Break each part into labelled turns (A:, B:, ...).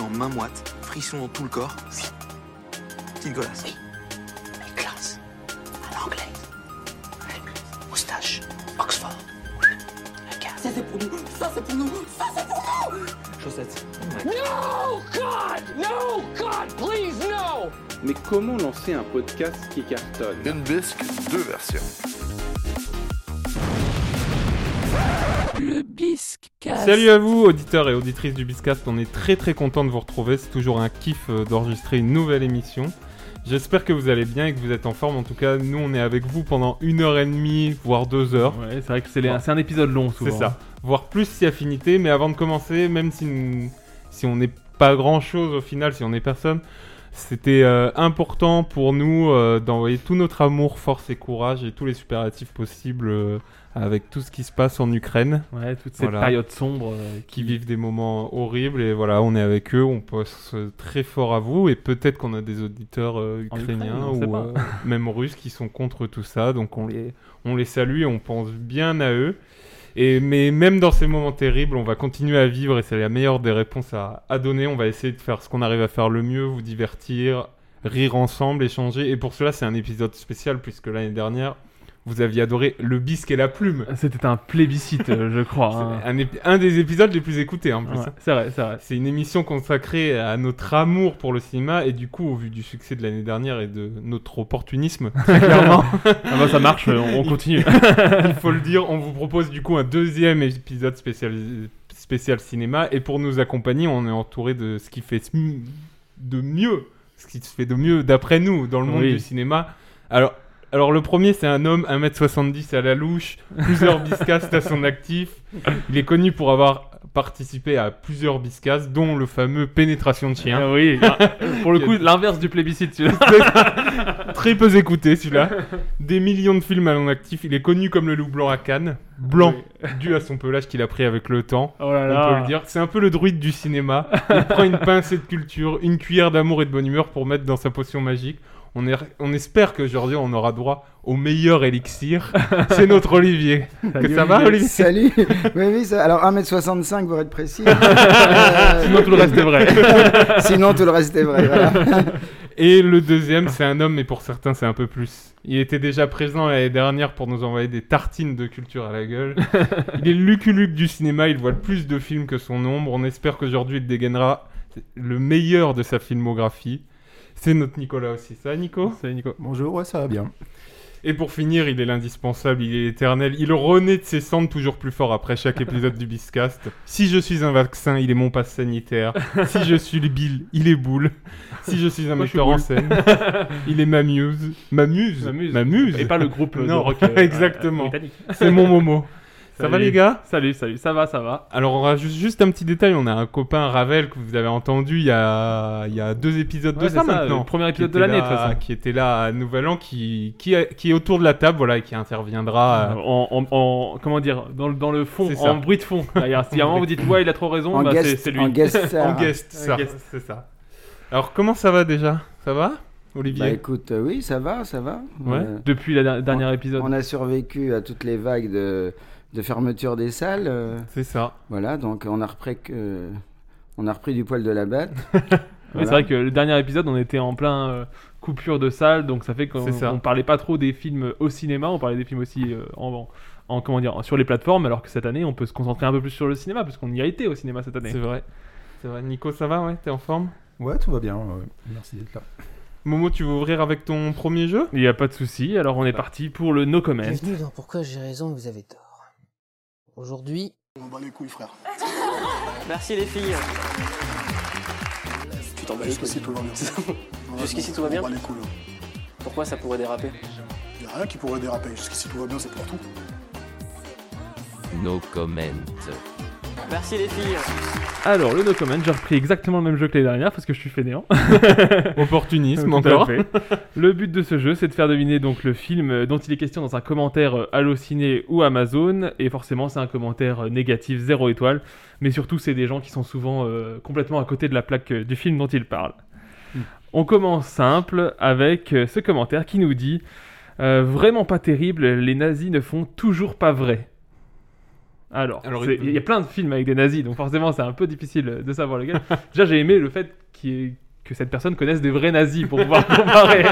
A: en main moite, frisson dans tout le corps. Oui. Petite golasse.
B: Oui. Mais classe. À l'anglais. Moustache. Oxford. Regarde.
C: Ça c'est pour nous. Ça c'est pour nous. Ça c'est pour nous.
A: Chaussettes.
D: No God, no God, please no.
E: Mais comment lancer un podcast qui cartonne
F: Une bisque, deux versions.
G: Le Biscast.
H: Salut à vous, auditeurs et auditrices du Biscast. On est très très content de vous retrouver. C'est toujours un kiff euh, d'enregistrer une nouvelle émission. J'espère que vous allez bien et que vous êtes en forme. En tout cas, nous, on est avec vous pendant une heure et demie, voire deux heures.
I: Ouais, c'est vrai que c'est les- c'est un épisode long souvent.
H: C'est ça. Voire plus si affinité. Mais avant de commencer, même si, nous- si on n'est pas grand chose au final, si on n'est personne, c'était euh, important pour nous euh, d'envoyer tout notre amour, force et courage et tous les superlatifs possibles euh, avec tout ce qui se passe en Ukraine
I: hein. Ouais, toute cette
H: Voilà.
I: période sombre euh,
H: qui vivent des moments horribles et voilà, on est avec eux, on pense euh, très fort à vous et peut-être qu'on a des auditeurs euh,
I: En Ukraine,
H: ukrainiens
I: on sait
H: ou
I: pas.
H: euh, même russes qui sont contre tout ça, donc on les, on les salue et on pense bien à eux. Et, mais même dans ces moments terribles, on va continuer à vivre et c'est la meilleure des réponses à, à donner. On va essayer de faire ce qu'on arrive à faire le mieux, vous divertir, rire ensemble, échanger. Et pour cela, c'est un épisode spécial puisque l'année dernière, vous aviez adoré Le Bisque et la Plume.
I: C'était un plébiscite, euh, je crois. hein.
H: C'est un, épi- un des épisodes les plus écoutés en plus.
I: Ouais, c'est vrai, c'est vrai.
H: Ah, C'est une émission consacrée à notre amour pour le cinéma et du coup, au vu du succès de l'année dernière et de notre opportunisme, très clairement,
I: Ah bah, ça marche, euh, on on continue.
H: il faut le dire, on vous propose du coup un deuxième épisode spécial, spécial cinéma et pour nous accompagner, on est entouré de ce qui fait sm- de mieux, ce qui se fait de mieux d'après nous dans le monde
I: Oui.
H: du cinéma. Alors, alors le premier, c'est un homme 1m70 à la louche, plusieurs biscastes à son actif. Il est connu pour avoir participé à plusieurs biscastes, dont le fameux Pénétration de chien.
I: Ah oui, ah, pour le coup, l'inverse du plébiscite, celui-là.
H: Très peu écouté celui-là. Des millions de films à l'en actif. Il est connu comme le loup blanc à Cannes. Blanc, dû à son pelage qu'il a pris avec le temps.
I: Oh là
H: On
I: là.
H: peut le dire. C'est un peu le druide du cinéma. Il prend une pincée de culture, une cuillère d'amour et de bonne humeur pour mettre dans sa potion magique. On, est- on espère qu'aujourd'hui on aura droit au meilleur élixir. C'est notre Olivier.
I: Salut,
H: que ça va, Olivier
J: Salut Oui, oui, ça- alors 1m65 pour être précis. Euh,
I: Sinon, tout le reste est vrai.
J: Sinon, tout le reste est vrai. voilà.
H: Et le deuxième, c'est un homme, mais pour certains, c'est un peu plus. Il était déjà présent l'année dernière pour nous envoyer des tartines de culture à la gueule. Il est luculuc du cinéma, il voit le plus de films que son nombre. On espère qu'aujourd'hui, il dégainera le meilleur de sa filmographie. C'est notre Nicolas aussi, ça, Nico
I: Salut Nico.
J: Bonjour, ouais, ça va bien.
H: Et pour finir, il est l'indispensable, il est éternel. Il renaît de ses cendres toujours plus fort après chaque épisode du Biscast. Si je suis un vaccin, il est mon passe sanitaire. Si je suis le Bill, il est Boule. Si je suis un
I: Moi, je suis
H: metteur en scène, il est Mamuse. Mamuse
I: M'amuse.
H: Mamuse
I: Et pas le groupe euh, de
H: Non,
I: rock. euh,
H: exactement.
I: euh, britannique.
H: C'est mon Momo. Ça va
I: Salut.
H: les gars
I: Salut, salut, ça va, ça va.
H: alors, on rajoute juste un petit détail. On a un copain, Ravel, que vous avez entendu il y a, il y a deux épisodes
I: Ouais,
H: de
I: c'est
H: ça,
I: ça,
H: maintenant.
I: le premier
H: qui
I: épisode de
H: était
I: l'année, de
H: là- euh,
I: toute façon.
H: Qui était là à Nouvel An, qui, qui, a- qui est autour de la table, voilà, et qui interviendra. euh,
I: En, en- en- comment dire, dans le, dans le fond,
H: C'est ça.
I: en bruit de fond. D'ailleurs, si à un moment vous dites, ouais, il a trop raison,
J: En
I: bah, c'est
J: guest,
I: c'est lui.
J: en guest star.
H: En guest, ça.
I: En guest.
H: C'est ça. Alors, comment ça va déjà Ça va,
J: Bah
H: Olivier
J: écoute, euh, oui, ça va, ça va.
H: Ouais.
J: Euh,
I: Depuis le dernier épisode.
J: on a survécu à toutes les vagues de, de fermeture des salles. euh,
H: C'est ça.
J: voilà, donc on a repris que... On a repris du poil de la batte.
I: Ouais,
J: Voilà.
I: C'est vrai que le dernier épisode, on était en plein euh, coupure de salle, donc ça fait qu'on
H: C'est ça.
I: on parlait pas trop des films au cinéma, on parlait des films aussi euh, en, en- comment dire, sur les plateformes, alors que cette année, on peut se concentrer un peu plus sur le cinéma, parce qu'on y a été au cinéma cette année.
H: C'est vrai. C'est vrai. Nico, ça va Ouais, t'es en forme
K: Ouais, tout va bien. ouais. Merci d'être là.
H: Momo, tu veux ouvrir avec ton premier jeu
I: Il n'y a pas de souci, alors on est parti pour le No Comment.
B: Bienvenue dans Pourquoi j'ai raison et vous avez tort. Aujourd'hui,
C: On bat les couilles, frère.
B: merci les filles.
C: Tu t'en bats les couilles. Jusqu'ici, tout va bien.
B: Jusqu'ici, tout va bien
C: On bat les couilles. hein.
B: Pourquoi ça pourrait déraper
C: Y a rien qui pourrait déraper. Jusqu'ici, tout va bien, c'est pour tout.
G: No comment.
B: Merci les filles.
I: Alors, le No Comment, j'ai repris exactement le même jeu que les dernières, parce que je suis fainéant.
H: Opportunisme
I: Tout à
H: encore.
I: fait. Le but de ce jeu, c'est de faire deviner donc le film euh, dont il est question dans un commentaire euh, Allociné ou Amazon, et forcément c'est un commentaire euh, négatif, zéro étoile, mais surtout c'est des gens qui sont souvent euh, complètement à côté de la plaque euh, du film dont ils parlent. On commence simple avec euh, ce commentaire qui nous dit euh, Vraiment pas terrible, les nazis ne font toujours pas vrai. Alors,
H: Alors,
I: c'est-
H: il peut-
I: il y a plein de films avec des nazis, donc forcément, c'est un peu difficile de savoir lequel. Déjà, j'ai aimé le fait qu'il y ait- que cette personne connaisse des vrais nazis pour pouvoir comparer.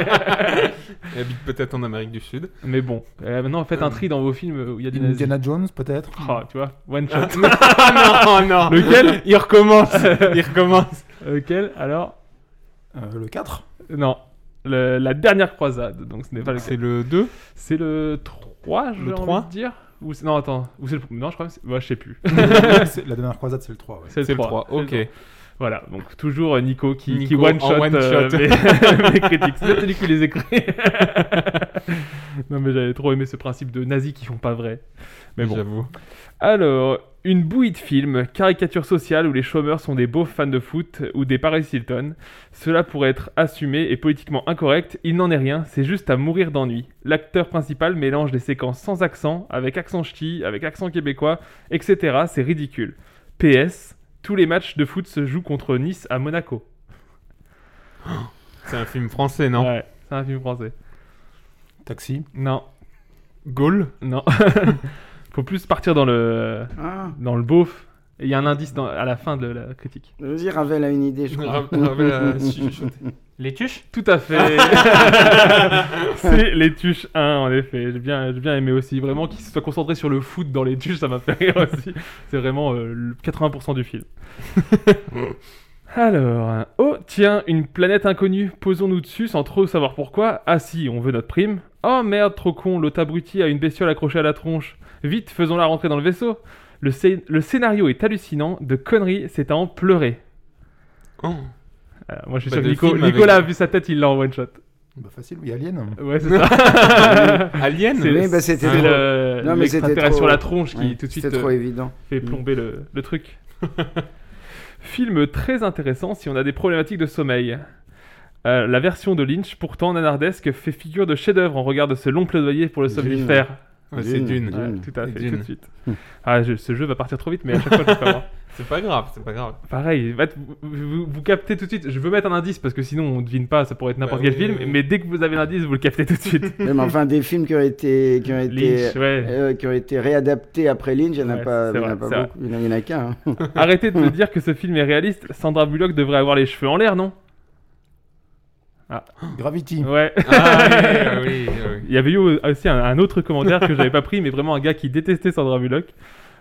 H: Elle habite peut-être en Amérique du Sud.
I: Mais bon, euh, maintenant, faites un tri dans vos films où il y a des nazis.
K: Indiana Jones, peut-être
I: Ah, tu vois, one shot.
H: Ah non, oh non.
I: Lequel
H: Il recommence. Il recommence.
I: Lequel Alors,
K: Euh, Le 4
I: non. Le- la dernière croisade, donc ce n'est pas le
H: C'est le 2
I: C'est le 3, j'ai
H: Le
I: envie
H: 3?
I: de dire Ou c'est- Non, attends. Ou c'est le... Non, je crois que c'est... ouais, je sais plus.
K: C'est- La dernière croisade, c'est le 3. ouais.
I: C'est le
H: C'est le
I: 3.
H: 3, ok.
I: Voilà, donc toujours euh, Nico qui, qui
H: Nico en
I: one-shot
H: one
I: euh,
H: shot.
I: mes, mes critiques. C'est peut-être lui qui les écrit. non, mais j'avais trop aimé ce principe de nazis qui font pas vrai. Mais bon.
H: J'avoue.
I: Alors, une bouillie de films, caricature sociale où les chômeurs sont des beaux fans de foot ou des Paris Hilton. Cela pourrait être assumé et politiquement incorrect, il n'en est rien, c'est juste à mourir d'ennui. L'acteur principal mélange des séquences sans accent, avec accent ch'ti, avec accent québécois, etc. C'est ridicule. PS, tous les matchs de foot se jouent contre Nice à Monaco.
H: C'est un film français, non
I: Ouais, c'est un film français.
K: Taxi.
I: Non,
H: Gaulle
I: non. Faut plus partir dans le,
J: Ah,
I: dans le beauf. Et Il y a un indice dans- à la fin de la critique.
J: vas-y, Ravel a une idée, je crois.
L: Les tuches
I: Tout à fait. c'est les tuches 1 en effet. J'ai bien, j'ai bien aimé aussi. Vraiment qu'ils se soient concentrés sur le foot dans les tuches, ça m'a fait rire aussi. C'est vraiment euh, le 80% du film. Alors, oh tiens, une planète inconnue, posons-nous dessus sans trop savoir pourquoi. Ah si, on veut notre prime. Oh merde, trop con, l'autre abruti a une bestiole accrochée à la tronche. Vite, faisons-la rentrer dans le vaisseau. Le, scé- le scénario est hallucinant, de conneries, c'est à en pleurer.
H: Oh.
I: Alors, moi je suis
H: Bah,
I: sûr que
H: de
I: Nico,
H: film avec-
I: Nicolas a vu sa tête, il l'a en one shot.
K: Bah, facile, oui, Alien.
I: Ouais, c'est ça.
H: Alien
I: C'est-
J: Oui, bah, c'était
I: C'est
J: trop-
I: le-
J: Non, mais c'était
I: l'extraterrestre sur
J: trop-
I: la tronche qui
J: Ouais,
I: tout de suite
J: C'était trop
I: euh,
J: évident.
I: fait plomber le, le truc. Film très intéressant si on a des problématiques de sommeil. Euh, la version de Lynch, pourtant nanardesque, fait figure de chef-d'œuvre en regard de ce long plaidoyer pour le
J: Dune.
I: somnifère.
H: Ouais, C'est
J: Dune.
H: Dune.
I: Ouais, tout à
H: Et
I: fait,
H: Dune.
I: tout de suite. Ah, je- ce jeu va partir trop vite, mais à chaque fois, je le fais avant.
H: C'est pas grave, c'est pas grave.
I: Pareil, en fait, vous, vous- vous captez tout de suite. Je veux mettre un indice parce que sinon on devine pas, ça pourrait être n'importe
H: Bah
I: quel
H: oui,
I: film.
H: oui, oui.
I: Mais dès que vous avez l'indice, vous le captez tout de suite.
J: Ouais, mais enfin, des films qui ont été, qui ont été,
I: Lynch, ouais.
J: euh, qui ont été réadaptés après Lynch, il n'y en a
I: Ouais,
J: pas,
I: c'est
J: il y en a
I: vrai,
J: pas
I: c'est vrai.
J: beaucoup. Il y en a- il y en a qu'un. hein.
I: Arrêtez de me dire que ce film est réaliste. Sandra Bullock devrait avoir les cheveux en l'air, non
K: Gravity.
I: Ouais.
H: Ah oui, oui, oui.
I: Il y avait eu aussi un, un autre commentaire que j'avais pas pris, mais vraiment un gars qui détestait Sandra Bullock.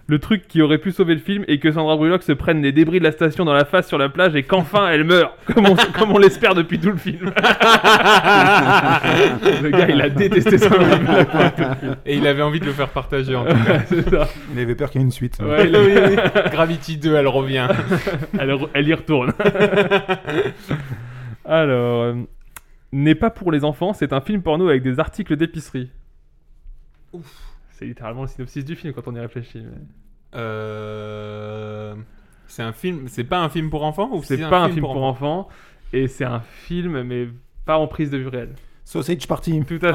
I: Le truc qui aurait pu sauver le film est que Sandra Bullock se prenne les débris de la station dans la face sur la plage et qu'enfin elle meurt, comme on, comme on l'espère depuis tout le film. le gars, il a détesté Sandra Bullock.
H: Et il avait envie de le faire partager en tout cas.
I: C'est ça.
K: Il avait peur qu'il y ait une suite.
I: Ouais, il a-
H: Oui, oui, oui. Gravity 2, elle revient.
I: Elle, re- elle y retourne. Alors, euh, N'est pas pour les enfants, c'est un film porno avec des articles d'épicerie. C'est littéralement le synopsis du film quand on y réfléchit. mais-
H: Euh... C'est un film, c'est pas un film pour enfants ou
I: C'est pas un film pour, enfants, et c'est un film, mais pas en prise de vue réelle.
K: Sausage Party.
I: Tout à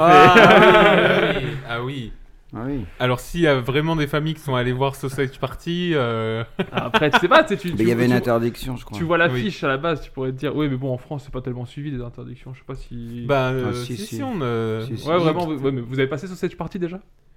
I: fait.
H: Ah oui, ah oui, ah oui.
J: Ah oui.
H: Alors s'il y a vraiment des familles qui sont allées voir Sausage Party, euh,
I: Après, tu sais pas, tu sais, tu,
J: Mais
I: tu-
J: il y avait une
I: tu-
J: interdiction, je crois.
I: tu vois l'affiche à la base, tu pourrais te dire, oui, mais bon, en France, c'est pas tellement suivi des interdictions. Je sais pas si.
H: bah euh, si,
J: Ah, si,
H: si,
J: si.
H: on. euh,
J: Si, si.
I: ouais, vraiment, vous- ouais, mais vous avez passé sur cette partie déjà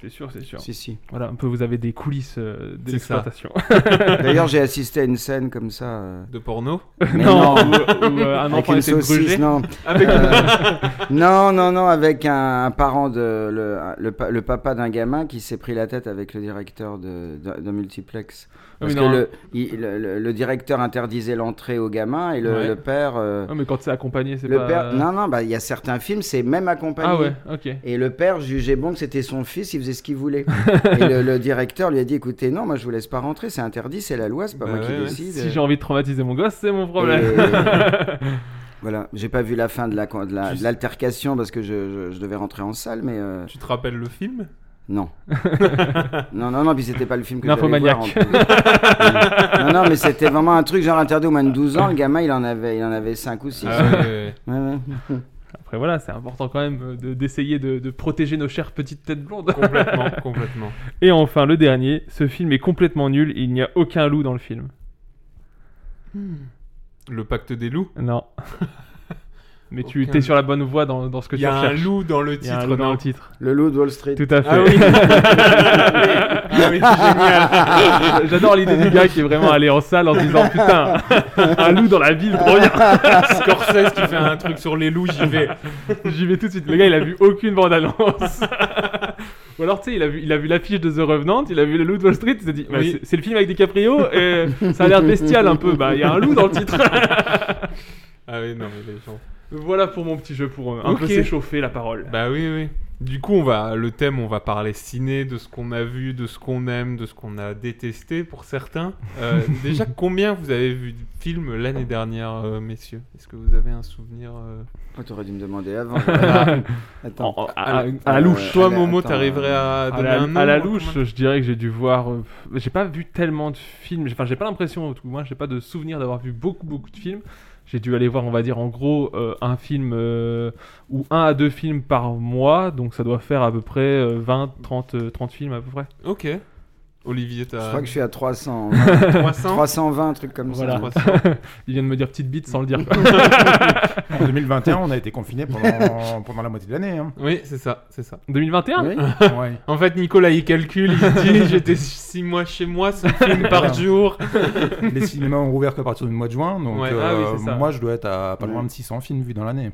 I: C'est sûr, c'est sûr.
J: Si, si.
I: Voilà, un peu, vous avez des coulisses euh, de
H: C'est
I: l'exploitation.
J: D'ailleurs, j'ai assisté à une scène comme ça. euh,
H: De porno
J: mais
I: non, ou, ou, euh, un
J: avec
I: enfant
J: une
I: était
J: saucisse,
I: grugé.
J: non. Euh, non, non, non, avec un, un parent de le, le, pa- le papa d'un gamin qui s'est pris la tête avec le directeur de, de, de multiplex. Parce
I: Oui,
J: que
I: non.
J: le, il- le, le- le directeur interdisait l'entrée au gamin et le,
I: Ouais.
J: le père. euh,
I: Ouais, mais quand c'est accompagné, c'est
J: le
I: pas.
J: père. Non, non, bah il y a certains films, c'est même accompagné.
I: ah ouais, ok.
J: Et le père jugeait bon que c'était son fils, il faisait ce qu'il voulait. et le, le directeur lui a dit écoutez, non, moi je vous laisse pas rentrer, c'est interdit, c'est la loi, c'est pas
H: Bah
J: moi qui
H: ouais, ouais.
J: décide.
I: Si j'ai envie de traumatiser mon gosse, c'est mon problème.
J: Et- voilà, j'ai pas vu la fin de la de la- de l'altercation parce que je, je- je devais rentrer en salle, mais euh,
H: Tu te rappelles le film
J: non. non, non, non, puis c'était pas le film que j'allais voir. en
I: Nymphomaniac.
J: plus. non, non, mais c'était vraiment un truc genre interdit aux moins de 12 ans. Le gamin, il en avait, il en avait 5 ou 6.
H: Ah ouais, ouais, ouais.
J: Ouais, ouais.
I: Après voilà, c'est important quand même euh, de- d'essayer de, de protéger nos chères petites têtes blondes.
H: Complètement, complètement.
I: Et enfin, le dernier, ce film est complètement nul, il n'y a aucun loup dans le film.
H: Le pacte des loups
I: Non. Mais tu
H: Aucun
I: es sur
H: loup.
I: la bonne voie dans, dans ce que
H: Il
I: tu
H: y a un
I: recherches.
H: loup dans le
I: Il y a un
H: titre,
I: loup dans
H: non
I: le titre.
J: Le loup de Wall Street.
I: Tout à fait.
H: Ah oui. Ah oui, c'est génial.
I: J'adore l'idée du gars qui est vraiment allé en salle en se disant putain, un loup dans la ville, trop bien.
H: Scorsese qui fait un truc sur les loups, j'y vais.
I: J'y vais tout de suite. Le gars, il a vu aucune bande-annonce. Ou alors, tu sais, il a vu il a vu l'affiche de The Revenant, il a vu le loup de Wall Street, il s'est dit, bah,
H: Oui.
I: c'est- c'est le film avec DiCaprio, et ça a l'air bestial un peu. Bah, il y a un loup dans le titre.
H: Ah oui, non, mais les gens.
I: voilà pour mon petit jeu, pour euh, un peu
H: Ok.
I: s'échauffer la parole.
H: Bah oui, oui. Du coup, on va, le thème, on va parler ciné, de ce qu'on a vu, de ce qu'on aime, de ce qu'on a détesté pour certains. Euh, déjà, combien vous avez vu de films l'année dernière, euh, messieurs Est-ce que vous avez un souvenir euh,
J: Oh, T'aurais dû me demander avant.
I: Ah,
H: Voilà.
J: Attends.
I: En- en- à-
J: Alors,
I: à la louche.
H: Toi,
J: allez,
H: Momo,
J: attends, euh,
H: t'arriverais à
I: À
H: donner
I: la,
H: un nom
I: à la
H: ou
I: louche, je dirais que j'ai dû voir. euh, pff, J'ai pas vu tellement de films. Enfin, j'ai pas l'impression, en tout moins, j'ai pas de souvenir d'avoir vu beaucoup, beaucoup de films. J'ai dû aller voir, on va dire, en gros, euh, un film euh, ou un à deux films par mois. Donc, ça doit faire à peu près euh, 20, 30, euh, 30 films à peu près.
H: Ok. Olivier, t'as.
J: Je crois que je suis à 300.
H: euh, 300
J: 320, un truc comme
I: Voilà.
J: ça.
I: Il vient de me dire petite bite sans le dire. quoi.
K: En 2021, on a été confinés pendant, pendant la moitié de l'année. Hein.
H: Oui, c'est ça, c'est ça.
I: 2021
J: Oui.
K: Ouais.
H: En fait, Nicolas, il calcule, il se dit j'étais 6 mois chez moi, 5 films par
K: Voilà.
H: jour.
K: Les cinémas ont rouvert qu'à partir du mois de juin, donc
H: Ouais.
K: euh,
I: Ah oui, c'est ça.
K: moi je dois être à pas loin
J: Ouais.
K: de 600 films vus dans l'année.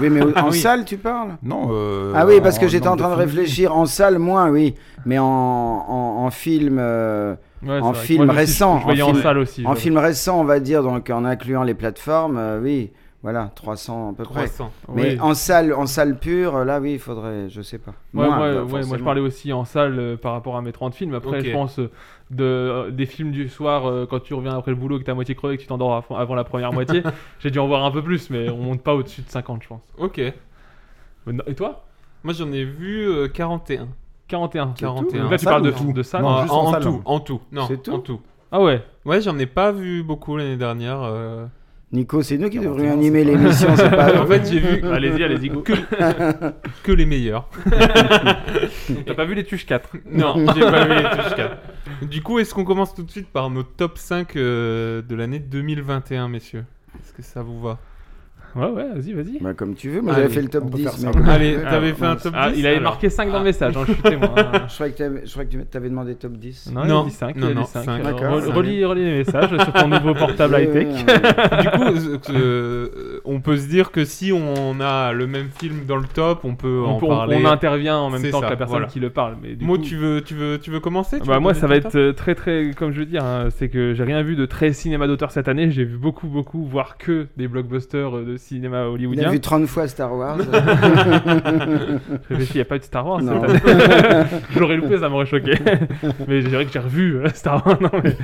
J: Oui, mais au- en
H: Ah oui.
J: salle, tu parles
K: Non. euh,
J: Ah oui, parce que j'étais en
K: nombre
J: train de
K: films.
J: réfléchir en salle, moins, oui. Mais en, en, en film. euh,
I: Ouais, c'est
J: En
I: vrai que
J: film
I: moi, je me suis-
J: récent,
I: Je voyais
J: en
I: en,
J: film-
I: salle aussi.
J: en
I: je-
J: film récent, on va dire, donc en incluant les plateformes, euh, oui, voilà, 300 à peu près.
H: 300.
J: Mais
I: Oui.
J: en salle, en salle pure, euh, là, oui, il faudrait, je sais pas.
I: Ouais,
J: Moins,
I: ouais,
J: bah,
I: ouais, moi je
J: forcément.
I: parlais aussi en salle euh, par rapport à mes 30 films. Après,
H: Ok.
I: je pense euh, de, euh, des films du soir euh, quand tu reviens après le boulot, que t'es à moitié crevé et que tu t'endors avant- avant la première moitié. J'ai dû en voir un peu plus, mais on monte pas au-dessus de 50, je pense.
H: Ok.
I: Mais non- Et toi
H: Moi, j'en ai vu euh, 41.
I: 41.
H: 41.
I: Donc là, tu
K: En
I: parles de,
K: salle ou
I: de salle. hein,
K: Non,
H: Euh,
K: juste
H: en,
K: en
H: en
K: salle.
H: tout, en tout. Non,
J: C'est tout
H: en tout.
I: Ah ouais.
H: Ouais, j'en ai pas vu beaucoup l'année dernière. euh.
J: Nico, c'est nous qui
K: Quarante et
J: devrions
K: un,
J: animer
K: c'est pas-
J: l'émission, c'est pas.
H: En fait, j'ai vu
I: allez-y, allez-y, go.
H: que les meilleurs.
I: T'as pas vu les Tuches 4
H: Non, j'ai pas vu les touches quatre. Du coup, est-ce qu'on commence tout de suite par nos top 5 euh, de l'année 2021, messieurs Est-ce que ça vous va
I: Ouais, ouais, vas-y, vas-y.
J: Bah, comme tu veux, moi
H: Allez,
J: j'avais fait le top
K: on peut
J: 10.
K: faire ça.
J: mais-
H: Allez, t'avais fait un top 10
I: Ah, il avait
H: Bah, alors.
I: marqué 5 dans
H: Ah.
I: le message, hein, je suis témoin. hein.
J: Je croyais que t'avais- je croyais que tu t'avais demandé top 10.
I: Non, il
H: Non,
I: a dit 5.
H: non,
I: il a
H: non,
I: dit 5.
H: cinq.
J: D'accord, cinq.
I: relis, relis les messages sur ton nouveau portable
J: Oui,
I: high-tech.
J: oui, oui.
H: Du coup, euh, euh, on peut se dire que si on a le même film dans le top, on peut en
I: Donc, on,
H: parler.
I: on intervient en
H: C'est
I: même temps
H: ça,
I: que la personne
H: voilà.
I: qui le parle. Mais du
H: Mo,
I: coup-
H: tu veux, tu veux, tu veux commencer tu
I: Bah,
H: veux
I: moi,
H: donner
I: ça va
H: ton
I: être
H: top
I: euh, très très, comme je veux dire, hein, c'est que j'ai rien vu de très cinéma d'auteur cette année. J'ai vu beaucoup beaucoup, voire que des blockbusters euh, de cinéma
J: Il a
I: hollywoodien.
J: vu 30 fois Star Wars.
I: Je réfléchis, il n'y a pas eu de Star Wars
J: Non.
I: cette année. je l'aurais loupé, ça m'aurait choqué. mais je dirais que j'ai revu euh, Star Wars. non, mais-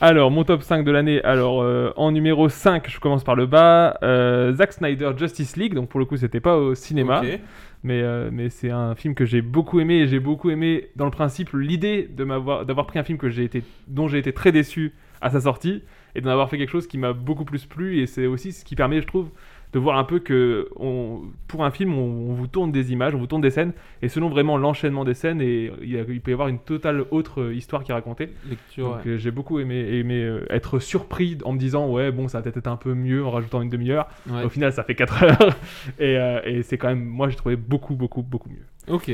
I: Alors, mon top 5 de l'année. Alors, euh, en numéro 5, je commence par le bas. euh, Zack Snyder Justice League. Donc, pour le coup, c'était pas au cinéma.
H: Ok.
I: mais, euh, mais c'est un film que j'ai beaucoup aimé et j'ai beaucoup aimé dans le principe l'idée de m'avoir d'avoir pris un film que j'ai été dont j'ai été très déçu à sa sortie et d'en avoir fait quelque chose qui m'a beaucoup plus plu et c'est aussi ce qui permet je trouve de voir un peu que on, pour un film on, on vous tourne des images on vous tourne des scènes et selon vraiment l'enchaînement des scènes et il, y a- il peut y avoir une totale autre euh, histoire qui est racontée
H: Lecture.
I: donc, euh, j'ai beaucoup aimé, aimé euh, être surpris en me disant ouais bon ça va peut-être être un peu mieux en rajoutant une demi-heure
H: ouais. Ouais.
I: au final, ça fait 4 heures. Et, euh, et c'est quand même, moi, j'ai trouvé beaucoup, beaucoup, beaucoup mieux.
H: Ok.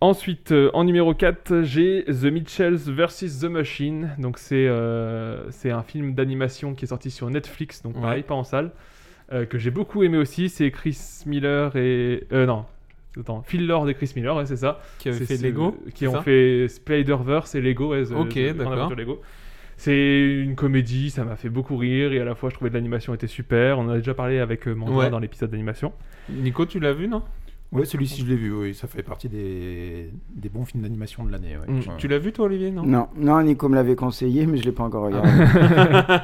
I: Ensuite, euh, en numéro 4, j'ai The Mitchells vs. The Machine. Donc, c'est euh, c'est un film d'animation qui est sorti sur Netflix, donc pareil,
H: Ouais.
I: pas en salle, euh, que j'ai beaucoup aimé aussi. C'est Chris Miller et. euh, non. Attends, Phil Lord et Chris Miller, ouais, c'est ça.
H: Qui avait
I: C'est
H: fait
I: ceux
H: Lego
I: Qui
H: c'est
I: ont
H: ça
I: fait Spider-Verse et Lego. ouais, the-
H: Ok,
I: the-
H: d'accord.
I: Aventure Lego. C'est une comédie, ça m'a fait beaucoup rire et à la fois je trouvais que l'animation était super. On en a déjà parlé avec euh, Mandra
H: Ouais.
I: dans l'épisode d'animation.
H: Nico, tu l'as vu, non
K: Ouais, celui-ci je l'ai vu, oui, ça fait partie des, des bons films d'animation de l'année. ouais.
I: Mm.
K: Ouais.
H: Tu l'as vu, toi, Olivier, non
J: non, non, Nico me l'avait conseillé, mais je l'ai pas encore regardé.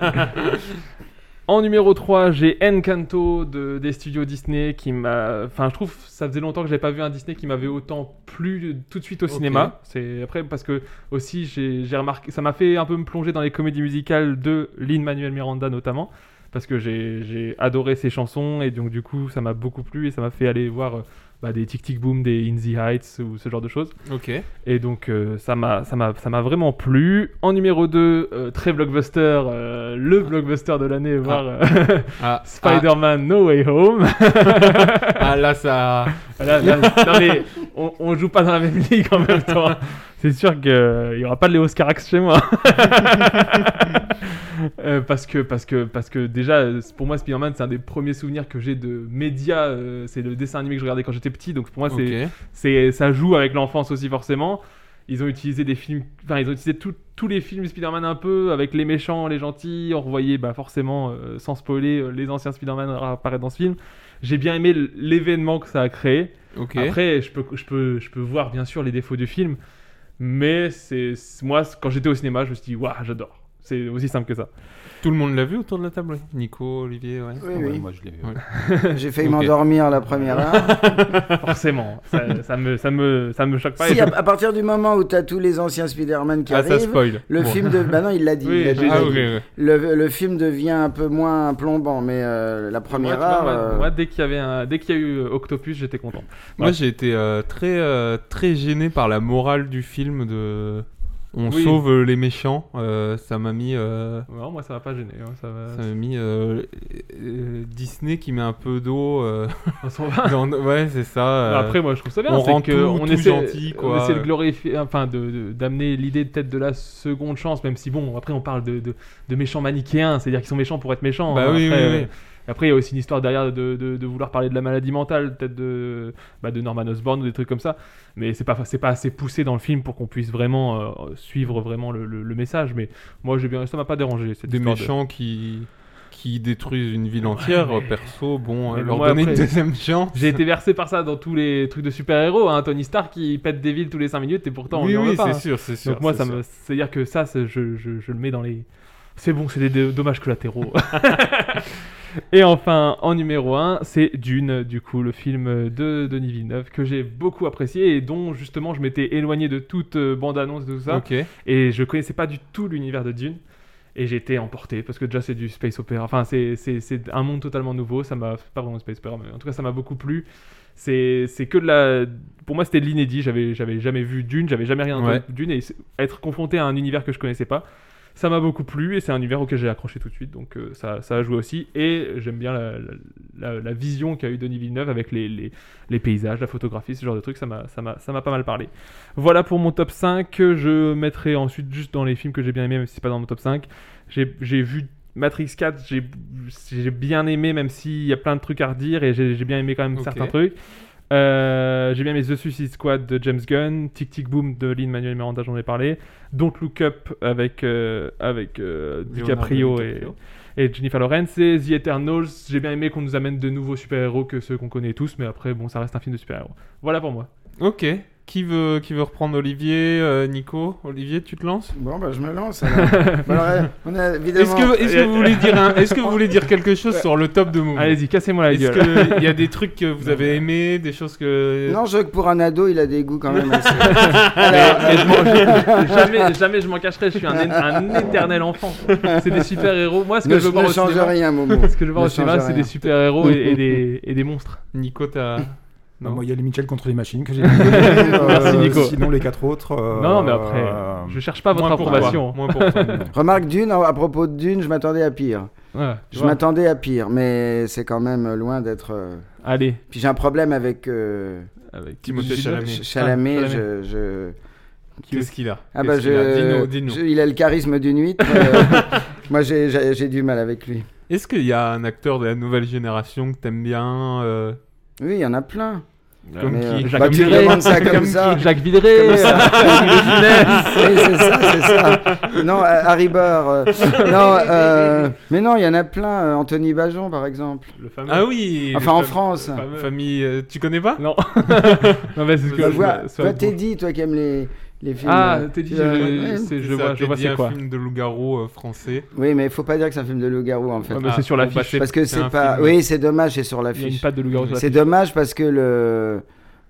I: En numéro 3, j'ai Encanto de, des studios Disney qui m'a. Enfin, je trouve ça faisait longtemps que j'avais pas vu un Disney qui m'avait autant plu tout de suite au
H: Ok.
I: cinéma. C'est après parce que aussi j'ai j'ai remarqué, ça m'a fait un peu me plonger dans les comédies musicales de Lin Manuel Miranda notamment. parce que j'ai j'ai adoré ses chansons et donc du coup ça m'a beaucoup plu et ça m'a fait aller voir euh, bah, des Tic Tic Boom, des In the Heights ou ce genre de choses.
H: Ok.
I: Et donc euh, ça m'a ça m'a ça m'a vraiment plu. En numéro 2, très blockbuster, euh, le blockbuster de l'année, voir euh,
H: Ah.
I: Spider-Man No Way Home.
H: Ah là ça.
I: Là, là, non, mais on, on joue pas dans la même ligue en même temps. C'est sûr qu'il y aura pas de Léo Scarax chez moi. Euh, parce que parce que parce que déjà euh, pour moi Spider-Man c'est un des premiers souvenirs que j'ai de médias euh, c'est le dessin animé que je regardais quand j'étais petit donc pour
H: Ah,
I: moi c'est
H: Ok.
I: c'est ça joue avec l'enfance aussi forcément ils ont utilisé des films enfin ils ont utilisé tout- tous les films Spider-Man un peu avec les méchants les gentils on revoyait bah forcément euh, sans spoiler euh, les anciens Spider-Man apparaître dans ce film j'ai bien aimé l- l'événement que ça a créé
H: Ok.
I: après je peux je peux je peux voir bien sûr les défauts du film mais c'est moi quand j'étais au cinéma je me suis dit waouh j'adore c'est aussi simple que ça
H: Tout le monde l'a vu autour de la table, oui. Nico, Olivier, ouais.
J: Oui, oui.
K: moi, je l'ai vu.
H: Ouais.
J: J'ai failli
H: Ok.
J: m'endormir la première heure.
I: Forcément, ça, ça me, ça, me, ça me choque pas.
J: Si,
I: et
J: à, à partir du moment où t'as tous les anciens Spider-Man qui
I: Ah, ça
J: arrivent,
I: spoil.
J: le
I: Bon.
J: film de... Bah non, il l'a dit.
I: Oui,
J: il l'a dit,
I: j'ai
J: il l'a
I: dit.
J: dit.
I: Ah, ok, ouais.
J: Le, le film devient un peu moins plombant, mais euh, la
I: je- moi,
J: première
I: tu vois,
J: heure...
I: moi,
J: euh,
I: moi, dès qu'il y avait un- dès qu'il y a eu euh, Octopus, j'étais content.
H: Moi, j'ai été euh, très, euh, très gêné par la morale du film de On
I: Oui.
H: sauve les méchants. Euh, ça m'a mis. euh,
I: Non, moi ça m'a pas gêné. hein, Ça m'a-
H: Ça m'a mis euh, euh, Disney qui met un peu d'eau. euh,
I: Dans son vin.
H: dans- ouais, c'est ça. euh,
I: Après, moi, je trouve ça bien.
H: On
I: c'est
H: rend
I: que
H: tout,
I: on
H: tout
I: essaie,
H: gentil, quoi.
I: On essaie de glorifier, enfin, de- de- d'amener l'idée peut-être de la seconde chance, même si bon, après, on parle de, de, de méchants manichéens, c'est-à-dire qu'ils sont méchants pour être méchants. hein.
H: Bah oui,
I: après, euh,
H: oui, oui.
I: Après, il y a aussi une histoire derrière de, de- de vouloir parler de la maladie mentale, peut-être de, bah, de Norman Osborn ou des trucs comme ça. Mais c'est pas, c'est pas assez poussé dans le film pour qu'on puisse vraiment euh, suivre vraiment le, le- le message. Mais moi, j'ai bien, ça m'a pas dérangé. Cette
H: des
I: histoire de-
H: méchants qui qui détruisent une ville entière
I: Ouais, mais-
H: perso bon
I: Mais
H: euh,
I: le
H: leur
I: mois
H: donner
I: après,
H: une deuxième chance
I: J'ai été versé par ça dans tous les trucs de super-héros. Hein. Tony Stark qui pète des villes tous les 5 minutes et pourtant on
H: Oui,
I: lui en
H: oui,
I: veut pas.
H: c'est
I: hein.
H: sûr, c'est sûr,
I: Donc moi,
H: c'est
I: ça me... c'est-à-dire que ça, c'est- je, je- je le mets dans les. C'est bon, c'est des do- dommages collatéraux. et enfin, en numéro 1, c'est Dune, du coup, le film de Denis Villeneuve que j'ai beaucoup apprécié et dont justement je m'étais éloigné de toute euh, bande-annonce et tout ça.
H: Ok.
I: Et je connaissais pas du tout l'univers de Dune. Et j'ai été emporté parce que déjà c'est du space opera. Enfin, c'est- c'est c'est un monde totalement nouveau. Ça m'a c'est pas vraiment space opera, mais en tout cas ça m'a beaucoup plu. C'est c'est que de la. Pour moi, c'était de l'inédit. J'avais j'avais jamais vu Dune, j'avais jamais rien entendu
H: Ouais.
I: de Dune et c'est- être confronté à un univers que je connaissais pas. Ça m'a beaucoup plu et c'est un univers auquel j'ai accroché tout de suite, donc euh, ça, ça a joué aussi. Et j'aime bien la, la- la- la vision qu'a eu Denis Villeneuve avec les, les- les paysages, la photographie, ce genre de trucs, ça m'a ça m'a- ça m'a pas mal parlé. Voilà pour mon top 5, que je mettrai ensuite juste dans les films que j'ai bien aimé, même si c'est pas dans mon top 5. J'ai j'ai vu Matrix 4, j'ai j'ai bien aimé, même s'il y a plein de trucs à redire, et j'ai j'ai bien aimé quand même
H: Ok.
I: certains trucs. Euh, j'ai bien aimé The Suicide Squad de James Gunn, Tic Tic Boom de Lin Manuel Miranda, j'en ai parlé, Don't Look Up avec, euh, avec euh, DiCaprio, et,
H: DiCaprio.
I: et Jennifer Lawrence, et The Eternals, j'ai bien aimé qu'on nous amène de nouveaux super-héros que ceux qu'on connaît tous, mais après, bon, ça reste un film de super-héros. Voilà pour moi.
H: ok qui veut qui veut reprendre Olivier euh, Nico Olivier tu te lances
J: bon bah je me lance alors, on a
H: est-ce
J: évidemment-
H: que est-ce que vous voulez dire un- est-ce que vous voulez dire quelque chose sur le top de Moon
I: Allez-y, cassez-moi la
H: est-ce
I: gueule.
H: qu'il y a des trucs que vous avez aimé des choses que
J: Non, je veux que pour un ado, il a des goûts quand même assez...
I: Mais- mais je m'en- jamais, jamais je m'en cacherai, je suis un, é- un éternel enfant. C'est des super-héros. Moi, ce que
J: Ne-
I: je veux
J: ne
I: voir au
J: change
I: cinéma,
J: rien, Momo.
I: ce que je veux voir
J: Ne
I: au cinéma,
J: change
I: c'est
J: rien.
I: des super-héros et, et des, et des monstres.
H: Nico t'as
K: Non,
H: Non.
K: Bah, moi, il y a les Mitchell contre les machines que j'ai Euh,
I: Merci, Nico.
K: Sinon, les quatre autres. euh,
I: Non, mais après, je cherche pas votre
K: moins pour
I: approbation.
K: toi.
I: Moins pour toi.
J: Remarque Dune, à propos de Dune, je m'attendais à pire.
I: Ouais, tu
J: je
I: vois.
J: m'attendais à pire, mais c'est quand même loin d'être. euh,
I: Allez.
J: Puis j'ai un problème avec. euh,
I: Avec
H: Timothée
J: Ch-
H: Chalamet.
J: Ch- Chalamet,
H: Ah,
J: je. je-
H: Qu'est-ce qu'il a
J: Ah bah
H: Qu'est-ce qu'il a
J: je...
H: Dis-nous, dis-nous.
J: je- Il a le charisme d'une huître. euh, Moi j'ai- j'ai j'ai du mal avec lui.
H: est-ce qu'il y a un acteur de la nouvelle génération que t'aimes bien euh,
J: Oui, il y en a plein.
H: Comme
J: Mais,
H: qui
J: euh,
H: Jacques
J: bah, tu
H: Villeray.
J: demandes ça comme,
H: Comme
J: ça.
H: qui
I: Jacques Villeray,
J: Comme ça.
I: euh,
J: Oui, c'est ça, c'est ça. Non, euh, Harry Barr. euh, non, euh, mais non, il y en a plein. euh, Anthony Bajon, par exemple.
H: Ah oui
J: Enfin,
H: le
J: en
H: fam-
J: France.
H: fameux- Famille, euh, tu connais pas
I: Non. non, mais c'est ce que
J: Bah,
I: je
J: vois-
I: me- soit-
J: toi, Teddy, toi qui aimes les, les films.
I: Ah,
J: euh,
I: Teddy,
J: euh,
I: je-
J: ouais.
I: c'est- je
H: Ça,
I: vois, je
H: t'as
I: vois
H: dit
I: c'est
H: un
I: quoi.
H: film de loup-garou euh, français.
J: Oui, mais il faut pas dire que c'est un film de loup-garou en fait.
I: Ouais, mais c'est sur
H: bon,
I: l'affiche.
H: bah, c'est-
J: parce que
H: un
J: c'est pas.
H: film-
J: Oui, c'est dommage, c'est sur
I: Il y a une
J: l'affiche.
I: patte de loup-garou. sur
J: C'est
I: l'affiche.
J: dommage parce que le.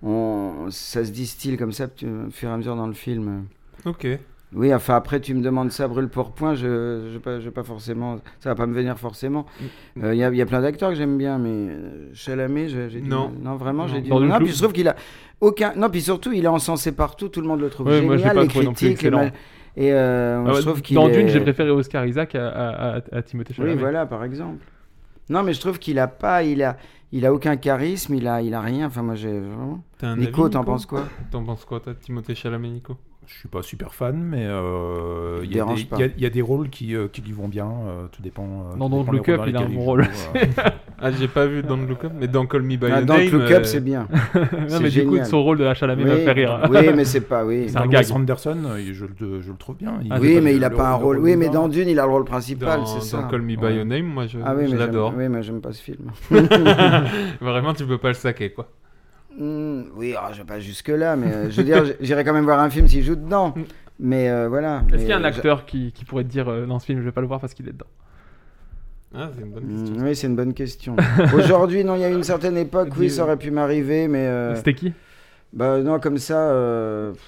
J: On... Ça se distille comme ça, au fur et à mesure dans le film.
H: Ok.
J: Oui, enfin après tu me demandes ça brûle pour point, je j'ai pas, j'ai pas forcément, ça va pas me venir forcément.
I: Mm.
J: Il y, a, y a plein d'acteurs que j'aime bien, mais euh, Chalamet, j'ai j'ai dit
H: Non.
J: non vraiment, j'ai dit
H: Dans
J: non.
H: le
J: Non,
H: clou.
J: puis je trouve qu'il a aucun, non puis surtout il est encensé partout, tout le monde le trouve
I: Ouais,
J: génial,
I: moi, je l'ai pas
J: les
I: trouvé non plus
J: critiques, les
I: excellent.
J: mal- et euh,
I: Ah
J: je
I: ouais,
J: trouve qu'il
I: dans
J: est-
I: Dune, j'ai préféré Oscar Isaac à, à, à, à Timothée Chalamet.
J: oui voilà par exemple. Non mais je trouve qu'il a pas, il a, il a aucun charisme, il a, il a rien. Enfin moi j'ai vraiment.
H: T'as un
J: Nico,
H: avis,
J: t'en penses quoi
H: T'en penses quoi, toi, de Timothée Chalamet, Nico
K: Je suis pas super fan, mais euh, il y, a
J: Dérange
K: des-
J: pas.
K: il y a- il y a des rôles qui, euh, qui lui vont bien. euh, tout dépend. euh,
I: Dans
K: tout
I: Don't
K: dépend
I: Look
K: des
I: Up,
K: rôles
I: il a
K: dans
I: un
K: lesquels
I: bon
K: joue,
I: rôle.
K: euh.
H: Ah, j'ai pas vu Don't Look Up, mais dans Call Me By
J: Ah,
H: Your
J: Don't
H: Name,
J: Look Up,
H: euh,
J: c'est bien.
I: Non, mais
J: C'est
I: du coup,
J: génial.
I: son rôle de la Chalamet
J: Oui,
I: m'a fait rire.
J: Oui, mais c'est pas, oui.
I: C'est un
K: Louis
I: gag.
K: Anderson, euh, je, le- je le trouve bien. Il-
J: oui,
K: le-
J: mais il a
K: le-
J: pas un
K: le
J: rôle. Oui, mais
K: dedans.
J: dans Dune, il a le rôle principal,
H: Dans-
J: c'est ça.
H: dans Call Me By Your Name, moi, je-
J: ah, oui,
H: je
J: mais j'aime-
H: l'adore.
J: Oui, mais j'aime pas ce film.
H: Vraiment, tu peux pas le saquer, quoi.
J: Hmm, oui, ah, je vais pas jusque-là, mais euh, je veux dire, j'irai quand même voir un film s'il joue dedans. Mais euh, voilà.
I: Est-ce
J: Mais,
I: qu'il y a un
J: euh,
I: acteur qui, qui pourrait te dire euh, dans ce film, je vais pas le voir parce qu'il est dedans
H: Ah, c'est une bonne question.
J: Hmm, oui, c'est une bonne question. Aujourd'hui, non, il y a une certaine époque, oui,
I: Dis-
J: ça aurait pu m'arriver, mais. euh,
I: C'était qui
J: Bah non, comme ça, euh, pff,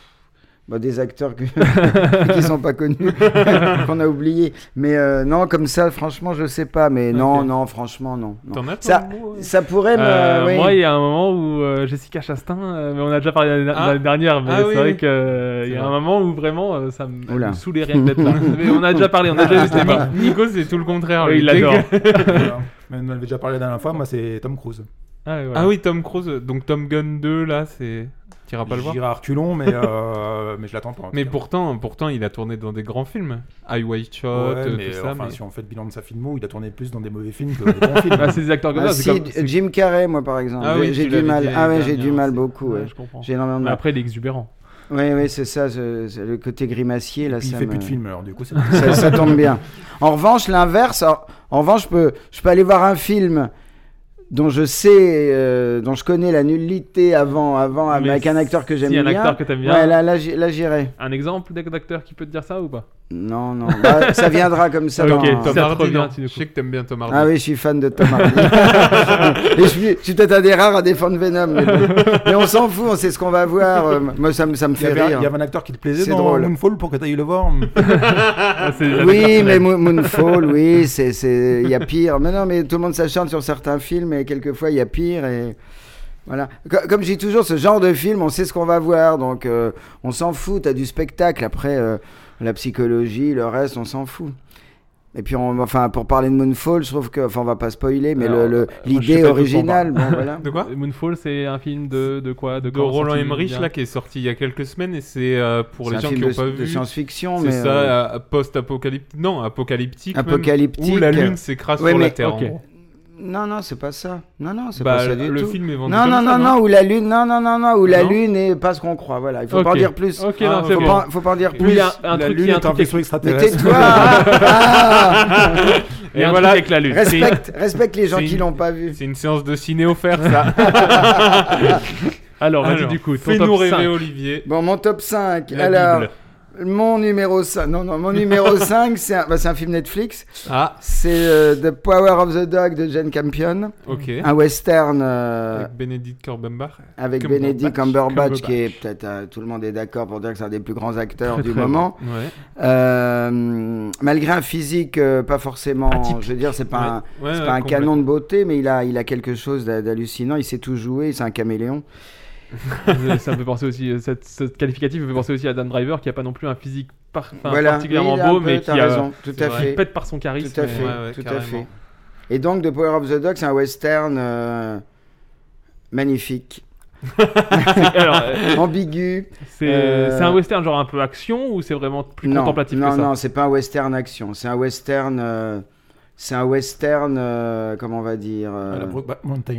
J: bah, des acteurs que- qui sont pas connus, qu'on a oubliés. Mais euh, non, comme ça, franchement, je sais pas. Mais non,
H: Ok.
J: non, franchement, non. non.
H: T'en as pas
J: ça,
H: le mot, euh
J: ça pourrait me.
I: Euh,
J: oui.
I: Moi, il y a un moment où euh, Jessica Chastain, euh, mais on a déjà parlé l'année
H: Ah.
I: l'année dernière, mais
H: Ah
I: c'est
H: oui,
I: vrai
H: oui.
I: qu'il
H: C'est
I: y a
H: vrai.
I: un moment où vraiment euh, ça me
J: Oula.
I: me saoulait rien d'être là. mais on a déjà parlé, on a déjà eu ce débat.
H: Ni- Nico, Ah, c'est Ah, tout le contraire.
I: Oui,
H: lui.
I: il l'adore.
K: Voilà. Mais on en avait déjà parlé la dernière fois, moi c'est Tom Cruise.
I: Ah, et voilà.
H: Ah oui, Tom Cruise, donc Tom Gun 2, là, c'est. T'iras pas le voir
K: J'irai à reculons, mais, euh, mais je l'attends pas. en tout
H: Mais
K: cas.
H: pourtant, pourtant, il a tourné dans des grands films. Highway Shot,
K: Ouais,
H: euh,
K: mais,
H: tout ça.
K: enfin,
H: mais-
K: si on fait le bilan de sa filmo, il a tourné plus dans des mauvais films que des bons films.
I: Ah, c'est des acteurs comme
J: Ah,
I: ça,
J: si,
I: c'est comme. c'est-
J: Jim Carrey, moi, par exemple.
H: Ah
J: J'ai-
H: oui,
J: j'ai
H: tu
J: du
H: l'avais
J: mal.
H: dit
J: Ah ouais,
H: l'année
J: j'ai du
H: dernière
J: mal
H: aussi.
J: beaucoup.
I: Ouais,
J: ouais.
I: je comprends. Ah.
J: J'ai énormément de
I: Mais
J: mal.
I: après, il est exubérant.
J: Oui, oui, c'est ça, ce- c'est le côté grimacier, là,
K: Puis il
J: ça
K: fait
J: me-
K: plus de films, alors du coup, c'est.
J: ça, ça tombe bien. En revanche, l'inverse, en, en revanche, je peux, je peux aller voir un film dont je sais, euh, dont je connais la nullité avant, avant
I: Mais
J: avec un acteur que
I: si,
J: j'aime
I: un
J: bien.
I: acteur que t'aimes bien.
J: Ouais, là, là, j'y- là, j'irai.
I: Un exemple d'ac- d'acteur qui peut te dire ça ou pas
J: Non, non. Bah, ça viendra comme ça.
I: Ok,
J: dans-
H: Tom
I: Ça te
H: Hardy,
I: revient,
H: non.
I: tu
H: Je
I: nous
H: sais que t'aimes bien Tom Hardy.
J: Ah oui, je suis fan de Tom Hardy. Et je suis, je suis peut-être un des rares à défendre Venom. Mais, bon. Mais on s'en fout, on sait ce qu'on va voir. euh, Moi, ça me, ça me
K: Il y,
J: fait
K: avait, un-
J: rire.
K: il y avait un acteur qui te plaisait
J: C'est
K: dans
J: drôle.
K: Moonfall pour que t'ailles le voir.
I: Ah, c'est- c'est
J: Oui, mais
I: personnel.
J: Moon- Moonfall, oui, c'est, c'est, il y a pire. Mais non, mais tout le monde s'acharne sur certains films et quelquefois il y a pire et voilà. Co- Comme je dis toujours, ce genre de film, on sait ce qu'on va voir, donc euh, on s'en fout. T'as du spectacle. Après, euh, la psychologie, le reste, on s'en fout. Et puis, on, enfin, pour parler de Moonfall, je trouve que, enfin, on va pas spoiler, mais
I: Alors,
J: le- le-
I: euh, moi, je sais
J: l'idée
I: pas de quoi on
J: originale, bon, voilà.
H: De quoi
I: Moonfall, c'est un film de, de quoi
H: De
I: quand
H: Roland
I: sorti
H: Emmerich,
I: bien
H: là, qui est sorti il y a quelques semaines, et c'est euh, pour
J: C'est
H: les
J: un
H: gens qui
J: film
H: n'ont
J: de-
H: pas
J: de
H: vu.
J: science-fiction,
H: C'est
J: mais
H: ça,
J: euh,
H: euh, post-apocalyptique. Non, apocalyptique. même,
J: Apocalyptique.
H: où la lune s'écrase
J: Ouais,
H: sur la
J: mais-
H: Terre.
I: ok.
H: en gros.
J: non, non, c'est pas ça. Non, non, c'est
H: Bah,
J: pas ça du
H: le
J: tout.
H: film est vendu
J: Non,
H: comme
J: non,
H: ça,
J: non, non, où la lune, non, non, non, non, où la
H: Non
J: lune est pas ce qu'on croit. Voilà, il faut pas en
I: Ok.
J: dire plus.
I: Ok,
H: Ah,
I: non, c'est
J: faut,
I: bon.
J: pas, faut pas en dire
I: Oui, il
J: plus.
I: y a un
K: La
I: truc,
K: lune
I: il y a un
K: est un
I: truc
K: vaisseau
J: Mais
K: extraterrestre.
J: tais-toi Ah
I: Et
H: Et
I: un
H: voilà.
I: truc avec la lune.
J: respecte, respecte les gens
H: C'est
J: qui
H: une-
J: l'ont pas vu.
H: C'est une séance de ciné offerte, ça.
I: Alors, vas-y
H: Alors,
I: du coup, ton
H: Fais-nous
I: top
H: rêver,
I: 5.
H: Olivier.
J: Bon, mon top 5.
H: La
J: Alors,
H: Bible.
J: mon numéro 5. Non, non, mon numéro 5, c'est un, bah, c'est un film Netflix.
H: Ah,
J: C'est euh, The Power of the Dog de Jane Campion.
H: ok.
J: Un western Ah, euh,
H: Avec Benedict Cumberbatch.
J: avec
H: Cumberbatch.
J: Benedict Cumberbatch,
H: Cumberbatch.
J: qui est peut-être. euh, tout le monde est d'accord pour dire que c'est un des plus grands acteurs
I: Très,
J: du
I: très
J: moment.
H: Ouais.
J: Euh, malgré un physique euh, pas forcément, je veux dire, c'est pas, un,
H: Ouais, ouais,
J: c'est pas un
H: complètement.
J: canon de beauté, mais il a, il a quelque chose d'a- d'hallucinant. Il sait tout jouer, c'est un caméléon.
I: ça me fait penser aussi, euh, cette, cette qualificatif me fait penser aussi à Dan Driver, qui a pas non plus un physique par- enfin,
J: voilà,
I: particulièrement
J: Oui, il a un
I: beau,
J: peu,
I: mais qui
J: t'as
I: a-
J: raison, tout
H: c'est
J: à
H: vrai.
I: qui
J: fait,
I: pète par son charisme.
J: tout à
I: mais-
J: fait,
H: ouais,
J: tout à
H: carrément.
J: fait. Et donc, The Power of the Dog, c'est un western euh, magnifique,
I: Alors, euh,
J: ambigu.
I: c'est
J: Euh,
I: c'est un western genre un peu action ou c'est vraiment plus
J: non,
I: contemplatif
J: non,
I: que ça
J: non, c'est pas un western action, c'est un western, euh, c'est un western, euh, comment on va dire.
K: À la
J: euh,
K: Brokeback bah, Mountain.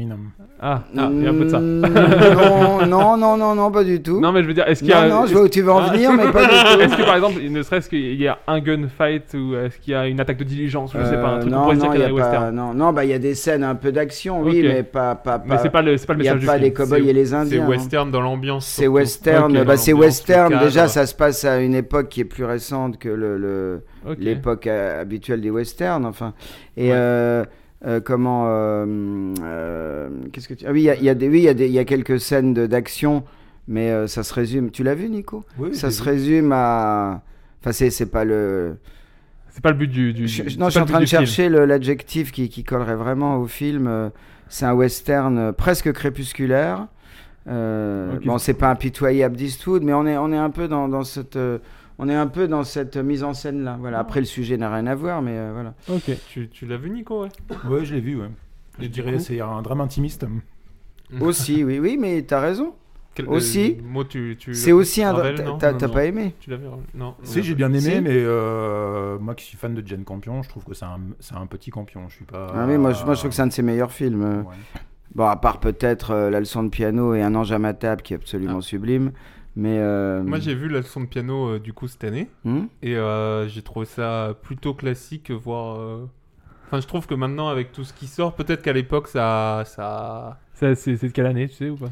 I: Ah, ah, il y a un peu de ça.
J: Mm, non, non, non, non, non, pas du tout.
I: Non, mais je veux dire, est-ce qu'il y
J: Non,
I: a.
J: non, je
I: est-ce-
J: vois où tu veux en
I: Ah.
J: venir, mais pas du tout.
I: Est-ce que par exemple, ne serait-ce qu'il y a un gunfight ou est-ce qu'il y a une attaque de diligence ou je sais pas, un
J: Euh,
I: truc qu'on
J: non,
I: pourrait se
J: non,
I: dire qu'il y a
J: y
I: dans
J: a
I: les
J: pas-
I: westerns
J: non, non, bah il y a des scènes un peu d'action, oui,
I: Ok.
J: mais pas, pas,
I: Mais c'est pas le, c'est pas le
J: il y a
I: message du
J: pas
I: film.
J: les cowboys et les
H: C'est
J: indiens. hein.
H: western dans l'ambiance.
J: C'est
H: surtout.
J: western,
H: Ok.
J: bah c'est
H: L'ambiance, le
J: western.
H: cadre.
J: Déjà, ça se passe à une époque qui est plus récente que le, le-
I: Ok.
J: l'époque euh, habituelle des westerns, enfin. Et euh, euh, comment euh, euh, Qu'est-ce que tu Ah oui, il y a, il y a des, oui, il y a des, il y a quelques scènes de- d'action, mais euh, ça se résume. Tu l'as vu, Nico
K: Oui,
J: Ça se résume à Enfin, c'est c'est pas le.
I: C'est pas le but du. du-
J: Je-
I: c'est
J: non,
I: pas
J: je suis
I: le
J: en
I: but
J: train de
I: du film.
J: chercher le- l'adjectif qui, qui collerait vraiment au film. euh, C'est un western euh, presque crépusculaire. Euh,
I: Ok.
J: Bon, c'est pas impitoyable d'Eastwood, mais on est, on est un peu dans, dans cette. euh, on est un peu dans cette mise en scène là. Voilà. Après, le sujet n'a rien à voir, mais euh, voilà.
I: Ok.
H: Tu, tu l'as vu, Nico, ouais
K: Ouais, je l'ai vu, ouais. Je
H: du
J: Mmh.
K: dirais
H: coup
K: c'est un drame intimiste.
J: Aussi, oui, oui, mais t'as raison.
H: Quel-
J: aussi,
H: euh, mot, tu- tu-
J: c'est aussi un.
H: Ravel,
J: t'as-
H: non
J: T'as
H: Non,
J: t'as
H: non.
J: pas aimé
H: Tu l'as vu Ravel Non.
K: Si, j'ai bien aimé,
J: Si.
K: mais euh, moi qui suis fan de Jane Campion, je trouve que c'est un, c'est un petit Campion. Je suis pas.
J: Ah oui, moi, je, moi, je trouve que c'est un de ses meilleurs films. euh. Bon, à part peut-être euh, La leçon de piano et Un ange à ma table qui est absolument sublime. Mais. euh,
H: Moi, j'ai vu la leçon de piano euh, du coup cette année
J: Hmm.
H: et euh, j'ai trouvé ça plutôt classique, voire. euh, Enfin, je trouve que maintenant, avec tout ce qui sort, peut-être qu'à l'époque, ça. ça...
I: Ça, C'est c'est de quelle année, tu sais ou pas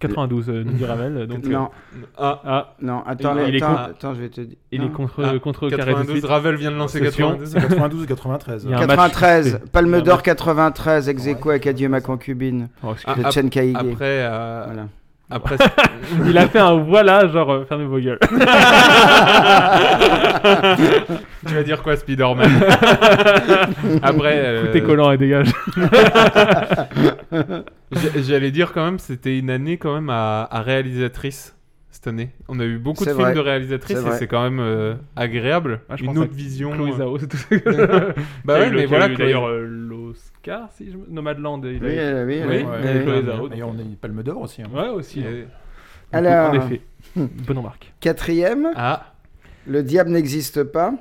I: 92, euh, nous dit Ravel. euh, Donc,
J: Non.
I: euh,
H: Ah.
I: ah.
J: Non, attends,
I: il est
J: attends,
I: con-
J: attends, je vais te dire.
I: Il
J: Non.
I: est contre,
H: Ah,
I: contre
H: 92, Ravel vient de lancer 92,
K: 92, 93.
I: Il y a un match.
J: 93,
I: Il y a un
J: Palme
I: match.
J: d'Or 93, ex aequo avec Adieu ma concubine
I: Oh,
H: Ah,
J: de
H: ap-
J: Chen Kaige.
H: Après. euh,
J: Voilà.
H: Après.
I: Il a fait un voilà, genre euh, fermez vos gueules.
H: tu vas dire quoi, Spider-Man Après. euh,
I: Foutez collant et dégage.
H: J'a- J'allais dire quand même, c'était une année quand même à, à réalisatrice cette année. On a eu beaucoup de
J: C'est
H: films
J: vrai.
H: de réalisatrices
J: C'est
H: et
J: vrai.
H: c'est quand même euh, agréable.
I: Ah, je
H: une
I: pense
H: autre
I: à
H: vision.
I: Chloé
H: euh.
I: Zhao, c'est tout.
H: Bah ouais, mais voilà.
I: eu,
H: Chloé-
I: d'ailleurs euh, l'Oscar, si je me- Nomadland. Il a
J: Oui,
I: eu-
J: euh, oui,
H: Oui.
J: oui. oui.
I: Chloé
K: D'ailleurs,
I: Zhao, donc.
K: on a une palme d'or aussi. hein.
I: Ouais, aussi. hein.
H: Et-
I: Donc,
J: Euh, Alors,
I: en effet, bonne remarque.
J: quatrième,
H: Ah,
J: Le diable n'existe pas.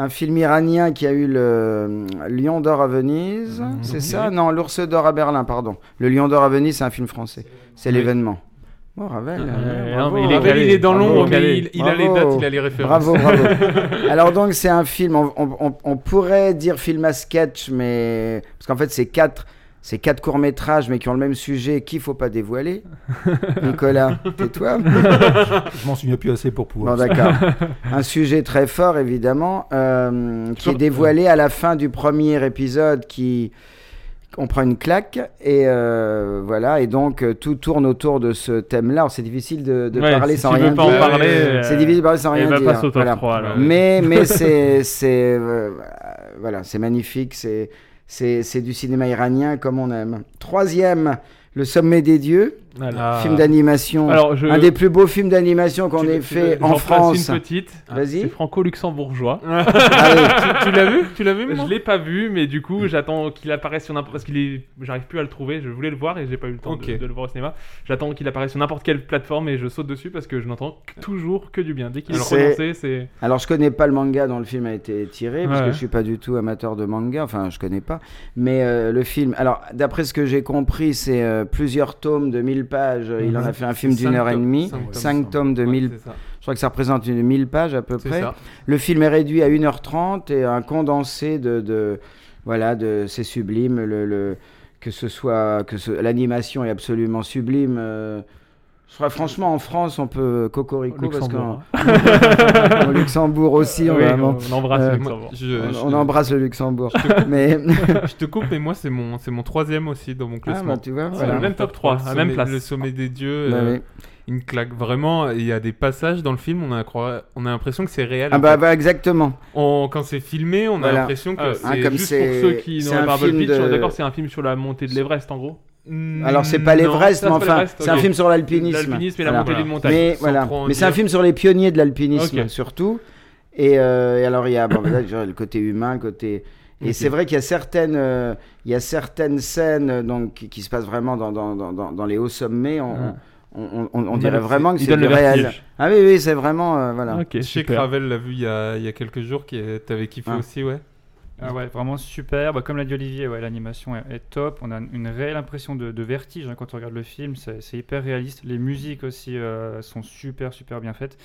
J: Un film iranien qui a eu le euh, Lion d'or à Venise,
H: Mmh.
J: c'est ça Non, l'Ours d'or à Berlin, pardon. Le Lion d'or à Venise, c'est un film français. C'est l'événement. Oh, Ravel. euh,
I: non,
J: bravo,
I: mais il est
J: Ravel.
H: Ravel, Ah, il est dans
I: Bravo,
H: l'ombre, mais
I: calé.
H: il, il a les
J: Bravo.
H: dates, il a les références.
J: Bravo, bravo. Alors donc c'est un film, on, on- on- on pourrait dire film à sketch, mais parce qu'en fait c'est quatre, c'est quatre courts métrages, mais qui ont le même sujet qu'il faut pas dévoiler. Nicolas, tais-toi.
K: Je m'en souviens plus assez pour pouvoir.
J: Bon d'accord. Un sujet très fort évidemment, euh, qui est
I: Toujours-
J: dévoilé à la fin du premier épisode, qui on prend une claque et euh, voilà et donc euh, tout tourne autour de ce thème-là. Alors, C'est difficile de, de
I: Ouais,
J: parler
I: si
J: sans
I: tu
J: rien
I: veux pas en
J: dire.
I: parler, euh,
J: C'est difficile de parler sans
I: eh
J: rien
I: ben,
J: dire.
I: passe au top
J: Voilà.
I: 3, alors.
J: Mais, mais c'est. c'est, euh, voilà, c'est magnifique. C'est, c'est, c'est du cinéma iranien comme on aime. Troisième, Le Sommet des Dieux,
I: Voilà.
H: Ah.
J: film d'animation.
I: Alors, je-
J: Un des plus beaux films d'animation qu'on
I: Tu-
J: ait
I: tu-
J: fait
I: j'en
J: en
I: place
J: France.
I: Une petite.
J: Vas-y. Ah
I: C'est franco-luxembourgeois.
J: Allez.
H: Tu l'as vu Tu l'as vu
I: Je
H: Ah, moi
I: l'ai pas vu, mais du coup, j'attends qu'il apparaisse sur n'importe parce qu'il est, j'arrive plus à le trouver. Je voulais le voir et j'ai pas eu le temps de-
H: Ok.
I: de, le voir au cinéma. J'attends qu'il apparaisse sur n'importe quelle plateforme et je saute dessus parce que je n'entends
H: Euh.
I: que- toujours que du bien. Dès qu'il est
J: C'est-
I: prononcé, c'est
J: Alors, je connais pas le manga dont le film a été tiré, parce
I: Ouais.
J: que je suis pas du tout amateur de manga. Enfin, je connais pas. Mais euh, le film. Alors, d'après ce que j'ai compris, c'est euh, plusieurs tomes de 1000 pages. Il en a fait un film d'une heure et demie. Cinq tomes de 1000
H: c'est ça.
J: Je crois que ça représente une 1000 pages à peu
H: C'est
J: près.
H: ça.
J: Le film est réduit à 1h30 et un condensé de, de- voilà, de c'est sublime. Le, le- que ce soit que ce- l'animation est absolument sublime. euh, je crois franchement en France on peut cocorico parce qu'en
I: Luxembourg.
J: au Luxembourg aussi on,
I: Oui,
J: va-
I: on, on embrasse
J: euh,
I: le
H: Moi,
I: Luxembourg.
H: je,
J: on-
H: je-
J: on embrasse le Luxembourg. mais
H: je te coupe, mais moi c'est mon, c'est mon troisième aussi dans mon
J: Ah,
H: classement.
J: bah, tu vois,
I: C'est
J: voilà.
I: le même top 3,
H: Le
I: la même
H: sommet-
I: place.
H: Le sommet des dieux.
J: Bah,
H: euh,
J: oui.
H: Une claque, vraiment, il y a des passages dans le film, on a, croi- on a l'impression que c'est réel.
J: Ah
H: en
J: bah,
H: fait.
J: bah, exactement.
H: On- quand c'est filmé, on
J: Voilà.
H: a l'impression que
I: Ah,
H: c'est...
J: hein, comme
I: Juste
J: c'est-
I: pour ceux qui
J: c'est
I: n'ont
J: un
I: pas le
J: film
I: pitch, on
J: de-
I: est d'accord, c'est un film sur la montée de l'Everest en gros.
J: Alors c'est pas
H: Non,
J: l'Everest,
I: ça,
J: mais
I: c'est pas
J: enfin
I: l'Everest,
J: c'est un
I: ok.
J: film sur l'alpinisme.
I: L'alpinisme et la
J: Voilà.
I: montée
H: Voilà.
I: d'une montagne.
J: Mais
H: sans
J: voilà.
H: trop en
J: Mais c'est un
H: dire.
J: film sur les pionniers de l'alpinisme
I: Ok.
J: surtout. Et, euh, et alors il y a bon, là, genre, le côté humain, le côté. Et c'est vrai qu'il y a certaines, euh, il y a certaines scènes euh, donc qui, qui se passent vraiment dans dans, dans, dans- dans les hauts sommets. On,
I: Ah.
J: on, on- on- on
I: Il
J: dirait
I: donne-
J: vraiment que
I: il
J: c'est
I: donne
J: du
I: le
J: réel.
I: vertige.
J: Ah oui oui c'est vraiment euh, voilà.
I: Ok,
H: Je sais que
I: super.
H: Ravel l'a vu il y a, il y a quelques jours, qui est- t'avais kiffé
J: Ah.
H: aussi, ouais.
L: Ah ouais, vraiment super. Bah, comme l'a dit Olivier, ouais, l'animation est, est top. On a une réelle impression de, de vertige hein, quand on regarde le film. C'est c'est hyper réaliste. Les musiques aussi euh, sont super, super bien faites.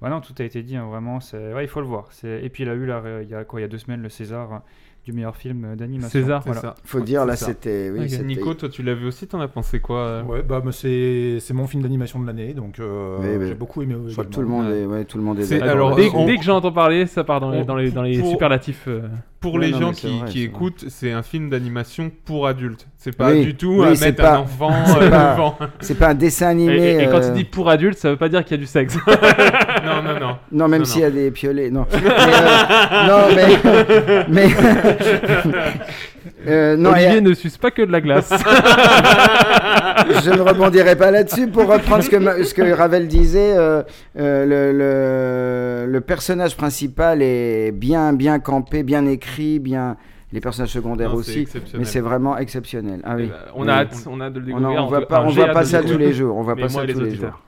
L: Voilà, tout a été dit. hein, vraiment, c'est- ouais, il faut le voir. C'est- Et puis il a eu la ré- il y a quoi, il y a deux semaines le César hein, du meilleur film euh, d'animation.
I: César,
L: voilà.
H: ça.
J: Faut dire là
H: c'est ça.
J: c'était oui
I: Ok.
J: c'était-
H: Nico, toi tu l'as vu aussi, t'en as pensé quoi euh
K: Ouais, bah, mais c'est c'est mon film d'animation de l'année, donc euh,
J: Oui, mais-
K: j'ai beaucoup aimé.
J: Je crois que
K: également.
J: tout le monde est ouais tout le monde est
H: C'est-
J: d'accord.
H: alors,
I: dès,
H: euh, on-
I: dès que j'entends parler, ça part dans les,
H: on-
I: dans les, dans les
H: pour-
I: superlatifs. euh,
H: pour
J: Ouais,
H: les
J: non,
H: gens
J: mais c'est
H: qui,
J: vrai,
H: qui
J: c'est
H: écoutent, c'est un film d'animation pour adultes. C'est pas
J: Oui,
H: du tout
J: oui,
H: à
J: c'est
H: mettre
J: pas-
H: un enfant
J: c'est
H: euh,
J: pas-
H: devant.
J: c'est pas un dessin animé,
I: Et, et- et quand
J: euh,
I: il dit pour adulte, ça veut pas dire qu'il y a du sexe.
H: non, non, non.
J: Non, même
I: Non,
J: s'il y a des piolets, non. Mais, euh, non, mais. mais Euh, non,
I: Olivier
J: et, euh,
I: ne suce pas que de la glace.
J: je ne rebondirai pas là-dessus. Pour reprendre ce que, ma- ce que Ravel disait, euh, euh, le, le- le personnage principal est bien, bien campé, bien écrit, bien. Les personnages secondaires
I: Non, c'est
J: aussi,
I: exceptionnel.
J: mais c'est vraiment exceptionnel. Ah oui.
I: Eh ben, on
J: Oui.
I: a hâte, on a hâte de le
J: On a-
I: découvrir.
J: On,
I: En
J: voit
I: tout-
J: pas,
I: enfin,
J: on
I: j'ai
J: voit
I: hâte
J: pas
I: de
J: ça tous
I: découvrir.
J: les jours. On voit
I: Mais
J: pas
I: moi
J: ça
I: et les
J: tous les jours.
I: auditeurs.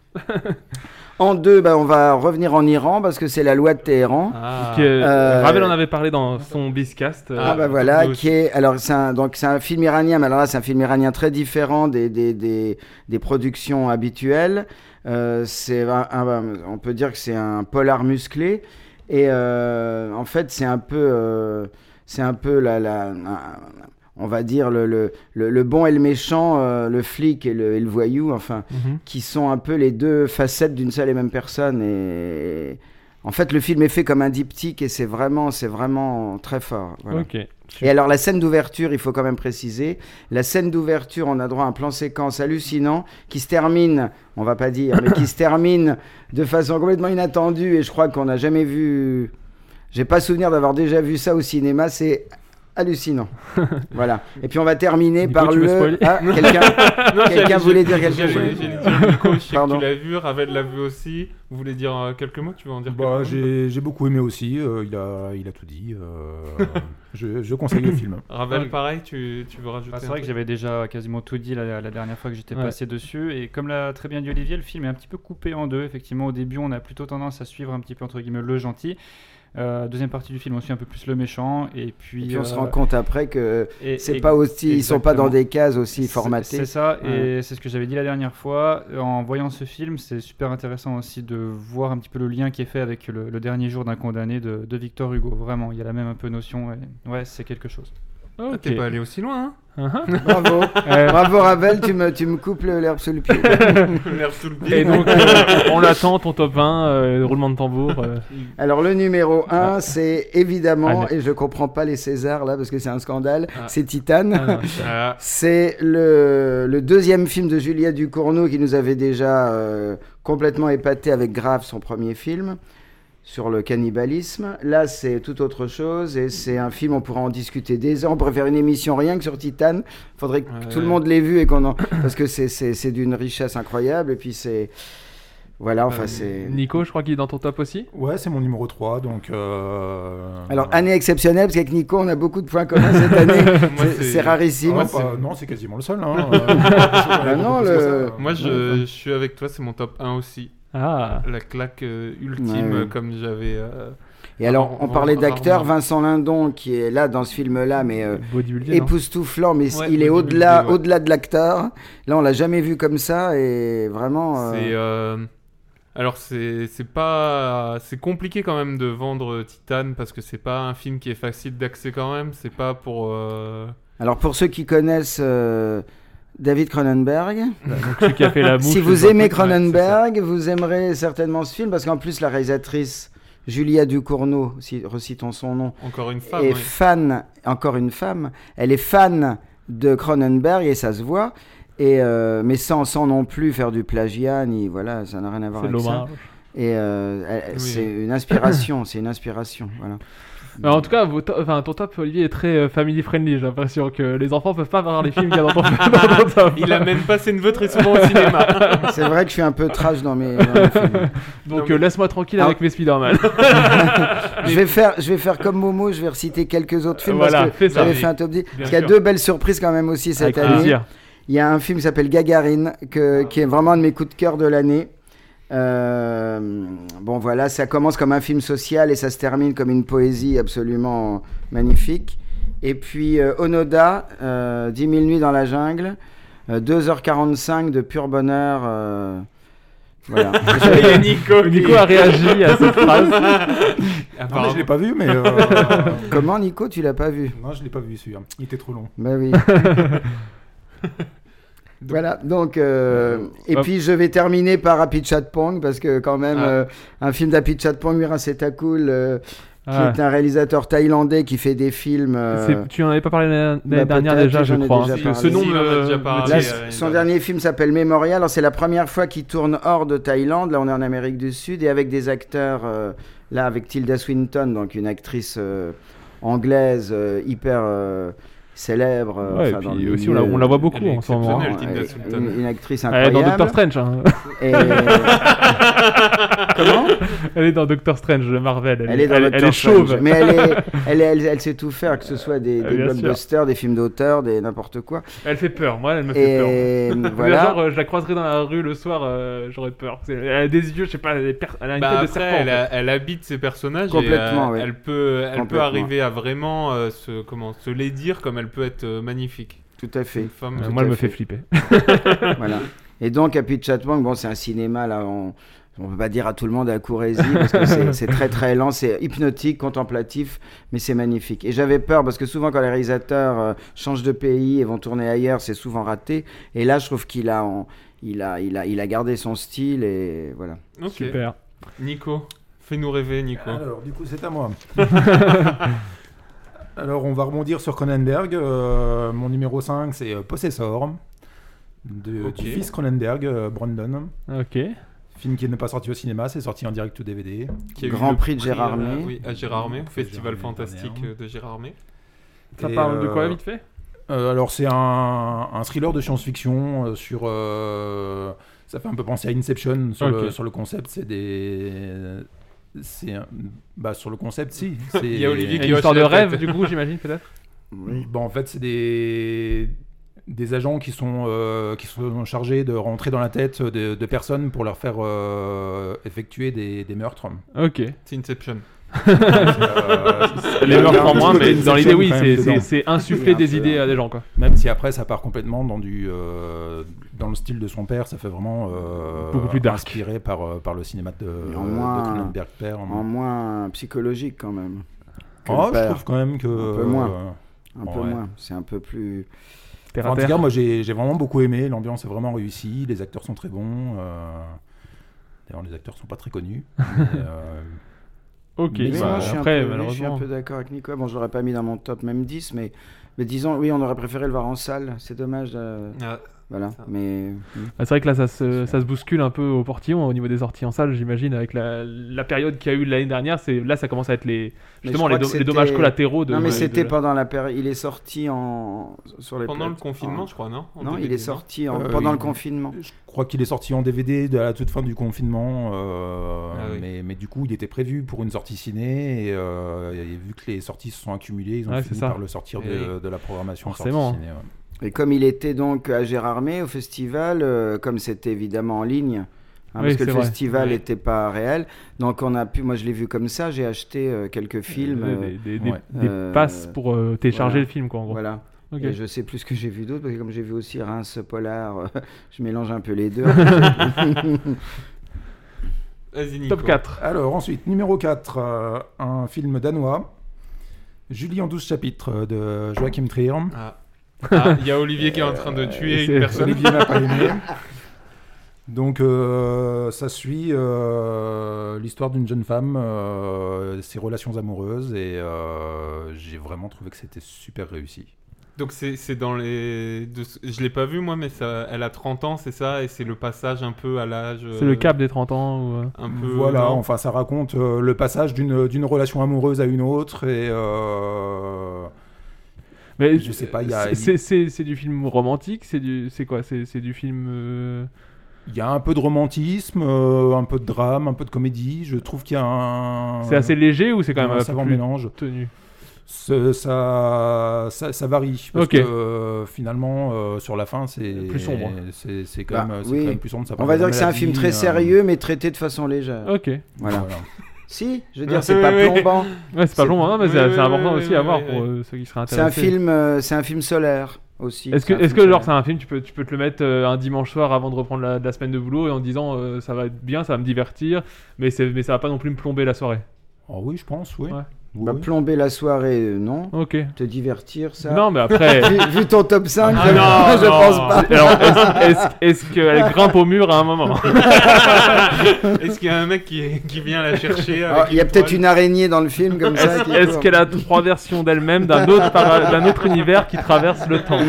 J: En deux, bah, on va revenir en Iran parce que c'est la loi de Téhéran.
H: Ah.
I: Que-
J: Euh,
I: Ravel en avait parlé dans son Biscast. euh,
J: Ah bah voilà, qui est alors c'est un donc c'est un film iranien, mais alors là c'est un film iranien très différent des des, des, des productions habituelles. Euh, c'est un- un- on peut dire que c'est un polar musclé et euh, en fait c'est un peu euh, c'est un peu la, la un- on va dire le, le, le, le bon et le méchant, euh, le flic et le, et le voyou, enfin,
I: Mhm.
J: qui sont un peu les deux facettes d'une seule et même personne. Et en fait, le film est fait comme un diptyque et c'est vraiment, c'est vraiment très fort. voilà.
I: Ok.
J: Et alors la scène d'ouverture, il faut quand même préciser, la scène d'ouverture, on a droit à un plan séquence hallucinant qui se termine, on va pas dire, mais qui se termine de façon complètement inattendue et je crois qu'on n'a jamais vu, j'ai pas souvenir d'avoir déjà vu ça au cinéma, c'est hallucinant. voilà. Et puis on va terminer
I: Nico,
J: par
I: tu veux
J: le...
I: spoiler
J: Ah, quelqu'un
H: Non,
J: quelqu'un
H: j'allais-
J: voulait dire
H: j'allais-
J: quelque chose.
H: j'allais- j'allais dire, Nico, je sais que
J: Pardon.
H: tu l'as vu, Ravel l'a vu aussi. Vous voulez dire euh, quelques mots Tu veux en dire quelques
K: Bah,
H: mots
K: j'ai j'ai beaucoup aimé aussi. euh, il, a, il a tout dit. euh, je, je conseille le film.
H: Ravel, pareil, tu, tu veux rajouter
L: Ah, c'est
H: un
L: vrai que
H: truc
L: j'avais déjà quasiment tout dit la, la dernière fois que j'étais
I: Ouais.
L: passé dessus. Et comme l'a très bien dit Olivier, le film est un petit peu coupé en deux. Effectivement, au début, on a plutôt tendance à suivre un petit peu, entre guillemets, le gentil. Euh, deuxième partie du film, on suit un peu plus le méchant. Et puis,
J: Et puis on se
L: euh,
J: rend compte après que
L: et-
J: c'est
L: et-
J: pas aussi, ils sont pas dans
L: exactement.
J: des cases aussi
L: C'est-
J: formatées.
L: C'est ça,
J: Ouais.
L: et c'est ce que j'avais dit la dernière fois. En voyant ce film, c'est super intéressant aussi de voir un petit peu le lien qui est fait avec le, le dernier jour d'un condamné de, de Victor Hugo. Vraiment, il y a la même un peu notion. et- ouais, c'est quelque chose.
H: Ah, T'es
I: Ok.
H: pas allé aussi loin,
I: Uh-huh.
J: Bravo,
L: Euh,
J: bravo Ravel, tu me, tu me coupes le- l'herbe sous le pied.
H: hein L'air sous le pied.
I: Et donc, euh, on l'attend, ton top 20, euh, roulement de tambour. euh.
J: Alors le numéro 1, c'est évidemment,
I: Allez.
J: et je comprends pas les Césars là parce que c'est un scandale,
H: Ah.
J: c'est Titane.
I: Ah, non.
H: Ah,
J: C'est le, le deuxième film de Julia Ducournau qui nous avait déjà euh, complètement épaté avec Grave, son premier film, sur le cannibalisme. Là, c'est tout autre chose et c'est un film, on pourra en discuter des heures. On pourrait faire une émission rien que sur Titan. faudrait que
H: Ouais.
J: tout le monde l'ait vu et qu'on en. Parce que c'est- c'est c'est d'une richesse incroyable et puis c'est. Voilà, enfin
H: Euh,
J: c'est.
I: Nico, je crois qu'il est dans ton top aussi.
K: Ouais, c'est mon numéro 3. Donc, euh,
J: Alors, année exceptionnelle, parce qu'avec Nico, on a beaucoup de points communs cette année.
H: Moi,
J: C'est-
H: c'est-
J: c'est rarissime.
K: Ah, bah, non, c'est quasiment le seul. Hein. Euh,
J: Ah non,
K: parce que
J: le-
K: ça-
H: Moi, je, je suis avec toi, c'est mon top 1 aussi.
I: Ah,
H: La claque euh, ultime,
J: Ouais.
H: euh, comme j'avais. euh,
J: Et alors, on
H: Rarement,
J: parlait d'acteur,
H: rarement.
J: Vincent Lindon, qui est là dans ce film-là, mais euh,
I: bodybuildé. non
J: époustouflant, mais
H: Ouais,
J: il
H: bodybuildé,
J: est au-delà
H: ouais.
J: au-delà de l'acteur. Là, on l'a jamais vu comme ça, et vraiment... euh,
H: C'est euh, alors c'est c'est pas c'est compliqué quand même de vendre Titan parce que c'est pas un film qui est facile d'accès quand même. C'est pas pour euh,
J: Alors, pour ceux qui connaissent euh, David Cronenberg,
I: Celui qui a fait la mouche.
J: si vous
I: c'est
J: aimez
I: pas- ouais, c'est ça.
J: Cronenberg, vous aimerez certainement ce film, parce qu'en plus, la réalisatrice Julia Ducournau, si, recitons son nom,
H: encore une femme.
J: est
H: oui.
J: fan, encore une femme, elle est fan de Cronenberg et ça se voit. Et euh, mais sans, sans non plus faire du plagiat, ni voilà, ça n'a rien à voir
I: C'est de
J: avec ça.
I: l'hommage.
J: Et euh, elle-
H: Oui.
J: c'est une inspiration, c'est une inspiration. Voilà.
I: Mais en tout cas, vos to- enfin, ton top, Olivier, est très euh, family friendly. J'ai l'impression que les enfants peuvent pas voir les films qu'il y a dans ton, dans ton top.
H: Il a même passé une veuve très souvent au cinéma.
J: C'est vrai que je suis un peu trash dans mes, dans mes films.
I: Donc,
H: Non,
I: euh, laisse-moi tranquille
J: Ah.
I: avec mes Spider-Man.
J: Je vais faire, je vais faire comme Momo, je vais reciter quelques autres films
I: Voilà,
J: parce
I: fais
J: que
I: ça.
J: j'avais fait un top 10. parce qu'il y a
I: sûr.
J: deux belles surprises quand même aussi cette
I: Avec
J: année.
I: plaisir.
J: Il y a un film qui s'appelle Gagarine, que- qui est vraiment un de mes coups de cœur de l'année. Euh, bon voilà, ça commence comme un film social et ça se termine comme une poésie absolument magnifique. Et puis euh, Onoda, euh, 10 000 nuits dans la jungle, euh, 2h45 de pur bonheur. euh, voilà.
H: Il y a Nico.
I: Nico a réagi à cette phrase.
K: Non, mais je l'ai pas vu, mais. euh,
J: Comment Nico, tu l'as pas vu
K: non, je l'ai pas vu celui-là. Il était trop long.
J: Bah oui. voilà, donc. euh, et
I: Hop.
J: puis, je vais terminer par Happy Chat Pong, parce que, quand même,
I: Ah.
J: euh, un film d'Happy Chat Pong, Mira, c'est cool. euh, Ah qui ouais. est un réalisateur thaïlandais qui fait des films. Euh... bah,
I: Tu en avais pas parlé l'année dernière déjà, je crois. hein. Déjà
H: parlé. Ce nom, euh, bah, déjà parlé.
J: Là, son dernier film s'appelle Mémorial. Alors, c'est la première fois qu'il tourne hors de Thaïlande. Là, on est en Amérique du Sud et avec des acteurs. Euh, là, avec Tilda Swinton, donc une actrice euh, anglaise euh, hyper célèbre. euh,
I: Ouais, enfin, et puis aussi, on la, on la, voit beaucoup en ce moment. hein.
J: Une, une, actrice incroyable.
I: Elle est dans Doctor Strange. Hein.
J: Et...
I: Comment Elle est dans Doctor Strange, Marvel.
J: Elle, elle est, dans
I: elle,
J: Doctor
I: elle est chauve. Ah,
J: Mais elle, est, elle, sait tout faire, que ce soit des, des blockbusters, des films d'auteur, des n'importe quoi.
I: Elle fait peur, moi, elle me fait
J: et... peur. Voilà.
I: Genre, euh, je la croiserai dans la rue le soir, euh, j'aurais peur. Elle a des yeux, je sais pas, elle, a une
H: bah
I: tête de serpent.
H: Elle, a, elle, habite ses personnages.
J: Complètement,
H: et, euh, oui. Elle peut, elle peut arriver à vraiment euh, se, comment, se les dire comme elle peut être euh, magnifique.
J: Tout à fait.
H: Femme,
J: tout
I: Euh, moi,
J: à
I: elle me fait, fait flipper.
J: voilà. Et donc, à Pichatwang, bon, c'est un cinéma, là, on on peut pas dire à tout le monde à Courésie parce que c'est très très lent, c'est hypnotique, contemplatif, mais c'est magnifique. Et j'avais peur parce que souvent quand les réalisateurs euh, changent de pays et vont tourner ailleurs, c'est souvent raté. Et là, je trouve qu'il a, en, il a, il a, il a gardé son style et voilà.
H: Okay.
I: Super.
H: Nico, fais-nous rêver, Nico.
J: Euh,
K: Alors, du coup, c'est à moi. Alors, on va rebondir sur Cronenberg. Euh, mon numéro 5, c'est euh, Possessor, de, okay. du fils Cronenberg, euh, Brandon.
I: Ok
K: film qui n'est pas sorti au cinéma, c'est sorti en direct ou DVD.
J: Qui a Grand eu prix de Gérard
H: May. Euh, oui, à Gérard May, festival fantastique dernière. de Gérard May.
I: Ça Et parle de quoi vite fait
K: euh, Alors c'est un, un, thriller de science-fiction euh, sur. euh, ça fait un peu penser à Inception sur, okay. le, sur le concept. C'est des c'est bah sur le concept si
I: il y a Olivier qui une histoire de rêve du coup j'imagine peut-être
K: oui. bon Bah, en fait c'est des des agents qui sont, euh, qui sont chargés de rentrer dans la tête de, de personnes pour leur faire euh, effectuer des, des, meurtres.
I: Ok.
H: C'est Inception.
I: euh, les meurtres en moins, mais dans l'idée, oui, c'est insuffler des idées à des gens. Quoi.
K: Même si après, ça part complètement dans, du, euh, dans le style de son père, ça fait vraiment euh,
I: beaucoup plus dark.
K: inspiré par, euh, par le cinéma de, en moins, de père.
J: En moins. moins psychologique, quand même.
K: Oh, je trouve quand même que. euh,
J: Un peu moins. un peu ouais. moins. C'est un peu plus.
K: Enfin, en tout cas, moi j'ai vraiment beaucoup aimé. L'ambiance est vraiment réussie. Les acteurs sont très bons. Euh... D'ailleurs, les acteurs sont pas très connus. mais, euh...
I: Ok,
J: mais
I: bah,
J: moi, je, suis
I: après,
J: peu,
I: malheureusement.
J: je suis un peu d'accord avec Nico. Bon, je l'aurais pas mis dans mon top même 10, mais, mais disons, oui, on aurait préféré le voir en salle. C'est dommage. De... Ah, voilà, ça. mais.
I: Ah, c'est vrai que là, ça se, ça se, bouscule un peu au portillon au niveau des sorties en salle, j'imagine, avec la, la période qu'il y a eu l'année dernière. Là, ça commence à être les, justement les, do les, dommages collatéraux de.
J: Non, mais
I: de
J: c'était
I: de...
J: pendant la période. Il est sorti en. Sur les
H: pendant
J: plate...
H: le confinement, en... je crois, non
J: en Non, DVD, il est sorti en... euh, pendant il... le confinement.
K: Je crois qu'il est sorti en DVD à la toute fin du confinement, euh... ah, oui. mais, mais du coup, il était prévu pour une sortie ciné et, euh, et, vu que les sorties se sont accumulées, ils ont
I: ouais,
K: fini
I: ça. Eh
K: par le sortir de, de la programmation
I: Forcément.
K: Ciné, ouais.
J: Et comme il était donc à Gérardmer au festival, euh, comme c'était évidemment en ligne, hein, oui, parce que le
I: vrai.
J: festival n'était oui. pas réel, donc on a pu. Moi, je l'ai vu comme ça. J'ai acheté euh, quelques films,
I: des, des, ouais. des, passes pour euh, télécharger voilà. le film, quoi. En gros.
J: Voilà. Okay. Et je sais plus ce que j'ai vu d'autre, parce que comme j'ai vu aussi Reims Polar, euh, je mélange un peu les deux.
I: Top 4.
K: Alors ensuite, numéro 4, euh, un film danois. Julie en 12 chapitres euh, de Joachim Trier.
H: Il ah. Ah, y a Olivier qui est en
J: Euh,
H: train de tuer une personne.
K: Olivier n'a pas aimé. Donc euh, ça suit euh, l'histoire d'une jeune femme, euh, ses relations amoureuses, et euh, j'ai vraiment trouvé que c'était super réussi.
H: Donc c'est dans les... De, je l'ai pas vu moi, mais ça, elle a 30 ans, c'est ça Et c'est le passage un peu à l'âge... euh,
I: C'est le cap des 30 ans ou... euh.
H: un peu,
K: Voilà, enfin ça raconte euh, le passage d'une relation amoureuse à une autre et... Euh...
I: Mais
K: je sais pas, il y a...
I: C'est du film romantique C'est quoi C'est du film... Euh...
K: Il y a un peu de romantisme, euh, un peu de drame, un peu de comédie. Je trouve qu'il y a un...
I: C'est assez léger ou c'est quand même un savant
K: mélange
I: tenu
K: ça, ça, ça, varie. Parce
I: okay.
K: que euh, finalement, euh, sur la fin, c'est
I: plus sombre.
K: C'est quand, bah,
J: oui.
K: quand, même plus sombre. Ça
J: On va dire que c'est un film très
K: hein.
I: hein.
J: euh... sérieux, mais traité de façon légère.
I: Ok.
J: Voilà. voilà. si, je veux dire, c'est pas plombant.
I: Ouais, c'est pas plombant, mais c'est important aussi à voir pour euh, ceux qui seraient intéressés.
J: C'est un film, euh, c'est un film solaire.
I: Est-ce que, est -ce que genre c'est un film, tu peux, tu peux te le mettre euh, un dimanche soir avant de reprendre la, la semaine de boulot et en te disant euh, ça va être bien, ça va me divertir, mais, mais ça va pas non plus me plomber la soirée
K: Oh oui, je pense, oui.
I: Ouais.
J: Bah, plomber la soirée, euh, non.
I: Ok.
J: Te divertir, ça.
I: Non, mais après-
J: vu, vu ton top 5,
I: Ah non,
J: je
I: non.
J: pense pas.
I: Alors, est-ce- est-ce- est-ce qu'elle grimpe au mur à un moment
H: Est-ce qu'il y a un mec qui, qui vient la chercher
J: Alors,
H: avec
J: Ah, Oh, Il y a
H: une
J: peut-être
H: toile
J: une araignée dans le film comme ça.
I: Est-ce
J: qui
I: est-ce
J: court.
I: qu'elle a trois versions d'elle-même d'un autre, para- d'un autre univers qui traverse le temps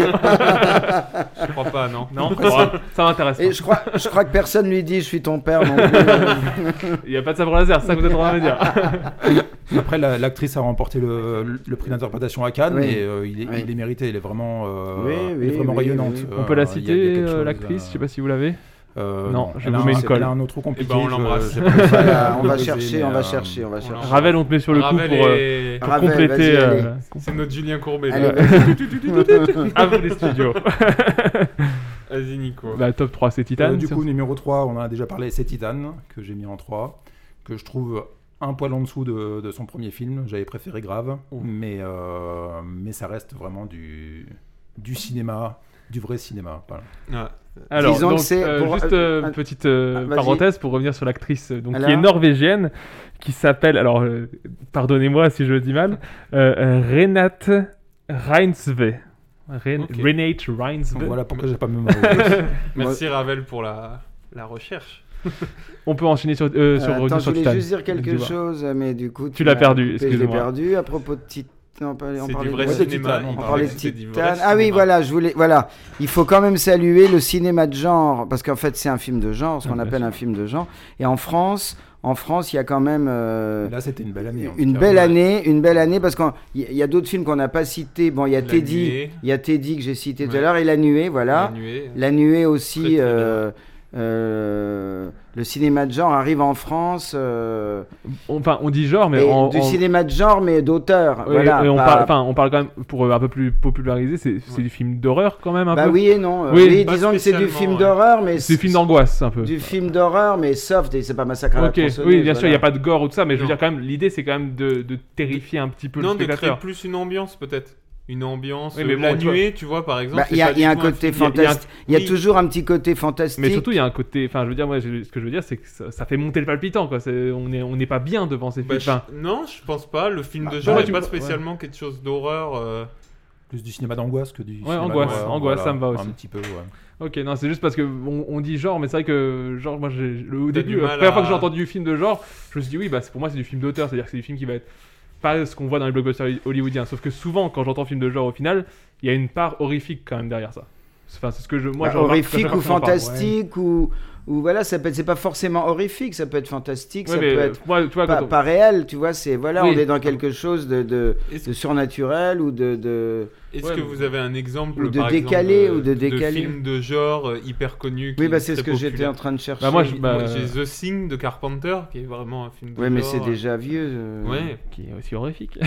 I: Je
H: crois pas, non.
I: Non,
J: Après,
I: bon, ça m'intéresse.
J: Et je crois, je crois que personne lui dit je suis ton père euh, non plus.
I: Il n'y a pas de sabre laser, c'est ça que vous êtes en train de me dire.
K: Après, la- l'actrice a remporté le, le prix d'interprétation à Cannes
I: Oui.
K: et euh, il, est, il est mérité. Elle est vraiment, euh,
I: Oui,
K: elle est
I: oui,
K: vraiment
I: oui,
K: rayonnante.
I: oui, oui.
K: Euh,
I: On peut la
K: il y a- il y a
I: citer,
K: quelque
I: euh,
K: chose,
I: l'actrice,
K: euh,
I: je sais pas si vous l'avez.
K: euh,
I: non, je
K: Elle
I: vous
K: a
I: mets
K: un-
I: une colle.
K: Elle a un autre
H: Eh
K: compliqué.
H: ben, on
K: je-
H: l'embrasse.
K: j'ai pas le-
J: Voilà, on va
K: j'ai-
J: chercher,
K: mais,
J: on va
K: euh,
J: chercher, on va chercher.
I: Ravel, on te met sur le coup
H: Ravel
I: pour,
H: et-
I: euh, pour
H: Ravel,
I: compléter.
H: vas-y,
I: euh,
H: allez.
I: compléter.
H: C'est notre Julien Courbet.
I: Allez,
H: là.
I: vas-y. à vous les studios.
H: Vas-y, Nico.
I: Bah, top 3, c'est Titan.
K: Euh, du coup, numéro 3, on en a déjà parlé, c'est Titan, que j'ai mis en 3, que je trouve un poil en dessous de, de son premier film. J'avais préféré Grave,
I: Oh.
K: mais, euh, mais ça reste vraiment du, du cinéma, du vrai cinéma. voilà.
H: Ouais.
I: Alors,
J: Disons
I: donc,
J: que c'est
I: euh,
J: pour-
I: juste euh,
J: euh,
I: petite euh,
J: ah, vas-y.
I: parenthèse pour revenir sur l'actrice euh, donc, qui est
J: Alors
I: norvégienne, qui s'appelle, alors euh, pardonnez-moi si je le dis mal, euh, euh, Renate Reinsve. Ren-
H: Ok.
I: Renate Reinsve.
K: Voilà pourquoi j'ai pas me
H: Merci Ravel pour la, la recherche.
I: On peut enchaîner sur, euh, sur,
J: Euh,
I: revenir sur
J: attends, je voulais
I: Titan.
J: juste dire quelque
I: Dis-moi.
J: chose, euh, mais du coup.
I: Tu l'as
J: m'as
I: perdu,
J: coupé, je l'ai
I: excuse-moi.
J: perdu à propos de Titan. On parlait, on
H: C'est du
J: parlait
H: vrai
J: de-
H: cinéma,
J: de
H: il
J: Titan. On
H: parlait
J: parlait
H: que
J: de
H: c'était du
J: Titan.
H: vrai
J: Ah oui,
H: cinéma.
J: voilà, je voulais, voilà. Il faut quand même saluer le cinéma de genre, parce qu'en fait, c'est un film de genre,
I: Ah,
J: ce qu'on appelle un film de genre. Et en France, en France, il y a quand même. euh,
K: Là, c'était une belle année. en
J: une
K: tout cas.
J: belle année, une belle année parce qu'il y y a d'autres films qu'on n'a pas cités. Bon, il y a Teddy,
H: Nuée.
J: il y a Teddy que j'ai cité tout
H: Ouais.
J: à l'heure et La Nuée, voilà.
H: La Nuée.
J: La Nuée aussi.
H: Très, très bien.
J: euh, euh, le cinéma de genre arrive en France. euh,
I: On, enfin, on dit genre, mais
J: et
I: en-
J: du
I: en-
J: cinéma de genre, mais d'auteur.
I: Oui,
J: voilà, bah
I: et on,
J: pas-
I: parle, enfin, on parle quand même, pour euh, un peu plus populariser, c'est c'est du film d'horreur quand même un
J: Bah
I: peu.
J: oui et non. euh,
I: Oui.
J: oui, disons que c'est du
H: spécialement,
J: film
H: ouais.
J: d'horreur, mais
I: C'est du film d'angoisse un peu.
J: du film d'horreur, mais soft et c'est pas massacre à la
I: Ok, oui, bien
J: tronçonneuse,
I: sûr, il n'y
J: voilà.
I: a pas de gore ou tout ça, mais je veux
H: Non.
I: dire quand même, l'idée c'est quand même de, de terrifier un petit peu
H: Non,
I: le
H: de créer
I: spectateur.
H: plus une ambiance peut-être. Une ambiance.
I: Oui, mais
H: euh, la
I: bon, tu
H: nuée,
I: vois.
H: tu vois, par exemple.
J: Bah,
H: c'est
J: Il y a,
H: pas du
J: il y a un
H: tout un
J: côté
H: film- il y a- il y a un-
J: fantastique. Il y a
H: oui.
J: toujours un petit côté fantastique.
I: Mais surtout, il y a un côté. Enfin, je veux dire, moi, je- ce que je veux dire, c'est que ça, ça fait monter le palpitant, quoi. C'est- on n'est on n'est pas bien devant ces films.
H: Bah, je-
I: Enfin,
H: Non, je pense pas. Le film
I: Bah,
H: de genre
I: bah,
H: n'est
I: tu-
H: pas spécialement quelque chose d'horreur. euh,
K: Plus du cinéma d'angoisse que du.
I: Ouais,
K: cinéma
I: angoisse,
K: d'horreur,
I: angoisse,
K: voilà,
I: ça me va
K: Un
I: aussi.
K: petit peu, ouais.
I: ok, non, c'est juste parce que on, on dit genre, mais c'est vrai que, genre, moi, j'ai- le- au
H: T'as
I: début,
H: du
I: la
H: mal
I: première fois
H: à-
I: que j'ai entendu du film de genre, je me suis dit, oui, bah, c'est- pour moi, c'est du film d'auteur, c'est-à-dire que c'est du film qui va être pas ce qu'on voit dans les blockbusters hollywoodiens. Sauf que souvent, quand j'entends film de genre, au final, il y a une part horrifique quand même derrière ça. Enfin, c'est ce que je. Moi,
J: Bah,
I: je remarque à chaque
J: horrifique
I: fois
J: ou
I: que j'en parle.
J: fantastique ou, ou voilà ça peut être- c'est pas forcément horrifique ça peut être fantastique
I: Ouais,
J: ça peut
I: mais, euh,
J: être
I: moi, tu vois,
J: pas,
I: quand on-
J: pas réel tu vois c'est voilà
I: Oui.
J: on est dans quelque chose de, de,
H: Est-ce-
J: de surnaturel ou de, de...
H: Est-ce
I: Ouais,
H: que
I: mais-
H: vous avez un exemple
J: Ou de
H: par
J: décalé,
H: exemple,
J: ou de décalé.
H: film de genre euh, hyper connu qui
J: oui bah
H: est
J: c'est ce
H: très
J: que j'étais
H: populaire
J: en train de chercher
I: Bah, moi, je- bah,
H: J'ai The Thing de Carpenter qui est vraiment un film de
J: ouais mais
H: genre,
J: c'est
H: euh,
J: déjà vieux euh.
H: Ouais.
I: qui est aussi horrifique.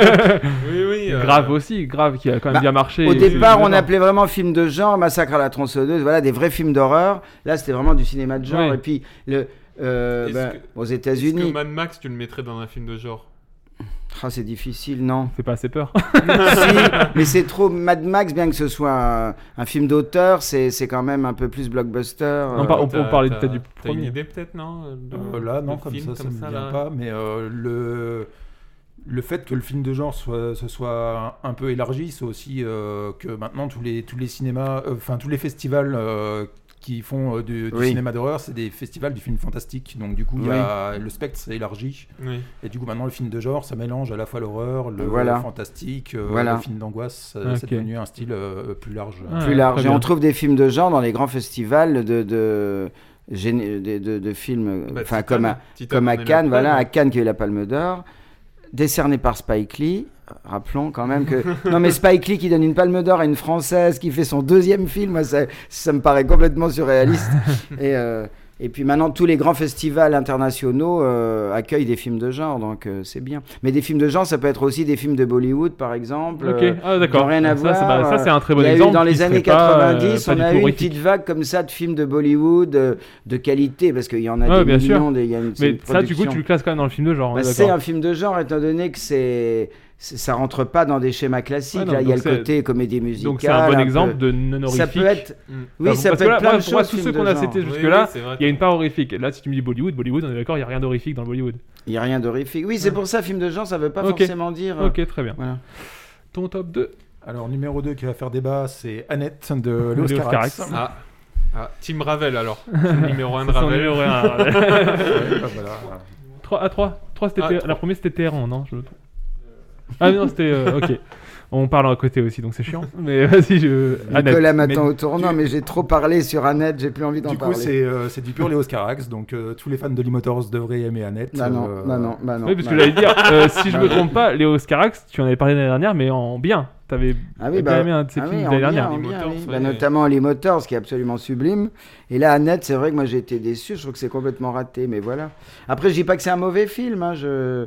H: Oui, oui. euh,
I: grave aussi, grave, qui a quand même
J: Bah,
I: bien marché.
J: Au
I: Et-
J: départ,
I: et-
J: on appelait vraiment film de genre, Massacre à la tronçonneuse, voilà, des vrais films d'horreur. Là, c'était vraiment du cinéma de genre.
I: Ouais.
J: Et puis, le, euh,
H: Est-ce
J: bah,
H: que-
J: aux
H: Est-ce que
J: États-Unis,
H: Mad Max, tu le mettrais dans un film de genre
J: Ah, c'est difficile, non
I: Fait pas assez peur.
J: Si, mais c'est trop Mad Max, bien que ce soit un, un film d'auteur, c'est c'est quand même un peu plus blockbuster.
I: Non,
J: euh,
I: pas- on peut
H: T'as-
I: parler
H: t'as-
I: peut-être du
H: T'as une
I: premier.
H: idée peut-être, non de-
K: Euh, là,
H: de
K: non, comme
H: film
K: ça, ça me vient
H: là
K: pas. Mais euh, le le fait que le film de genre soit, se soit un peu élargi, c'est aussi euh, que maintenant tous les tous les cinémas, euh, enfin tous les festivals. euh, qui font euh, du, du
J: Oui.
K: cinéma d'horreur, c'est des festivals du film fantastique. Donc du coup, il y a- le spectre s'est élargi.
H: Oui.
K: Et du coup, maintenant, le film de genre, ça mélange à la fois l'horreur, le
J: Voilà.
K: fantastique, euh,
J: Voilà.
K: le film d'angoisse. euh, C'est
I: Ok.
K: devenu un style euh, plus large.
I: Ah,
J: plus
I: ouais,
J: large.
I: très
J: Et on
I: bien.
J: trouve des films de genre dans les grands festivals de, de, géné- de, de- de films, euh,
H: Bah,
J: enfin
H: Titan.
J: comme à,
H: Titan,
J: comme
H: on
J: à
H: est la
J: Cannes, voilà,
H: preuve.
J: à Cannes qui a eu la Palme d'Or, décerné par Spike Lee. Rappelons quand même que non mais Spike Lee qui donne une Palme d'Or à une Française qui fait son deuxième film, moi, ça, ça me paraît complètement surréaliste. et euh, et puis maintenant, tous les grands festivals internationaux euh, accueillent des films de genre, donc euh, c'est bien. Mais des films de genre, ça peut être aussi des films de Bollywood, par exemple.
I: Ok,
J: euh,
I: ah, d'accord.
J: qui n'ont rien à
I: Ça, c'est- bah,
J: voir,
I: ça, c'est un très bon
J: il y a eu
I: exemple
J: dans
I: qui
J: les
I: serait
J: années
I: pas, euh,
J: 90,
I: pas
J: on
I: du
J: a
I: tout
J: eu une
I: horrifique.
J: petite vague comme ça de films de Bollywood euh, de qualité, parce qu'il y en a
I: Ouais,
J: des
I: Ah, bien
J: millions.
I: sûr.
J: des- il y a une- c'est
I: Mais
J: une
I: ça, du coup,
J: production.
I: tu le classes quand même dans le film de genre.
J: Bah,
I: hein,
J: c'est
I: d'accord.
J: un film de genre, étant donné que c'est c'est- ça rentre pas dans des schémas classiques.
I: Ouais, non,
J: là, il y a le
I: donc c'est-
J: côté comédie musicale.
I: Donc c'est un bon
J: peu-
I: exemple de non
J: Ça
I: horrifique.
J: peut être.
I: Mm.
J: Oui,
I: Parce
J: ça
I: que
J: peut
I: là,
J: être plein
I: moi,
J: de
I: pour moi,
J: choses.
I: tous ceux
J: films
I: qu'on
J: de
I: a
J: genre.
I: cités
J: Oui,
I: jusque-là,
J: oui, c'est
I: il
J: vrai.
I: y a une part horrifique. Là, si tu me dis Bollywood, Bollywood, on est d'accord, il n'y a rien d'horrifique dans le Bollywood.
J: Il n'y a rien d'horrifique. Oui, c'est pour ça, film de genre, ça veut pas
I: Mm. Ok.
J: forcément dire. euh,
I: Ok, très bien.
J: Voilà.
I: Ton top 2
K: Alors, numéro 2 qui va faire débat, c'est Annette de Léos Carax.
H: Ah. Ah, Team Ravel alors. numéro 1 de
I: C'est son
H: Ravel.
I: numéro un, Ravel. Trois- ah, 3. 3 c'était
H: Ah,
I: Téhéran. La première, c'était Téhéran, non je me trompe. Ah non, c'était. euh, ok. On parle à côté aussi, donc c'est chiant. Mais vas-y, je.
J: euh, Nicolas
I: Annette.
J: m'attend au tournant, mais j'ai trop parlé sur Annette, j'ai plus envie d'en
K: Du coup,
J: parler.
K: c'est euh, c'est du pur Léos Carax, donc euh, tous les fans de Limotors devraient aimer Annette. euh.
J: Bah non, bah non, bah non.
I: Oui, parce que
J: Bah
I: j'allais
J: non.
I: dire, euh, si je
J: Bah
I: me
J: non.
I: trompe pas, Léo Scarax, tu en avais parlé l'année dernière, mais en bien. T'avais
J: Ah oui,
I: t'as
J: bah,
I: aimé un de ses
J: ah oui,
I: films
J: en
I: de l'année
J: bien,
I: dernière.
J: en bien, oui. Bah, notamment les moteurs, ce qui est absolument sublime. Et là, Annette, c'est vrai que moi j'ai été déçu, je trouve que c'est complètement raté, mais voilà. Après, je dis pas que c'est un mauvais film, hein, je...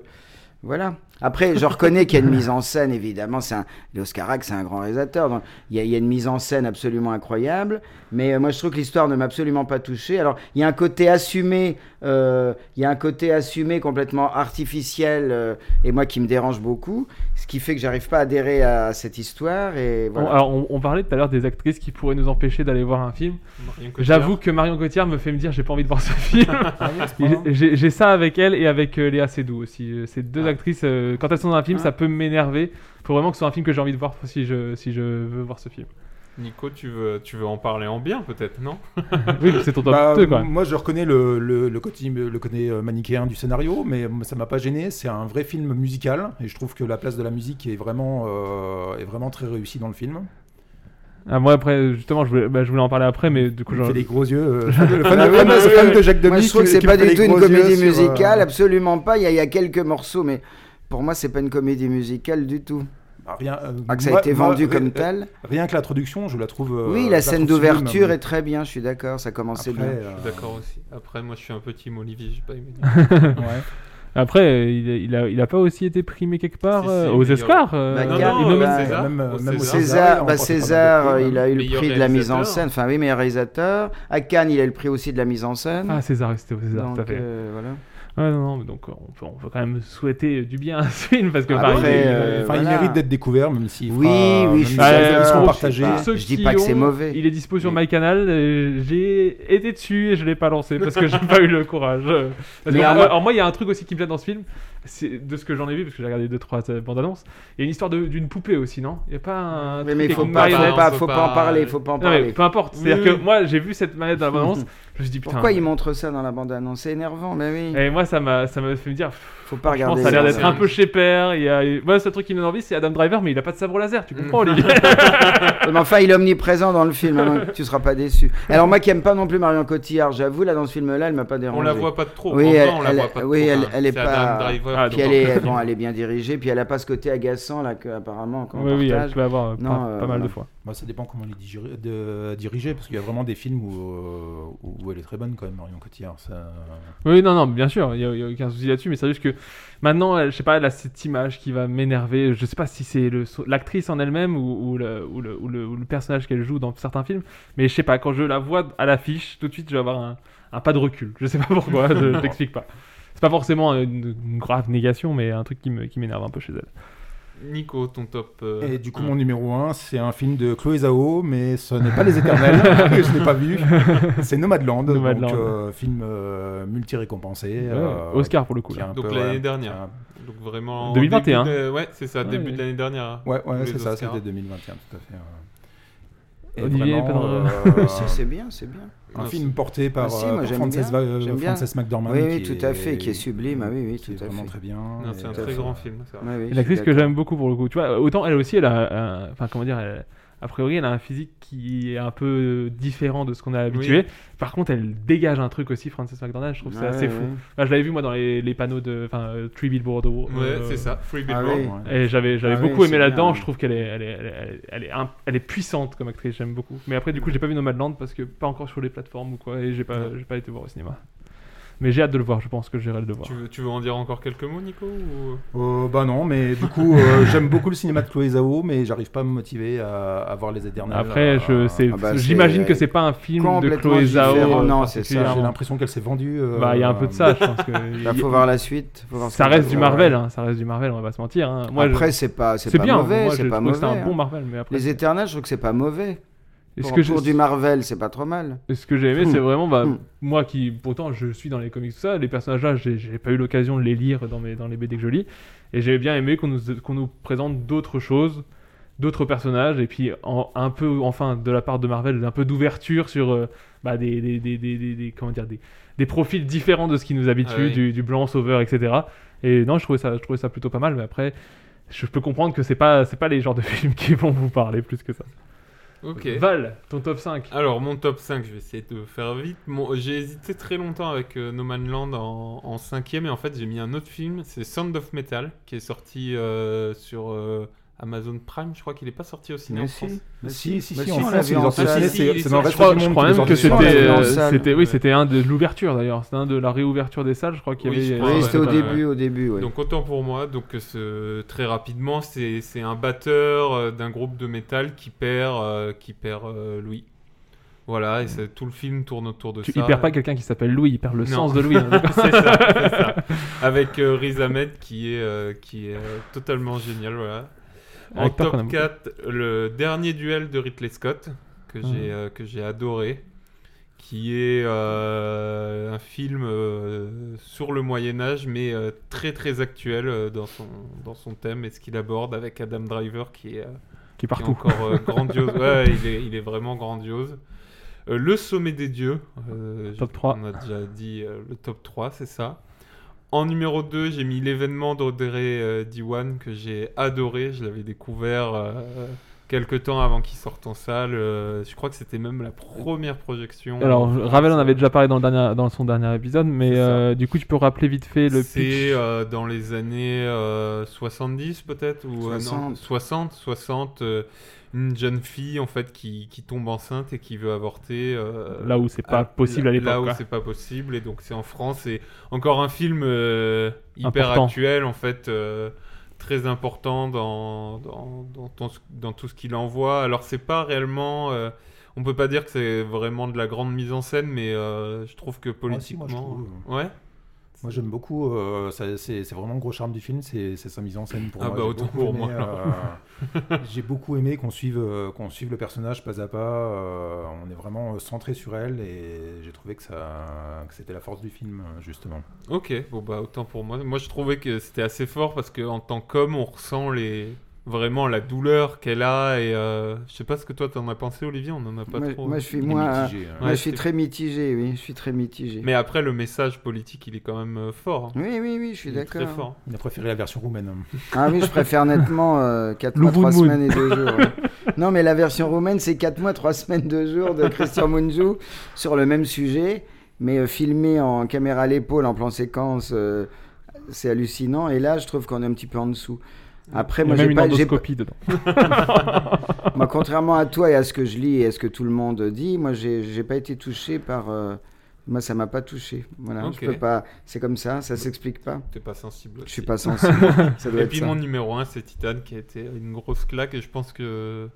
J: Voilà. Après, je reconnais qu'il y a une mise en scène, évidemment. C'est un... Léos Carax, c'est un grand réalisateur. donc il, y a, il y a une mise en scène absolument incroyable. Mais euh, moi, je trouve que l'histoire ne m'a absolument pas touché. Alors, il y a un côté assumé, euh, il y a un côté assumé complètement artificiel, euh, et moi qui me dérange beaucoup. Ce qui fait que j'arrive pas à adhérer à, cette histoire. Et
I: On,
J: voilà.
I: alors, on, on parlait tout à l'heure des actrices qui pourraient nous empêcher d'aller voir un film.
H: Marion Cotillard.
I: J'avoue que Marion Cotillard me fait me dire j'ai pas envie de voir ce film.
K: oui, à ce point. hein.
I: J'ai- j'ai j'ai ça avec elle et avec euh, Léa Seydoux aussi. Euh, Ces deux actrices, euh, quand elles sont dans un film,
H: Ah.
I: ça peut m'énerver. Faut vraiment que ce soit un film que j'ai envie de voir si je, si je veux voir ce film.
H: Nico, tu veux, tu veux en parler en bien peut-être, non
I: Oui, c'est ton top
K: Bah,
I: 2 quand même.
K: Moi, je reconnais le, le, le côté, le côté euh, manichéen du scénario, mais ça m'a pas gêné. C'est un vrai film musical, et je trouve que la place de la musique est vraiment, euh, est vraiment très réussie dans le film.
I: Ah, moi, après, justement, je voulais, bah, je voulais en parler après, mais du coup,
K: Il
I: j'en-
K: fait des gros yeux. euh, le fan de- le fan
J: Ah
K: de-
J: oui,
K: le
J: mais
K: fan
J: oui.
K: de Jacques
J: Moi,
K: Demy
J: je trouve que
K: qui-
J: c'est
K: qui
J: pas
K: me fait
J: du
K: des
J: tout une
K: gros yeux
J: comédie
K: sur, euh,
J: musicale, absolument pas. Il y, a- il y a quelques morceaux, mais pour moi, c'est pas une comédie musicale du tout.
K: Ah, rien, euh,
J: Ah, que ça a
K: moi-
J: été
K: moi,
J: vendu
K: ri-
J: comme
K: euh,
J: tel.
K: Rien que l'introduction, je la trouve. euh,
J: oui,
K: je
J: la scène
K: trouve sublime,
J: d'ouverture
K: mais-
J: est très bien, je suis d'accord, ça commençait
K: Après,
J: bien.
K: euh,
H: Je suis d'accord aussi. Après, moi, je suis un peu Team Olivier, j'ai pas aimé.
I: Après, euh, il, a- il a, il a pas aussi été primé quelque part
H: Si, si,
I: euh,
H: meilleur-
I: aux Oscars euh,
J: Bah,
I: il est
J: Gag,
I: nommé-
J: bah,
H: César,
K: même, euh,
H: au
K: même
H: César.
K: au César,
J: César, bah,
K: on porte pas mal de
J: César,
K: prix,
J: euh, il a eu le
H: Meilleur
J: prix de la mise en
H: réalisateur.
J: scène. Enfin, oui, meilleur réalisateur. À Cannes, il a eu le prix aussi de la mise en scène.
I: Ah, César, c'était au César,
J: Donc,
I: tout à fait.
J: euh, voilà.
I: Ouais, non, non, mais donc on peut, on peut quand même souhaiter du bien à ce film parce que
J: Après,
I: pareil, il-
J: euh,
K: Enfin, il
J: voilà.
K: mérite d'être découvert, même si.
J: Oui, oui, je suis
I: d'accord.
K: seront
I: Je
K: partagés.
J: sais
I: Ceux
J: Bah, je dis
I: qui
J: pas que c'est
I: ont,
J: mauvais.
I: Il est dispo sur MyCanal. euh, J'ai été dessus et je l'ai pas lancé parce que j'ai pas eu le courage. euh, parce
J: Mais
I: que-
J: à-
I: alors moi, il y a un truc aussi qui me plaît dans ce film, c'est de ce que j'en ai vu parce que j'ai regardé deux trois euh, bandes annonces. Il y a une histoire de- d'une poupée aussi, non Il y a pas un.
J: Mais,
I: truc
J: mais
I: avec
J: faut
I: une
J: pas, faut
I: marionnette
J: pas,
H: faut
J: faut pas
H: pas-
J: en parler, faut pas en
I: Non, mais
J: parler.
I: peu importe. C'est-à-dire
H: Oui,
I: que
H: oui.
I: moi, j'ai vu cette manette dans la bande annonce. je me suis dit putain.
J: Pourquoi ils montrent ça dans la bande-annonce C'est énervant, mais oui.
I: Et moi, ça m'a, ça m'a fait me dire.
J: Faut pas
I: Franchement,
J: regarder.
I: ça a l'air
J: les
I: d'être un peu chez père. Il y a... Moi, ce truc qui me donne envie, c'est Adam Driver, mais il a pas de sabre laser. Tu comprends, Olivier
J: Ouais, mais enfin, il est omniprésent dans le film, hein, donc tu seras pas déçu. Alors moi qui aime pas non plus Marion Cotillard, j'avoue, là dans ce film-là, elle m'a pas dérangé.
H: On la voit pas de trop.
J: Oui,
H: Enfin,
J: elle-
H: on la
J: elle-
H: voit pas
J: oui,
H: de trop,
J: elle-
H: hein.
J: elle est
H: C'est
J: pas-
H: Adam Driver.
I: Ah,
J: Puis elle est, bon, elle est bien dirigée, puis elle a pas ce côté agaçant là que apparemment quand
I: Oui,
J: on
I: oui,
J: partage.
I: tu vas avoir euh,
J: Non,
I: pas, pas
J: euh,
I: mal
J: voilà.
I: de fois.
K: Bah, ça dépend comment elle est digérée- de- dirigée, parce qu'il y a vraiment des films où, euh, où où elle est très bonne quand même, Marion Cotillard. Ça... euh,
I: Oui, non, non, bien sûr, il n'y a, aucun souci là-dessus, mais c'est juste que maintenant, elle- je sais pas, elle a cette image qui va m'énerver. Je sais pas si c'est le so- l'actrice en elle-même ou, ou le, ou le- ou le- ou le personnage qu'elle joue dans certains films, mais je sais pas, quand je la vois à l'affiche, tout de suite, je vais avoir un, un pas de recul. Je sais pas pourquoi, je je t'explique pas. C'est pas forcément une, une grave négation, mais un truc qui me- qui m'énerve un peu chez elle.
H: Nico, ton top. euh,
K: Et du coup,
H: un.
K: mon numéro 1, c'est un film de Chloé Zhao, mais ce n'est pas Les Éternels, que je n'ai pas vu. C'est Nomadland,
I: Nomadland.
K: donc euh, film euh, multi-récompensé. euh,
I: Oscar pour le coup.
K: qui est
I: là.
K: un
H: Donc,
K: peu,
H: l'année
K: ouais,
H: dernière.
K: qui est un-
H: Donc vraiment. en
I: 2021.
H: début de- Ouais, c'est ça,
I: Ouais,
H: début
I: ouais.
H: de l'année dernière. hein.
K: Ouais, ouais
H: Les
K: c'est ça,
H: Oscars.
K: c'était 2021, tout à fait. euh. Et
I: Olivier,
K: vraiment,
I: pardon.
K: euh,
J: Si, c'est bien, c'est bien.
K: un
H: Non,
K: film porté par,
J: Ah, si,
K: euh,
J: moi,
K: par
J: j'aime
K: Frances,
J: bien,
K: Va- euh,
J: j'aime bien.
K: Frances McDormand.
J: Oui, oui,
K: qui
J: tout à
K: est-
J: fait, qui est sublime, ah oui, oui,
K: qui
J: tout
K: est
J: à
K: vraiment
J: fait.
K: très bien.
H: Non,
K: et
H: c'est un
K: tout à
H: très
K: fait.
H: grand film. ça.
J: Ouais, oui, je
I: Et L'actrice
J: suis
I: que
J: d'accord.
I: j'aime beaucoup pour le coup, tu vois, autant elle aussi, elle a, un- enfin comment dire, elle- a priori elle a un physique qui est un peu différent de ce qu'on a habitué. Par contre, elle dégage un truc aussi, Frances McDormand, je trouve ça
J: Ouais,
I: assez fou.
J: ouais.
I: Enfin, je l'avais vu moi dans les, les panneaux de, enfin, euh, Three Billboards. au-
H: Ouais,
I: euh,
H: c'est ça. Free
J: Ah
H: Billboard.
J: oui.
I: Et j'avais, j'avais
J: Ah oui,
I: beaucoup
J: c'est
I: aimé là-dedans.
J: bien.
I: Je trouve qu'elle est, elle est, elle est, elle est, elle est imp- elle est puissante comme actrice. J'aime beaucoup. Mais après, du coup, j'ai pas vu Nomadland parce que pas encore sur les plateformes ou quoi, et j'ai pas, j'ai pas été voir au cinéma. Mais j'ai hâte de le voir, je pense que j'irai le voir.
H: Tu veux, tu veux en dire encore quelques mots, Nico ou...
K: Euh, bah non, mais du coup, euh, j'aime beaucoup le cinéma de Chloé Zhao, mais j'arrive pas à me motiver à, à voir les éternels. euh,
I: Après, je- c'est- Ah bah, j'imagine c'est- que c'est pas un film de complètement Chloé Zhao, différent. euh,
K: Non, c'est ça.
I: particulièrement.
K: J'ai l'impression qu'elle s'est vendue. euh,
I: Bah, il y a un peu de ça, je pense que.
J: Bah, faut voir la suite, faut voir ce
I: ça
J: qu'on
I: reste
J: va
I: du
J: voir,
I: Marvel,
J: ouais.
I: hein, ça reste du Marvel, on va pas se mentir. hein. Moi, je-
J: Après, c'est pas, c'est pas
I: bien,
J: mauvais,
I: moi, je
J: c'est
I: trouve
J: pas
I: que
J: mauvais.
I: C'est un bon
J: hein.
I: Marvel, mais après.
J: Les Éternels, je trouve que c'est pas mauvais.
I: Est-ce
J: Pour,
I: que je-
J: pour du Marvel, c'est pas trop mal.
I: Et ce que j'ai aimé,
J: Hmm.
I: c'est vraiment, bah,
J: Hmm.
I: moi qui, pourtant, je suis dans les comics, tout ça, les personnages-là, j'ai j'ai pas eu l'occasion de les lire dans, mes, dans les BD que je lis. Et j'ai bien aimé qu'on nous, qu'on nous présente d'autres choses, d'autres personnages, et puis en- un peu, enfin, de la part de Marvel, un peu d'ouverture sur euh, bah, des, des, des, des, des- des- comment dire, des, des profils différents de ce qui nous habitue,
H: Ah oui.
I: du, du blanc sauveur, etc. Et non, je trouvais ça, je trouvais ça plutôt pas mal, mais après. Je peux comprendre que c'est pas c'est pas les genres de films qui vont vous parler plus que ça.
H: Ok.
I: Val, ton top 5.
H: Alors, mon top 5, je vais essayer de faire vite. Mon- J'ai hésité très longtemps avec euh, No Man Land en, en cinquième, et en fait, j'ai mis un autre film, c'est Sound of Metal, qui est sorti euh, sur euh, Amazon Prime. Je crois qu'il n'est pas sorti au cinéma
K: Mais
H: en
K: si.
H: France.
K: Mais si, si,
H: Bah
K: si,
H: si,
K: en
H: si,
K: France,
H: si,
K: ils
H: il
K: ont
H: est
K: sorti-
H: sorti,
K: c'est-
H: il est
K: c'est dans le
H: sorti.
I: Je crois, je
K: monde
I: crois même
K: qui les
I: que
K: a sortis.
I: c'était,
K: Ouais,
I: euh,
K: dans les salles.
I: c'était- oui, c'était un de l'ouverture d'ailleurs, c'était un de la réouverture des salles, je crois qu'il y
H: Oui,
I: avait. euh,
H: je crois,
J: Oui, c'était au
H: ouais.
J: début, au début, ouais.
H: Donc autant pour moi, donc euh, ce- très rapidement, c'est c'est un batteur euh, d'un groupe de métal qui perd, euh, qui perd euh, Louis. Voilà, et c'est- tout le film tourne autour de
I: Tu-
H: ça.
I: il perd pas quelqu'un qui s'appelle Louis, il perd le
H: Non.
I: sens de Louis. hein, d'accord
H: c'est ça, c'est ça. Avec euh, Riz Ahmed qui est, euh, qui est euh, totalement génial, voilà.
I: Un
H: En
I: acteur qu'on aime
H: top
I: beaucoup.
H: 4, le dernier duel de Ridley Scott, que
I: Ah.
H: j'ai euh, que j'ai adoré, qui est euh, un film euh, sur le Moyen Âge, mais euh, très très actuel euh, dans, son, dans son thème et ce qu'il aborde avec Adam Driver qui est, euh,
I: Qui est partout.
H: encore euh, grandiose. Ouais, il, est, il est vraiment grandiose. Euh, le sommet des dieux. euh,
I: Top
H: je-
I: 3.
H: On a déjà dit euh, le top 3, c'est ça. En numéro 2, j'ai mis l'événement d'Audrey euh, Diwan que j'ai adoré. Je l'avais découvert euh, quelques temps avant qu'il sorte en salle. Euh, je crois que c'était même la première projection.
I: Alors, Ravel en avait déjà parlé dans, le dernier, dans son dernier épisode, mais euh, du coup, tu peux rappeler vite fait le pitch.
H: C'est euh, dans les années euh, 70 peut-être ou euh, non,
J: 60.
H: 60, 60, euh, une jeune fille en fait qui, qui tombe enceinte et qui veut avorter euh,
I: Là où c'est pas possible à l'époque,
H: Là où
I: quoi.
H: c'est pas possible et donc c'est en France et encore un film euh, hyper
I: Important.
H: actuel en fait euh, très important dans dans, dans, ton- dans tout ce qu'il envoie. Alors c'est pas réellement euh, on peut pas dire que c'est vraiment de la grande mise en scène, mais euh, je trouve que
K: Ouais, Ah, si,
H: politiquement.
K: moi, je trouve, euh,
H: Ouais.
K: Moi j'aime beaucoup, euh, ça- c'est c'est vraiment le gros charme du film, c'est c'est sa mise en scène pour
H: Ah
K: moi.
H: bah,
K: J'ai
H: autant
K: beaucoup
H: pour moi,
K: euh, J'ai beaucoup aimé qu'on suive, euh, qu'on suive le personnage pas à pas, euh, on est vraiment euh, centré sur elle et j'ai trouvé que, ça- que c'était la force du film euh, justement.
H: Ok, bon bah autant pour moi. Moi je trouvais que c'était assez fort parce que en tant qu'homme on ressent les vraiment la douleur qu'elle a et euh, je sais pas ce que toi t'en as pensé Olivier, on en a pas
J: Moi,
H: trop.
J: moi, je suis moins, euh,
H: mitigé, hein.
J: moi,
H: Ouais,
J: je suis
H: c'était-
J: très mitigé, oui, je suis très mitigé.
H: Mais après le message politique il est quand même euh, fort. hein.
J: Oui, oui, oui, je suis
H: Il est très
J: d'accord.
H: fort.
K: Il a préféré la version roumaine.
J: Ah oui, je préfère nettement 4
K: Le
J: mois, 3
K: Woon Woon.
J: semaines et 2 jours. ouais. non, mais la version roumaine, c'est 4 mois, 3 semaines, 2 jours de Christian Munzu sur le même sujet, mais euh, filmé en caméra à l'épaule, en plan séquence, euh, c'est hallucinant. Et là, je trouve qu'on est un petit peu en dessous. Après,
I: Il y a
J: moi,
I: même
J: j'ai
I: une
J: pas, j'ai pas-
I: endoscopie dedans.
J: moi, contrairement à toi et à ce que je lis et à ce que tout le monde dit, moi, j'ai j'ai pas été touché par. euh, Moi, ça m'a pas touché. Voilà,
H: Ok.
J: je peux pas. C'est comme ça, ça s'explique pas.
H: T'es pas sensible.
J: Je
H: aussi.
J: suis pas sensible. ça doit
H: et
J: être
H: puis
J: ça.
H: mon numéro 1 c'est Titan qui a été une grosse claque et je pense que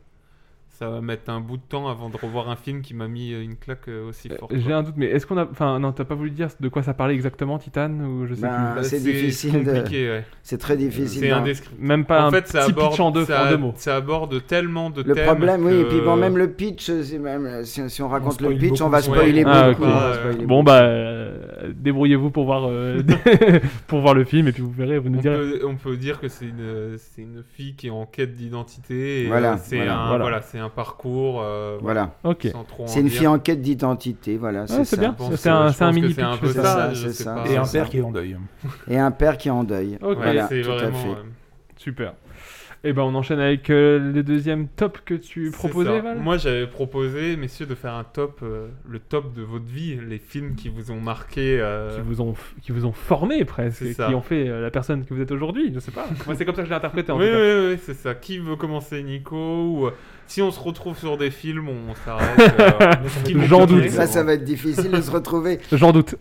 H: ça va mettre un bout de temps avant de revoir un film qui m'a mis une claque euh, aussi forte.
I: J'ai un doute, mais est-ce qu'on a. Enfin, non, t'as pas voulu dire de quoi ça parlait exactement, Titan Ou je sais
J: Ben,
I: plus.
J: c'est
H: Bah, c'est
J: difficile. de-
H: compliqué, ouais.
J: C'est très difficile. hein.
H: C'est
J: d'en-
H: indescriptible.
I: Même pas
H: en
I: un
H: fait, ça
I: petit
H: aborde,
I: pitch en deux-
H: ça,
I: en deux mots.
H: Ça aborde tellement de
J: Le
H: thèmes.
J: problème, oui, et
H: que-
J: puis bon, même le pitch, euh, c'est même- si, si on raconte
K: On
J: le
K: spoil
J: pitch,
K: beaucoup,
J: on va
K: ouais.
J: spoiler
I: Ah,
J: beaucoup.
I: ok.
J: on va spoiler
I: Bon
J: beaucoup.
I: bah euh, débrouillez-vous pour voir euh, pour voir le film et puis vous verrez, vous nous
H: On
I: direz.
H: peut, on peut dire que c'est une, c'est une fille qui est en quête d'identité. et,
J: Voilà,
H: euh, c'est
J: voilà,
H: un,
I: voilà.
H: voilà, c'est un parcours. euh,
J: Voilà.
I: Ok.
H: sans trop
J: C'est une
H: dire.
J: fille en quête d'identité, voilà,
I: Ouais,
J: c'est
I: Ah, c'est
J: ça.
I: bien.
H: Je pense
I: C'est
H: que-
I: un-
H: je
I: c'est un
H: pense que
I: mini
H: c'est un
I: pitch,
H: peu
I: c'est
J: ça,
H: Ah, ça. je
J: c'est
H: sais
J: ça.
H: pas.
K: Et un
J: c'est
K: père
J: ça.
K: qui est en deuil.
J: Et un père qui est en deuil.
I: Ok.
H: Ouais,
J: Voilà,
H: c'est
J: tout à
H: vraiment.
J: fait.
H: euh,
I: Super. Et ben on enchaîne avec euh, le deuxième top que tu
H: C'est
I: proposais,
H: ça.
I: Val
H: Moi, j'avais proposé, messieurs, de faire un top, euh, le top de votre vie, les films qui vous ont marqué. euh,
I: qui vous ont qui vous ont formé presque,
H: C'est
I: et
H: ça.
I: qui ont fait euh, la personne que vous êtes aujourd'hui. Je sais pas. Moi, c'est comme ça que je l'ai interprété. En
H: oui,
I: tout cas.
H: oui, oui, c'est ça. Qui veut commencer, Nico ou, euh, Si on se retrouve sur des films, on s'arrête. euh, qui veut
I: J'en
H: commencer
I: doute.
J: Ça, ça va être difficile de se retrouver.
I: J'en doute.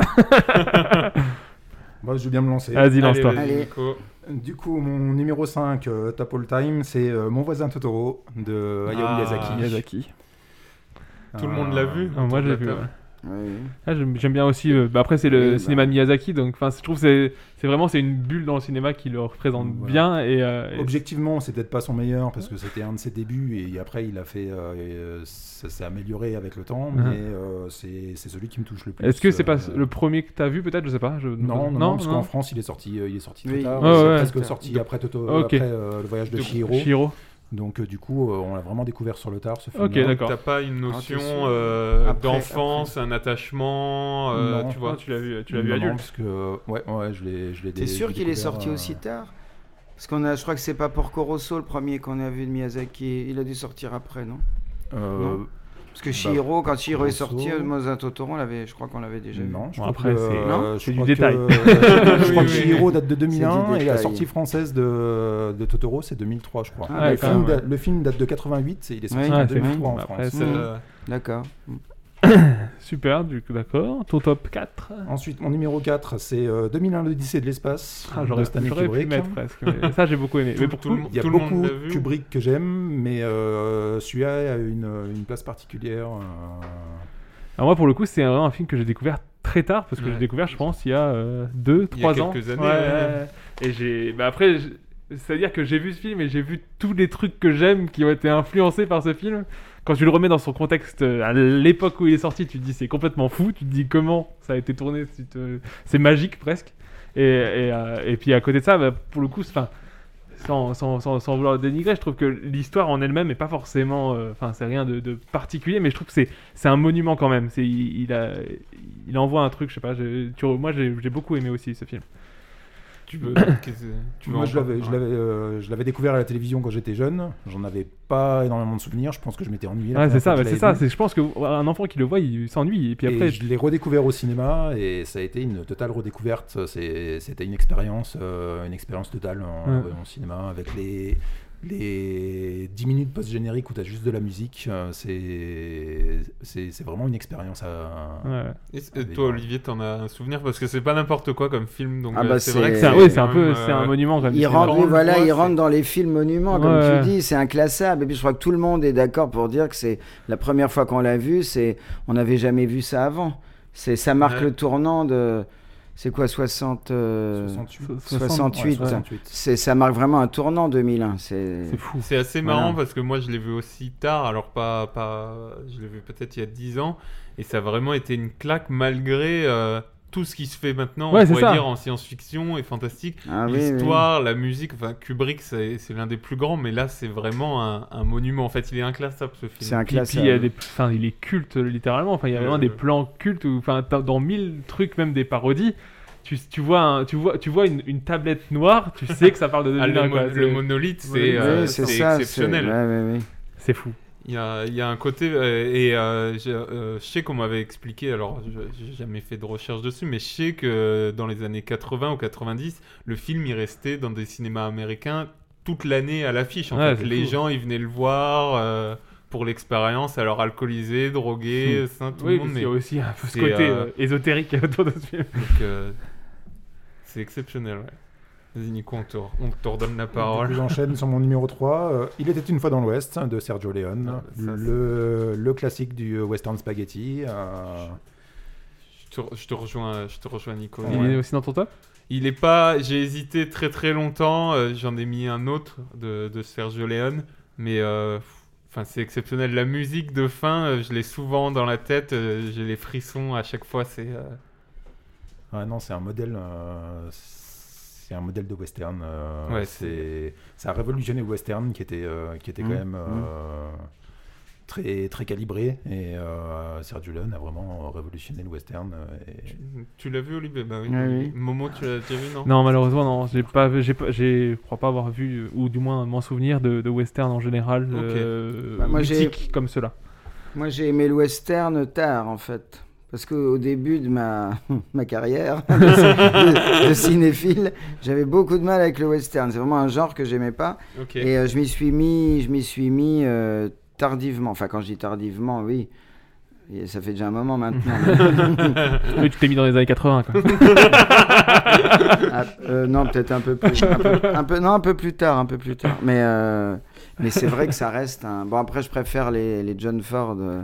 K: Bah, je vais bien me lancer.
I: Vas-y,
H: Allez,
I: lance-toi.
H: vas-y,
J: Allez.
H: Nico.
K: Du coup, mon numéro 5, euh, Top All Time, c'est euh, Mon voisin Totoro de Hayao
H: Ah.
K: Miyazaki.
I: Miyazaki.
H: Tout le
K: Euh,
H: monde l'a vu
I: Ah,
H: autour
I: moi,
H: de
I: j'ai
H: la
I: vu,
H: table.
I: ouais.
J: Oui.
I: Ah, j'aime j'aime bien aussi. euh, bah, après, c'est le
J: Oui, bah.
I: cinéma de Miyazaki, donc enfin, je trouve que c'est c'est vraiment c'est une bulle dans le cinéma qui le représente
K: Voilà.
I: bien et, euh, et-
K: Objectivement, c'est peut-être pas son meilleur parce que c'était un de ses débuts et après il a fait, euh, et, euh, ça s'est amélioré avec le temps,
I: Mhm.
K: mais euh, c'est c'est celui qui me touche le plus.
I: Est-ce que c'est pas
K: euh,
I: le premier que t'as vu peut-être Je sais pas. je-
K: Non, non, non, parce qu'en France il est sorti, euh, il est sorti très
J: Oui.
K: tard,
I: Ouais,
K: c'est
I: ouais.
K: presque sorti après, Toto-
I: Ok.
K: après, euh, le voyage de
H: De-
K: Chihiro.
I: Shiro.
K: Donc euh, du coup, euh, on l'a vraiment découvert sur le tard ce film.
I: Ok, d'accord.
H: T'as pas une notion
J: Attention.
H: euh,
J: Après,
H: d'enfance, un attachement, euh,
K: Non.
H: tu vois
I: tu l'as vu, tu l'as vu adulte.
K: parce que euh, ouais, ouais, je l'ai, je l'ai.
J: T'es
K: dé-
J: sûr
K: je l'ai
J: qu'il est
K: découvert,
J: sorti
K: euh,
J: aussi tard Parce qu'on a, je crois que c'est pas Porco Rosso le premier qu'on a vu de Miyazaki. Il a dû sortir après, non
K: euh,
J: Parce
I: Bah,
J: que Shihiro, quand Shihiro est sorti,
K: Rosso.
J: Mozart Totoro, on l'avait, je crois qu'on l'avait déjà vu.
K: Non, je
I: Bon,
K: crois
I: après,
K: que,
I: c'est-
K: euh,
J: Non
K: je
I: c'est du
K: crois
I: détail.
K: que- je crois
H: Oui, oui.
K: que Chihiro date de
J: C'est
K: 2001
J: du
K: et la
J: détail.
K: sortie française de, de Totoro, c'est 2003, je crois.
J: Ah,
K: le,
I: d'accord,
K: film
I: ouais.
K: date, le film date de 88 et il est sorti
J: Ouais,
K: en
I: Ah, c'est
K: 2003 en
I: bon,
K: France.
I: après, c'est-
J: Mm.
H: Euh,
J: D'accord.
I: Super, du coup, d'accord. Ton top 4
K: Ensuite, mon numéro 4, c'est euh, 2001 l'Odyssée de l'espace
I: Ah,
K: de
I: J'aurais
K: Stanley
I: j'aurais pu
K: Kubrick.
I: mettre presque. mais ça, j'ai beaucoup aimé.
H: Tout-
I: mais pour
H: tout
I: tout,
H: le monde-
K: Il y a
H: l'a
K: beaucoup
H: vu ou-
K: Kubrick que j'aime, mais euh, celui-là a une, une place particulière. euh,
I: Alors moi, pour le coup, c'est vraiment un film que j'ai découvert très tard, parce que
H: Ouais.
I: j'ai découvert, je pense, il y a 2,
H: Il y a
I: 3 ans.
H: quelques années,
I: Ouais,
H: ouais.
I: ouais, ouais. Et j'ai... Bah après, j'- c'est-à-dire que j'ai vu ce film et j'ai vu tous les trucs que j'aime qui ont été influencés par ce film. Quand tu le remets dans son contexte, euh, à l'époque où il est sorti, tu te dis c'est complètement fou, tu te dis comment ça a été tourné, tu te- c'est magique presque. Et, et, euh, et puis à côté de ça, bah, pour le coup, c'est- 'fin, sans, sans, sans, sans vouloir dénigrer, je trouve que l'histoire en elle-même est pas forcément. euh, Enfin, c'est rien de, de particulier, mais je trouve que c'est, c'est un monument quand même. C'est, il, il a, il envoie un truc, je sais pas. je- tu- moi, j'ai, j'ai beaucoup aimé aussi ce film.
H: tu veux, qu'est-ce que- tu veux
K: Moi,
H: en
K: je l'avais, je
H: parler
K: l'avais, euh, je l'avais découvert à la télévision quand j'étais jeune. J'en avais pas énormément de souvenirs. Je pense que je m'étais ennuyé. la
I: Ouais, c'est
K: première
I: ça,
K: fois que
I: bah,
K: je
I: c'est
K: l'avais
I: ça.
K: vu.
I: C'est, je pense qu'un enfant qui le voit, il s'ennuie. Et puis
K: Et
I: après,
K: je l'ai redécouvert au cinéma et ça a été une totale redécouverte. C'est- c'était une expérience, euh, une expérience totale en,
I: Ouais.
K: en cinéma avec les les 10 minutes post générique où t'as juste de la musique. euh, c'est, c'est c'est vraiment une expérience à.
I: ouais.
H: Et c- et toi, Olivier, t'en as un souvenir parce que c'est pas n'importe quoi comme film, donc
J: Ah
H: euh,
J: bah,
H: c'est
J: c'est-
H: vrai que
I: c'est, un,
J: Et-
I: ouais, c'est un peu,
H: même,
I: c'est un
H: euh,
I: monument quand même.
J: Il
I: C'est
J: rentre,
H: vraiment
J: oui,
H: le
J: voilà,
H: voit,
J: il
H: c'est-
J: rentre dans les films monuments, comme
I: Ouais.
J: tu dis, c'est inclassable. Et puis je crois que tout le monde est d'accord pour dire que c'est la première fois qu'on l'a vu, c'est on n'avait jamais vu ça avant. C'est ça marque
H: Ouais.
J: le tournant de c'est quoi 60 euh,
K: 68.
I: so-
K: Ouais,
J: 68.
K: 68.
J: C'est ça marque vraiment un tournant 2001, c'est
I: c'est fou.
H: C'est assez marrant
J: Voilà.
H: parce que moi je l'ai vu aussi tard, alors pas, pas je l'ai vu peut-être il y a 10 ans, et ça a vraiment été une claque malgré euh, tout ce qui se fait maintenant,
I: Ouais,
H: on
I: c'est
H: pourrait
I: ça.
H: dire en science-fiction et fantastique.
J: Ah oui, oui.
H: L'histoire, la musique, enfin Kubrick c'est c'est l'un des plus grands, mais là c'est vraiment un, un monument. En fait, il est inclassable ce film.
J: C'est un
I: Puis, puis, il,
J: classable.
I: y a des, enfin, il est culte littéralement. Enfin, il y a vraiment
H: Euh.
I: des plans cultes où, enfin, t'as- dans mille trucs, même des parodies, tu, tu vois, un- tu vois, tu vois une, une tablette noire, tu sais que ça parle de
H: Ah,
I: 2001.
H: le,
I: quoi.
H: mo-
I: C'est-
H: le monolithe, c'est
J: Oui,
H: euh,
J: c'est
H: c'est
J: ça,
H: exceptionnel.
J: c'est- ouais, ouais, ouais.
I: c'est fou.
H: Il y a, il y a un côté, euh, et euh, je, euh, je sais qu'on m'avait expliqué, alors je n'ai jamais fait de recherche dessus, mais je sais que dans les années 80 ou 90, le film il restait dans des cinémas américains toute l'année à l'affiche. En
I: Ouais,
H: fait,
I: c'est
H: les
I: cool.
H: gens ils venaient le voir euh, pour l'expérience, alors alcoolisés, drogués, sains, tout
I: Hmm. Oui,
H: le monde.
I: parce
H: Mais,
I: qu'il y a aussi un peu ce
H: c'est,
I: côté
H: euh,
I: euh, ésotérique autour de ce film.
H: donc, euh, c'est exceptionnel. ouais. Vas-y, Nico, on te, on te redonne la
K: Du
H: parole.
K: coup, J'enchaîne sur mon numéro 3. euh, Il était une fois dans l'Ouest hein, de Sergio Leone.
H: Ah, ça,
K: le, le classique du euh, western spaghetti. euh,
H: Je te, je te rejoins, je te rejoins, Nico.
I: Il
H: Ouais.
I: est aussi dans ton top
H: Il est pas. J'ai hésité très très longtemps. euh, J'en ai mis un autre de, de Sergio Leone, mais euh, enfin c'est exceptionnel. La musique de fin, euh, je l'ai souvent dans la tête. euh, J'ai les frissons à chaque fois. C'est euh,
K: ah non, c'est un modèle. euh, c'est un modèle de western. euh,
H: Ouais,
K: c'est ça a révolutionné le western qui était euh, qui était quand
J: Mhm.
K: même euh, très, très calibré. Et euh, Sergio Leone a vraiment révolutionné le western. euh, et-
H: Tu l'as vu, Olivier Bah oui.
I: Ah oui.
H: Momo, tu l'as déjà vu, non
I: Non, malheureusement, non. J'ai pas, vu- j'ai, pas- j'ai, je crois pas avoir vu, euh, ou du moins m'en souvenir de, de western en général, euh,
J: Bah, moi, j'ai-
I: mythique comme cela.
J: Moi, j'ai aimé le western tard, en fait. Parce qu'au début de ma, ma carrière de, de cinéphile, j'avais beaucoup de mal avec le western. C'est vraiment un genre que j'aimais pas.
H: Ok.
J: Et euh, je m'y suis mis, je m'y suis mis euh, tardivement. Enfin, quand je dis tardivement, oui. Et ça fait déjà un moment maintenant.
I: Oui, tu t'es mis dans les années 80, quoi.
J: Ah, euh, non, peut-être un peu plus. Un peu, un peu- non, un peu plus tard, un peu plus tard. Mais, euh, mais c'est vrai que ça reste un. Bon, après, je préfère les, les John Ford. euh,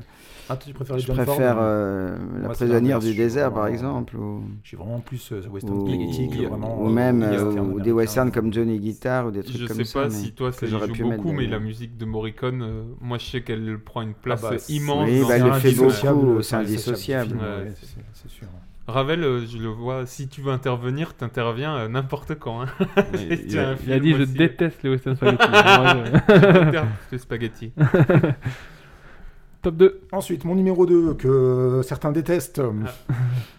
K: Ah, tu préfères les
J: je
K: John Ford,
J: préfère,
K: ouais.
J: euh, La
K: Moi, c'est
J: prisonnière
K: l'inverse,
J: du
K: je suis
J: désert, par
K: vraiment-
J: exemple. Ou,
K: Je suis vraiment plus euh, western
J: ou,
K: climatique,
J: ou-
K: vraiment.
J: ou
K: euh,
J: même
K: western
J: euh, ou
K: américain.
J: des westerns comme Johnny Guitar ou des trucs
H: Je
J: comme
H: sais
J: ça.
H: pas
J: mais
H: si toi ça
J: que
H: y
J: j'aurais pu
H: joue
J: mettre
H: beaucoup, mais la
J: d'ailleurs.
H: musique de Morricone, euh, moi je sais qu'elle prend une place
K: Ah bah, c'est-
H: immense.
J: Oui,
H: dans
J: bah,
H: un
J: elle le fait
H: film.
J: beaucoup, c'est
K: c'est indissociable
J: indissociable.
K: du film,
H: Ouais,
K: ouais,
H: c'est-
K: c'est- c'est sûr.
H: Ravel, euh, je le vois, si tu veux intervenir, t'interviens euh, n'importe quand. hein.
K: Mais
H: Si
K: il
H: tu as
K: a-
H: un
I: Il
H: film
I: a dit Je
H: aussi.
I: déteste les western spaghetti.
H: Je déteste les spaghettis.
J: Ah
I: Top 2.
K: Ensuite, mon numéro 2, que certains détestent,
H: Ah.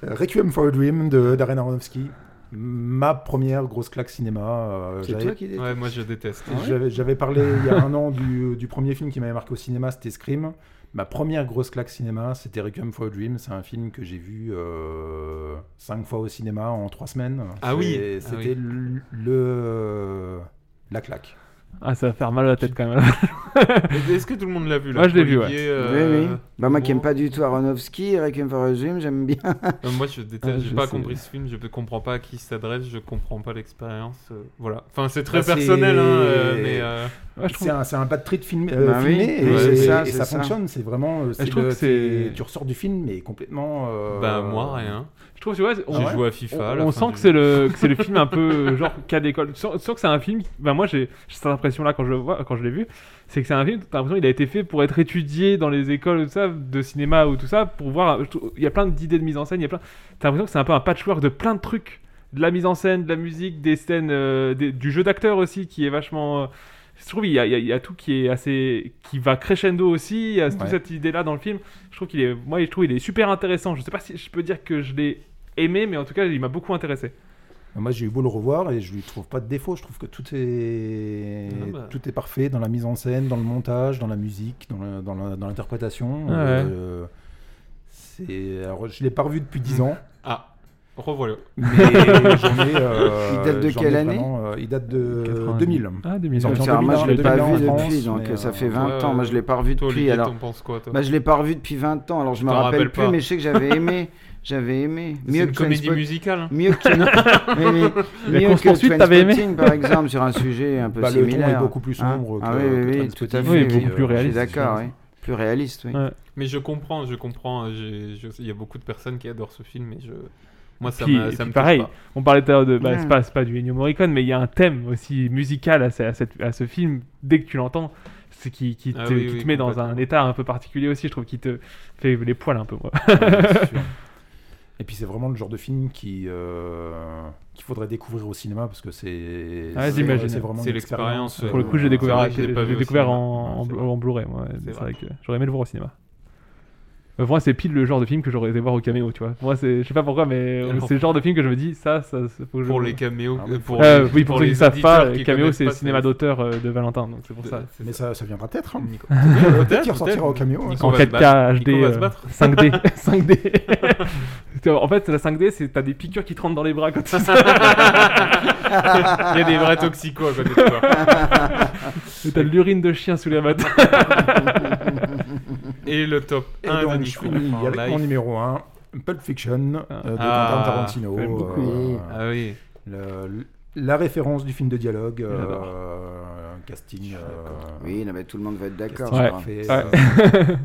K: Euh, Requiem for a Dream de Darren Aronofsky. Ma première grosse claque cinéma. euh,
J: C'est
K: j'avais-
J: toi qui détestes.
H: Ouais, moi je déteste.
J: Ah
K: J'avais- J'avais parlé il y a un an du, du premier film qui m'avait marqué au cinéma, c'était Scream. Ma première grosse claque cinéma, c'était Requiem for a Dream. C'est un film que j'ai vu euh, cinq fois au cinéma en trois semaines.
H: Ah oui,
K: Et
H: ah
K: C'était le, le- la claque.
I: Ah, ça va faire mal à la tête quand même.
H: Est-ce que tout le monde l'a vu là
I: Moi, je l'ai vu, ouais.
H: Olivier,
J: Oui,
H: euh,
J: oui. Bah, moi qui aime
H: bon.
J: pas du tout Aronofsky, Requiem for a Dream, j'aime bien.
H: Euh, moi je déteste,
I: Ah,
H: j'ai
I: je
H: pas
I: sais.
H: compris ce film, je ne comprends pas à qui il s'adresse, je comprends pas l'expérience. euh, voilà. Enfin, c'est très
J: Bah,
K: Ah, c'est-
H: personnel, hein, euh, mais. euh,
I: Ouais, je trouve-
K: C'est un, c'est un bad trip film, euh,
J: Bah oui,
K: filmé et,
H: ouais,
K: c'est-
H: c'est
J: ça,
K: et
J: c'est
K: ça
J: ça.
K: fonctionne. C'est vraiment. euh, c'est
I: je trouve
K: le-
I: que c'est-
K: Tu ressors du film, mais complètement. euh,
H: Bah, moi rien.
I: Je trouve, tu vois, on-
H: J'ai
K: ouais
H: joué à FIFA. à la
I: on, on
H: fin
I: sent
H: du-
I: que c'est le que c'est le film un peu euh, genre cas d'école. Tu sens, tu sens que c'est un film. qui- Ben moi j'ai j'ai cette impression là quand je le vois, quand je l'ai vu, c'est que c'est un film. T'as l'impression qu'il a été fait pour être étudié dans les écoles tout ça, de cinéma ou tout ça, pour voir. je trouve- Il y a plein d'idées de mise en scène. Il y a plein. T'as l'impression que c'est un peu un patchwork de plein de trucs, de la mise en scène, de la musique, des scènes, euh, des- du jeu d'acteur aussi qui est vachement. euh, je trouve il y, a, il y a- il y a tout qui est assez qui va crescendo aussi. Il y a toute
K: Ouais.
I: cette idée là dans le film. Je trouve qu'il est, moi je trouve il est super intéressant. Je sais pas si je peux dire que je l'ai aimé, mais en tout cas, il m'a beaucoup intéressé.
K: Bah, Moi, j'ai eu beau le revoir et je lui trouve pas de défaut. Je trouve que tout est
H: Ah bah.
K: tout est parfait dans la mise en scène, dans le montage, dans la musique, dans le- dans la- dans l'interprétation.
I: Ah ouais.
K: Euh, c'est- alors, je l'ai pas revu depuis 10 ans,
H: Ah, revoilà.
K: mais j'en ai, euh,
J: Il date de
K: j'en ai
J: quelle année
K: vraiment, euh, Il date de
I: 90.
K: 2000.
I: Ah,
K: Ils ont
J: Parce
K: fait
J: que,
K: en
J: alors, moi, je
K: 2000,
J: l'ai pas
K: en
J: vu
K: France,
J: depuis, donc
K: mais,
J: euh, ça
K: euh,
J: fait
H: toi,
J: 20 ans. Moi, je l'ai pas revu
H: Toi,
J: depuis.
H: Olivier,
J: Alors,
H: t'en penses quoi, toi
J: Bah, je l'ai pas revu depuis 20 ans, alors je me
H: T'en
J: rappelle
H: rappelles
J: plus,
H: pas.
J: mais je sais que j'avais aimé. J'avais aimé.
H: C'est
J: Mieux
H: une
J: que
H: comédie
J: Trainspot-
H: musicale. hein.
J: Mieux que, oui, oui.
I: La
J: Mieux
I: course
J: que
I: poursuite, t'avais aimé
J: Trainspotting, par exemple, sur un sujet un peu
K: Bah, le ton
J: similaire.
K: est beaucoup plus
J: Hein
K: sombre
J: Ah
K: que-
J: oui, oui,
K: que
J: oui, tout à
K: Trainspotting,
J: fait.
I: Oui, beaucoup plus
J: je suis
I: réaliste,
J: D'accord,
K: c'est
J: oui. Plus réaliste, oui.
I: Ouais.
H: Mais je comprends, je comprends. hein, j'ai- je- Il y a beaucoup de personnes qui adorent ce film, mais je. Moi, ça
I: Puis-
H: m'a-
I: et
H: ça
I: puis
H: me touche
I: pareil.
H: pas.
I: On parlait tout à l'heure de. Bah,
J: Mm.
I: c'est, pas, c'est pas du Ennio Morricone, mais il y a un thème aussi musical à, ce- à cette- à ce film, dès que tu l'entends, c'est qui, qui te,
H: Ah oui,
I: qui
H: oui,
I: te met dans
H: complètement.
I: un état un peu particulier aussi, je trouve, qui te fait les poils un peu, moi.
K: C'est sûr. Et puis c'est vraiment le genre de film qui euh, qu'il faudrait découvrir au cinéma parce que c'est
I: Ah,
K: c'est-
I: j'imagine.
K: c'est vraiment
H: C'est
K: une
H: l'expérience,
K: expérience,
I: Pour le
K: euh,
I: coup, j'ai découvert,
H: vrai que je l'ai
I: j'ai-
H: pas
I: j'ai
H: vu au
I: découvert
H: cinéma.
I: en, en,
H: Ouais, c'est
I: en Blu-ray, moi.
H: C'est
I: C'est vrai.
H: vrai.
I: que j'aurais aimé le voir au cinéma. Euh, Moi, c'est pile le genre de film que j'aurais été voir au caméo, tu vois. Moi, c'est, je sais pas pourquoi, mais euh,
H: Alors-
I: c'est le genre de film que je me dis, ça, ça, ça, faut que je-
H: Pour les caméos.
K: Ah oui,
H: euh,
K: faut-
H: pour
I: Euh,
H: les-
I: oui, pour, ceux qui ne
H: les
I: savent pas,
H: auditeurs qui
I: Caméo,
H: connaissent
I: c'est le
H: pas,
I: cinéma d'auteur euh, de Valentin, donc c'est pour
H: de-
I: ça.
H: c'est
K: Mais ça, ça viendra peut-être. hein.
H: Nico.
K: Peut-être
H: Peut-être,
K: qu'il ressortira
H: peut-être.
K: au caméo. hein.
H: Nico
I: En
H: va se
I: 4K
H: battre.
I: HD,
H: Nico va se
I: euh,
H: battre.
I: 5D, 5D. Parce que, en fait, la 5D, c'est t'as des piqûres qui te rentrent dans les bras quand tu
H: Il y a des vrais toxicos à côté de toi.
I: t'as de l'urine de chien sous les matin.
H: Et le top
K: Et
H: 1 de
K: donc, je
H: Nico.
K: finis
H: en
K: avec mon
H: live.
K: numéro 1, Pulp Fiction euh, de
H: Ah,
K: Quentin Tarantino.
I: j'aime beaucoup.
K: euh,
H: Ah oui.
K: le- la référence du film de dialogue, euh,
I: J'adore.
K: un casting. euh,
J: Oui, non, mais tout le monde va être d'accord.
K: casting
I: Ouais.
J: je crois.
K: parfait,
I: Ouais.
K: euh,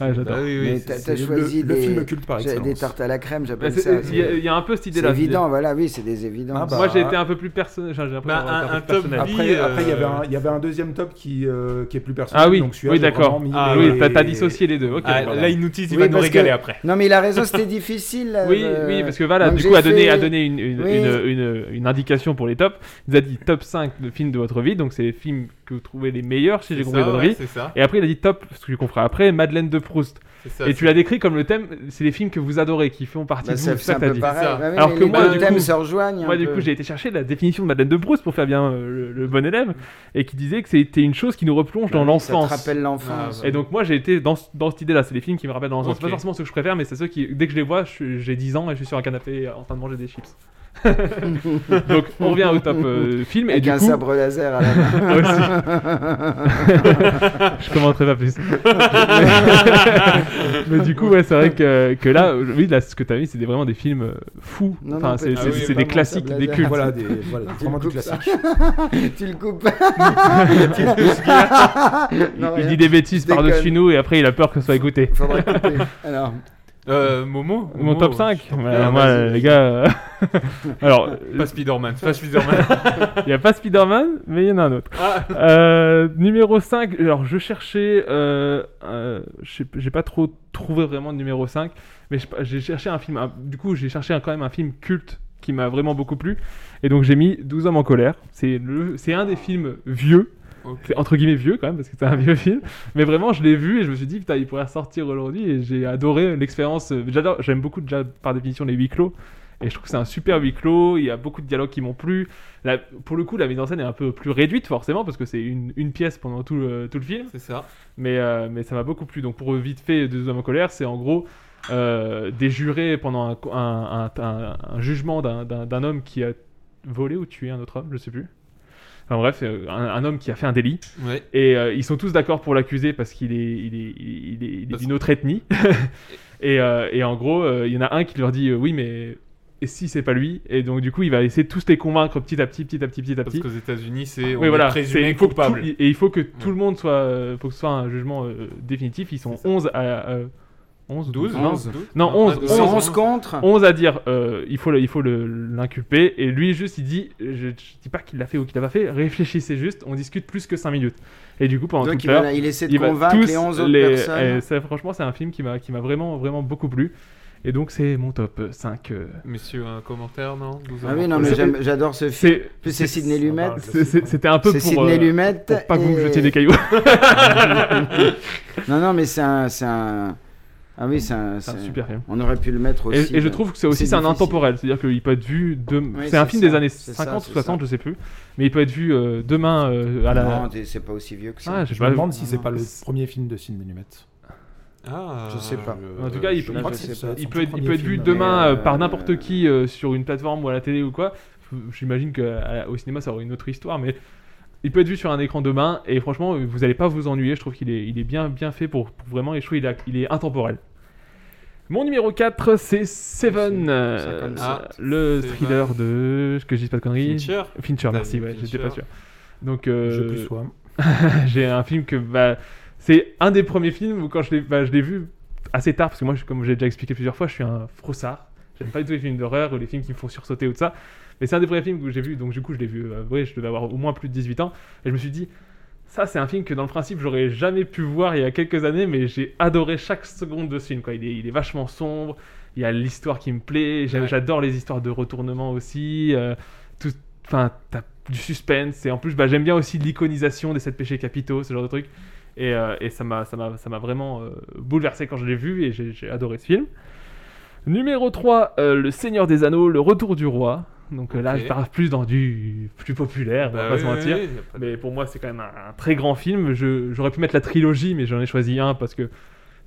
I: Ah, j'adore.
H: Ah oui, oui,
J: Mais
H: c'est-
J: t'as-
K: c'est
J: t'as
K: le-
J: choisi
K: le
J: des-
K: film culte par
J: j'ai- Des
K: excellence.
J: tartes à la crème,
I: Bah,
J: j'appelle
I: c'est-
J: ça.
I: Il y, a-
J: C'est
I: il y a un peu cette
J: c'est
I: idée-là.
J: évident, voilà, oui, c'est des évidences.
K: Ah bah,
I: Moi, j'ai été un peu plus personnel. J'ai l'impression
H: Bah,
I: d'avoir été
H: un- un
I: peu plus
H: top
I: personnel.
H: dix.
K: Après,
H: Puis,
K: après, il y
H: euh,
K: avait un- il y avait un deuxième top qui, euh, qui est plus personnel.
I: Ah oui,
K: donc celui-là,
I: oui
K: j'ai
I: d'accord.
K: vraiment mis
I: Ah
K: les-
I: oui, t'as- t'as dissocié les deux. Ok.
H: Ah,
K: voilà.
H: Là, il nous tease, il
J: Oui,
H: va nous
J: parce que-
H: régaler après.
J: Non, mais il a raison, c'était difficile. euh, là,
I: Oui,
H: euh,
J: le-
I: oui, parce que voilà,
J: Donc,
I: du
J: j'ai
I: coup, a donné,
J: fait-
I: a donné une, une,
J: Oui.
I: une- une- une indication pour les tops. Il nous a dit top 5 de films de votre vie, donc c'est film films que vous trouvez les meilleurs chez
H: C'est
I: Jérôme
H: ça,
I: Bédonnerie.
H: ouais, c'est ça.
I: et après, il a dit top, ce qu'on fera après, Madeleine de Proust.
H: C'est ça,
I: et tu
H: c'est-
I: l'as décrit comme le thème, c'est les films que vous adorez, qui font partie
J: Bah,
I: de vous.
J: c'est-
I: c'est ça
J: c'est
I: que
J: un
I: t'as
J: peu
I: dit.
J: pareil.
I: C'est
J: Bah oui,
I: Alors
J: mais
I: que
J: les
I: moi,
J: deux
I: du
J: thèmes
I: coup,
J: se rejoignent un
I: Moi, du
J: peu.
I: coup, j'ai été chercher la définition de Madeleine de Proust pour faire bien euh, le, le bon élève, et qui disait que c'était une chose qui nous replonge
J: Bah
I: dans
J: oui,
I: l'enfance.
J: ça te rappelle l'enfance.
I: Et donc, moi, j'ai été dans, ce- dans cette idée-là. C'est les films qui me rappellent dans l'enfance.
H: Ok.
I: C'est pas forcément ceux que je préfère, mais c'est ceux qui, dès que je les vois, je suis- j'ai 10 ans et je suis sur un canapé euh, en train de manger des chips. donc, on revient au top euh, film. et
J: Avec
I: du
J: un
I: coup-
J: sabre laser à la main.
I: Aussi. je commenterai pas plus. Mais- Mais du coup, ouais, c'est vrai que, que là, oui, là, ce que t'as mis, c'est des- vraiment des films euh, fous.
J: Non,
I: Enfin,
J: non,
I: c'est
J: pas-
I: c'est-
J: ah oui,
I: c'est
J: pas
I: des
J: mon
I: classiques,
J: sabre
I: des
J: laser.
I: cultes.
K: Voilà, des- voilà,
J: Tu
K: vraiment
J: le
K: du
J: coupes, ça.
K: classique.
J: tu le coupes.
I: Il,
J: Non,
I: il
J: rien.
I: dit des bêtises
J: Je déconne.
I: par-dessus nous et après, il a peur que ce soit écouté.
J: Faudrait couper. Alors,
H: Euh, Momo
I: Mon
H: Momo,
I: top
H: je
I: 5
H: t'en prie.
I: Bah,
H: Ah,
I: Moi,
H: vas-y.
I: les gars. euh, Alors,
H: Pas Spider-Man, pas Spider-Man.
I: il n'y a pas Spider-Man, mais il y en a un autre.
H: Ah.
I: Euh, numéro 5, alors je cherchais. Euh, euh, je sais- j'ai pas trop trouvé vraiment de numéro 5, mais je- j'ai cherché un film. un- du coup, j'ai cherché un- quand même un film culte qui m'a vraiment beaucoup plu. Et donc, j'ai mis 12 hommes en colère. C'est le- c'est un des films vieux.
H: Ok.
I: C'est entre guillemets vieux quand même parce que c'est un vieux film, mais vraiment je l'ai vu et je me suis dit putain il pourrait ressortir aujourd'hui et j'ai adoré l'expérience. Euh, J'adore, j'aime beaucoup déjà par définition les huis clos et je trouve que c'est un super huis clos. Il y a beaucoup de dialogues qui m'ont plu. La- pour le coup, la mise en scène est un peu plus réduite forcément parce que c'est une, une pièce pendant tout le, tout le film.
H: C'est ça.
I: Mais, euh, mais ça m'a beaucoup plu. Donc pour vite fait, deux hommes en colère, c'est en gros euh, des jurés pendant un, co- un- un- un- un jugement d'un- d'un d'un homme qui a volé ou tué un autre homme, je sais plus. Enfin bref, euh, un, un homme qui a fait un délit.
H: Ouais.
I: Et euh, ils sont tous d'accord pour l'accuser parce qu'il est, il est, il est, il est
H: Parce-
I: d'une autre ethnie. et, euh, et en gros, euh, il y en a un qui leur dit euh, oui, mais et si c'est pas lui Et donc du coup, il va essayer de tous les convaincre petit à petit, petit à petit, petit à
H: Parce
I: petit.
H: qu'aux États-Unis, c'est on
I: Oui,
H: est
I: voilà, c'est-
H: présumé
I: il faut que
H: coupable.
I: tout- et il faut que tout le monde soit, euh, faut que ce soit un jugement euh, définitif. Ils sont 11 à euh, 11 12 non
H: 11.
I: non 11
H: Ah,
I: 11,
J: 11 contre.
I: 11 à dire euh, il faut le- il faut le- l'inculper et lui juste il dit je, je dis pas qu'il l'a fait ou qu'il l'a pas fait, réfléchissez juste, on discute plus que 5 minutes. Et du coup pendant
J: Donc
I: toute
J: il va-
I: l'heure,
J: il essaie de
I: va
J: convaincre
I: tous
J: les 11 autres
I: les- eh,
J: personnes.
I: et ça, franchement, c'est un film qui m'a qui m'a vraiment vraiment beaucoup plu. Et donc c'est mon top 5 euh,
H: Monsieur, un commentaire, non Nous
J: Ah
H: avons-
J: oui, non, mais
I: C'est-
J: j'aime- j'adore ce film.
I: c'est
J: Plus c'est Sidney Lumet.
I: c'est- c'est- c'était un peu
J: C'est
I: pour
J: Sidney
I: euh,
J: Lumet
I: pour pas que vous me
J: et-
I: jetiez des cailloux.
J: Non, non, mais c'est un, c'est un. Ah oui, c'est un.
I: C'est un
J: c'est-
I: super film.
J: On aurait pu le mettre
I: Et-
J: aussi.
I: Et, je trouve que c'est aussi c'est un
J: difficile.
I: intemporel, c'est-à-dire qu'il peut être vu de... c'est un
J: c'est
I: film
J: ça,
I: des années
J: c'est
I: 50
J: ça,
I: ou
J: c'est
I: 60,
J: ça.
I: je sais plus, mais il peut être vu euh, demain euh, à la
J: Non, t'es- c'est pas aussi vieux que ça.
I: Ah,
K: Je
I: je sais
K: me
I: pas.
K: demande si c'est
J: non,
K: pas le
I: c'est-
K: premier film de Sidney Lumet.
H: Ah,
J: Je sais pas.
K: Je-
I: En tout cas, il
K: je
I: peut-
K: crois
J: il
K: que
J: peut-
K: c'est son
I: il
K: tout
I: peut être, il
K: premier
I: peut être vu
K: film.
I: demain
J: mais,
I: euh, par
J: euh,
I: n'importe qui euh, sur une plateforme ou à la télé ou quoi. F- J'imagine qu'au cinéma ça aurait une autre histoire, mais il peut être vu sur un écran demain et franchement vous n'allez pas vous ennuyer. Je trouve qu'il est, il est bien, bien fait pour, pour vraiment et je trouve qu'il a- il est intemporel. Mon numéro 4 c'est Seven, euh,
J: comme
H: ça.
I: le
H: Seven.
I: thriller de que je dise pas de conneries.
H: Fincher
I: Fincher,
H: David
I: merci, ouais, j'étais pas
H: Fincher.
I: sûr. Donc
K: Je
I: euh,
K: plus sois.
I: j'ai un film que bah, c'est un des premiers films où quand je l'ai bah, je l'ai vu assez tard parce que moi je- comme j'ai déjà expliqué plusieurs fois je suis un frossard j'aime pas du tout les films d'horreur ou les films qui me font sursauter ou tout ça mais c'est un des premiers films que j'ai vu donc du coup je l'ai vu euh, ouais, je devais avoir au moins plus de 18 ans et je me suis dit ça c'est un film que dans le principe j'aurais jamais pu voir il y a quelques années mais j'ai adoré chaque seconde de ce film quoi. Il, est, il est vachement sombre il y a l'histoire qui me plaît j'aime-
H: Ouais.
I: j'adore les histoires de retournement aussi euh, tout enfin t'as du suspense et en plus bah, j'aime bien aussi l'iconisation des sept péchés capitaux ce genre de truc et, euh, et ça m'a ça m'a ça m'a vraiment euh, bouleversé quand je l'ai vu et j'ai j'ai adoré ce film numéro 3 euh, le Seigneur des Anneaux le retour du roi donc euh, là
H: Ok.
I: je parle plus dans du plus populaire on va
H: Bah
I: pas
H: oui,
I: se
H: oui,
I: mentir
H: oui, y a pas de-
I: mais pour moi, c'est quand même un, un très grand film. Je- J'aurais pu mettre la trilogie, mais j'en ai choisi un parce que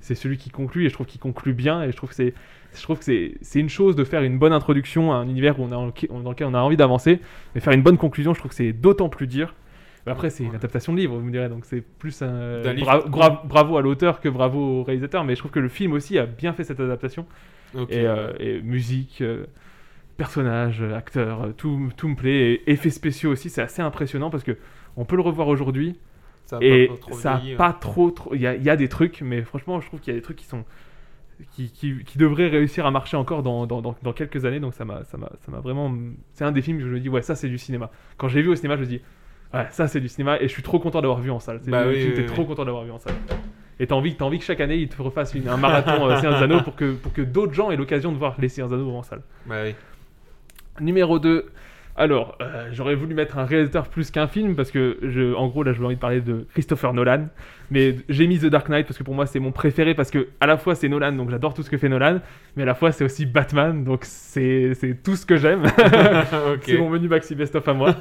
I: c'est celui qui conclut et je trouve qu'il conclut bien. Et je trouve que c'est, je trouve que c'est, c'est une chose de faire une bonne introduction à un univers où on a, en- dans lequel on a envie d'avancer, mais faire une bonne conclusion, je trouve que c'est d'autant plus dur. Mais Après, c'est une adaptation de livre, vous me direz, donc c'est plus un
H: D'un livre.
I: bra- bra- bravo à l'auteur que bravo au réalisateur. Mais je trouve que le film aussi a bien fait cette adaptation
H: Ok.
I: et, euh, et musique, euh, personnages, euh, acteurs, euh, tout, m- tout me plaît. Et effets spéciaux aussi, c'est assez impressionnant parce que on peut le revoir aujourd'hui
H: Ça a
I: et
H: pas trop
I: ça a
H: vieilli, hein.
I: pas trop trop. Il y, a- il y a des trucs, mais franchement, je trouve qu'il y a des trucs qui sont qui, qui- qui devraient réussir à marcher encore dans, dans- dans- dans quelques années. Donc ça m'a ça m'a ça m'a vraiment. C'est un des films que je me dis ouais ça c'est du cinéma. Quand j'ai vu au cinéma, je me dis ouais ça c'est du cinéma et je suis trop content d'avoir vu en salle. C'est
H: Bah
I: le
H: oui,
I: film,
H: oui,
I: t'es
H: oui.
I: trop content d'avoir vu en salle. Et t'as envie, t'as envie que chaque année, ils te refassent une- un marathon euh, Seigneur des Anneaux pour que, pour que d'autres gens aient l'occasion de voir les Seigneurs des Anneaux en salle.
H: Bah oui.
I: Numéro 2, Alors, euh, j'aurais voulu mettre un réalisateur plus qu'un film parce que, je, en gros, là, je veux envie de parler de Christopher Nolan. Mais j'ai mis The Dark Knight parce que pour moi, c'est mon préféré parce que, à la fois, c'est Nolan, donc j'adore tout ce que fait Nolan, mais à la fois, c'est aussi Batman, donc c'est c'est tout ce que j'aime. C'est mon menu maxi best-of à moi.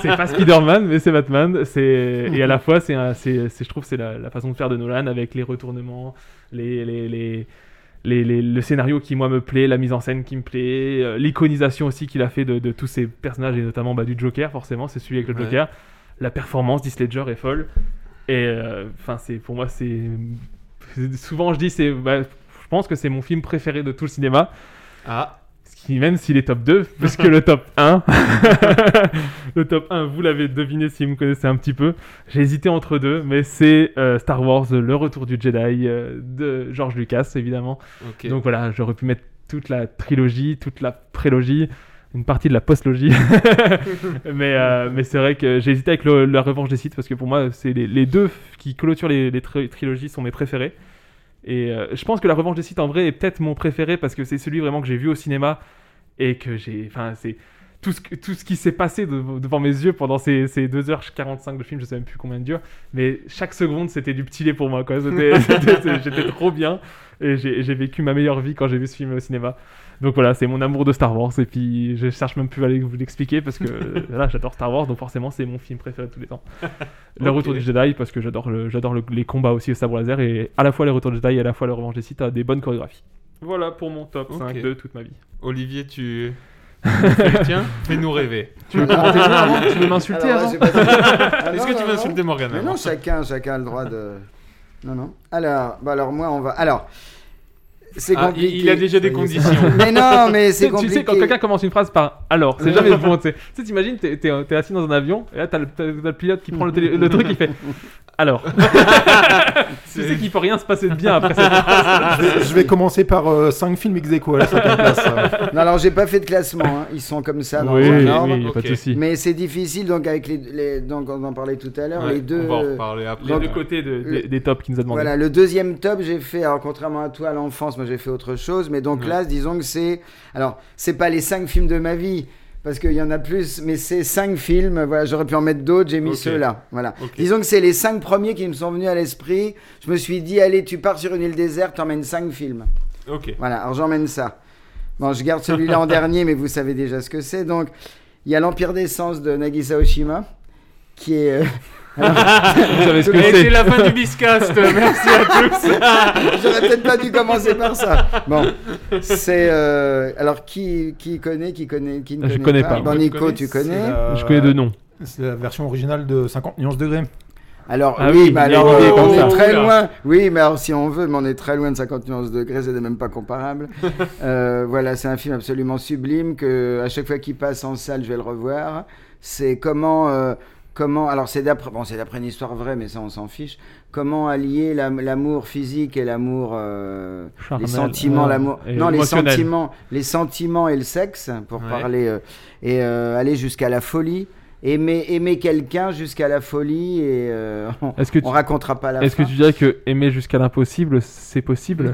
I: c'est pas Spider-Man, mais c'est Batman. C'est- Et à la fois, c'est un- c'est- c'est- je trouve que c'est la, la façon de faire de Nolan avec les retournements, les- les- les les- les- le scénario qui moi me plaît, la mise en scène qui me plaît, euh, l'iconisation aussi qu'il a fait de, de tous ces personnages et notamment bah, du Joker forcément, c'est celui avec le
H: Ouais.
I: Joker. La performance d'Heath Ledger est folle. Et euh, enfin c'est pour moi c'est c'est- souvent je dis c'est bah, je pense que c'est mon film préféré de tout le cinéma.
H: Ah
I: Ce qui, même s'il est top 2, parce que le top 1, le top 1, vous l'avez deviné si vous me connaissez un petit peu, j'ai hésité entre deux, mais c'est euh, Star Wars, Le Retour du Jedi euh, de George Lucas, évidemment.
H: Ok.
I: Donc voilà, j'aurais pu mettre toute la trilogie, toute la prélogie, une partie de la postlogie. mais euh, mais c'est vrai que j'ai hésité avec le- La Revanche des Sith, parce que pour moi, c'est les, les deux qui clôturent les, les tri- trilogies sont mes préférés. Et euh, je pense que La Revanche des Sith en vrai est peut-être mon préféré parce que c'est celui vraiment que j'ai vu au cinéma et que j'ai. Enfin, c'est tout ce, que- tout ce qui s'est passé de- devant mes yeux pendant ces, ces 2h45 de film, je sais même plus combien de dure, mais chaque seconde c'était du petit lait pour moi. quoi. C'était- c'était- J'étais trop bien et j'ai j'ai vécu ma meilleure vie quand j'ai vu ce film au cinéma. Donc voilà, c'est mon amour de Star Wars et puis je cherche même plus à vous l'expliquer parce que là j'adore Star Wars donc forcément c'est mon film préféré de tous les temps. Le
H: Ok.
I: retour du Jedi parce que j'adore le- j'adore le- les combats aussi au sabre laser et à la fois les retours du Jedi et à la fois le revanche des Sith a des bonnes chorégraphies. Voilà pour mon top 5 de toute ma vie.
H: Olivier, tu. Tiens, fais-nous rêver.
I: Tu veux commenter ça avant Tu veux m'insulter
J: Alors là,
I: avant
J: j'ai pas- Ah,
H: Est-ce
J: non,
H: que tu
J: non,
H: veux
J: non.
H: insulter Morgane
J: Mais
H: avant
J: non, chacun, chacun a le droit de. Non, non. Alors, bah alors moi, on va. Alors, c'est
I: Ah,
J: compliqué.
I: il- il a déjà des conditions.
J: mais non, mais c'est
I: Tu sais-
J: compliqué.
I: Tu sais, quand quelqu'un commence une phrase par alors, c'est jamais bon, tu sais. Tu sais, t'imagines, t'es, t'es, t'es assis dans un avion, et là, t'as le, t'as le pilote qui prend le, télé- le truc, il fait alors. tu sais qu'il peut rien se passer de bien après cette phrase.
K: Je vais commencer par 5 films ex aequo à la cinquième place. euh.
J: non, alors j'ai pas fait de classement, hein. ils sont comme ça dans
K: Oui,
J: un
K: oui,
J: ordre.
K: oui, pas de Ok. souci.
J: Mais c'est difficile, donc avec les, les- donc on en parlait tout à l'heure,
I: Ouais,
J: les deux.
I: on va en reparler après. Les deux côtés de-
J: le-
I: des- des tops qui nous a demandé.
J: Voilà, le deuxième top, j'ai fait, alors contrairement à toi à l'enfance, moi j'ai fait autre chose, mais donc
I: Ouais.
J: là, disons que c'est, alors c'est pas les cinq films de ma vie. Parce qu'il y en a plus, mais c'est cinq films. Voilà, j'aurais pu en mettre d'autres, j'ai mis
B: Ok.
J: ceux-là. Voilà.
B: Ok.
J: Disons que c'est les cinq premiers qui me sont venus à l'esprit. Je me suis dit, allez, tu pars sur une île déserte, t'emmènes cinq films.
H: Ok.
J: Voilà, alors j'emmène ça. Bon, je garde celui-là en dernier, mais vous savez déjà ce que c'est. Donc, il y a l'Empire des Sens de Nagisa Oshima, qui est. euh,
I: Vous savez ce que
J: Et
I: c'est.
J: c'est
I: la fin du Biscast, merci à tous.
J: J'aurais peut-être pas dû commencer par ça. Bon, c'est. euh, Alors, qui, qui connaît, qui connaît, qui ne
I: Je
J: connaît
I: connais pas.
J: Bon,
I: Moi, je
J: Nico,
I: connais.
J: tu
K: C'est
J: connais
K: la-
I: Je connais deux noms.
K: C'est la version originale de 50 nuances degrés.
J: Alors,
K: Ah
J: oui,
K: oui,
J: mais
K: il y a
J: alors,
K: une idée
J: euh,
K: comme
J: on
K: ça.
J: est très
K: Oula.
J: loin. Oui, mais alors, si on veut, mais on est très loin de 50 nuances degrés, c'est même pas comparable. Euh, voilà, c'est un film absolument sublime que, à chaque fois qu'il passe en salle, je vais le revoir. C'est comment. euh, Comment, alors c'est d'après bon, c'est d'après une histoire vraie, mais ça on s'en fiche. Comment allier l'am- l'amour physique et l'amour, euh, les
I: Charnel,
J: sentiments,
I: euh,
J: l'amour,
I: et
J: non les
I: émotionnel.
J: sentiments, les sentiments et le sexe pour
I: Ouais.
J: parler euh, et euh, aller jusqu'à la folie, aimer aimer quelqu'un jusqu'à la folie et euh, on,
I: Est-ce que tu-
J: on racontera pas la
I: Est-ce que
J: fin.
I: tu dirais que aimer jusqu'à l'impossible, c'est possible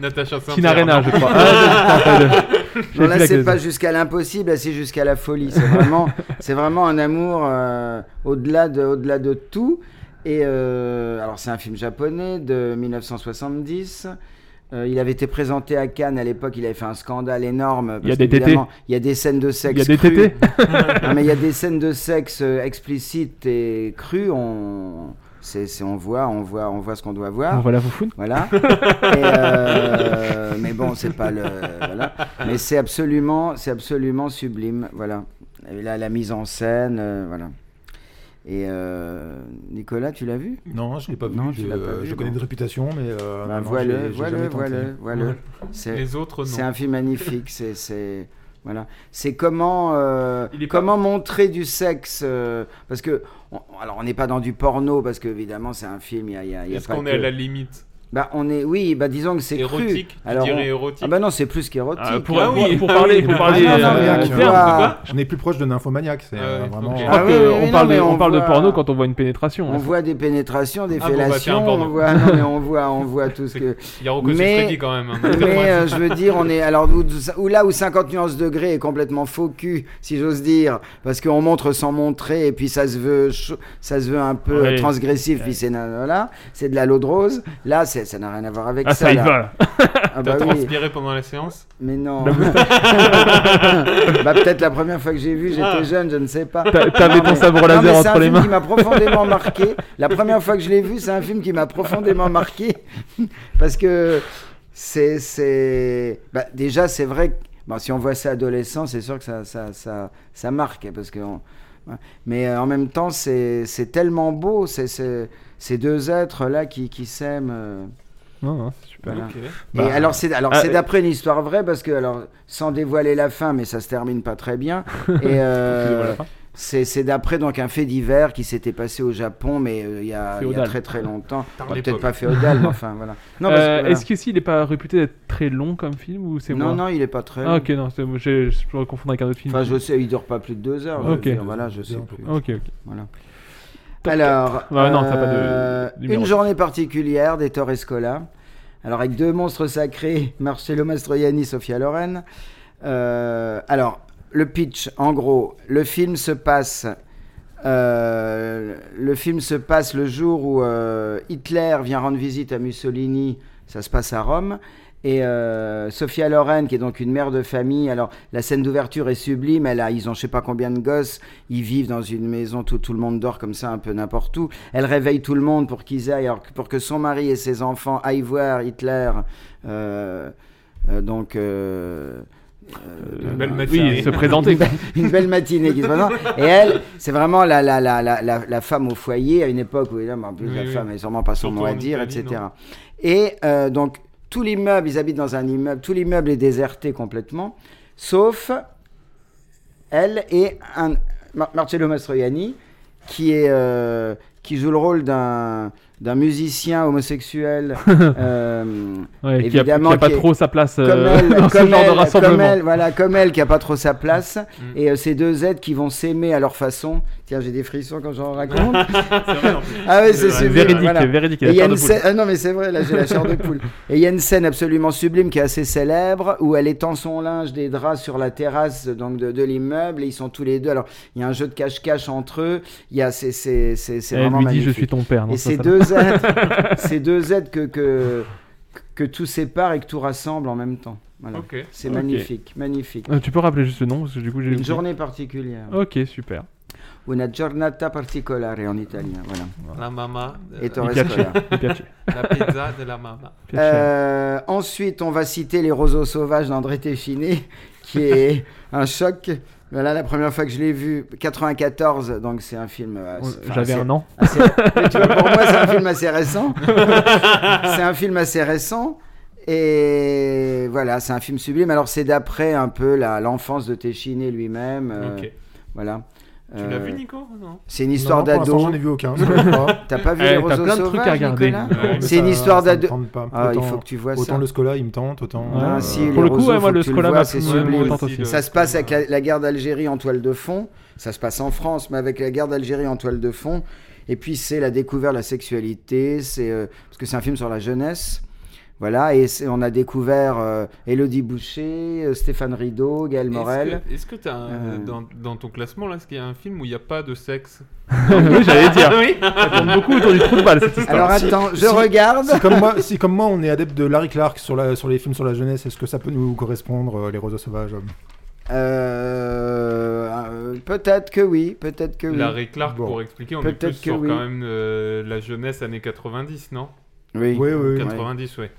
H: Natacha Saint-Pierre.
I: Tina Arena, je crois. Ah, non, non, pas de- j'ai
J: Non,
I: plus
J: là,
I: la
J: c'est
I: caisse.
J: pas jusqu'à l'impossible, là, c'est jusqu'à la folie. C'est vraiment, c'est vraiment un amour euh, au-delà de, au-delà de tout. Et euh, alors, c'est un film japonais de 1970. Euh, il avait été présenté à Cannes à l'époque. Il avait fait un scandale énorme. parce
I: Il y a des
J: qu'évidemment,
I: tétés.
J: Il y a des scènes de sexe.
I: Il y a des
J: crues.
I: tétés.
J: Non, mais il y a des scènes de sexe euh, explicites et crues. On, c'est, c'est- on voit, on voit, on voit ce qu'on doit voir.
I: On voit la foufoune.
J: Voilà. Et, euh, mais bon, c'est pas le. Voilà. Mais c'est absolument, c'est absolument sublime. Voilà. Et là, la mise en scène, euh, voilà. Et euh, Nicolas, tu l'as vu
K: Non, je l'ai pas vu.
J: Non, tu
K: je,
J: l'as pas vu,
K: je connais
J: non.
K: de réputation, mais. euh,
J: Bah,
K: non, j'ai-
J: voilà,
K: j'ai
J: voilà,
K: jamais tenté.
J: voilà, voilà.
K: Ouais.
J: C'est-
H: Les autres, non.
J: C'est un film magnifique. C'est, c'est- voilà. C'est comment, euh,
H: Il est pas-
J: comment montrer du sexe euh, parce que on- alors on n'est pas dans du porno parce que évidemment c'est un film. Il y a, il y a- il y a
H: Est-ce
J: pas
H: qu'on
J: que-
H: est à la limite
J: Bah, on est, oui, bah disons que c'est cru.
H: Érotique, tu dirais érotique
J: Ah bah non, c'est plus qu'érotique.
H: Ah, pour- Ah oui, pour parler- pour parler,
J: Ah non, non, mais
H: euh,
J: on
H: terme,
J: voit-
H: quoi
K: On est plus proche de nymphomaniac, c'est euh, vraiment.
I: Je crois
J: Ah oui,
I: que
J: oui, oui,
I: on
J: non,
I: parle,
J: mais
I: de, on
J: on
I: parle de
J: voit-
I: porno quand on voit une pénétration.
J: On voit des pénétrations, des
I: Ah bon, bah, c'est un
J: fellations,
I: porno.
J: on voit, non, mais on voit, on voit tout ce que.
H: Il y a Rocco Siffredi quand même, hein,
J: ah, mais
H: malgré moi.
J: euh, je veux dire, on est alors où- où là où 50 nuances degrés est complètement faux cul, si j'ose dire, parce qu'on montre sans montrer et puis ça se veut, ch- ça se veut un peu
I: Ouais.
J: transgressif, puis c'est voilà, c'est de la l'eau de rose. Là, c'est- ça n'a rien à voir avec
I: Ah,
J: ça.
I: ça y
J: là.
I: va.
J: Ah bah
H: T'as
J: oui.
H: transpiré pendant la séance
J: Mais non.
H: La moustache.
J: bah peut-être la première fois que j'ai vu, j'étais
H: Ah.
J: jeune, je ne sais pas.
I: T'a- t'avais
J: Non,
I: ton
J: mais-
I: sabre
J: non,
I: laser
J: mais
I: entre les mains.
J: C'est un film qui m'a profondément marqué. La première fois que je l'ai vu, c'est un film qui m'a profondément marqué parce que c'est c'est bah, déjà c'est vrai. que- bon, si on voit ça adolescent, c'est sûr que ça ça ça, ça marque parce que on- mais euh, en même temps c'est c'est tellement beau, c'est c'est- ces deux êtres là qui qui s'aiment. euh,
I: Non, non, c'est super.
J: voilà.
I: Bah,
J: et alors c'est alors
I: ah,
J: c'est
I: et-
J: d'après une histoire vraie parce que alors sans dévoiler la fin mais ça se termine pas très bien et
I: dévoiles
J: euh,
I: la fin.
J: c'est c'est d'après donc un fait divers qui s'était passé au Japon mais euh, il y, a, il y a
I: Féodal.
J: très très longtemps
I: Par
J: Bah, peut-être
I: l'époque.
J: pas féodal mais enfin voilà non
I: Euh,
J: parce que, voilà.
I: Est-ce que s'il n'est pas réputé d'être très long comme film ou c'est moi
J: non, non, il est pas très
I: Ah, ok, non, c'est- je, je pourrais confondre avec un autre film.
J: enfin je sais il dure pas plus de deux heures
I: Ok.
J: je veux dire, voilà je sais plus
I: Ok, ok.
J: Voilà. Alors,
I: Ouais, non, t'as pas de-
J: euh,
I: numéro.
J: une journée particulière des Torres Scola. Alors, avec deux monstres sacrés, Marcello Mastroianni, Sofia Loren. Euh, alors, le pitch, en gros, le film se passe. euh, le film se passe le jour où euh, Hitler vient rendre visite à Mussolini. Ça se passe à Rome. Et euh, Sophia Loren, qui est donc une mère de famille, alors la scène d'ouverture est sublime, elle a, ils ont je sais pas combien de gosses, ils vivent dans une maison, tout, tout le monde dort comme ça un peu n'importe où, elle réveille tout le monde pour qu'ils aillent, alors que- pour que son mari et ses enfants aillent voir Hitler, euh, euh, donc... euh, euh,
I: Une belle
J: euh,
I: matinée. Oui, se présenter,
J: Une
I: quoi.
J: belle- une belle matinée qui se présente. Et elle, c'est vraiment la, la, la, la, la, la femme au foyer à une époque où évidemment, en plus,
I: Oui,
J: la
I: oui.
J: femme n'a sûrement pas son
I: Surtout
J: mot à
I: en
J: dire,
I: Italie,
J: etc.
I: non
J: Et euh, donc, tout l'immeuble, ils habitent dans un immeuble, tout l'immeuble est déserté complètement, sauf elle et un, Mar- Marcello Mastroianni, qui, est, euh, qui joue le rôle d'un d'un musicien homosexuel. euh,
I: Ouais, qui a-
J: évidemment,
I: qui a pas
J: est-
I: trop sa place, euh,
J: comme elle-
I: dans ce
J: comme
I: genre de
J: elle- Comme
I: rassemblement. Mm.
J: elle, voilà, comme elle qui a pas trop sa place. Et euh, ces deux êtres qui vont s'aimer à leur façon. Tiens, j'ai des frissons quand j'en raconte. ah ouais, c'est
I: C'est
J: sublime.
I: véridique,
J: voilà.
I: véridique,
J: Et
I: la
J: il y a
I: chair de
J: une
I: poule.
J: scène- ah non, mais c'est vrai, là j'ai la chair de poule. Et il y a une scène absolument sublime qui est assez célèbre où elle étend son linge, des draps sur la terrasse donc de, de l'immeuble et ils sont tous les deux. Alors il y a un jeu de cache-cache entre eux. Il y a c'est c'est c'est c'est
I: Elle
J: vraiment
I: lui dit,
J: magnifique.
I: Eh, je suis ton père. Non,
J: Et
I: ça,
J: ces
I: ça
J: deux
I: va.
J: êtres, ces deux êtres que que que tout sépare et que tout rassemble en même temps. Voilà.
H: Ok.
J: C'est
I: Ok.
J: magnifique, magnifique.
I: Euh, tu peux rappeler juste le nom parce que du coup j'ai
J: Une
I: oublié.
J: journée particulière.
I: Ok, super.
J: Una giornata particolare en italien, voilà.
H: La eh, mama. de-
J: Et Torres Scola.
H: La pizza de la mama.
J: Euh, ensuite, on va citer Les roseaux sauvages d'André Téchiné, qui est un choc. Voilà, la première fois que je l'ai vu, 94, donc c'est un film. euh,
I: On-
J: assez- enfin,
I: j'avais
J: assez-
I: un an.
J: assez- mais tu vois, pour moi, c'est un film assez récent. c'est un film assez récent. Et voilà, c'est un film sublime. Alors, c'est d'après un peu la- l'enfance de Téchiné lui-même. euh,
H: Ok.
J: Voilà. Euh,
H: Tu l'as vu, Nico Non.
J: C'est une histoire
K: Non, pour
J: d'ado.
K: l'instant, j'en ai vu aucun, ça me parle pas.
J: T'as pas vu
K: Eh,
J: les
K: t'as
J: roseaux
K: plein de
J: sauvages,
K: trucs à regarder.
J: Nicolas
K: Ouais,
J: C'est
K: ça-
J: une histoire
K: ça me
J: d'ado.
K: tente pas.
J: Ah, il
K: Autant-
J: faut que tu vois ça.
K: autant le Scola, il me tente, autant,
I: Ah,
J: Ah,
I: euh,
J: si, les
I: pour le coup,
J: roseaux,
I: ouais, moi,
J: faut
I: le
J: que tu
I: Scola
J: vois,
I: m'a-
J: c'est
I: ouais, moi
J: sublime.
I: aussi, le
J: ça se passe avec la, la guerre d'Algérie en toile de fond. Ça se passe en France, mais avec la guerre d'Algérie en toile de fond. Et puis, c'est la découverte de la sexualité. C'est euh, parce que c'est un film sur la jeunesse. Voilà, et c'est- on a découvert euh, Élodie Boucher, euh, Stéphane Rideau, Gaël Morel.
H: Est-ce que tu as
J: Euh.
H: dans, dans ton classement là, est-ce qu'il y a un film où il n'y a pas de sexe
I: oui, j'allais dire.
H: Oui.
I: Ça tourne beaucoup autour du trou de balle cette histoire.
J: Alors, attends, je regarde.
K: Si comme, moi, si comme moi, on est adepte de Larry Clark sur, la, sur les films sur la jeunesse, est-ce que ça peut nous correspondre, euh, Les Roseaux Sauvages
J: Euh, euh, peut-être que oui, peut-être que oui.
H: Larry Clark,
J: Bon.
H: pour expliquer, on est
J: Peut-être
H: plus
J: que
H: sur
J: oui.
H: quand même euh, la jeunesse années 90, non
J: Oui.
K: Oui, oui, oui.
H: 90, ouais.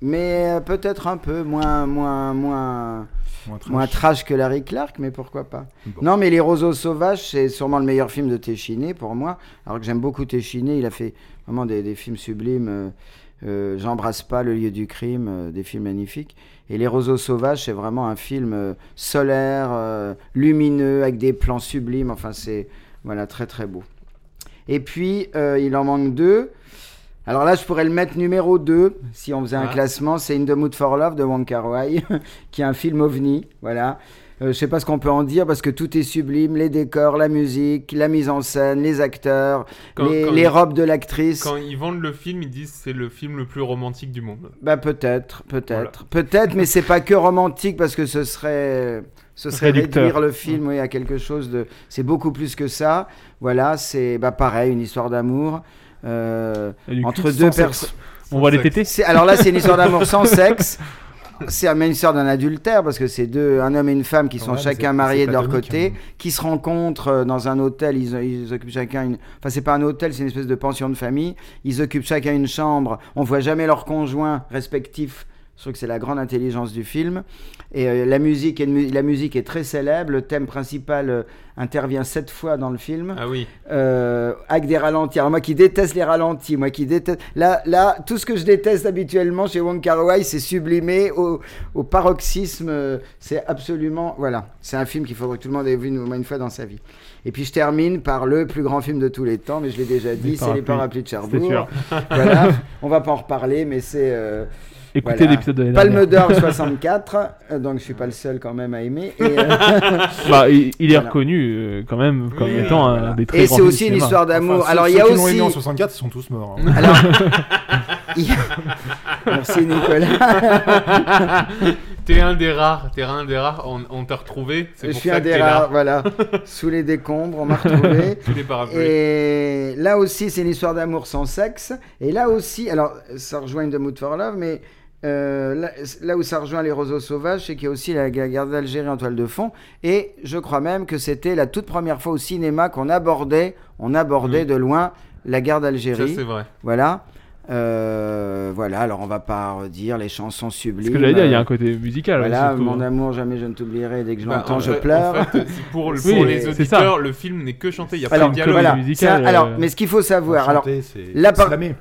J: Mais euh, peut-être un peu moins moins moins
K: moins
J: trash. que Larry Clark, mais pourquoi pas. Non, mais Les Roseaux Sauvages, c'est sûrement le meilleur film de Téchiné pour moi. Alors que j'aime beaucoup Téchiné, il a fait vraiment des, des films sublimes. euh, euh, J'embrasse pas le lieu du crime, euh, des films magnifiques. Et Les Roseaux Sauvages, c'est vraiment un film euh, solaire, euh, lumineux, avec des plans sublimes. Enfin, c'est voilà très très beau. Et puis, euh, il en manque deux. Alors là, je pourrais le mettre numéro 2 si on
H: Ah.
J: faisait un classement. C'est In the Mood for Love de Wong Kar Wai, qui est un film ovni. Voilà. Euh, je sais pas ce qu'on peut en dire parce que tout est sublime les décors, la musique, la mise en scène, les acteurs,
H: Quand-
J: les,
H: quand
J: les
H: ils-
J: robes de l'actrice.
H: Quand ils vendent le film, ils disent c'est le film le plus romantique du monde.
J: Bah peut-être, peut-être, peut-être, mais c'est pas que romantique parce que ce serait, ce serait
I: Réducteur.
J: réduire le film oui, à quelque chose de, c'est beaucoup plus que ça. Voilà, c'est bah pareil, une histoire d'amour euh,
I: Et du cul
J: entre
I: sans
J: deux
I: sexe.
J: personnes.
I: On voit les tétés
J: C'est- Alors là, c'est une histoire d'amour sans sexe. C'est même une histoire d'un adultère parce que c'est deux, un homme et une femme qui sont
K: Ouais, mais c'est-
J: chacun
K: c'est
J: mariés de leur
K: platonique, hein.
J: côté, qui se rencontrent euh, dans un hôtel. Ils, ils occupent chacun une. Enfin, c'est pas un hôtel, c'est une espèce de pension de famille. Ils occupent chacun une chambre. On voit jamais leurs conjoints respectifs. Je trouve que c'est la grande intelligence du film. Et euh, la, musique est, une mu- la musique est très célèbre. Le thème principal euh, intervient sept fois dans le film.
H: Ah oui.
J: Euh, avec des ralentis. Alors moi qui déteste les ralentis, moi qui déteste... Là, là tout ce que je déteste habituellement chez Wong Kar Wai, c'est sublimé au, au paroxysme. euh, C'est absolument... Voilà, c'est un film qu'il faudrait que tout le monde ait vu une- au moins une fois dans sa vie. Et puis je termine par le plus grand film de tous les temps, mais je l'ai déjà dit, c'est Les Parapluies de
I: C'était
J: Cherbourg.
I: sûr.
J: voilà, on va pas en reparler, mais c'est... euh,
I: Écoutez l'épisode de l'année
J: Palme
I: dernière.
J: d'Or 64, euh, donc je suis pas le seul quand même à aimer. Et, euh,
I: Bah, il, il est
J: voilà.
I: reconnu euh, quand même comme étant un hein, des très
J: Et
I: grands
J: c'est
I: films
J: aussi
I: du
J: une
I: cinéma.
J: histoire d'amour.
K: Enfin, ceux-
J: Alors il y a
K: ceux qui l'ont
J: aussi.
K: aimé en 64, ils sont tous morts. hein.
J: Alors. il- Merci Nicolas.
H: T'es un des rares, t'es un des rares, on, on t'a retrouvé. c'est
J: Je
H: pour
J: suis
H: ça
J: un
H: que
J: des
H: t'es
J: rares,
H: là.
J: voilà. Sous les décombres, on m'a retrouvé.
H: Sous les parapluies.
J: Et là aussi, c'est une histoire d'amour sans sexe. Et là aussi, alors ça rejoint The Mood for Love, mais euh, là, là où ça rejoint Les Roseaux Sauvages, c'est qu'il y a aussi la gu- guerre d'Algérie en toile de fond. Et je crois même que c'était la toute première fois au cinéma qu'on abordait, on abordait de loin la guerre d'Algérie.
H: Mm. Ça, c'est vrai.
J: Voilà. Euh, voilà, alors on va pas redire les chansons sublimes.
I: Ce que j'allais dire, il y a
J: Euh,
I: un côté musical.
J: voilà,
I: surtout,
J: mon
I: hein.
J: amour, jamais je ne t'oublierai. Dès que je
H: Bah,
J: l'entends,
H: en
J: je
H: fait-
J: pleure.
H: en fait, euh, c'est pour, le-
J: Oui,
H: pour les
J: c'est
H: auditeurs,
J: ça.
H: le film n'est que chanté, il n'y a
J: Alors,
H: pas de dialogue.
J: voilà,
H: musical.
J: ça-
I: euh,
J: alors, mais ce qu'il faut savoir, alors,
K: chanter, c'est-
J: la par-
K: slammer.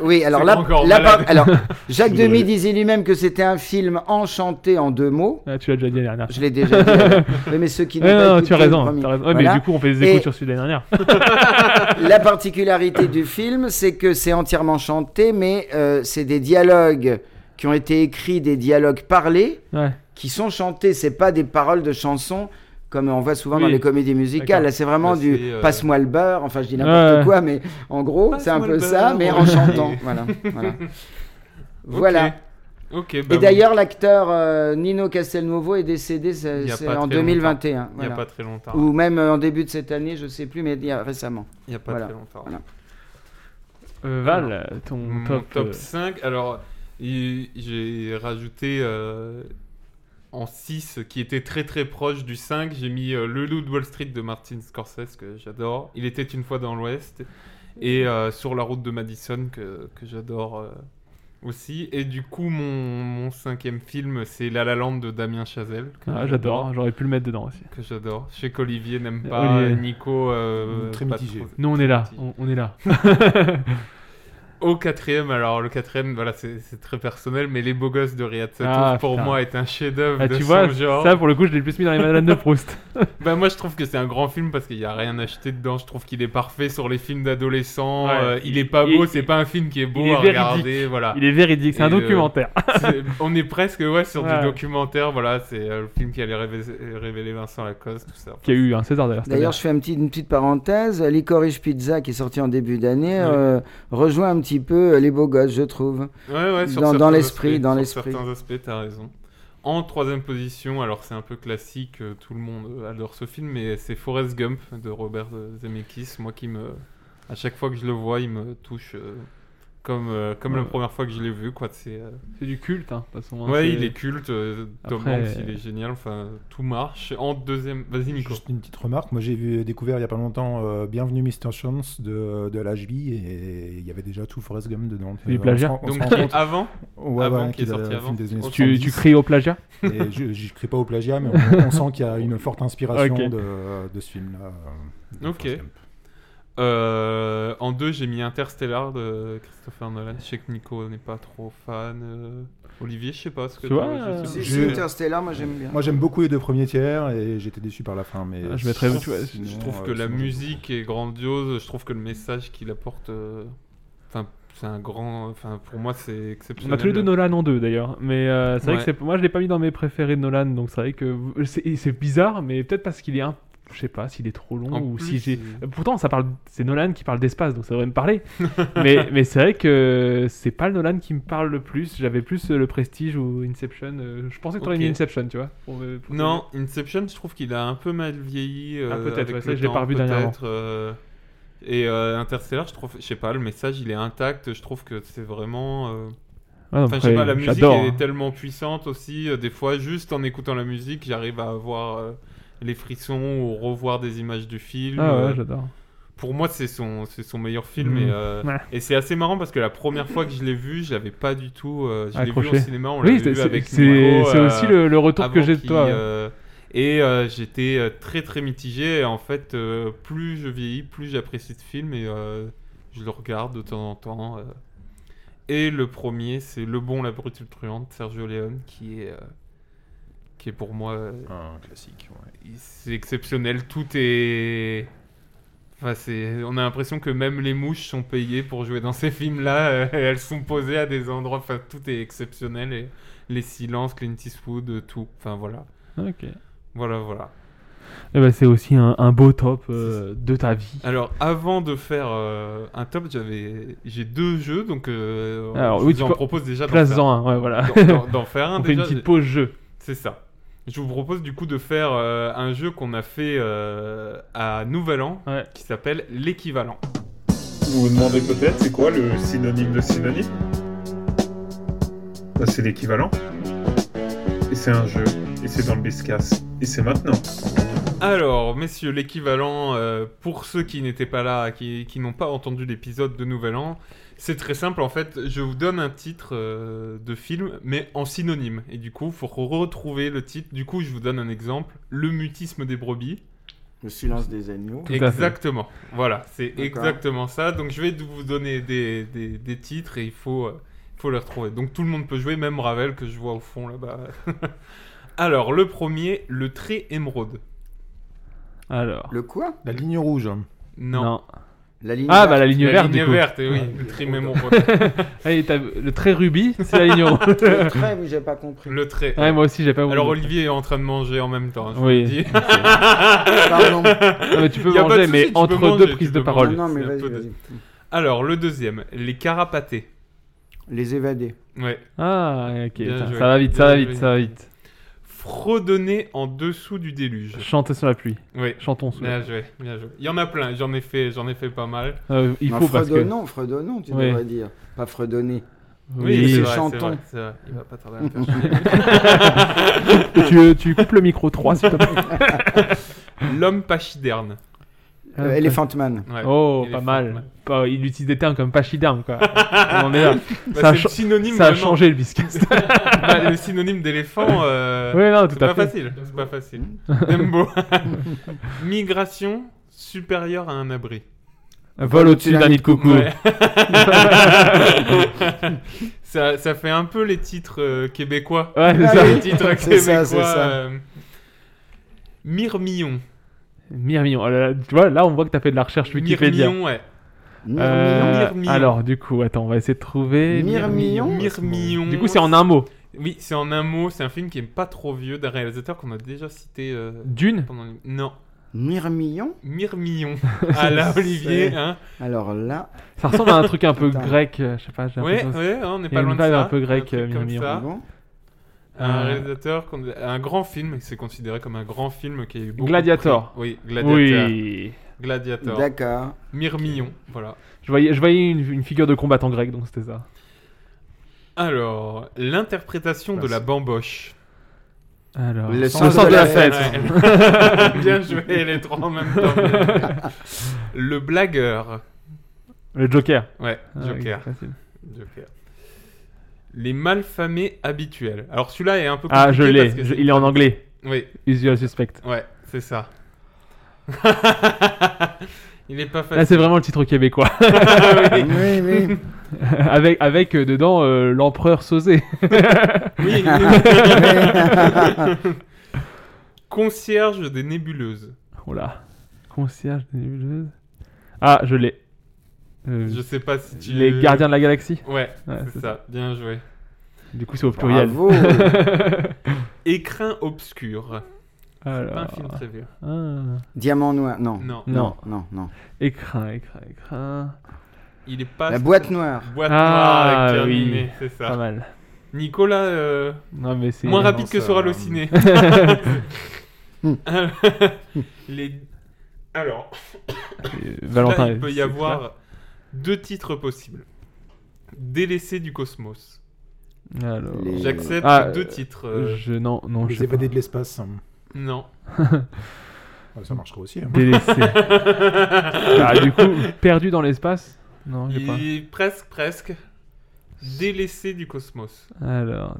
J: oui, alors
K: C'est
J: là,
K: encore
J: la
K: malade.
J: par- alors, Jacques
K: Je suis
J: Demy
K: désolé.
J: disait lui-même que c'était un film enchanté en deux mots.
I: Ah, tu l'as déjà dit la dernière.
J: Je l'ai déjà dit. euh, oui, mais ceux qui n'ont
I: Ouais,
J: pas
I: non,
J: écouté
I: tu as
J: le
I: raison.
J: premier.
I: t'as raison. Ouais,
J: Voilà.
I: Mais du coup, on fait des écoutes
J: Et-
I: sur celui de l'année dernière.
J: la particularité du film, c'est que c'est entièrement chanté, mais euh, c'est des dialogues qui ont été écrits, des dialogues parlés,
I: Ouais.
J: qui sont chantés. C'est pas des paroles de chansons comme on voit souvent dans
I: Oui.
J: les comédies musicales.
I: D'accord.
J: Là, c'est vraiment
I: Là,
J: du
I: c'est, euh,
J: passe-moi le beurre. Enfin, je dis n'importe
I: Ouais.
J: quoi, mais en gros, c'est un
I: Passe-moi
J: peu
I: le
J: ça,
I: beurre.
J: mais en chantant. voilà. Voilà. Voilà.
H: Ok, bah
J: Et
H: bon.
J: d'ailleurs, l'acteur euh, Nino Castelnuovo est décédé c'est-
H: Il y a
J: c'est
H: pas
J: en
H: très longtemps.
J: 2021.
H: Il y a
J: voilà.
H: pas très longtemps.
J: Ou même euh, en début de cette année, je sais plus, mais il y a- récemment.
H: Il n'y a pas
J: Voilà.
H: très longtemps.
J: Voilà.
I: Euh, Val, ton
H: Mon
I: top. euh,
H: 5. Alors, il- j'ai rajouté euh, en 6 qui était très très proche du 5. J'ai mis euh, Le Loup de Wall Street de Martin Scorsese que j'adore. Il était une fois dans l'Ouest. Et euh, Sur la route de Madison que, que j'adore euh, aussi. Et du coup, mon, mon cinquième film, c'est La La Land de Damien Chazelle. que
I: ah, J'adore, j'aurais pu le mettre dedans aussi.
H: Que j'adore. Je sais qu'Olivier n'aime pas,
I: Olivier.
H: Nico. euh,
K: Très
H: pas
K: mitigé.
H: trop.
I: Nous, on est là. On, on est là.
H: Au quatrième, alors le quatrième, voilà, c'est c'est très personnel, mais Les Beaux Gosses de Riyad Satouf,
I: Ah,
H: pour
I: putain.
H: moi, est un chef-d'œuvre
I: Ah,
H: de
I: tu
H: son
I: vois,
H: genre.
I: ça pour le coup, je l'ai plus mis dans les Madeleines de Proust.
H: Bah, moi, je trouve que c'est un grand film parce qu'il n'y a rien acheté dedans. Je trouve qu'il est parfait sur les films d'adolescents.
I: Ouais.
H: euh, il est pas
I: Il-
H: beau,
I: il-
H: c'est pas un film qui est beau
I: il est
H: à
I: véridique.
H: regarder. Voilà.
I: Ah. Il est véridique, c'est un
H: Et, euh,
I: documentaire. Ah,
H: c'est- on est presque ouais, sur
I: Ouais.
H: du documentaire. Voilà, c'est euh, le film qui allait révé- révéler Vincent Lacoste, tout ça.
I: Qui a eu un César
H: Ah,
I: d'ailleurs. cette
J: D'ailleurs, je fais un petit- une petite parenthèse. Licorice Pizza, qui est sorti en début d'année, euh, rejoint un petit peu euh, les beaux gosses, je trouve.
H: Ouais, ouais, sur
J: dans, dans
H: certains
J: l'esprit,
H: aspects,
J: dans
H: sur
J: l'esprit.
H: certains aspects, t'as raison. En troisième position, alors c'est un peu classique, euh, tout le monde euh, adore ce film, mais c'est Forrest Gump de Robert euh, Zemeckis. Moi qui me, à chaque fois que je le vois, il me touche euh, comme euh, comme la
I: Ouais.
H: première fois que je l'ai vu, quoi. C'est euh,
I: année. C'est du culte, hein, de toute façon. hein,
H: ouais,
I: c'est-
H: il est culte. euh, Tom
I: Après-
H: Hanks, il est génial. Enfin, tout marche. En deuxième, vas-y Nico.
K: Juste une petite remarque. Moi, j'ai vu, euh, découvert il y a pas longtemps euh, Bienvenue Mr. Chance de, de l'HB et il y avait déjà tout Forrest Gump dedans.
I: Il est
K: Euh, on
I: plagiat.
K: se rend- on se
H: Donc
K: rend
H: qui est
K: compte-
H: avant,
K: Ouais,
H: avant
K: ouais,
H: qui est
K: qu'il a
H: sorti
K: un film
H: avant.
K: des années
I: Tu,
K: 70.
I: tu cries au plagiat
K: Et je, je crie pas au plagiat, mais on, on sent qu'il y a une forte inspiration
I: Ok.
K: de, de ce film-là. euh, de
H: Ok.
K: Forrest Gump.
H: Euh, en deux, j'ai mis Interstellar de Christopher Nolan. Je sais que Nico n'est pas trop fan. euh, Olivier, je sais pas ce que
I: Tu vois,
H: t'en-
I: euh,
H: je sais
J: Si,
H: pas.
J: si,
K: Je-
J: Interstellar, moi j'aime bien.
K: Moi, j'aime beaucoup les deux premiers tiers et j'étais déçu par la fin. Mais
I: Ah, je mettrais-
K: sinon,
I: tu vois, je
K: sinon,
H: Je trouve
K: euh,
H: que la
K: sinon,
H: musique est grandiose. Je trouve que le message qu'il apporte. euh, Enfin, c'est un grand. Enfin, pour moi, c'est
I: On
H: exceptionnel.
I: a tous les deux Nolan en deux d'ailleurs, mais euh, c'est vrai
H: Ouais.
I: que c'est- moi je l'ai pas mis dans mes préférés de Nolan, donc c'est vrai que vous- c'est et c'est bizarre, mais peut-être parce qu'il est un, je sais pas s'il est trop long
H: En
I: ou
H: plus, euh.
I: si j'ai.
H: il-
I: Pourtant ça parle, c'est Nolan qui parle d'espace, donc ça devrait me parler. mais mais c'est vrai que c'est pas le Nolan qui me parle le plus. J'avais plus euh, le Prestige ou Inception. euh, Je pensais que t'aurais
H: Ok.
I: mis Inception, tu vois. pour me- pour-
H: Non, Inception, je trouve qu'il a un peu mal vieilli. euh,
I: Ah, peut-être,
H: avec
I: ouais, ça,
H: le
I: je l'ai
H: temps,
I: pas revu
H: peut-être,
I: dernièrement.
H: euh, Et euh, Interstellar, je trouve, je sais pas, le message il est intact. Je trouve que c'est vraiment. euh,
I: Ah non,
H: Enfin, je sais
I: après,
H: pas, la musique
I: j'adore,
H: elle
I: hein.
H: est tellement puissante aussi. euh, des fois, juste en écoutant la musique, j'arrive à avoir euh, les frissons ou revoir des images du film.
I: Ah ouais,
H: euh,
I: j'adore.
H: Pour moi, c'est son, c'est son meilleur film.
I: Mm.
H: Et, euh,
I: Ouais.
H: et c'est assez marrant parce que la première fois que je l'ai vu, je l'avais pas du tout. euh, je l'ai vu au
I: Accroché.
H: cinéma, on
I: Oui,
H: l'avait
I: c'est-
H: vu
I: c'est-
H: avec
I: c'est-
H: Nico,
I: c'est
H: euh,
I: aussi le- le retour que
H: avant
I: j'ai de
H: qu'il,
I: toi, ouais.
H: euh, et euh, j'étais euh, très très mitigé. Et en fait, euh, plus je vieillis, plus j'apprécie ce film et euh, je le regarde de temps en temps. euh. Et le premier, c'est Le Bon, la Brute et le Truand de Sergio Leone, qui est, euh, qui est pour moi euh,
K: Un classique, ouais.
H: c'est exceptionnel. Tout est. Enfin, c'est... On a l'impression que même les mouches sont payées pour jouer dans ces films-là. euh, et elles sont posées à des endroits. Enfin, tout est exceptionnel. Et les silences, Clint Eastwood, euh, tout. Enfin, voilà.
I: Ok.
H: Voilà, voilà.
I: Eh ben, c'est aussi un, un beau top euh, de ta vie.
H: Alors, avant de faire euh, un top, j'avais... j'ai deux jeux. Donc, euh,
I: Alors,
H: je
I: oui,
H: vous
I: tu
H: en
I: peux-
H: propose déjà. d'en
I: place-en
H: faire-
I: un, ouais, voilà.
H: d'en- d'en- d'en faire un
I: On fait une
H: déjà.
I: petite pause jeu.
H: C'est ça. Je vous propose du coup de faire euh, un jeu qu'on a fait euh, à Nouvel An qui s'appelle l'équivalent.
M: Vous vous demandez peut-être c'est quoi le synonyme de synonyme Bah, C'est l'équivalent. Et c'est un jeu. Et c'est dans le Biscass. Et c'est maintenant.
H: Alors, messieurs, l'équivalent, euh, pour ceux qui n'étaient pas là, qui, qui n'ont pas entendu l'épisode de Nouvel An, c'est très simple en fait. Je vous donne un titre euh, de film, mais en synonyme. Et du coup, il faut retrouver le titre. Du coup, je vous donne un exemple Le mutisme des brebis.
J: Le silence des agneaux. Tout à fait.
H: Exactement. Voilà, c'est
J: D'accord.
H: exactement ça. Donc, je vais vous donner des, des- des titres et il faut, euh, il faut les retrouver. Donc, tout le monde peut jouer, même Ravel que je vois au fond là-bas. Alors, le premier, le trait émeraude.
I: Alors.
J: Le quoi
K: La ligne rouge. hein.
H: Non.
J: La
I: ligne Ah, bah, la ligne verte, du
H: ligne
I: coup.
H: verte, eh oui,
I: Ouais.
H: le trait mémo.
I: Allez, t'as- le trait rubis, c'est la ligne rouge.
J: Le trait, oui, j'ai pas compris.
H: Le trait.
I: Ouais, moi aussi, j'ai pas compris.
H: Alors Olivier est en train de manger en même temps, hein, je vous
I: Oui.
H: le dis.
I: Pardon. Non, mais tu peux
H: Y a pas de
I: manger,
H: souci,
I: mais
H: tu
I: entre
H: peux
I: deux
H: manger, tu
I: prises
H: peux
I: de parole.
H: manger,
I: Non, non,
H: c'est
I: mais
H: un
I: vas-y,
H: peu de-
I: vas-y.
H: Alors, le deuxième, les carapatés.
J: Les évadés.
H: Ouais.
I: Ah, ok.
H: Bien
I: putain,
H: joué,
I: Ça va vite,
H: bien
I: ça va
H: joué.
I: vite, ça va vite.
H: Fredonner en dessous du déluge.
I: Chanter sur la pluie.
H: Oui.
I: Chantons sous la
H: Bien joué, bien joué. Il y en a plein, j'en ai fait, j'en ai fait pas mal.
I: Euh, il
J: Non,
I: faut parce que-
J: fredonnons, fredonnons, tu
I: Oui.
J: devrais dire. Pas fredonner.
H: Oui,
J: Mais
H: c'est
J: c'est
H: vrai, c'est
J: chanton.
H: vrai, c'est vrai. Il va pas tarder à me faire chier.
I: tu, euh, tu coupes le micro 3, s'il te plaît.
H: L'homme pachyderme.
I: Ah,
J: Euh, Elephant Man.
H: Ouais,
I: oh,
H: Elephant
I: pas mal. Pas- il utilise des termes comme pachyderme, quoi. On est là.
H: Bah,
I: ça a,
H: c'est le
I: cha-
H: synonyme,
I: ça a
H: vraiment.
I: changé le biscuit.
H: Bah, le synonyme d'éléphant, euh,
I: Oui, non, tout
H: c'est
I: à
H: pas
I: fait.
H: facile. C'est pas facile. Dumbo. Migration supérieure à un abri.
I: Vol au-dessus d'un nid de coucou.
H: Ouais. ça, ça fait un peu les titres euh, québécois.
I: Ouais, c'est
H: Les
I: ça.
H: titres
I: C'est ça,
H: québécois.
I: c'est ça.
H: euh, Mirmillon.
I: Mirmillon. Oh là là, tu vois, là, on voit que t'as fait de la recherche Wikipédia.
H: Mirmillon, ouais.
I: Euh,
H: Mirmillon.
I: alors, du coup, attends, on va essayer de trouver.
H: Mirmillon.
I: Du coup, c'est en un mot.
H: Oui, c'est en un mot. C'est un film qui est pas trop vieux d'un réalisateur qu'on a déjà cité. euh,
I: Dune
H: pendant les- Non.
J: Mirmillon
H: Mirmillon. Ah là, Olivier.
J: C'est-
H: Hein.
J: Alors là.
I: Ça ressemble à un truc un peu grec, euh, je sais pas. j'ai
H: Ouais,
I: l'impression-
H: ouais, on n'est
I: Il y a
H: pas loin
I: une
H: de
I: vibe
H: ça.
I: un peu grec,
H: un
I: euh,
H: truc comme
I: Mirmillon.
H: ça. Un
I: Euh,
H: réalisateur, qu'on- un grand film, c'est considéré comme un grand film qui a eu beaucoup de
I: Gladiator.
H: prix. Oui, Gladiator.
I: Oui.
H: Gladiator.
I: D'accord.
H: Mirmillon, voilà.
I: Je voyais, je voyais une, une figure de combattant grec, donc c'était ça.
H: Alors, l'interprétation de la bamboche.
I: Alors,
H: Le
I: sens de la fête.
H: Ouais. Bien joué, les trois en même temps. Le blagueur.
I: Le Joker.
H: Ouais,
I: Ah,
H: Joker.
I: oui, facile.
H: Joker. Les malfamés habituels. Alors celui-là est un peu
I: Ah, je
H: compliqué
I: l'ai.
H: parce que
I: Je-
H: c'est-
I: Il est en anglais.
H: Oui.
I: Usual suspect.
H: Ouais, c'est ça. Il est pas facile.
I: Là, c'est vraiment le titre québécois. Ah,
H: Oui, oui.
I: avec, avec euh, dedans euh, l'empereur Sosé. Ah,
H: Oui. Concierge des nébuleuses.
I: Oh là. Concierge des nébuleuses. Ah, je l'ai. Euh,
H: Je sais pas si tu.
I: Les Gardiens de la Galaxie
H: Ouais,
I: Ouais,
H: c'est ça. Bien joué.
I: Du coup, c'est au pluriel.
J: Bravo.
H: Écrin obscur. C'est
I: Alors.
H: Pas un film très vieux.
I: Ah.
J: Diamant noir, non.
H: Non.
J: Non, non, non.
I: Écrin, écrin, écrin.
H: Il est Ah, pas.
J: La boîte noire.
H: Boîte noire
I: Ah,
H: avec Pierre
I: oui.
H: Ninet, c'est ça.
I: Pas mal.
H: Nicolas, euh,
I: Non, mais c'est. euh,
H: moins
I: non,
H: rapide
I: ça-
H: que sur Allociné. Les... Alors,
I: Euh, Valentin,
H: là, il peut y
I: c'est
H: avoir
I: clair.
H: deux titres possibles. Délaissé du cosmos.
I: Alors...
J: Les-
H: J'accepte
I: Ah,
H: deux
I: euh,
H: titres. euh,
I: Je... Non, non, je
K: Les
I: sais pas.
K: évadés de l'espace. hein.
H: Non.
K: Ouais, ça marcherait aussi. hein.
I: Délaissé. bah, du coup, perdu dans l'espace Non, j'ai pas.
H: Il... Presque, presque. Délaissé du cosmos.
I: Alors. euh,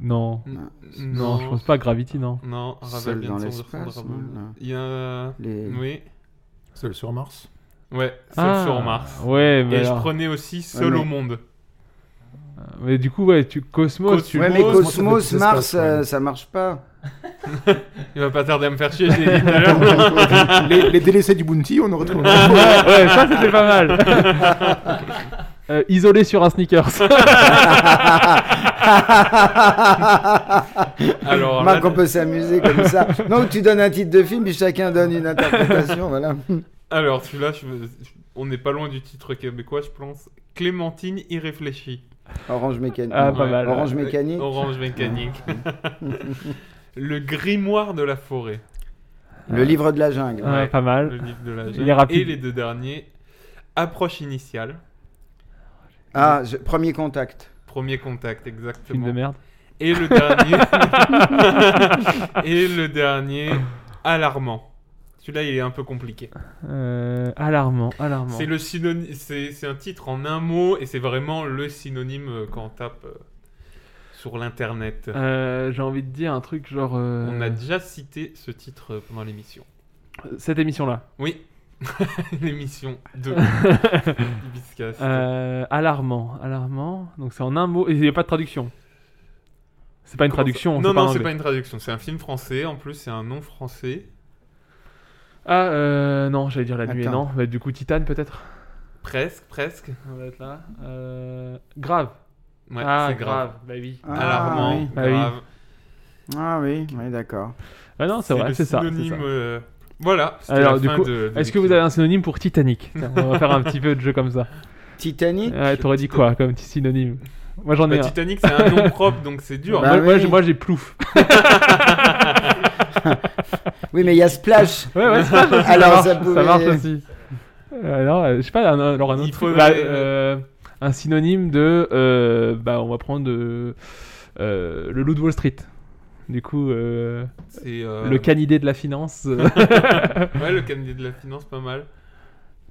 I: Non.
H: N-
I: Non, je pense pas à Gravity, non.
H: Non, Ravel
J: Seul
H: vient
J: dans
H: de s'en
J: l'espace,
H: reprendre.
J: non, là.
H: Il y a. un-
J: Les-
H: Oui.
K: Seul sur Mars.
H: Ouais, Seul
I: Ah,
H: sur Mars.
I: Ouais, mais.
H: Et je
I: alors-
H: prenais aussi Seul
J: mais-
H: au monde.
I: Mais du coup, ouais, tu... Cosmos,
H: Cos-
I: tu.
J: Ouais, mais
H: Cosmos,
J: Cosmos,
K: ça fait
J: Mars,
K: plus d'espace,
J: euh,
K: ouais.
J: ça marche pas.
H: Il va pas tarder à me faire chier, je l'ai dit tout à l'heure.
I: Ah.
K: les, les délaissés du Bounty, on aurait trouvé. Ah,
I: ouais, ouais, ça c'était pas mal. Euh, isolé sur un sneakers.
H: Alors, là,
J: Marc, on peut s'amuser comme ça. Non, tu donnes un titre de film, puis chacun donne une interprétation, voilà.
H: alors celui-là, je- on n'est pas loin du titre québécois, je pense. Clémentine irréfléchie.
J: Orange mécanique.
I: Ah, pas mal.
J: Orange mécanique.
H: Orange mécanique. Le grimoire de la forêt.
J: Le livre de la jungle.
I: Ouais, pas mal.
H: Le livre de la
I: Il
H: jungle.
I: est rapide.
H: Et les deux derniers. Approche initiale.
J: Ah, je- premier contact.
H: Premier contact,
I: Film de
H: exactement.
I: merde.
H: Et le dernier. Et le dernier. Alarmant. Celui-là, il est un peu compliqué.
I: Euh, alarmant, alarmant.
H: C'est le synonyme, c'est c'est un titre en un mot et c'est vraiment le synonyme euh, quand on tape euh, sur l'internet.
I: Euh, J'ai envie de dire un truc genre. euh,
H: On a déjà cité ce titre euh, pendant l'émission.
I: Cette émission-là.
H: Oui, l'émission de Hibiscus.
I: Euh, alarmant, alarmant. Donc c'est en un mot. et Il n'y a pas de traduction. C'est pas une
H: Comment ça-
I: traduction.
H: Non,
I: pas
H: non,
I: en
H: c'est
I: anglais.
H: pas une traduction. C'est un film français. En plus, c'est un nom français.
I: Ah, euh, non, j'allais dire la nuit,
J: Attends.
I: non. Bah, du coup, Titane peut-être.
H: Presque, presque.
I: On va être là. Euh, grave.
H: Ouais,
I: ah,
H: c'est grave.
I: Bah oui.
J: Ah,
H: Alarmant,
J: oui.
I: Bah oui.
H: grave.
J: Ah oui, oui, d'accord.
I: Ah non, c'est vrai,
H: le
I: c'est ça. c'est
H: synonyme,
I: ça.
H: euh, Voilà. c'était
I: Alors,
H: la
I: du
H: fin
I: coup,
H: de- de
I: Est-ce que vous avez un synonyme pour Titanic Tiens, On va faire un petit peu de jeu comme ça.
J: Titanic
I: Ouais, T'aurais dit quoi comme petit synonyme Moi j'en
H: Bah,
I: ai un.
H: Titanic, c'est un nom propre, donc c'est dur.
J: Bah
I: moi, moi,
J: oui.
I: j'ai- moi, j'ai plouf.
J: Oui, mais il y a Splash.
I: Ouais, ouais, ça, ça
J: Alors,
I: marche,
J: ça pouvait-
I: marche aussi. Euh, Alors, euh, je sais pas, un- un- alors un
H: Il
I: autre truc,
H: faudrait-
I: bah, euh, un synonyme de. euh, bah, on va prendre euh, euh, le loup de Wall Street. Du coup, euh,
H: C'est euh,
I: le canidé de la finance. euh,
H: Ouais, le candidat de la finance, pas mal.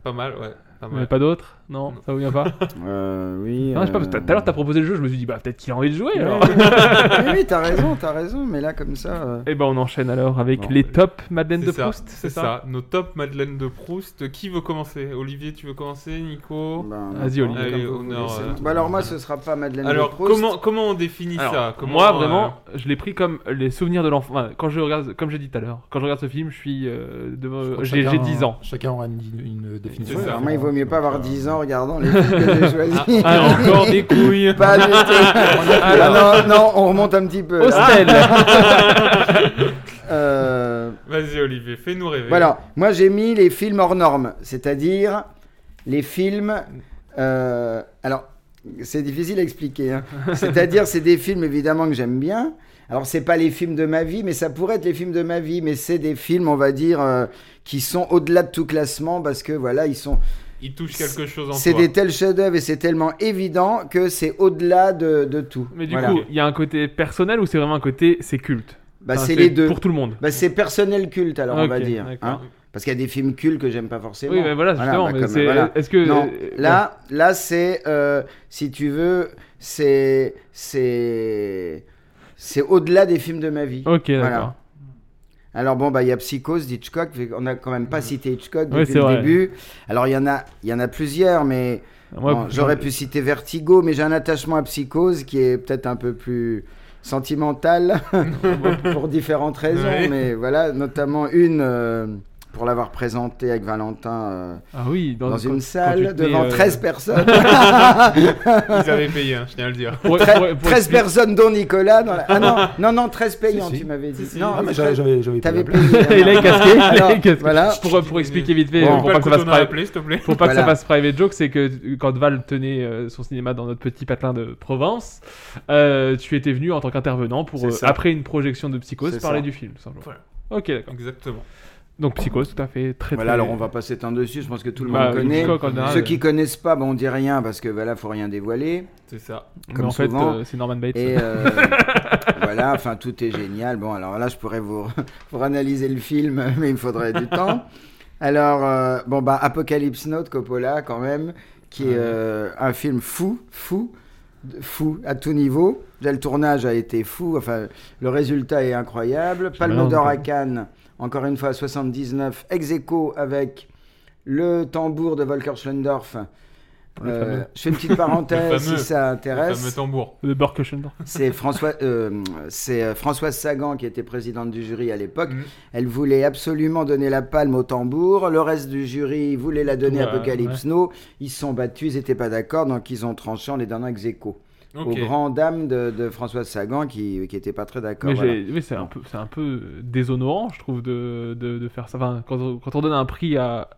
H: Pas mal, ouais. Pas
I: mais
H: mal.
I: Pas d'autres Non, ça vous vient pas
J: Euh, oui.
I: Non, je sais pas, parce que tout à l'heure t'as proposé le jeu, je me suis dit, bah peut-être qu'il a envie de jouer alors.
J: Oui, oui, t'as raison, t'as raison, mais là, comme ça. euh,
I: Et ben on enchaîne alors avec
J: Bon,
I: les
J: bah,
I: tops Madeleine de
H: ça,
I: Proust,
H: c'est ça. Nos top Madeleine de Proust. Qui veut commencer Olivier, tu veux commencer Nico
J: ben,
I: Vas-y,
J: d'accord,
I: Olivier.
J: comme
H: Allez,
J: vous voulez,
H: honneur,
J: c'est
H: euh,
J: bon. Bah, alors, moi, ce sera pas Madeleine de
H: Alors,
J: Proust.
H: comment, comment on définit
I: Alors,
H: ça Comment,
I: moi
H: euh,
I: vraiment, je l'ai pris comme les souvenirs de l'enfant. Enfin, quand je regarde, comme j'ai dit tout à l'heure, quand je regarde ce film, je suis euh, devant-
K: Je crois que
I: j'ai j'ai
K: chacun-
I: 10
J: hein.
I: ans.
K: Chacun aura une, une définition.
H: C'est ça.
J: Alors, moi, il vaut mieux pas avoir 10 ans en regardant les films que j'ai choisis.
H: Ah, encore des couilles
J: Pas du tout. Ah, non, non, on remonte un petit peu. là.
I: Hostel.
J: Ah. Euh,
H: Vas-y Olivier, fais-nous rêver.
J: voilà, moi j'ai mis les films hors normes, c'est-à-dire les films. euh, alors, c'est difficile à expliquer. hein. C'est-à-dire, c'est des films évidemment que j'aime bien. Alors, c'est pas les films de ma vie, mais ça pourrait être les films de ma vie. Mais c'est des films, on va dire, euh, qui sont au-delà de tout classement parce que voilà, ils sont.
H: Il touche quelque chose en
J: C'est
H: toi.
J: des tels chefs-d'œuvre et c'est tellement évident que c'est au-delà de, de tout.
I: Mais du
J: Voilà.
I: coup, il y a un côté personnel ou c'est vraiment un côté c'est culte
J: bah,
I: Enfin,
J: c'est les deux.
I: Pour tout le monde.
J: Bah, c'est personnel culte, alors on va
I: Ok,
J: dire.
I: d'accord.
J: hein. Parce qu'il y a des films cultes que j'aime pas forcément.
I: oui, mais voilà, justement.
J: bah,
I: mais
J: comme-
I: c'est-
J: voilà.
I: Est-ce que
J: Non,
I: euh,
J: là, là c'est, euh, si tu veux, c'est, c'est, c'est au-delà des films de ma vie.
I: ouais. euh, Ok,
J: Voilà.
I: d'accord.
J: Alors bon, bah il y a Psychose d'Hitchcock. On n'a quand même pas cité Hitchcock
I: Ouais,
J: depuis
I: c'est
J: le
I: vrai.
J: début. Alors il y en a, il y en a plusieurs, mais
I: Moi,
J: bon, j'aurais pu citer Vertigo, mais j'ai un attachement à Psychose qui est peut-être un peu plus sentimental pour différentes raisons,
H: Ouais.
J: mais voilà, notamment une. euh, pour l'avoir présenté avec Valentin euh,
I: Ah oui, dans-
J: dans, une
I: quand- quand
J: salle
I: tu te mets,
J: devant
I: euh,
J: 13 personnes.
I: Ils
H: avaient payé, hein, je tiens à le dire.
I: Pour-
J: Tre-
I: pour- pour
J: 13
I: expliquer-
J: personnes, dont Nicolas. dans la- Ah non, non, non, 13 payants,
I: Si, si.
J: tu m'avais dit.
I: Si, si.
J: Non,
I: Ah, mais
J: tre-
I: j'avais- j'avais- j'avais
J: t'avais
I: payé.
J: payé. hein.
I: Il a casqué, il a
J: Alors,
I: casqué.
J: Voilà.
I: Pour, pour expliquer vite fait,
J: Bon.
I: pour, pas que,
H: Pas le
I: ça passe
H: couteau dans la
I: private-
H: plaie, s'il te plaît.
I: pour pas que ça
H: Voilà.
I: passe private joke, c'est que quand Val tenait euh, son cinéma dans notre petit patelin de Provence, euh, tu étais venu en tant qu'intervenant pour,
H: C'est
I: euh,
H: ça.
I: après une projection de Psychose,
J: C'est
I: parler
J: ça.
I: du film. tout simplement.
H: Voilà.
I: Ok, d'accord.
H: Exactement.
I: Donc Psychose, tout à fait, très
J: Voilà,
I: très...
J: alors on va pas s'éteindre dessus, je pense que tout le
I: Bah,
J: monde connaît.
I: Hitchcock, en général,
J: Ceux
I: euh,
J: qui connaissent pas, bah, on dit rien parce que voilà, faut rien dévoiler.
H: C'est ça.
I: Mais
J: Comme
I: en fait,
J: souvent.
I: euh, c'est Norman Bates.
J: Et euh, voilà, enfin tout est génial. Bon, alors là, je pourrais vous pour analyser le film, mais il me faudrait du temps. Alors euh, bon bah Apocalypse Now de Coppola quand même, qui est euh, un film fou, fou, de- fou à tout niveau. Déjà, le tournage a été fou. Enfin, le résultat est incroyable. Palme
I: balance,
J: d'or à
I: quoi.
J: Cannes, encore une fois 79, ex aequo avec le tambour de Volker Schlendorf.
I: Le
J: Euh,
I: fameux.
J: je fais une petite
H: Le
J: parenthèse
H: fameux.
J: si ça
H: Le
J: intéresse.
H: fameux tambour.
I: Le Burkeshendor.
J: C'est François, euh, c'est euh, Françoise Sagan qui était présidente du jury à l'époque.
I: Mm.
H: Mhm.
J: Elle voulait absolument donner la palme au tambour. Le reste du jury voulait la donner à
I: Ouais,
J: Apocalypse Now. Ils se sont battus, ils n'étaient pas d'accord, donc ils ont tranché en les donnant ex aequo.
H: Ok.
J: Aux grandes dames de, de Françoise Sagan qui n'étaient pas très d'accord.
I: Mais,
J: voilà.
I: j'ai- mais c'est un peu, c'est un peu déshonorant, je trouve, de, de, de faire ça. Enfin, quand, on- quand on donne un prix à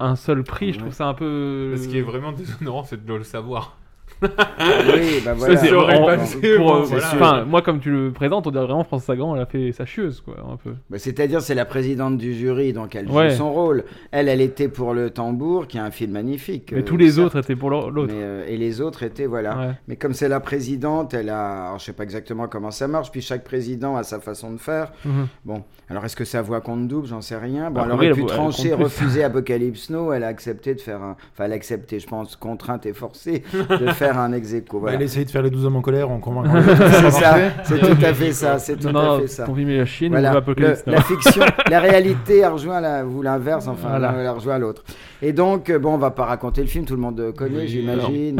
I: un seul prix, je
J: Ouais.
I: trouve ça un peu.
H: Ce qui est vraiment déshonorant, c'est de le savoir.
J: Oui, bah voilà.
H: c'est-
I: on-
H: aurait
I: on-
H: passé,
I: pour,
H: bon,
I: euh,
H: c'est
I: voilà.
H: sûr.
I: Enfin, moi, comme tu le présentes, on dirait vraiment France Sagan, elle a fait sa chieuse, quoi, un peu.
J: Bah, C'est-à-dire, c'est la présidente du jury, donc elle joue
I: Ouais.
J: son rôle. Elle, elle était pour Le Tambour, qui est un film magnifique.
I: Mais
J: euh,
I: tous les
J: certes,
I: autres étaient pour l'au- l'autre.
J: mais, euh, et les autres étaient, voilà.
I: Ouais.
J: Mais ah. comme c'est la présidente, elle a. Alors, je sais pas exactement comment ça marche, puis chaque président a sa façon de faire.
I: Mhm.
J: Bon, alors est-ce que sa voix compte double J'en sais rien. Bon,
I: Ah,
J: elle
I: oui,
J: aurait
I: elle
J: pu
I: vaut- elle
J: trancher,
I: compte plus.
J: refuser Apocalypse Now. Elle a accepté de faire un. Enfin, elle a accepté, je pense, contrainte et forcée, de faire un ex aequo.
K: Bah,
J: Voilà.
K: Elle essayait de faire les 12 hommes en colère en convaincant. les autres.
J: c'est ça, c'est tout à fait ça, c'est tout
I: Non, non,
J: à fait ça.
I: ton film est la Chine,
J: Voilà.
I: on va Apocalypse
J: Le-
I: Now.
J: la fiction, la réalité, elle rejoint la, ou l'inverse, enfin,
I: Voilà.
J: l'un- elle rejoint l'autre. Et donc, euh, bon, on va pas raconter le film, tout le monde euh, connaît,
H: Oui,
J: j'imagine.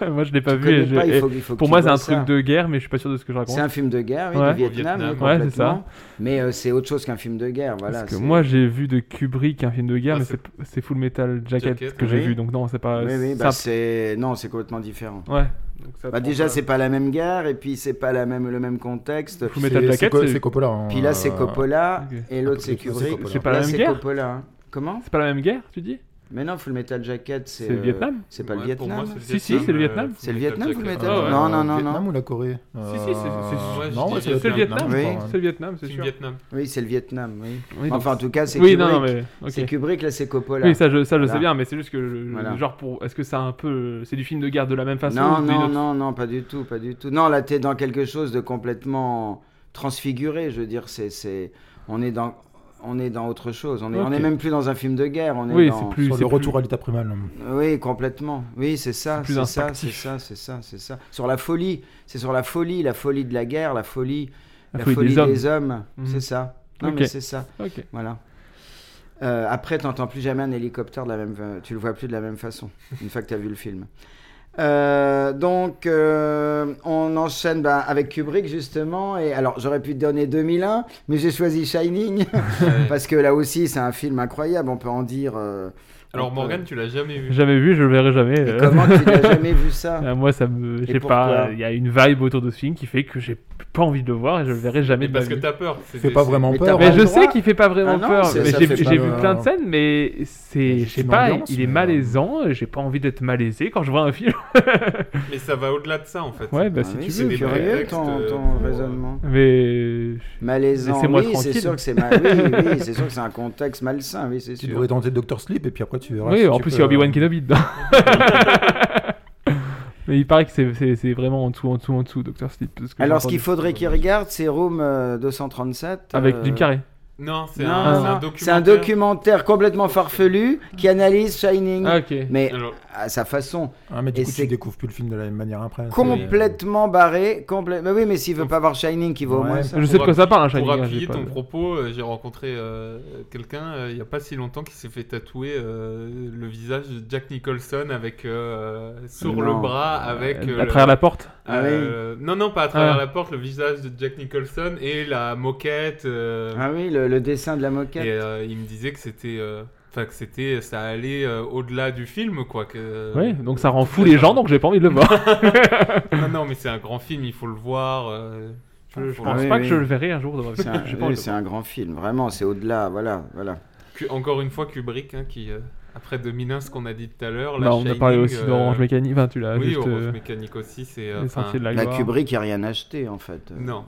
J: euh,
I: moi, je l'ai pas
J: tu
I: vu.
J: connais
I: et je-
J: pas, il
I: et
J: faut- il faut que
I: pour
J: tu
I: moi, c'est un
J: vois ça.
I: truc de guerre, mais je suis pas sûr de ce que je raconte.
J: c'est un film de guerre, oui,
I: Ouais.
J: du Vietnam,
H: Au Vietnam.
J: oui,
I: Ouais, c'est
J: complètement.
I: ça.
J: Mais euh, c'est autre chose qu'un film de guerre, voilà.
I: Parce que
J: c'est-
I: moi, j'ai vu de Kubrick un film de guerre,
H: Ah,
I: mais
H: c'est-
I: c'est c'est Full Metal Jacket,
H: Jacket,
I: que j'ai
J: oui.
I: vu, donc non, c'est pas.
J: oui, oui,
I: c'est
J: bah,
I: un-
J: c'est non, c'est complètement différent.
I: Ouais.
J: Bah, déjà, c'est pas la même guerre, et puis c'est pas la même le même contexte.
I: Full Metal
K: C'est-
I: Jacket,
K: c'est Co-
I: c'est-
K: c'est Coppola. hein,
J: Puis là, c'est
K: euh,
J: Coppola,
I: ok.
J: et l'autre, c'est
K: C'est
J: Kubrick.
K: Coppola.
I: C'est pas la
J: Là,
I: même
J: c'est
I: guerre
J: Coppola, hein. Comment
I: C'est pas la même guerre, tu dis
J: Mais non, Full Metal Jacket, c'est
I: C'est le
J: euh,
I: Vietnam
J: C'est pas le
H: Ouais, pour moi,
J: Vietnam. hein
H: c'est
I: Si, si, c'est le Vietnam.
H: euh,
J: C'est le Vietnam,
H: Jacket.
J: vous le mettez
I: Ah ouais.
J: Non, non, non,
K: Euh, Vietnam
J: non.
K: ou la Corée Euh,
H: Si, si, c'est- c'est- ouais, je
K: non,
H: dis-
K: ouais,
H: c'est
I: C'est le Vietnam,
K: je
J: oui.
K: crois, hein. ouais.
I: c'est le Vietnam, c'est
H: C'est le
I: sûr.
H: Vietnam.
J: Oui, c'est le Vietnam, oui.
I: Oui, donc-
J: enfin, en tout cas, c'est
I: Oui,
J: Kubrick.
I: non, non, mais. ok.
J: C'est Kubrick, là, c'est Coppola.
I: Oui, ça je, ça, je sais
J: Voilà.
I: bien, mais c'est juste que, je-
J: Voilà.
I: genre, pour, est-ce que ça a un peu. C'est du film de guerre de la même façon
J: non,
I: ou d'une
J: non,
I: autre
J: non, non, pas du tout, pas du tout. Non, là, t'es dans quelque chose de complètement transfiguré. Je veux dire, c'est, c'est, on est dans, on est dans autre chose. On est, on
I: Ok.
J: est même plus dans un film de guerre. On est
I: Oui,
J: dans-
I: c'est plus.
K: Sur
I: c'est
K: le
I: plus-
K: retour à l'état primal.
J: Oui, complètement. Oui, c'est
I: C'est
J: ça,
I: plus
J: c'est ça, c'est
I: instinctif.
J: ça, c'est ça, c'est ça. Sur la folie, c'est sur la folie, la folie de la guerre, la folie,
I: La
J: la,
I: folie
J: folie,
I: des
J: des
I: hommes.
J: hommes.
I: Mhm.
J: C'est ça. Non,
I: Ok.
J: mais c'est ça.
I: Ok.
J: Voilà. Euh, après, t'entends plus jamais un hélicoptère de la même, euh, tu le vois plus de la même façon une fois que t'as vu le film. Euh, donc, euh, on enchaîne bah, avec Kubrick justement. Et alors, j'aurais pu te donner 2001, mais j'ai choisi Shining parce que là aussi, c'est un film incroyable. On peut en dire. euh, on
H: Alors
J: peut-
H: Morgan, tu l'as jamais vu.
I: Jamais vu, je le verrai jamais.
J: Et
I: euh.
J: Comment tu n'as jamais vu ça
I: Euh, Moi, ça me. Je
J: Et
I: sais pas,
J: pourquoi
I: il y a une vibe autour de ce film qui fait que j'ai pas envie de le voir et je le verrai jamais
H: Mais
I: de
H: parce que
I: ma vie.
H: t'as peur. c'est-
K: Fait pas
H: c'est-
K: vraiment
J: Mais
K: peur.
J: t'as
K: hein.
I: Mais
J: pas
I: je
J: le
I: sais
J: droit.
I: qu'il fait pas vraiment
J: Ah non,
I: peur.
J: c'est-
I: mais
K: ça
I: J'ai
K: fait pas
I: j'ai vu
K: peur.
I: plein de scènes, mais c'est, je sais
K: une
I: pas,
K: ambiance,
I: il est
K: mais, euh,
I: malaisant. et J'ai pas envie d'être malaisé quand je vois un film.
H: Mais ça va au-delà de ça en fait.
I: Ouais, bah
J: Ah
I: si
J: oui,
I: tu
J: c'est
I: veux.
H: des
I: mais-
J: curieux
H: prétextes,
J: ton,
H: euh,
J: ton
H: pour, euh,
J: raisonnement.
I: Mais
J: Malaisant,
I: Laissez-moi
J: oui, c'est
I: tranquille.
J: sûr que c'est mal... oui, oui, c'est sûr que c'est un contexte malsain, oui, c'est
K: Tu
J: sûr.
K: devrais tenter Doctor Sleep et puis après tu verras.
I: oui,
K: si
I: en
K: tu
I: plus il
K: peux,
I: y a Obi-Wan
K: euh,
I: Kenobi dedans. mais il paraît que c'est, c'est, c'est vraiment en dessous, en dessous, en dessous, Docteur Sleep. parce que j'ai
J: Alors, ce qu'il
I: entendu.
J: faudrait qu'il regarde, c'est Room euh, 237.
I: Avec
J: euh,
I: Jim Carrey.
H: Non, c'est un, c'est un
J: Non, non, c'est
H: documentaire.
J: un documentaire complètement farfelu qui analyse Shining,
I: Ah, ok.
J: mais
H: Alors,
J: à sa façon.
K: Ah, mais du
J: Et
K: coup,
J: c'est
K: tu découvres plus le film de la même manière après.
J: Complètement barré. Complè... Mais oui, mais s'il veut pas voir Shining, il va au
K: Ouais.
J: moins ça.
I: Je sais de quoi ça parle, un
H: Pour
I: Shining, hein, j'ai
H: appuyer
I: pas-
H: ton propos, euh, j'ai rencontré euh, quelqu'un euh, il y a pas si longtemps qui s'est fait tatouer euh, le visage de Jack Nicholson avec euh, sur le
J: Non.
H: bras avec euh,
I: à
H: le-
I: travers la porte.
J: Ah oui.
H: Euh, Non, non, pas à travers
J: Ah.
H: la porte, le visage de Jack Nicholson et la moquette. euh,
J: Ah oui, le, le dessin de la moquette.
H: Et euh, il me disait que c'était. euh, Enfin, que c'était, ça allait euh, au-delà du film, quoi. Que,
I: Ouais, donc ça rend fou les gens, donc j'ai pas envie de le voir.
H: non, Ah non, mais c'est un grand film, il faut le voir. euh,
I: Je- je
H: faut
I: pense
H: le-
I: pas que je le verrai un jour de ma vie.
J: C'est un,
I: Je pense
J: oui,
I: le
J: c'est un grand film, vraiment, c'est au-delà, voilà, voilà.
H: Cu- Encore une fois, Kubrick, hein, qui, euh, après 2001, ce qu'on a dit tout à l'heure.
I: Bah,
H: là
I: on a parlé aussi d'Orange Mécanique, enfin, tu l'as
H: euh, Oui,
I: juste,
H: Orange
I: euh,
H: Mécanique aussi, c'est. euh,
I: les
H: enfin,
I: sentiers de la
J: La
I: gloire.
J: Kubrick, il n'y a rien acheté, en fait. Euh,
H: Non.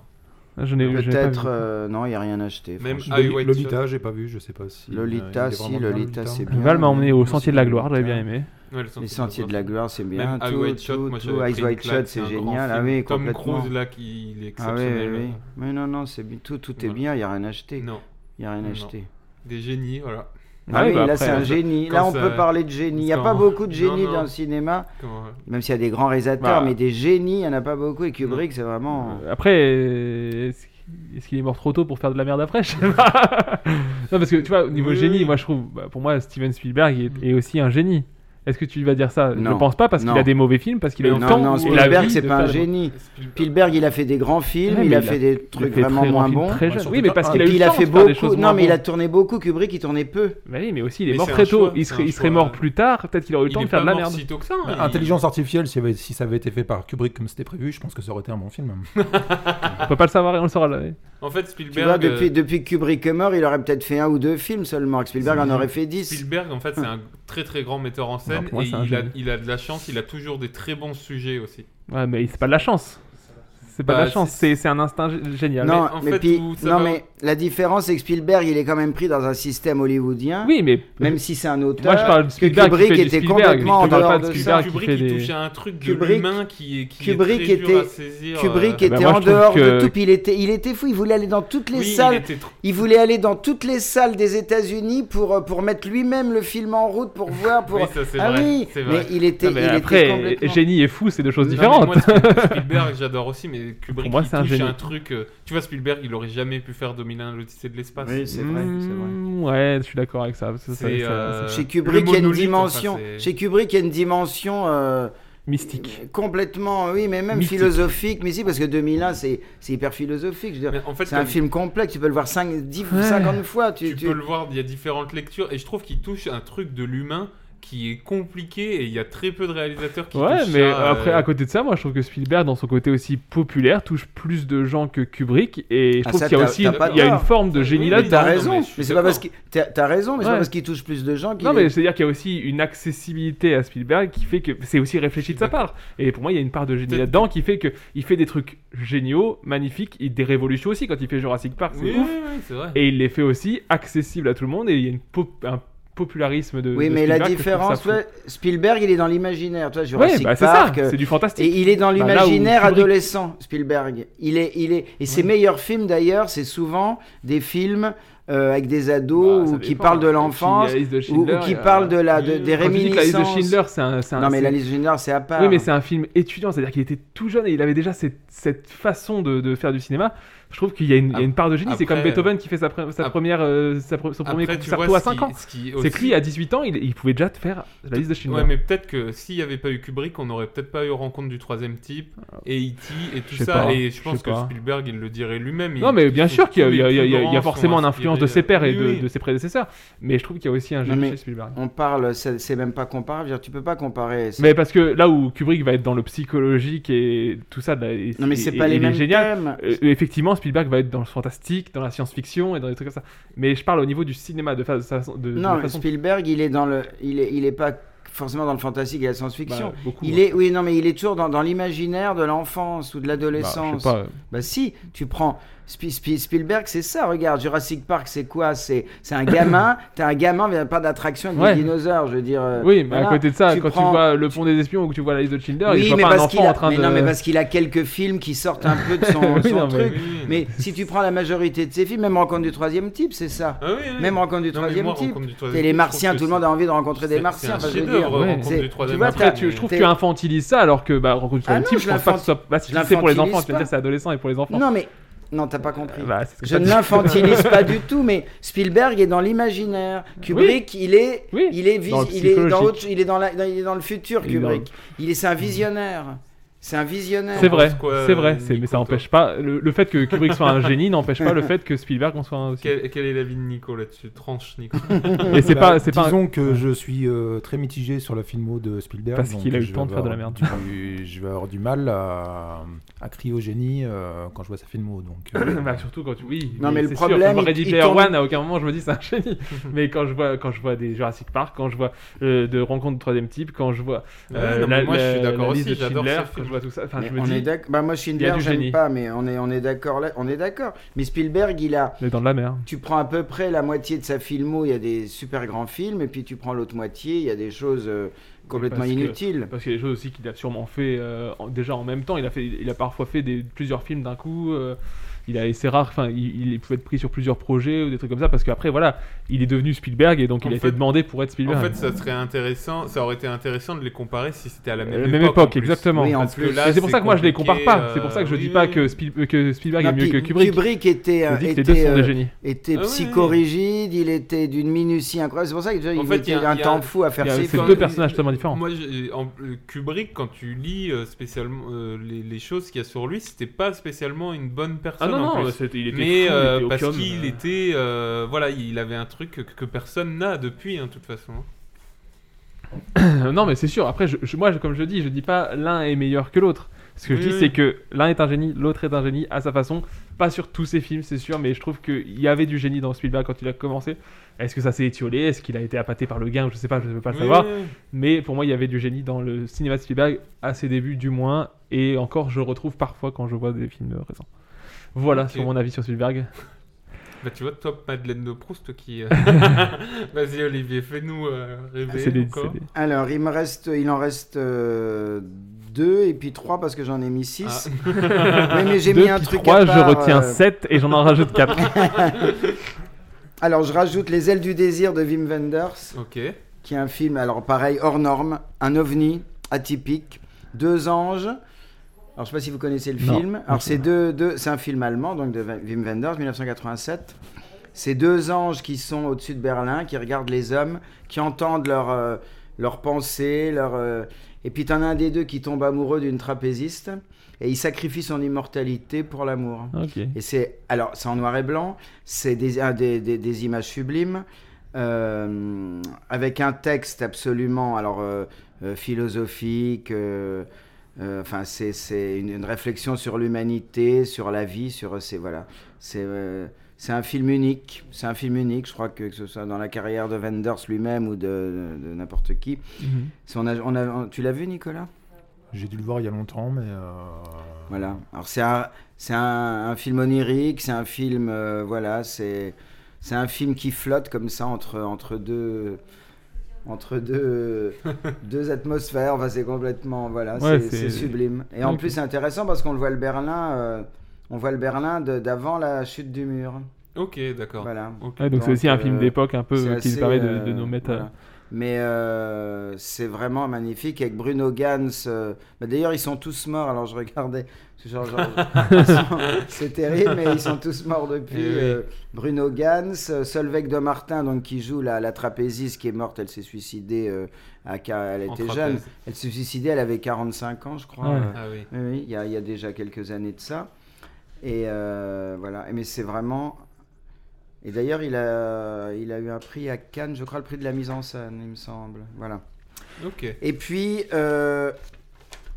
I: Je n'ai- je n'ai pas
J: Peut-être,
I: vu.
J: euh, non, il n'y a rien acheté.
H: Même
J: franchement.
H: Eye White
K: Lolita, j'ai pas vu, je sais pas
I: euh,
K: si.
J: Lolita,
K: il est
J: si,
K: vraiment bien,
J: Lolita, c'est bien.
I: Val m'a emmené au Sentier de la Gloire, j'avais bien aimé.
H: Ouais, le
J: les
H: Sentier de la
J: Sentiers de la Gloire, c'est bien.
H: Même Eye
J: tout,
H: White Shot,
J: tout,
H: moi,
J: tout,
H: j'avais
J: Eyes
H: pris une
J: White Shot,
H: claque, c'est
J: c'est
H: un grand
J: génial. Ah
H: film.
J: oui,
H: Tom
J: complètement.
H: Cruise, là, qui- il est
J: Ah oui,
H: exceptionnel,
J: oui,
H: là.
J: oui. Mais non, non, c'est bien. Tout, tout est bien, il n'y a rien acheté.
H: Non.
J: Il n'y a rien
H: Non.
J: acheté.
H: Des génies, voilà.
J: Ah oui,
I: bah
J: là c'est un génie. Là
H: Quand
J: on
H: ça-
J: peut parler de génie. Il n'y a
H: quand-
J: pas beaucoup de
H: Non,
J: génies
H: non.
J: dans le cinéma.
H: Comment- euh,
J: Même s'il y a des grands réalisateurs,
I: Bah.
J: mais des génies, il n'y en a pas beaucoup. Et Kubrick, c'est vraiment.
I: Euh, Après, euh, est-ce qu'il- est-ce qu'il est mort trop tôt pour faire de la merde après Je sais pas. Non, parce que tu vois, au niveau
H: Oui,
I: génie,
H: oui. Mm.
I: moi je trouve, bah, pour moi, Steven Spielberg est, est aussi un génie. Est-ce que tu vas dire ça Je
J: Non.
I: pense pas parce qu'il
J: Non.
I: a des mauvais films, parce qu'il a eu
J: non,
I: le temps.
J: non,
I: et la
J: Spielberg,
I: vie
J: c'est
I: de
J: pas
I: faire
J: un
I: des-
J: génie. Spielberg, il a fait des grands films,
I: Ouais, mais
J: il a
I: il a-
J: fait
I: il a
J: des trucs
I: fait
J: vraiment
I: très grands
J: moins
I: films
J: bons.
I: très jeunes. Oui, mais parce
J: Et
I: qu'il a eu
J: puis
I: le
J: il a
I: temps de
J: fait
I: faire des
J: beaucoup.
I: choses
J: Non,
I: moins
J: mais il a
I: bonnes.
J: tourné beaucoup. Kubrick, il tournait peu.
I: Bah oui, mais aussi, il est
H: Mais
I: mort
H: c'est un
I: très tôt.
H: choix,
I: Il
H: c'est
I: serait,
H: un
I: il serait
H: choix. hein.
I: mort plus tard, peut-être qu'il aurait eu le temps
H: Il
I: de
H: est
I: faire de
H: pas
I: la
H: mort
I: merde.
H: si tôt que ça, hein.
K: Bah, Intelligence artificielle, si, si ça avait été fait par Kubrick comme c'était prévu, je pense que ça aurait été un bon film.
I: On peut pas le savoir et on le saura là.
H: En fait,
J: Tu vois,
H: Spielberg. euh,
J: depuis, depuis que Kubrick est mort, il aurait peut-être fait un ou deux films seulement. que Spielberg en aurait fait dix.
H: Spielberg, en fait, c'est un très très grand metteur en scène
I: Non, pour moi,
H: et
I: c'est un
H: il a,
I: génie.
H: il a de la chance, il a toujours des très bons sujets aussi.
I: Ouais, mais c'est pas de la chance. C'est pas
H: Bah,
I: de la chance, c'est c'est un instinct gé- génial.
J: Non,
H: en
J: mais,
H: fait,
J: puis-
H: où ça
J: non
H: va-
J: mais la différence, c'est que Spielberg, il est quand même pris dans un système hollywoodien.
I: Oui, mais
J: même si c'est un auteur,
I: Moi, je parle de
J: que
I: Spielberg qui
J: Kubrick
I: fait du
J: était
I: Spielberg,
J: complètement en
I: je parle pas
J: dehors
I: de
J: de ça.
I: Spielberg qui
H: Kubrick,
I: fait
H: il
I: des-
H: touche à un truc de
J: Kubrick-
H: l'humain qui est, qui
J: Kubrick
H: est très dur
J: était-
H: à saisir.
J: Kubrick
H: euh,
J: était
I: bah, moi,
J: en
I: je trouve
J: dehors
I: que-
J: de tout. puis Il était, il était fou. Il voulait aller dans toutes les
H: Oui, il
J: salles.
H: était tr-
J: Il voulait aller dans toutes les salles des États-Unis pour euh, pour mettre lui-même le film en route pour voir pour.
H: Oui, ça, c'est
J: ah
H: vrai,
J: oui,
H: c'est
J: mais
H: vrai.
J: il était,
I: Ah, mais
J: il était
I: après,
J: complètement-
I: génie et fou, c'est deux choses
H: Non, mais
I: différentes.
H: moi, Spiel- Spielberg, j'adore aussi, mais Kubrick,
I: Pour moi,
H: il
I: c'est un
H: touche à
I: génie.
H: un truc. euh, tu vois, Spielberg, il aurait jamais pu faire 2001 l'Odyssée de l'espace.
J: Oui, c'est vrai, c'est vrai.
I: Mmh, ouais, je suis d'accord avec ça. parce que ça-
H: C'est,
I: ça-
H: euh,
J: Chez Kubrick,
H: le
J: il y a une
H: monolithe,
J: dimension.
H: enfin, c'est-
J: Chez Kubrick, il y a une dimension. euh,
I: Mystique.
J: Complètement, oui, mais même
I: Mystique.
J: philosophique. Mais si, parce que 2001, c'est c'est hyper philosophique. je veux dire.
H: Mais en fait,
J: c'est un
H: comme-
J: film complexe. Tu peux le voir 5, 10,
I: Ouais.
J: 50 fois. Tu,
H: tu, peux le voir, il y a différentes lectures, et je trouve qu'il touche un truc de l'humain qui est compliqué, et il y a très peu de réalisateurs qui
I: Ouais,
H: touchent
I: mais
H: ça, euh,
I: après, à côté de ça, moi, je trouve que Spielberg, dans son côté aussi populaire, touche plus de gens que Kubrick. Et je
J: Ah,
I: trouve
J: ça,
I: qu'il y a
J: t'as-
I: aussi
J: t'as
I: une-
J: pas
I: il y a une
J: tort.
I: forme de génie
H: Oui,
I: là.
H: mais
J: T'as
H: Non, non, mais
J: raison,
H: je suis
J: mais c'est pas
H: d'accord.
J: parce qu'il t'as- t'as raison, mais c'est
I: Ouais.
J: pas parce qu'il touche plus de gens qu'il
I: Non, mais
J: est-
I: c'est-à-dire qu'il y a aussi une accessibilité à Spielberg qui fait que c'est aussi réfléchi de sa part. Et pour moi, il y a une part de génie
H: Peut-être-
I: là-dedans qui fait que il fait des trucs géniaux, magnifiques, et des révolutions aussi quand il fait Jurassic Park, c'est
H: Oui,
I: ouf.
H: oui, oui, c'est vrai.
I: Et il les fait aussi accessibles à tout le monde. Et il y a une pop- un popularisme de.
J: Oui,
I: de
J: mais la
I: Spielberg que je trouve ça
J: différence,
I: fou.
J: toi, Spielberg, il est dans l'imaginaire, toi,
I: Ouais,
J: Jurassic
I: bah, c'est ça,
J: Park. euh,
I: c'est du fantastique.
J: Et il est dans
I: Bah, là où
J: l'imaginaire
I: Kubrick-
J: adolescent, Spielberg. Il est, il est, et ses meilleurs films d'ailleurs, c'est souvent des films euh, avec des ados
I: Bah, ça
J: ou qui
I: dépend.
J: parlent
H: hein.
J: de
I: Et puis, il
J: l'enfance
I: y a la liste euh, de
J: ou, ou
I: Schindler,
J: qui
I: il y a-
J: parlent de la, de- des
I: Quand je dis que la
J: réminiscences.
I: liste de Schindler, c'est un. c'est un-
J: non, mais
I: c'est-
J: la liste de Schindler, c'est à part.
I: Oui, mais c'est un film étudiant, c'est-à-dire qu'il était tout jeune et il avait déjà cette, cette façon de, de faire du cinéma. Je trouve qu'il y, a une- il y a une part de génie. C'est
H: Après,
I: comme Beethoven qui fait sa, pre- sa
H: ap-
I: première, euh, sa pre- son premier
H: Après, tu
I: concerto
H: vois
I: à
H: ce
I: 5
H: qui-
I: ans.
H: ce qui
I: C'est
H: aussi-
I: que lui, à 18 ans, il, il pouvait déjà te faire la liste de Schindler.
H: Ouais, mais peut-être que s'il n'y avait pas eu Kubrick, on n'aurait peut-être pas eu Rencontre du troisième type, et E.T. et tout
I: Je sais
H: ça.
I: pas,
H: et je
I: je
H: pense
I: sais
H: que
I: pas.
H: Spielberg, il le dirait lui-même.
I: Non,
H: il-
I: mais
H: il
I: bien
H: faut
I: sûr
H: que
I: qu'il y a,
H: tous
I: il y a-
H: les
I: il y a- il y a
H: plus grands
I: forcément
H: sont
I: une influence de ses
H: inspirés,
I: pères et
H: euh,
I: de,
H: oui, oui.
I: de ses prédécesseurs, mais je trouve qu'il y a aussi un
J: Non,
I: génie
J: mais
I: chez Spielberg.
J: on parle, c'est c'est même pas comparable. je veux dire, Tu peux pas comparer. c'est-
I: Mais parce que là où Kubrick va être dans le psychologique et tout ça, là, et-
J: Non, mais c'est
I: et-
J: pas
I: et
J: les
I: il est
J: mêmes
I: génial.
J: thèmes.
I: Euh, effectivement, Spielberg va être dans le fantastique, dans la science-fiction et dans des trucs comme ça. Mais je parle au niveau du cinéma, de, fa- de sa- de- de
J: Non,
I: la façon.
J: Spielberg, il est dans le, il est, il est pas forcément dans le fantastique et la science-fiction.
I: Bah, beaucoup,
J: il
I: ouais.
J: est, oui, non, mais il est toujours dans, dans l'imaginaire de l'enfance ou de l'adolescence.
I: Bah, je sais pas.
J: Bah, si, tu prends Spi- Spi- Spielberg, c'est ça. Regarde, Jurassic Park, c'est quoi C'est, c'est un gamin. T'es un gamin, mais il n'y a pas d'attraction avec
I: Ouais.
J: des dinosaures. Je veux dire. euh,
I: Oui, mais à
J: voilà.
I: côté de ça, quand tu
J: prends-
I: vois Le Pont des Espions ou que tu vois La liste de Schindler, il
J: oui,
I: voit
J: mais
I: pas un
J: parce qu'il
I: enfant
J: a...
I: en train
J: mais
I: de.
J: non, mais parce qu'il a quelques films qui sortent un peu de son,
I: Oui,
J: son
I: non, mais-
J: truc. Mais... si tu prends la majorité de ses films, même Rencontre du troisième type, c'est ça.
H: Ah oui, oui.
J: Même Rencontre du
H: Non, mais
J: troisième
H: moi,
J: type.
H: Rencontre du
J: T'es
H: troisième
J: les
H: type, je
J: Martiens,
H: trouve
J: tout
H: que
J: le monde a envie de rencontrer
H: c'est-
J: des
H: c'est
J: Martiens.
H: un
J: enfin, je veux
H: chef-d'œuvre,
J: dire.
H: Rencontre
J: C'est-
H: du troisième
J: tu vois,
H: type.
I: Après,
J: t'as-
I: tu- je trouve que
J: t'es-
I: tu infantilises ça alors que bah, Rencontre du
J: Ah
I: troisième
J: non,
I: type,
J: je
I: je pense pas que
J: l'infanti-
I: ce soit. Bah, si
J: je
I: c'est pour les
J: l'infantilise
I: enfants, tu vas
J: pas.
I: dire c'est adolescent et pour les enfants.
J: Non, mais. Non, t'as pas compris.
I: Bah, c'est ce que
J: Je
I: t'as
J: ne
I: dit.
J: l'infantilise pas du tout, mais Spielberg est dans l'imaginaire. Kubrick, il est,
I: Oui.
J: il est, vis-
I: Dans le
J: il est dans
I: psychologique.
J: autre- il est dans la- dans- il est dans le futur.
I: Il est dans
J: Kubrick, il est, c'est un visionnaire. C'est un visionnaire.
I: C'est vrai, c'est
H: euh,
I: vrai, c'est- mais ça n'empêche pas. Le, le fait que Kubrick soit un génie n'empêche pas le fait que Spielberg en soit un aussi.
H: Quel, quel est l'avis de Nico là-dessus Tranche, Nico.
I: Et c'est
K: Bah,
I: pas- c'est pas un-
K: Disons que je suis euh, très mitigé sur la filmo de Spielberg.
I: Parce
K: donc
I: qu'il a eu
K: je
I: le temps
K: vais
I: de faire de la
K: avoir
I: merde.
K: du- je vais avoir du mal à, à crier au génie euh, quand je vois sa filmo. Donc, euh,
I: Bah, surtout quand tu. Oui,
J: Non, mais le
I: c'est
J: problème,
I: Sûr, comme
J: il-
I: Ready
J: il
I: Player
J: tourne-
I: One, à aucun moment je me dis c'est un génie. mais quand je, vois, quand je vois des Jurassic Park, quand je vois euh, de Rencontre de troisième type, quand je vois. euh,
H: Ouais, non, mais
I: la-
H: moi, je suis
I: la-
H: d'accord
I: la liste
H: aussi,
I: de
H: j'adore
I: Schindler,
H: ce
I: quand
H: film.
I: je vois tout ça. Enfin,
J: Mais
I: Ah, je me
J: on
I: dis,
J: est d'accord. Bah, moi,
I: il y
J: Schindler,
I: a du
J: j'aime
I: génie.
J: pas, mais on est, on est d'accord là. On est d'accord. Mais Spielberg, il a.
I: Il est dans de la mer.
J: Tu prends à peu près la moitié de sa filmo, il y a des super grands films, et puis tu prends l'autre moitié, il y a des choses euh, complètement
I: Parce que-
J: inutiles.
I: parce qu'il y a des choses aussi qu'il a sûrement fait euh, en- déjà en même temps. Il a, fait, il a parfois fait des, plusieurs films d'un coup. euh, il a, et c'est rare, enfin, il, il pouvait être pris sur plusieurs projets ou des trucs comme ça. Parce qu'après, voilà, il est devenu Spielberg et donc il
H: En
I: a
H: fait-
I: été demandé pour être Spielberg.
H: En fait, ça serait intéressant, ça aurait été intéressant de les comparer si c'était à la même
I: Euh, la
H: époque.
I: même
H: en
I: époque,
H: plus.
I: exactement.
J: Oui, en
H: Parce que
J: plus.
H: là,
I: Mais c'est pour
H: c'est
I: ça que moi je les compare
H: compliqué,
I: pas. c'est pour ça que je
H: euh,
I: dis
H: oui,
I: pas
H: oui.
I: que, Spiel- euh, que Spielberg
J: Non,
I: est mieux
J: puis
I: que Kubrick.
J: était,
I: Je
J: euh,
I: dis que les deux
J: était,
I: sont des
J: euh,
I: génies.
J: était
H: Ah oui.
J: psychorigide, il était d'une minutie incroyable. C'est pour ça qu'il
H: En
J: il
H: fait,
J: était
H: il y a-
J: un
H: il y a-
J: temps fou à faire
I: il y a-
J: ses
I: c'est
J: films.
I: deux personnages totalement différents.
H: Moi, j'ai- en- euh, Kubrick, quand tu lis euh, spécialement euh, les, les choses qu'il y a sur lui, c'était pas spécialement une bonne personne.
I: Ah non,
H: en
I: non,
H: plus.
I: c'était- il était
H: Mais
I: fou, il
H: euh,
I: était
H: parce
I: opium,
H: qu'il
I: euh.
H: était, euh, voilà, il avait un truc que, que personne n'a depuis, hein, de toute façon.
I: Euh, non, mais c'est sûr. Après, je- je- moi, je- comme je dis, je dis pas l'un est meilleur que l'autre. Ce que je
H: Oui,
I: dis,
H: oui.
I: c'est que l'un est un génie, l'autre est un génie à sa façon. Pas sur tous ses films, c'est sûr, mais je trouve qu'il y avait du génie dans Spielberg quand il a commencé. Est-ce que ça s'est étiolé Est-ce qu'il a été appâté par le gain Je sais pas, je ne peux pas le
H: Oui,
I: savoir.
H: oui, oui.
I: Mais pour moi, il y avait du génie dans le cinéma de Spielberg à ses débuts, du moins. Et encore, je retrouve parfois quand je vois des films euh, récents. Voilà
H: Ok.
I: sur mon avis sur Spielberg.
H: Bah, tu vois, toi, Madeleine de Proust qui. euh, Vas-y, Olivier, fais-nous euh, rêver.
I: C'est des-
H: encore.
I: c'est des-
J: Alors, il me reste, il en reste euh, deux et puis trois parce que j'en ai mis six.
H: Ah.
J: Oui, mais j'ai
I: Deux
J: mis un
I: puis
J: truc
I: trois,
J: à part,
I: je retiens
J: euh,
I: 7 et j'en en rajoute 4.
J: Alors, je rajoute Les ailes du désir de Wim Wenders.
H: Ok.
J: qui est un film, alors pareil, hors norme, un ovni atypique, deux anges. Alors, je sais pas si vous connaissez le
I: Non.
J: film. Alors, c'est deux, deux, c'est un film allemand, donc de Wim Wenders, 1987. C'est deux anges qui sont au-dessus de Berlin, qui regardent les hommes, qui entendent leurs euh, leurs pensées, leurs. euh, Et puis, t'en as un des deux qui tombe amoureux d'une trapéziste et il sacrifie son immortalité pour l'amour.
I: ok.
J: Et c'est alors c'est en noir et blanc, c'est des, un des, des- des images sublimes euh, avec un texte absolument alors euh, euh, philosophique. euh, euh, Enfin, c'est- c'est une, une réflexion sur l'humanité, sur la vie, sur c'est voilà. C'est euh, c'est un film unique. C'est un film unique. Je crois que, que ce soit dans la carrière de Wenders lui-même ou de, de- de n'importe qui.
I: Mhm.
J: Si on a- on a- on- tu l'as vu, Nicolas
K: J'ai dû le voir il y a longtemps, mais. euh,
J: voilà. Alors c'est un, c'est un, un film onirique, c'est un film, euh, voilà, c'est, c'est un film qui flotte comme ça entre, entre deux, entre deux, deux atmosphères. Enfin, c'est complètement, voilà,
I: Ouais,
J: c'est,
I: c'est-
J: c'est sublime. Et en
I: Ok.
J: plus, c'est intéressant parce qu'on le voit le Berlin, euh, on voit le Berlin de- d'avant la chute du mur.
H: Ok, d'accord.
J: Voilà.
H: Ok.
I: Ouais, donc c'est aussi un
J: euh,
I: film d'époque un peu
J: c'est
I: euh, qui
J: assez,
I: permet de,
J: euh,
I: de nous mettre. à-
J: voilà. Mais euh, c'est vraiment magnifique avec Bruno Gans. euh, bah, D'ailleurs, ils sont tous morts. Alors je regardais. c'est genre- genre- ils sont- c'est terrible, mais ils sont tous morts depuis.
H: Eh oui.
J: euh, Bruno Gans, euh, Solveig de Martin, donc, qui joue la, la trapéziste qui est morte. Elle s'est suicidée. euh, à, ca- elle
H: En
J: était
H: trapèze.
J: jeune. Elle s'est suicidée. Elle avait 45 ans, je crois.
I: Ouais.
J: Euh,
H: Ah oui.
J: oui, oui, il y, a- il y a déjà quelques années de ça. Et euh, voilà, Et mais c'est vraiment... Et d'ailleurs, il a, il a eu un prix à Cannes, je crois, le prix de la mise en scène, il me semble. Voilà.
H: Ok.
J: Et puis, euh,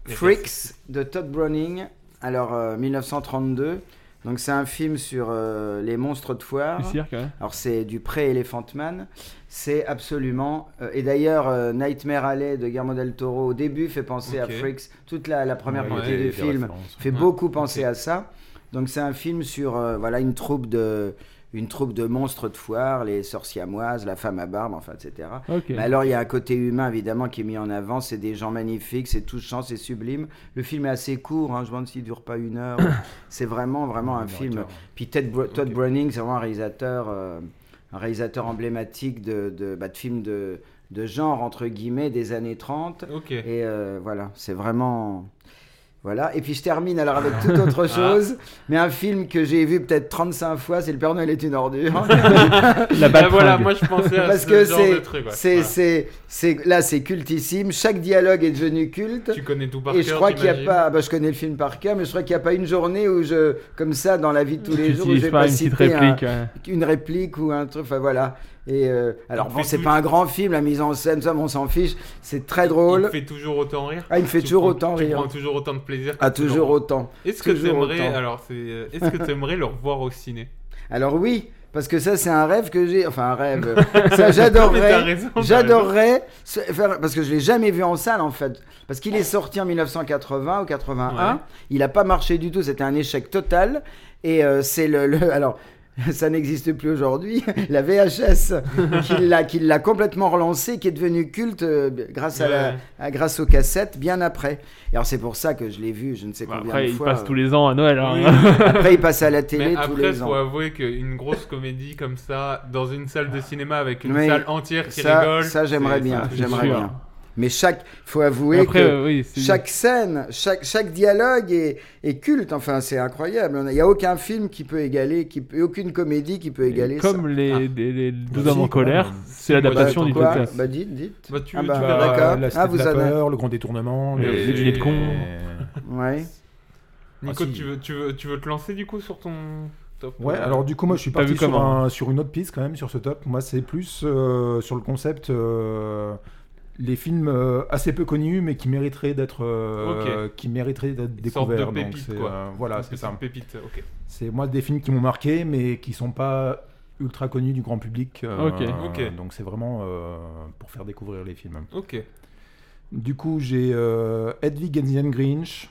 H: Et
J: Freaks de Todd Browning, alors euh, 1932. Donc c'est un film sur euh, les monstres de foire.
I: Du cirque, ouais.
J: Alors c'est du pré-Elephant Man, c'est absolument... euh, et d'ailleurs, euh, Nightmare Alley de Guillermo del Toro, au début, fait penser
H: Ok.
J: à Freaks. Toute la, la première
H: Ouais,
J: partie
H: il y a
J: du
K: des
J: film
K: références.
J: fait
H: Ouais,
J: beaucoup penser à ça. Donc c'est un film sur euh, voilà, une troupe de... Une troupe de monstres de foire, les sorciamoises, la femme à barbe, enfin, etc.
I: Ok.
J: Mais alors, il y a un côté humain, évidemment, qui est mis en avant. C'est des gens magnifiques, c'est touchant, c'est sublime. Le film est assez court, hein, je me demande s'il ne dure pas une heure. c'est vraiment, vraiment un
K: Une heure et
J: film.
K: quart.
J: Puis Ted Bro- Todd Browning, c'est vraiment un réalisateur, euh, un réalisateur emblématique de, de, bah, de films de, de genre, entre guillemets, des années 30.
H: Ok.
J: Et euh, voilà, c'est vraiment. Voilà, et puis je termine alors avec toute autre
H: Ah.
J: chose, mais un film que j'ai vu peut-être 35 fois, c'est Le Père Noël est une ordure.
I: La
H: Bah voilà, moi, je pensais à
J: Parce
H: ce
J: que
H: genre
J: c'est-
H: de truc, ouais.
J: c'est-
H: Voilà.
J: c'est- c'est- là c'est cultissime, chaque dialogue est devenu culte.
H: Tu connais tout par
J: Et je
H: cœur,
J: crois qu'il n'y a
H: t'imagines
J: pas, bah, je connais le film par cœur, mais je crois qu'il n'y a pas une journée où je, comme ça, dans la vie de tous les
I: Tu
J: jours, où
I: utilises
J: je vais
I: pas
J: pas
I: une petite
J: citer un-
I: réplique, ouais.
J: une réplique ou un truc, enfin voilà. Et euh, alors
H: Il
J: bon,
H: fait
J: c'est
H: tout-
J: pas un grand film, la mise en scène, ça, mais on s'en fiche, c'est très
H: Il
J: drôle.
H: me fait toujours autant rire.
J: Ah, il me fait
H: Tu
J: toujours
H: prends-
J: autant
H: Tu
J: rire.
H: prends toujours autant de plaisir.
J: Ah,
H: quand tu le
J: toujours
H: revois.
J: autant.
H: Est-ce que
J: Toujours
H: t'aimerais
J: autant.
H: alors c'est euh, est-ce que t'aimerais le revoir au ciné
J: Alors oui, parce que ça c'est un rêve que j'ai, enfin un rêve. ça
H: Mais t'as
J: j'adorerais,
H: raison, t'as
J: j'adorerais se- faire parce que je l'ai jamais vu en salle en fait, parce qu'il est sorti en 1980 ou 81,
N: Ouais.
J: il a pas marché du tout, c'était un échec total et euh, c'est le, le- alors. Ça n'existe plus aujourd'hui. La VHS qui l'a- qui l'a complètement relancé, qui est devenu culte euh, grâce, à la,
I: Ouais.
J: à- grâce aux cassettes bien après. Et alors c'est pour ça que je l'ai vu, je ne
H: Bah,
J: sais combien
I: après,
J: de
I: il
J: fois.
I: passe tous les ans à Noël, hein.
J: Oui. Après, il passe à la télé
H: Mais
J: tous
H: après,
J: les
H: faut
J: ans.
H: avouer qu'une grosse comédie comme ça, dans une salle de cinéma avec une
J: Oui,
H: salle entière qui
J: ça,
H: rigole.
J: Ça, j'aimerais
H: c'est-
J: bien.
H: c'est
J: J'aimerais
H: sûr.
J: bien. Mais chaque, faut avouer
H: Après,
J: que
H: euh, oui, c'est-
J: chaque scène, chaque, chaque dialogue est, est culte. Enfin, c'est incroyable. On a- Il n'y a aucun film qui peut égaler, qui peut, aucune comédie qui peut égaler
I: Comme
J: ça.
I: les, les- les deux
J: Bah,
I: hommes
J: si,
I: en
J: quand
I: colère,
J: même.
I: c'est l'adaptation
J: Bah,
I: du
J: quoi
I: podcast.
J: Bah, dites, dites.
H: Bah, tu-
J: ah,
H: tu
J: bah,
H: verras,
J: d'accord.
K: La Cité
J: ah,
K: de
J: vous
K: la
J: avez-
K: peur, le grand détournement,
I: Les- les dîners de cons.
J: Ouais.
H: Euh, Nico,
K: Ah, si.
H: tu, veux, tu, veux, tu veux te lancer du coup sur ton top
K: Ouais,
H: euh,
K: alors du coup, moi je suis
I: T'as
K: parti
I: vu
K: sur,
I: comment
K: un- sur une autre piste quand même, sur ce top. Moi, c'est plus euh, sur le concept. euh, les films euh, assez peu connus, mais qui mériteraient d'être euh, qui mériteraient d'être
H: Une sorte de
K: découverts. donc
H: pépite,
K: c'est,
H: quoi.
K: euh, voilà,
H: Une
K: c'est
H: petite
K: ça.
H: pépite, ok.
K: C'est moi des films qui m'ont marqué, mais qui sont pas ultra connus du grand public. euh,
H: Ok. Ok.
K: Donc c'est vraiment euh, pour faire découvrir les films.
H: Ok.
K: Du coup, j'ai euh, Hedwig and the Angry Grinch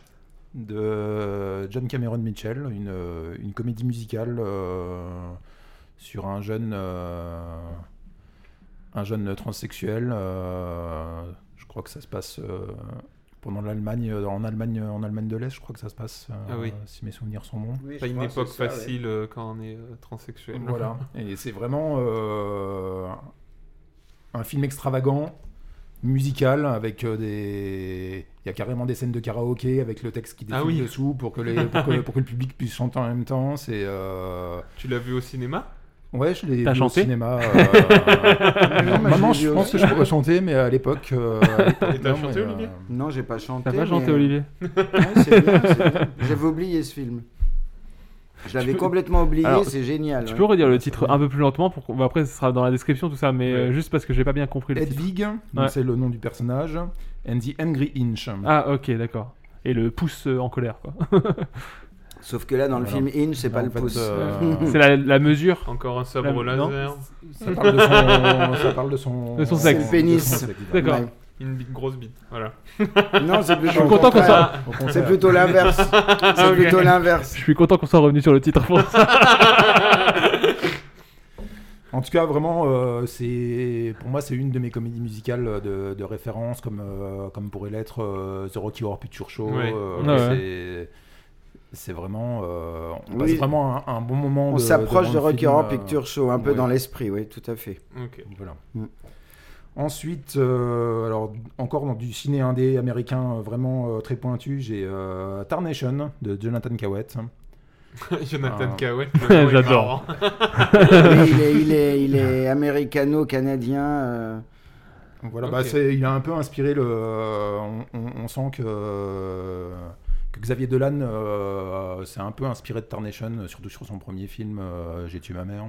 K: de John Cameron Mitchell, une, euh, une comédie musicale euh, sur un jeune, euh, un jeune transsexuel. euh, je crois que ça se passe euh, pendant l'Allemagne, euh, en Allemagne, en Allemagne de l'Est. Je crois que ça se passe, euh,
H: Ah oui.
K: si mes souvenirs sont bons.
H: Pas une époque facile euh, quand on est euh, transsexuel.
K: Voilà. Et c'est vraiment euh, un film extravagant, musical, avec euh, des. Il y a carrément des scènes de karaoké avec le texte qui défile
H: Ah oui.
K: dessous pour que, les, pour, que, pour que le public puisse chanter en même temps. C'est. euh,
H: Tu l'as vu au cinéma
K: Ouais, je l'ai
I: T'as
K: vu
I: chanté
K: au cinéma. euh,
J: Ah, Non, mais
K: Maintenant,
J: je l'ai
K: je
J: vu
K: pense
J: au-
K: que je pourrais chanter, mais à l'époque. euh, à l'époque,
H: Et t'as
K: non,
H: chanté,
K: mais, euh,
H: Olivier
J: Non, j'ai pas chanté.
I: T'as pas chanté,
J: mais-
I: Olivier
J: Ouais, c'est bien, c'est bien. J'avais oublié ce film. Je l'avais
I: peux-
J: complètement oublié,
I: Alors,
J: c'est génial.
I: Tu
J: ouais.
I: peux redire le titre un peu plus lentement pour qu'on- bah, après ce sera dans la description tout ça mais euh, juste parce que j'ai pas bien compris le titre.
K: Hedwig, euh, donc
I: Ouais.
K: c'est le nom du personnage, and the Angry Inch.
I: Ah OK, d'accord. Et le pouce euh, en colère quoi.
J: Sauf que là, dans le
K: Voilà.
J: film In, c'est
K: Là,
J: pas
K: en
J: le
K: fait,
J: pouce.
K: euh,
I: c'est la, la mesure.
H: Encore un sabre
I: La- non.
H: laser.
K: Ça parle de son- ça parle de son-
I: de son
K: C'est
I: sexe.
K: le pénis. De son sexe,
I: D'accord.
J: Ouais.
H: Une bite- grosse bite. Voilà.
J: Non, c'est
I: Je suis
J: plutôt le
I: content qu'on
J: contraire.
I: soit-
H: Au
I: contraire.
J: C'est plutôt l'inverse. C'est
I: Ah, ok.
J: plutôt l'inverse.
I: Je suis content qu'on soit revenu sur le titre pour ça.
K: En tout cas, vraiment, euh, c'est pour moi, c'est une de mes comédies musicales de, de référence, comme, euh, comme pourrait l'être euh, The Rocky Horror Picture Show.
I: Ouais.
K: euh,
I: Ah
K: c'est- C'est vraiment, euh, on
J: Oui.
K: passe vraiment un, un bon moment.
J: On s'approche de Rocky
K: Rocky
J: Horror Picture Show, un peu
K: ouais.
J: dans l'esprit, oui, tout à fait.
H: Ok.
K: euh, Voilà.
J: Mm.
K: Ensuite, euh, alors encore dans du ciné indé américain euh, vraiment euh, très pointu, j'ai euh, Tarnation de Jonathan Cahouette.
H: Jonathan
K: Ah.
H: Cahouette. maintenant, est
I: J'adore.
J: Oui, il est, il est, il est américano-canadien. euh,
K: Voilà,
H: Ok.
K: bah, c'est- il a un peu inspiré le. euh, on, on- on sent que, euh, que Xavier Dolan euh, s'est un peu inspiré de Tarnation, euh, surtout sur son premier film euh, J'ai tué ma mère.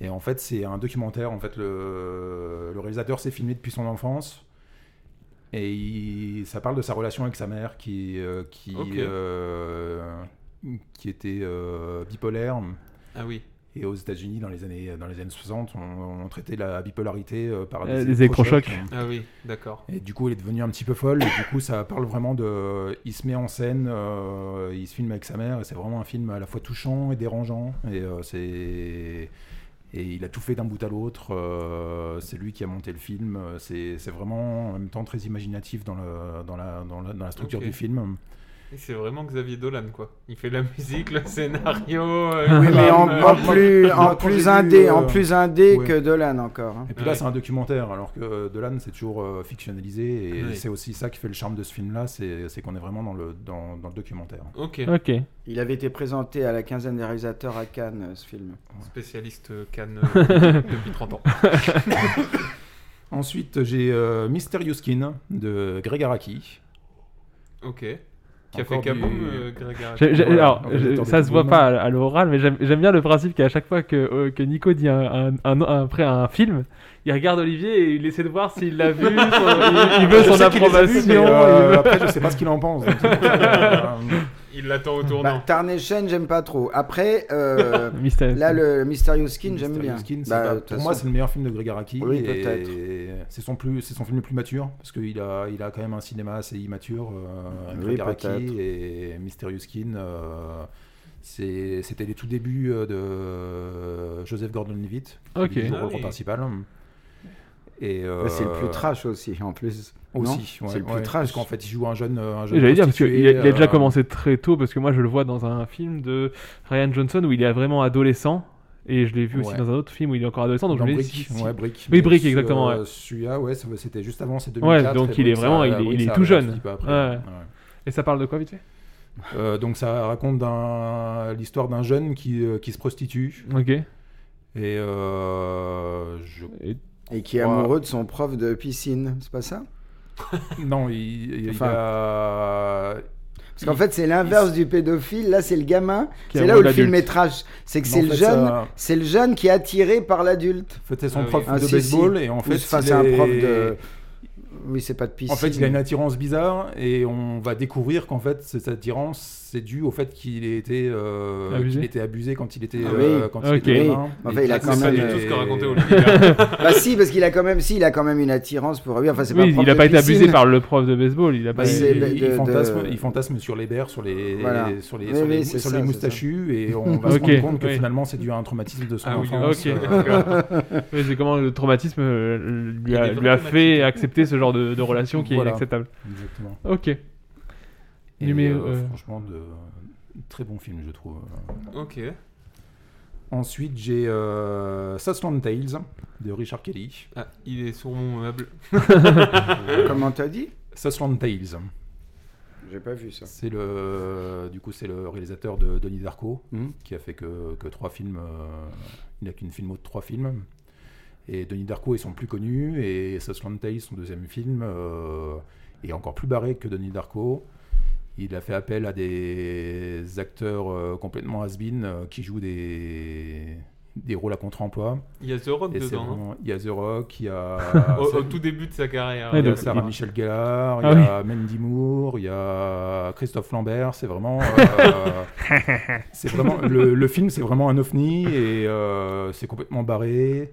K: Et en fait, c'est un documentaire. En fait, le, le réalisateur s'est filmé depuis son enfance. Et il- ça parle de sa relation avec sa mère qui, euh, qui,
H: Ok.
K: euh, qui était euh, bipolaire.
H: Ah oui.
K: Et aux États-Unis, dans les années, dans les années 60, on, on traitait la bipolarité euh, par
I: Euh,
K: des
I: des électrochocs.
H: Ah oui, d'accord.
K: et du coup, elle est devenue un petit peu folle. Et du coup, ça parle vraiment de. Il se met en scène, euh, il se filme avec sa mère. Et c'est vraiment un film à la fois touchant et dérangeant. Et euh, c'est. Et il a tout fait d'un bout à l'autre. euh, c'est lui qui a monté le film. euh, C'est c'est vraiment en même temps très imaginatif dans, le, dans, la, dans, la, dans la structure
H: Ok.
K: du film.
H: C'est vraiment Xavier Dolan, quoi. Il fait la musique, le scénario. euh,
J: Oui,
H: le
J: mais en,
H: film,
J: en
H: euh,
J: plus, en
K: Quand j'ai
J: plus
K: vu,
J: indé, en
K: euh,
J: plus indé
K: ouais.
J: que Dolan encore. hein.
K: Et puis là, c'est un documentaire, alors que euh, Dolan, c'est toujours euh, fictionnalisé, et
H: Oui.
K: c'est aussi ça qui fait le charme de ce film-là, c'est c'est qu'on est vraiment dans le, dans, dans le documentaire.
H: euh,
I: Ok.
J: Il avait été présenté à la quinzaine des réalisateurs à Cannes, euh, ce film.
H: Spécialiste euh, Cannes euh, depuis 30 ans.
K: Ensuite, j'ai euh, Mysterious Skin de Greg Araki.
H: Ok. Qui a fait
K: Encore
H: Kaboom,
K: du-
H: euh, Greg
I: J'ai- j'ai-
H: Araki.
I: alors,
K: Voilà,
I: je-
K: auditeur de
I: ça se voit
K: Kaboom.
I: pas à, à l'oral, mais j'aime j'aime bien le principe qu'à chaque fois que, euh, que Nico dit un, un, un, un- après un film, il regarde Olivier et il essaie de voir s'il l'a vu, son- il, il veut
K: Je
I: son
K: sais qu'il les a vus,
I: approbation.
K: mais, euh,
I: il veut-
K: après, je sais pas ce qu'il en pense. donc c'est pour ça que, euh,
H: Il l'attend au
J: Bah,
H: tournant.
J: Tarnation, j'aime pas trop. Après, euh,
I: Mysterious
J: là,
I: Skin.
J: le Mysterious Skin, j'aime
K: Mysterious
J: bien.
K: Skin, c'est
J: Bah,
K: pas-
J: de toute
K: pour moi,
J: façon.
K: c'est le meilleur film de Greg Araki.
J: Oui,
K: et
J: peut-être.
K: C'est son, plus- c'est son film le plus mature, parce qu'il a, il a quand même un cinéma assez immature. euh,
J: Oui,
K: Greg Araki
J: peut-être.
K: et Mysterious Skin. euh, c'est- C'était les tout débuts euh, de Joseph Gordon-Levitt, qui
I: Ok.
K: joue le
H: Ah
K: rôle
H: oui.
K: principal. Et, euh,
J: Mais C'est le plus trash aussi, en plus.
K: Aussi,
J: Non
K: ouais,
J: c'est le plus
K: ouais,
J: trash.
K: Parce qu'en fait, il joue un jeune. euh, Un jeune
I: J'allais dire, parce qu'il
K: prostitué,
I: a, il a déjà
K: euh,
I: commencé très tôt, parce que moi je le vois dans un film de Ryan Johnson où il est vraiment adolescent, et je l'ai vu aussi
K: Ouais.
I: dans un autre film où il est encore adolescent, donc
K: Dans
I: je me dis,
K: Brick,
I: si- si-
K: ouais, Brick.
I: Oui,
K: Mais
I: Brick,
K: ce-
I: exactement, ouais.
K: Celui-là, ouais, ça- c'était juste avant, c'est
I: Ouais,
K: 2004.
I: donc
K: et
I: il est
K: Brick, ça-
I: vraiment, il est,
K: Brick,
I: il est tout
K: ça arrive un
I: jeune.
K: petit peu après.
I: Ouais.
K: Ouais.
I: Et ça parle de quoi vite fait
K: Euh, donc ça raconte d'un- l'histoire d'un jeune qui, euh, qui se prostitue.
I: Ok.
K: Et euh, je...
I: Et-
J: Et qui est
K: Ouais.
J: amoureux de son prof de piscine, c'est pas ça
K: non, il, il- il
J: Enfin,
K: a-
J: Parce qu'en
K: il-
J: fait, c'est l'inverse du pédophile. Là, c'est le gamin.
I: Qui est
J: C'est là où
I: amoureux
J: le film est
I: d'adulte.
J: trash. C'est que
K: Non,
J: c'est
K: en
J: le
K: fait,
J: jeune,
K: ça-
J: c'est le jeune qui est attiré par l'adulte.
K: en fait, c'est son
H: Ah oui.
K: prof
J: Ah,
K: de
J: si,
K: baseball
J: si.
K: et en
J: Ou
K: fait,
J: c'est- enfin,
K: il
J: c'est un
K: est-
J: prof de. Oui, c'est pas de piscine.
K: En fait, il a une attirance bizarre et on va découvrir qu'en fait, cette attirance, c'est dû au fait qu'il était, euh,
I: Abusé.
K: qu'il était abusé quand il était,
J: Ah
K: euh,
J: oui.
K: quand
I: Ok.
K: il était gamin.
J: Enfin,
K: Et
J: il a
K: que
J: quand
H: C'est pas
J: même,
H: du
J: euh,
H: tout ce que racontait Olivier. là.
J: Bah si, parce qu'il a quand même, si, il a quand même une attirance pour lui. Enfin, c'est pas un
I: Oui,
J: prof
I: il a
J: de
I: pas été abusé
J: piscine.
I: par le prof de baseball, il a pas
K: Bah,
J: Bah,
K: il,
J: c'est-
K: il-
J: de-
K: il fantasme,
J: de-
K: il fantasme sur les berres, sur les,
J: Voilà.
K: sur les,
J: Oui,
K: sur les,
J: oui,
K: mou-
J: c'est
K: sur
J: ça,
K: les
J: c'est
K: moustachus et on va
I: Ok,
K: se rendre compte que
I: oui.
K: finalement c'est dû à un traumatisme de son
H: Ah oui,
I: ok,
K: enfance. euh,
I: d'accord. Oui, c'est comment le traumatisme euh, lui
H: Il
I: a,
H: est
I: lui a
H: vraiment
I: fait
H: traumatisé.
I: accepter ce genre de, de relation qui
K: Voilà.
I: est inacceptable.
K: Exactement.
I: Ok.
K: Et,
I: Numéro-
K: euh,
I: euh,
K: Franchement, de très bon film, je trouve.
H: ok.
K: Ensuite, j'ai euh, Sassland Tales de Richard Kelly.
H: Ah, il est sur mon meuble.
J: Comment t'as dit
K: Sassland Tales,
J: J'ai pas vu ça.
K: c'est le, du coup, c'est le réalisateur de Denis Darko.
J: Hmm.
K: qui a fait que, que trois films. euh, il n'a qu'une filmo de trois films. Et Denis Darko est son plus connu, et Sutherland Tales, son deuxième film, euh, est encore plus barré que Denis Darko. Il a fait appel à des acteurs euh, complètement has-been euh, qui jouent des, des rôles à contre-emploi.
H: Il y a The Rock
K: Et c'est
H: dedans. hein.
K: vraiment- Il y a The Rock, il y a.
H: Au, au
K: c'est-
H: tout début de sa carrière.
I: Ah, Ouais,
K: il y a
I: donc,
K: Sarah
I: il-
K: Michel Gellar,
I: Ah
K: il y a Mandy Moore, il y a Christophe Lambert, c'est vraiment, euh, c'est vraiment le, le film, c'est vraiment un ovni et euh, c'est complètement barré.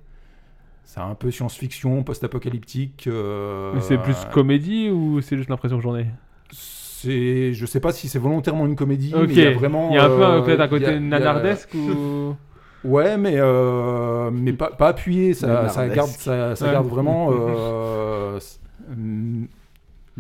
K: C'est un peu science-fiction, post-apocalyptique. euh,
I: Mais c'est plus comédie ou c'est juste l'impression que j'en ai
K: c'est, je sais pas si c'est volontairement une comédie,
I: Ok.
K: mais il y a vraiment.
I: Il y a un peu euh,
K: euh,
I: peut-être un
K: il y a-
I: côté
K: il y a-
I: nanardesque ou.
K: Ouais, mais, euh, mais pas, pas appuyé, ça, ça
J: Nanardesque.
K: garde, ça, ça
I: Ouais.
K: garde vraiment euh, s- mm,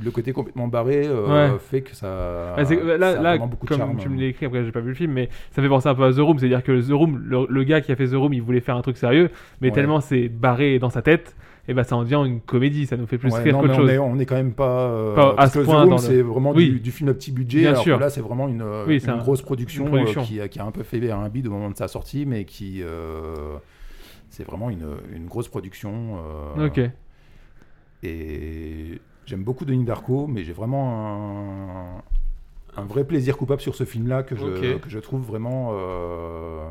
K: le côté complètement barré euh,
I: Ouais.
K: fait que ça,
I: Ah, c'est-
K: ça a
I: là, là
K: vraiment beaucoup de
I: comme
K: charme.
I: tu me l'écris, après j'ai pas vu le film, mais ça fait penser un peu à The Room. C'est-à-dire que The Room, le, le gars qui a fait The Room, il voulait faire un truc sérieux, mais
K: Ouais.
I: tellement c'est barré dans sa tête, et ben ça en devient une comédie, ça nous fait plus
K: Ouais,
I: rire
K: non,
I: qu'autre
K: mais on
I: chose.
K: est, on est quand même pas. euh,
I: Pas à ce
K: parce que The
I: point
K: Room,
I: dans le-
K: c'est vraiment
I: Oui.
K: du, du film à petit budget,
I: Bien
K: alors
I: sûr.
K: que là, c'est vraiment une, euh,
I: Oui, c'est
K: une
I: un-
K: grosse production,
I: une production.
K: euh, qui, a- qui a un peu fait un bid au moment de sa sortie, mais qui. euh, c'est vraiment une, une grosse production. euh,
I: Ok.
K: Et j'aime beaucoup Denis Darko, mais j'ai vraiment un, un vrai plaisir coupable sur ce film-là que, je-
H: Ok.
K: que je trouve vraiment. euh,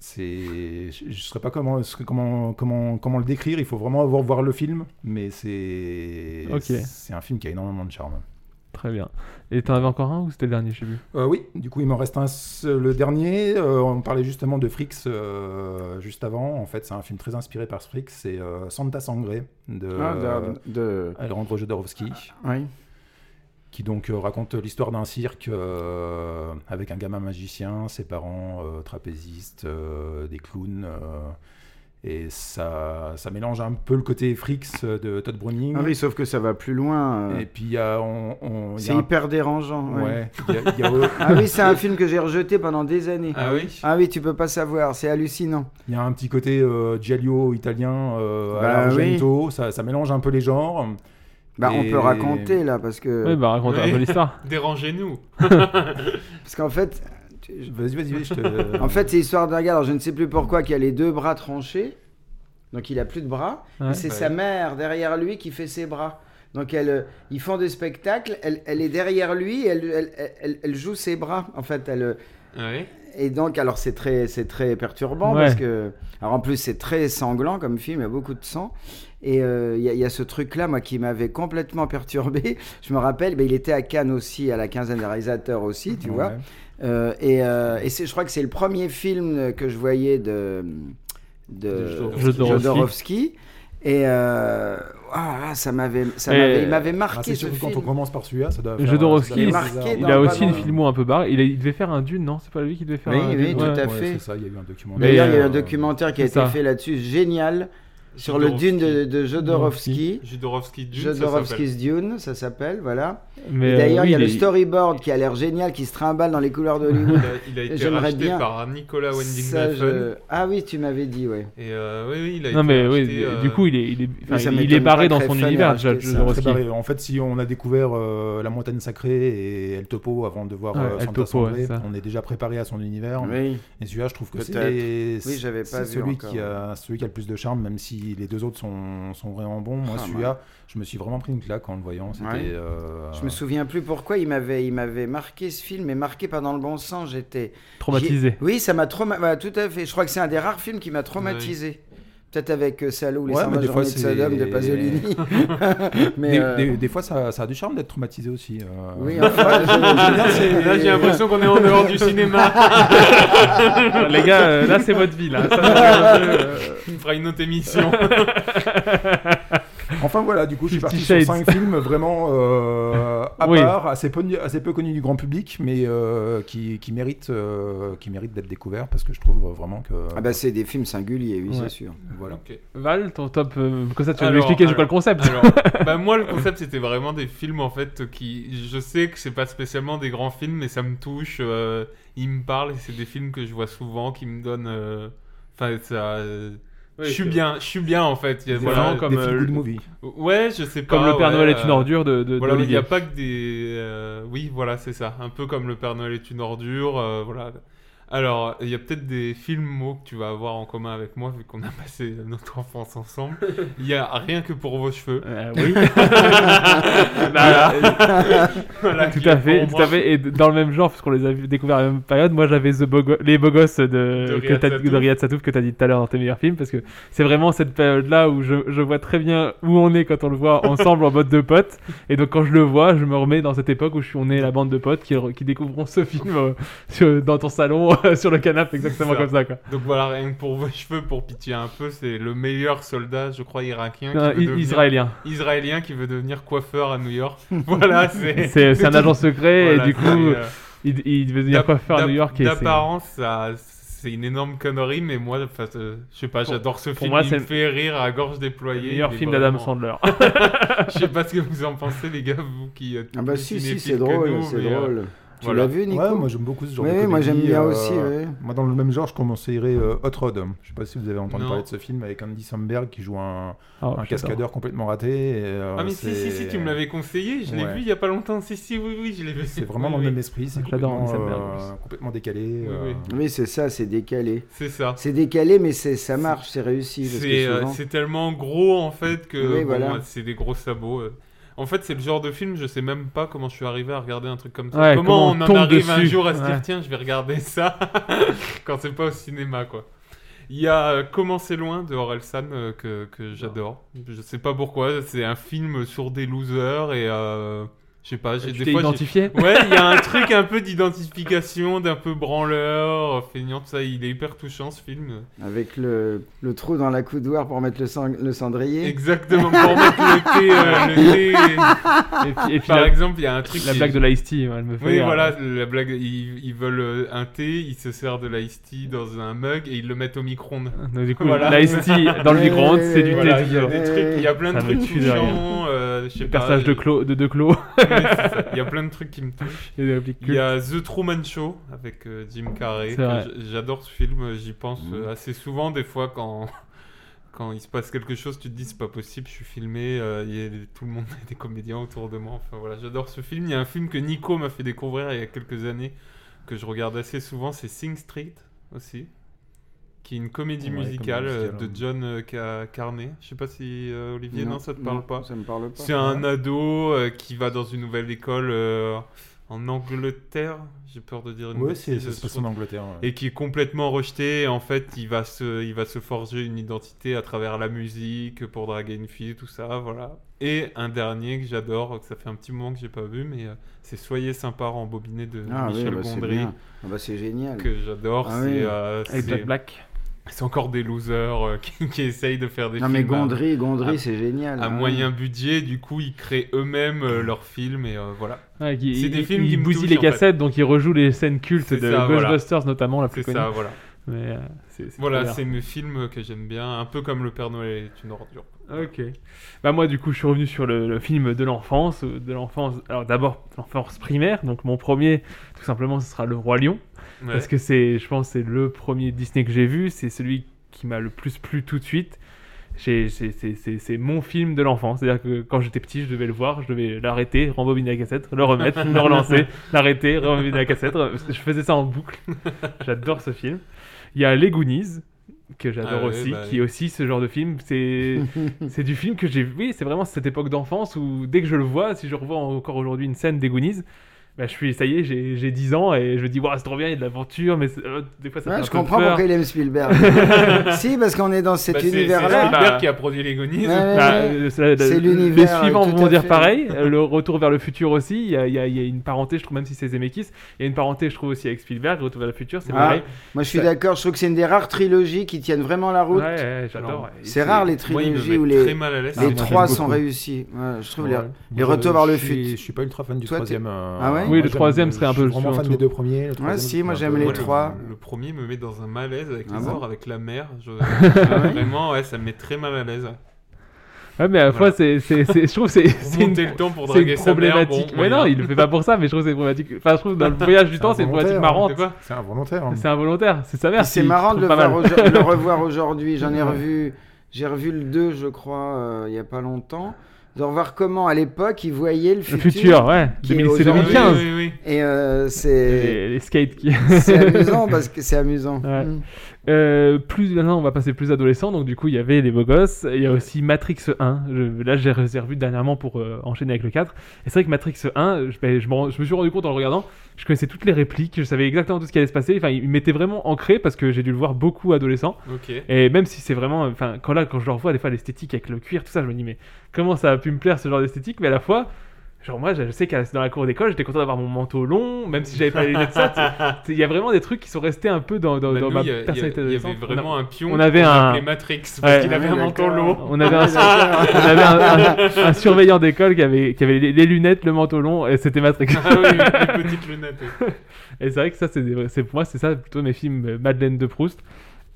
K: c'est, je ne saurais pas comment, ce- comment, comment, comment le décrire. Il faut vraiment avoir voir le film, mais c'est
I: Ok.
K: c'est un film qui a énormément de charme.
I: Très bien. Et t'en avais encore un ou c'était le dernier, je sais plus
K: Euh, oui, du coup, il m'en reste un seul- le dernier. Euh, on parlait justement de Frix euh, juste avant. En fait, c'est un film très inspiré par ce Frix. C'est euh, Santa Sangré de
J: Ah, de, de-
K: Alejandro Jodorowsky,
J: Oui.
K: qui donc euh, raconte l'histoire d'un cirque euh, avec un gamin magicien, ses parents euh, trapézistes, euh, des clowns. euh, Et ça, ça mélange un peu le côté Frix euh, de Todd Browning.
J: Ah oui, sauf que ça va plus loin. euh.
K: Et puis, il y a- on- on- il y a
J: C'est
K: un-
J: hyper dérangeant. ouais.
K: Ouais, il y a- il y a-
J: ah oui, c'est un film que j'ai rejeté pendant des années.
K: Ah oui
J: Ah oui, tu peux pas savoir, c'est hallucinant.
K: Il y a un petit côté euh, Giallo italien, euh, à
J: Bah
K: Argento, ça, ça mélange un peu les genres.
J: Bah, on
K: Et-
J: peut raconter là parce
K: Euh,
J: que.
I: Oui, bah, raconte un peu l'histoire.
H: Dérangez-nous.
J: parce qu'en fait. tu-
K: Vas-y, vas-y, vas-y, je te-
J: En fait, c'est l'histoire d'un gars, alors je ne sais plus pourquoi, qui a les deux bras tranchés. Donc il a plus de bras.
I: Ouais.
J: Et c'est
I: Ouais.
J: sa mère derrière lui qui fait ses bras. Donc elle, euh, ils font des spectacles, elle, elle est derrière lui, elle, elle, elle- elle- elle joue ses bras. En fait, elle. euh,
H: Ah
J: Et donc, alors c'est très, c'est très perturbant
I: Ouais.
J: parce que, alors en plus c'est très sanglant comme film, il y a beaucoup de sang. Et euh, il y, a- il y a ce truc-là, moi, qui m'avait complètement perturbé. Je me rappelle, ben, il était à Cannes aussi, à la quinzaine des réalisateurs aussi, tu
K: Ouais.
J: vois. Euh, et euh, et c'est- je crois que c'est le premier film que je voyais de, de,
I: De Jodorowsky.
J: Jodorowsky. Et euh, ah, ça m'avait, ça
I: Et-
J: m'avait, il m'avait
K: Ah,
J: marqué
K: c'est
J: ce
K: sûr que
J: film.
K: quand on commence par celui-là, ça doit. faire- ça doit
I: Jodorowsky,
J: Il est
K: faire
J: marqué
K: bizarre.
J: dans
I: il a
J: le
I: aussi une
J: ballon.
I: filmo un peu barré. Il, a- il devait faire un dune, non C'est pas lui qui devait faire
J: Oui,
I: un
J: oui,
I: dune
J: tout
I: Ouais.
J: à
K: Ouais,
J: fait.
K: c'est ça, il y a eu un documentaire.
J: D'ailleurs, il y a eu un
K: Euh,
J: documentaire qui a
I: c'est
J: été
I: ça.
J: fait là-dessus, génial, sur le Dune de, de Jodorowsky.
H: Jodorowsky Dune, ça
J: Jodorowsky's Dune, ça s'appelle, voilà.
I: Mais,
J: Et D'ailleurs,
I: euh,
J: il y a
I: oui,
J: le
I: il est-
J: storyboard qui a l'air génial, qui se trimballe dans les couleurs d'Hollywood.
H: Il a
J: Et
H: été
J: j'aimerais
H: racheté
J: bien-
H: par Nicolas Winding
J: Ça,
H: Refn.
J: je- Ah oui, tu m'avais dit, ouais.
H: Et euh, oui, oui, il a
I: Non,
H: été
I: mais oui,
H: racheté, euh,
I: du coup, il est, il est, enfin,
J: Mais ça
I: il- il est
J: m'étonne pas
I: barré
J: que
I: dans
J: Refn
I: son
J: ait
I: univers,
J: racheté
I: déjà,
J: ça.
K: c'est un
I: Jodorowsky.
K: très barré. En fait, si on a découvert euh, la montagne sacrée et El Topo avant de voir
I: Ouais,
K: euh,
I: El
K: Santa
I: Topo,
K: Sangre,
I: ouais, ça.
K: on est déjà préparé à son univers.
J: Oui.
K: Et celui-là, je trouve que
J: Peut-être.
K: c'est
J: Oui, j'avais
K: c'est
J: pas vu
K: celui,
J: encore.
K: qui a, celui qui a le plus de charme, même si les deux autres sont, sont vraiment bons. Moi,
J: Ah,
K: celui-là, je me suis vraiment pris une claque en le voyant. C'était,
J: Ouais.
K: euh,
J: Je me souviens plus pourquoi il m'avait, il m'avait marqué ce film, mais marqué pas dans le bon sens. J'étais
I: Traumatisé.
J: j'ai- Oui, ça m'a traumatisé. tout à fait. Je crois que c'est un des rares films qui m'a traumatisé. Peut-être avec euh, Salou, les
K: Ouais,
J: 120
K: mais des fois,
J: journées de
K: c'est-
J: Sodome de Pasolini. mais
K: des,
J: euh,
K: des- des fois, ça, ça a du charme d'être traumatisé aussi. euh.
J: Oui, enfin, je-
H: Là, j'ai l'impression qu'on est en dehors du cinéma.
I: Les gars, euh, là, c'est votre vie, là. Ça,
H: Il me fera une autre émission.
K: Enfin voilà, du coup, je suis
I: Fifty
K: parti
I: Shades.
K: sur cinq films vraiment euh, à
I: Oui.
K: part, assez peu, assez peu connus du grand public, mais euh, qui, qui méritent, euh, qui méritent d'être découverts parce que je trouve vraiment que.
J: Ah bah c'est des films singuliers, oui,
I: Ouais.
J: c'est sûr.
K: Voilà.
I: Val, ton top. euh, comme ça, tu vas
H: Alors,
I: m'expliquer c'est quoi
H: alors,
I: le concept.
H: alors, bah moi, le concept, c'était vraiment des films, en fait, qui... Je sais que c'est pas spécialement des grands films, mais ça me touche. euh, ils me parlent, et c'est des films que je vois souvent, qui me donnent... euh, Enfin, ça... euh,
I: Oui,
H: je suis
I: c'est-
H: bien, je suis bien, en fait. Il y a-
I: Des
H: voilà,
I: gens comme,
K: Des
I: euh,
K: feel-good
I: le-
K: movies.
H: Ouais, je sais pas.
I: Comme le Père
H: ouais,
I: Noël est une
H: euh,
I: ordure de- de-
H: voilà, il n'y
I: d'Olivier.
H: a pas que des. euh, Oui, voilà, c'est ça. Un peu comme le Père Noël est une ordure. euh, voilà. Alors, il y a peut-être des films mots que tu vas avoir en commun avec moi vu qu'on a passé notre enfance ensemble. Il y a rien que pour vos cheveux.
I: Euh, oui. Bah,
H: Voilà. Voilà,
I: tout
H: qui est
I: à
H: pour
I: fait, tout
H: moi.
I: à fait. Et d- dans le même genre, puisqu'on les a vu- découverts à la même période, moi j'avais The Beau Go- Les Beaux Gosses de, que
H: Riyad
I: t'as-
H: Sattouf.
I: de Riyad Satouf que tu as dit tout à l'heure dans tes meilleurs films, parce que c'est vraiment cette période-là où je, je vois très bien où on est quand on le voit ensemble en mode de potes. Et donc quand je le vois, je me remets dans cette époque où je suis, on est la bande de potes qui, qui découvrons ce film euh, sur- dans ton salon, euh, sur le canapé, exactement
H: C'est ça.
I: comme ça. Quoi.
H: Donc voilà, rien que pour vos cheveux, pour pitié un peu, c'est le meilleur soldat, je crois, irakien. qui
I: Non,
H: veut
I: Euh, i-
H: devenir-
I: israélien.
H: Israélien qui veut devenir coiffeur à New York. voilà, c'est.
I: C'est c'est un
H: tout.
I: agent secret,
H: Voilà,
I: et du coup,
H: c'est, euh,
I: il, il veut devenir
H: D'ap-
I: coiffeur à
H: d'ap-
I: New York. et c'est-
H: D'apparence, ça- c'est une énorme connerie, mais moi, enfin, euh, je sais pas,
I: Pour-
H: j'adore ce
I: pour
H: film.
I: moi,
H: il
I: c'est
H: me fait rire à gorge
I: Le
H: déployée.
I: meilleur
H: il est
I: film d'Adam
H: vraiment-
I: Sandler. Ah,
H: Je sais pas ce que vous en pensez, les gars, vous qui êtes.
J: Ah bah
H: plus
J: si, si,
H: cinéphiles
J: c'est
H: que
J: drôle,
H: nous,
J: c'est
H: mais, euh,
J: drôle. Tu
H: voilà.
J: l'as vu, Nico
K: Ouais, moi j'aime beaucoup ce genre
J: Oui,
K: de
J: moi j'aime
K: comédie,
J: bien
K: euh,
J: aussi, ouais.
K: Moi dans le même genre, je conseillerais euh, Hot Rod. Je sais pas si vous avez entendu
H: Non.
K: parler de ce film avec Andy Samberg qui joue un,
I: Oh,
K: un
I: j'adore.
K: cascadeur complètement raté. et, euh,
H: Ah, mais si, si, si,
K: c'est-
H: tu me l'avais conseillé, je l'ai
K: Ouais.
H: vu il y a pas longtemps. Si, si, oui, oui, je l'ai vu.
K: C'est vraiment
H: Oui,
K: dans le
H: oui.
K: même esprit, c'est
I: J'adore
K: complètement,
I: Andy Samberg,
K: euh, complètement décalé.
H: Oui, oui.
K: euh,
J: Oui, c'est ça, c'est décalé.
H: C'est ça.
J: C'est décalé, mais c'est ça marche, c'est réussi. parce que
H: C'est euh,
J: souvent-
H: c'est tellement gros en fait que
J: Oui,
H: bon,
J: voilà.
H: c'est des gros sabots. euh. En fait, c'est le genre de film, je sais même pas comment je suis arrivé à regarder un truc comme ça.
I: Ouais,
H: comment,
I: comment
H: on
I: on
H: en
I: tombe
H: arrive un
I: dessus.
H: jour à se dire
I: Ouais.
H: tiens, je vais regarder ça quand c'est pas au cinéma quoi. Il y a euh, Comment c'est loin de Orelsan euh, que, que j'adore. Je sais pas pourquoi, c'est un film sur des losers et euh, Je sais pas, j'ai
I: Tu
H: des
I: t'es
H: fois. j'ai-
I: identifié
H: Ouais, il y a un truc un peu d'identification, d'un peu branleur, feignant, tout ça. Il est hyper touchant ce film.
J: Avec le, le trou dans la coudoir pour mettre le, sang- le cendrier.
H: Exactement, pour mettre le thé. euh, le thé.
I: Et puis- et puis
H: Par
I: la-
H: exemple, il y a un truc.
I: la
H: qui-
I: blague de l'Ice-T, elle me fait
H: Oui,
I: rire.
H: voilà, la blague. Ils, ils veulent euh, un thé, ils se servent de l'ice tea dans un mug et ils le mettent au micro-ondes.
I: Donc, du coup, l'Ice Tea dans le micro-ondes, c'est du thé
H: Voilà, Il y a
I: vidéo.
H: des trucs, il y a plein de
I: Ça me
H: trucs
I: tue de rire.
H: touchants. euh, je sais
I: Le
H: pas,
I: personnage de
H: euh,
I: Clo- de- de Clo.
H: Oui, c'est ça. Il y a plein de trucs qui me touchent.
I: Il y a des répliques
H: Il y a The Truman Show avec euh, Jim Carrey.
I: C'est
H: que
I: vrai.
H: j- J'adore ce film, j'y pense euh, assez souvent. Des fois, quand, quand il se passe quelque chose, tu te dis c'est pas possible, je suis filmé, euh, il y a des- tout le monde est des comédiens autour de moi. Enfin voilà, j'adore ce film. Il y a un film que Nico m'a fait découvrir il y a quelques années que je regarde assez souvent, c'est Sing Street aussi, qui est une comédie
K: Ouais,
H: musicale
K: comédie musicale,
H: euh, de
K: ouais.
H: John euh, Ca- Carney. Je sais pas si euh, Olivier, non,
J: Non,
H: ça te
J: non,
H: parle pas.
J: ça me parle pas. Ah
H: C'est un ado euh, qui va dans une nouvelle école euh, en Angleterre. J'ai peur de dire une
K: Ouais, c'est-
H: bêtise,
K: ça se
H: je
K: passe
H: trouve.
K: en Angleterre, ouais.
H: Et qui est complètement rejeté. Et en fait, il va se, il va se forger une identité à travers la musique pour draguer une fille, tout ça, voilà. Et un dernier que j'adore, que ça fait un petit moment que j'ai pas vu, mais euh, c'est Soyez sympa rembobiné de
J: Ah oui,
H: Michel
J: bah, c'est
H: Gondry.
J: bien. Ah bah, c'est génial.
H: Que j'adore.
J: Ah
H: c'est,
J: oui.
H: euh,
J: Avec
H: c'est-
J: Jack
H: C'est encore des losers euh, qui, qui essayent de faire des
J: Non, mais
H: films. à-
J: Gondry, Gondry,
H: à-
J: c'est génial,
H: À
J: hein.
H: moyen budget, du coup, ils créent eux-mêmes
J: Ah.
H: euh, leurs films et euh, voilà.
I: Ouais, qui-
H: c'est des
I: il-
H: films
I: il
H: qui me
I: bousille
H: touchent,
I: les
H: en fait.
I: cassettes, donc il rejoue les scènes cultes
H: C'est
I: de
H: ça, voilà.
I: Ghostbusters notamment, la plus
H: C'est
I: connue.
H: ça, voilà.
I: Mais, euh, c'est- c'est
H: voilà,
I: trop bien.
H: c'est mes films que j'aime bien, un peu comme Le Père Noël est une ordure.
I: Ok. Bah moi du coup je suis revenu sur le, le film de l'enfance, euh, de l'enfance. Alors d'abord l'enfance primaire, donc mon premier tout simplement ce sera Le Roi Lion
H: Ouais.
I: parce que c'est je pense c'est le premier Disney que j'ai vu, c'est celui qui m'a le plus plu tout de suite. J'ai- C'est c'est- c'est- c'est mon film de l'enfance, c'est-à-dire que quand j'étais petit je devais le voir, je devais l'arrêter, rembobiner la cassette, le remettre, le relancer, l'arrêter, rembobiner la cassette. Je faisais ça en boucle. J'adore ce film. Il y a Les Goonies que j'adore
H: Ah ouais,
I: aussi,
H: bah
I: qui
H: oui.
I: est aussi ce genre de film. C'est c'est du film que j'ai vu. Oui, c'est vraiment cette époque d'enfance où dès que je le vois, si je revois encore aujourd'hui une scène des Goonies, bah je suis, ça y est, j'ai j'ai 10 ans et je me dis, waouh, c'est trop bien, il y a de l'aventure, mais c'est- euh, des fois ça
J: Ouais,
I: fait un
J: je
I: peu
J: comprends
I: peur.
J: pourquoi il aime Spielberg. si, parce qu'on est dans cet
I: Bah, c'est-
J: univers-là.
I: c'est Spielberg
H: qui a produit les Goonies.
J: Ouais, ouais,
I: Bah,
J: ouais.
I: euh, c'est-
J: C'est
I: Les
J: l'univers.
I: suivants
J: tout
I: vont
J: à
I: dire
J: fait.
I: pareil. euh, Le retour vers le futur aussi. Il y a, il y a- il y a une parenté, je trouve, même si c'est Zemeckis, il y a une parenté, je trouve aussi avec Spielberg. Le retour vers le futur, c'est
J: Ah,
I: pareil.
J: moi, je suis
I: Ça-
J: d'accord. Je trouve que c'est une des rares trilogies qui tiennent vraiment la route.
I: Ouais, ouais, j'adore, ouais.
J: C'est rare les
H: Moi, ils me
J: trilogies où
H: mettent
J: les,
H: très mal à l'aise,
J: les
H: ça
J: trois
H: m'énerve
J: sont
H: beaucoup.
J: réussis. Ouais, je trouve les,
K: Ouais.
J: les
K: Moi,
J: retours vers le
K: je suis-
J: futur.
K: Je suis pas ultra fan du
J: Toi, t'es-
K: troisième. euh,
J: Ah ouais
K: moi,
I: le
K: j'aime-
I: troisième serait un peu
K: Je
I: le
K: suis vraiment
I: sur-
K: fan
I: tout.
K: des deux premiers. le troisième,
J: Ouais, si,
K: c'est
J: moi
K: un
J: j'aime
K: peu-
J: les
H: Moi, le-
J: trois.
H: Le, premier me met dans un malaise avec
J: Ah
H: les
J: bon Ah
H: arts, avec la mer. Je-
J: ouais
H: Vraiment, ouais, ça me met très mal à l'aise.
I: Ouais, mais à la
H: Voilà.
I: fois, c'est, c'est, c'est- je trouve que c'est, c'est une,
H: Remonter le temps pour
I: c'est une
H: draguer sa mère,
I: problématique.
H: bon,
I: mais
H: moyen.
I: non, il le fait pas pour ça, mais je trouve que c'est problématique. Enfin, je trouve que dans le voyage du temps, c'est une problématique
H: hein.
I: marrante.
K: C'est involontaire. hein.
I: C'est involontaire, c'est sa mère.
J: C'est
I: qui- qui
J: marrant de
I: trouve
J: le,
I: pas
J: voir
I: mal.
J: aujo- le revoir aujourd'hui. J'en ai
I: Ouais.
J: revu, j'ai revu le 2, je crois, euh, il y a pas longtemps. De revoir comment à l'époque ils voyaient le futur.
I: futur, ouais.
J: qui est
I: 2000, c'est
J: aujourd'hui.
I: 2015.
H: Ah Oui, oui,
J: Et euh, c'est.
I: Les, les skates qui.
J: C'est amusant parce que c'est amusant.
I: Ouais.
B: Hmm.
I: Euh, plus maintenant, on va passer plus adolescent. Donc du coup, il y avait les beaux gosses. Il y a aussi Matrix 1. Je- là, j'ai réservé dernièrement pour euh, enchaîner avec le 4. Et c'est vrai que Matrix 1, je, ben, je, me rends- je me suis rendu compte en le regardant, je connaissais toutes les répliques, je savais exactement tout ce qui allait se passer. Enfin, il m'était vraiment ancré parce que j'ai dû le voir beaucoup adolescent.
H: Ok.
I: Et même si c'est vraiment, enfin, quand là, quand je le revois, des fois l'esthétique avec le cuir, tout ça, je me dis mais comment ça a pu me plaire ce genre d'esthétique Mais à la fois. Genre moi, je sais qu'à dans la cour d'école, j'étais content d'avoir mon manteau long, même si j'avais pas les lunettes sortes. Il y a vraiment des trucs qui sont restés un peu dans, dans,
H: Bah,
I: dans
H: nous,
I: ma
H: il y a- il y a-
I: personnalité
H: il y avait
I: adolescente.
H: vraiment un pion
I: On avait
H: qu'on
I: un.
H: appelait Matrix, parce qu'il avait Ah, un manteau d'accord. long.
I: On avait un,
H: Ah, d'accord.
I: on avait un- un- un surveillant d'école qui avait, qui avait les, les lunettes, le manteau long, et c'était Matrix.
H: Ah oui, les petites lunettes, oui.
I: Et c'est vrai que ça, c'est des- c'est pour moi, c'est ça plutôt mes films euh, Madeleine de Proust.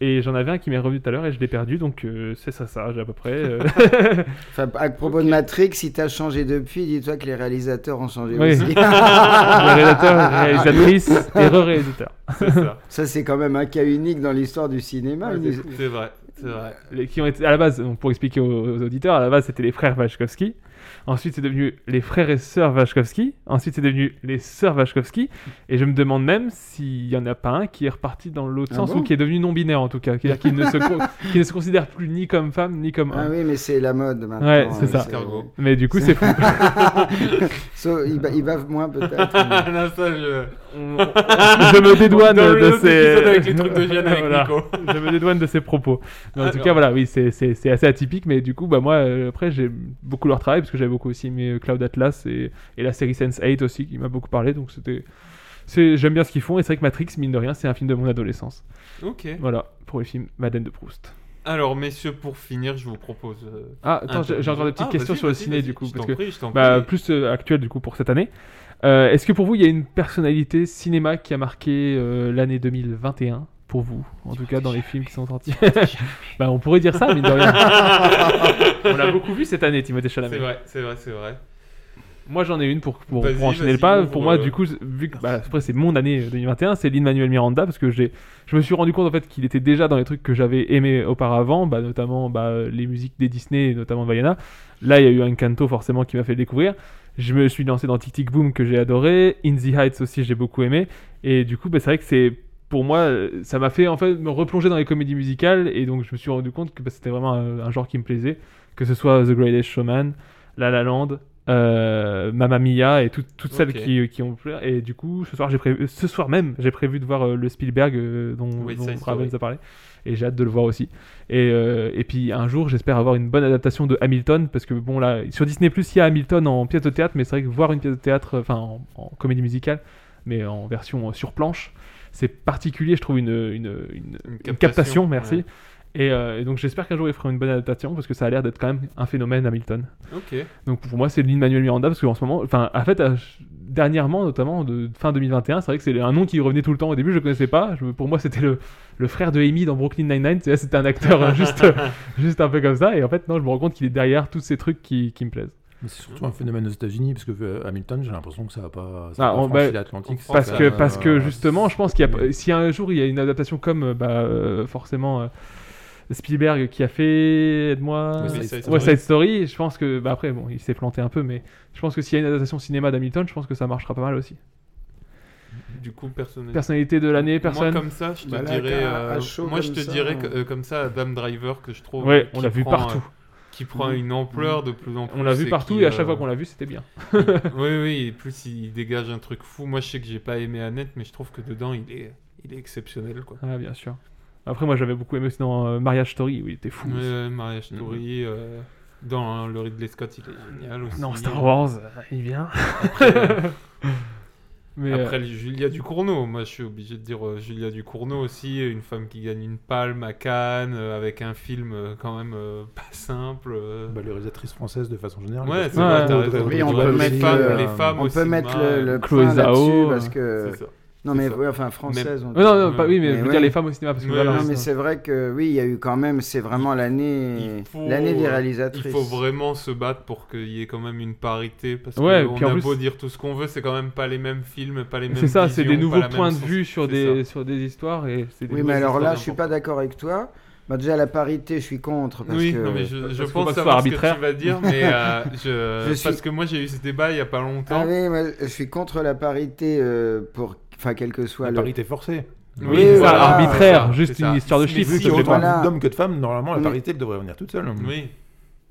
I: Et j'en avais un qui m'est revenu tout à l'heure et je l'ai perdu, donc euh, c'est ça, ça, j'ai à peu près. euh.
J: Enfin, à propos de Matrix, si t'as changé depuis, dis-toi que les réalisateurs ont changé
I: Oui.
J: aussi.
I: Les réalisateurs, les réalisatrices et re-réalisateurs.
H: C'est ça.
J: Ça, c'est quand même un cas unique dans l'histoire du cinéma.
I: Ah,
J: Une-
H: C'est vrai, c'est vrai.
I: les- qui ont été à la base, donc, pour expliquer aux, aux auditeurs, à la base c'était les frères Wachowski. Ensuite, c'est devenu les frères et sœurs Wachowski. Ensuite, c'est devenu les sœurs Wachowski. Et je me demande même s'il y en a pas un qui est reparti dans l'autre
J: Ah
I: sens
J: bon
I: ou qui est devenu non binaire en tout cas, qui, qui ne se con- qui ne se considère plus ni comme femme ni comme
J: Ah
I: homme.
J: oui, mais c'est la mode maintenant.
I: Ouais, c'est
J: hein,
H: Ah,
I: ça. Mais du coup, c'est fou.
J: So, ils, ba- ils bavent moins peut-être.
H: Ah, Non, ça, je...
I: je me dédouane
H: Dans
I: de
H: l'autre
I: ces
H: épisode avec les trucs de Jeanne avec
I: Voilà.
H: Nico.
I: je me dédouane de ces propos. Mais en tout cas, voilà, oui, c'est- c'est c'est assez atypique, mais du coup, bah, moi, euh, après, j'ai beaucoup leur travail, parce que j'avais beaucoup aussi aimé euh, Cloud Atlas et, et la série Sense8 aussi, qui m'a beaucoup parlé, donc c'était. c'est- J'aime bien ce qu'ils font, et c'est vrai que Matrix, mine de rien, c'est un film de mon adolescence.
H: Ok.
I: Voilà, pour le film Madeleine de Proust.
H: Alors, messieurs, pour finir, je vous propose. euh,
I: Ah, attends,
H: un
I: j'ai
H: peu-
I: j'ai encore des petites
H: Ah,
I: questions
H: vas-y,
I: sur le
H: vas-y,
I: ciné,
H: vas-y,
I: du coup.
H: je
I: Parce
H: t'en
I: que,
H: prie, je t'en
I: bah,
H: prie.
I: Plus euh, actuel, du coup, pour cette année. Euh, Est-ce que pour vous, il y a une personnalité cinéma qui a marqué euh, l'année 2021 pour vous, en tout cas dans les films qui sont sortis. bah, on pourrait dire ça, mine de rien. on l'a beaucoup vu cette année, Timothée Chalamet.
H: C'est vrai, c'est vrai, c'est vrai.
I: Moi, j'en ai une pour, pour,
H: Vas-y,
I: pour enchaîner le
H: vas-y,
I: pas.
H: ouvre,
I: pour moi,
H: euh.
I: du coup, vu que bah, après, c'est mon année 2021, c'est Lin-Manuel Miranda, parce que j'ai, je me suis rendu compte en fait qu'il était déjà dans les trucs que j'avais aimé auparavant, bah, notamment bah, les musiques des Disney, et notamment Vaiana. Là, il y a eu Encanto, forcément, qui m'a fait le découvrir. Je me suis lancé dans Tic Tic Boom, que j'ai adoré. In the Heights aussi, j'ai beaucoup aimé. Et du coup, bah, c'est vrai que c'est. Pour moi, euh, ça m'a fait en fait me replonger dans les comédies musicales et donc je me suis rendu compte que bah, c'était vraiment un, un genre qui me plaisait, que ce soit The Greatest Showman, La La Land, euh, Mamma Mia et tout- toutes celles
H: Ok.
I: qui, qui ont plu. Et du coup, ce soir, j'ai prévu, ce soir même, j'ai prévu de voir euh, le Spielberg euh, dont,
H: West
I: dont
H: Side
I: Raven
H: Story.
I: nous a parlé. Et j'ai hâte de le voir aussi. Et, euh, et puis un jour, j'espère avoir une bonne adaptation de Hamilton, parce que bon, là, sur Disney, il y a Hamilton en pièce de théâtre, mais c'est vrai que voir une pièce de théâtre, enfin, en, en comédie musicale, mais en version euh, sur planche, c'est particulier, je trouve, une, une, une- une captation,
H: captation,
I: merci.
H: ouais.
I: Et, euh, et donc j'espère qu'un jour ils feront une bonne adaptation parce que ça a l'air d'être quand même un phénomène Hamilton.
H: Ok.
I: Donc pour moi c'est Lin-Manuel Miranda parce qu'en ce moment, enfin en fait à- dernièrement notamment de fin 2021, c'est vrai que c'est un nom qui revenait tout le temps. Au début je le connaissais pas, Je- pour moi c'était le, le frère de Amy dans Brooklyn Nine-Nine, Tu sais, c'était un acteur euh, juste, juste un peu comme ça et en fait non je me rends compte qu'il est derrière tous ces trucs qui, qui me plaisent.
K: Mais c'est surtout un phénomène aux États-Unis, parce que euh, Hamilton, j'ai l'impression que ça va pas, ça
I: Ah,
K: va pas
I: on-
K: franchir
I: bah,
K: l'Atlantique.
I: Parce
K: ça,
I: que,
K: euh,
I: parce que justement, je pense qu'il y a pas- si un jour il y a une adaptation comme euh, bah, euh, forcément euh, Spielberg qui a fait aide-moi
H: West Side Story.
I: West Side Story, je pense que bah, après bon, il s'est planté un peu, mais je pense que s'il y a une adaptation cinéma d'Hamilton, je pense que ça marchera pas mal aussi.
H: Du coup, personnalité.
I: Personnalité de l'année, personne.
H: Moi, comme ça, je te
I: Bah là,
H: dirais.
I: qu'à-
H: euh,
I: à chaud
H: moi, je
I: comme
H: te
I: ça.
H: dirais que, euh, comme ça, Adam Driver, que je trouve.
I: Ouais,
H: euh,
I: on
H: qui
I: l'a vu
H: prend,
I: partout. Mm.
H: euh, qui prend une ampleur de plus en plus.
I: On l'a vu
H: et
I: partout
H: qui,
I: et à chaque
H: euh,
I: fois qu'on l'a vu, c'était bien.
H: oui, oui, et plus il dégage un truc fou. Moi, je sais que j'ai pas aimé Annette, mais je trouve que dedans, il est, il est exceptionnel, quoi.
I: Ah, bien sûr. Après, moi j'avais beaucoup aimé aussi dans euh, Marriage Story où il était fou.
H: Ouais,
I: aussi.
H: ouais, Marriage
J: Mm-hmm.
H: Story, euh, dans le Ridley Scott, il est génial aussi.
I: Non, Star Wars, euh, il vient.
H: Après, euh,
I: Mais,
H: après, les Julia Ducournau, moi je suis obligé de dire euh, Julia Ducournau aussi, une femme qui gagne une palme à Cannes, euh, avec un film euh, quand même euh, pas simple. euh.
K: Bah, les réalisatrices françaises, de façon générale.
H: Ouais,
K: parce
H: c'est
K: que-
H: vrai, t'as
K: Audrey-
H: raison.
K: Audrey
J: Oui, on
K: Hepburn
J: peut
K: aussi,
J: mettre,
H: femmes,
J: euh,
H: les femmes
J: on
H: au
J: peut
H: cinéma,
J: mettre le, le
I: Chloé
J: point
I: Zhao,
J: là-dessus parce
I: euh,
J: que.
H: c'est ça.
J: Non,
H: C'est
J: mais
H: ça.
J: ouais, enfin, française. on
I: Non, non,
H: Ouais.
I: pas- oui, mais, je veux
J: Mais
I: dire
J: oui.
I: les femmes au cinéma parce que
H: Ouais,
I: voilà,
J: Non, mais
I: c'est-
J: c'est vrai que oui, il y a eu quand même, c'est vraiment l'année
H: faut,
J: l'année des
H: euh,
J: réalisatrices.
H: Il faut vraiment se battre pour qu'il y ait quand même une parité parce
I: Ouais,
H: qu'on
I: puis en
H: a
I: plus-
H: beau dire tout ce qu'on veut, c'est quand même pas les mêmes films, pas les mêmes
I: C'est ça, c'est des
H: visions, pas
I: nouveaux
H: la même
I: points de
H: sens-
I: vue sur
H: c'est
I: des, sur des histoires. Et c'est des
J: Oui, mais
I: nouvelles
J: alors là,
I: histoires
J: je suis pas d'accord avec toi. Bah, déjà, la parité, je suis contre. Parce
H: Oui,
J: que...
H: non, mais je, je
I: parce qu'on va
H: pense
I: se faire
H: savoir
I: arbitraire.
H: ce que tu vas dire, mais euh, je...
J: Je suis-
H: parce que moi j'ai eu ce débat il y a pas
J: Ah
H: longtemps.
J: oui, moi, je suis contre la parité euh, pour, enfin, quel que soit
K: La
J: le.
K: parité forcée.
H: Oui,
J: Oui,
H: c'est ça,
J: voilà.
I: arbitraire,
H: c'est
I: juste
H: ça.
I: une histoire de
H: Mais
I: chiffres,
H: si,
K: Vu qu'il y a
H: on-
K: autant
J: Voilà.
K: d'hommes que de femmes, normalement, la
J: Mais-
K: parité devrait venir toute seule.
H: Oui.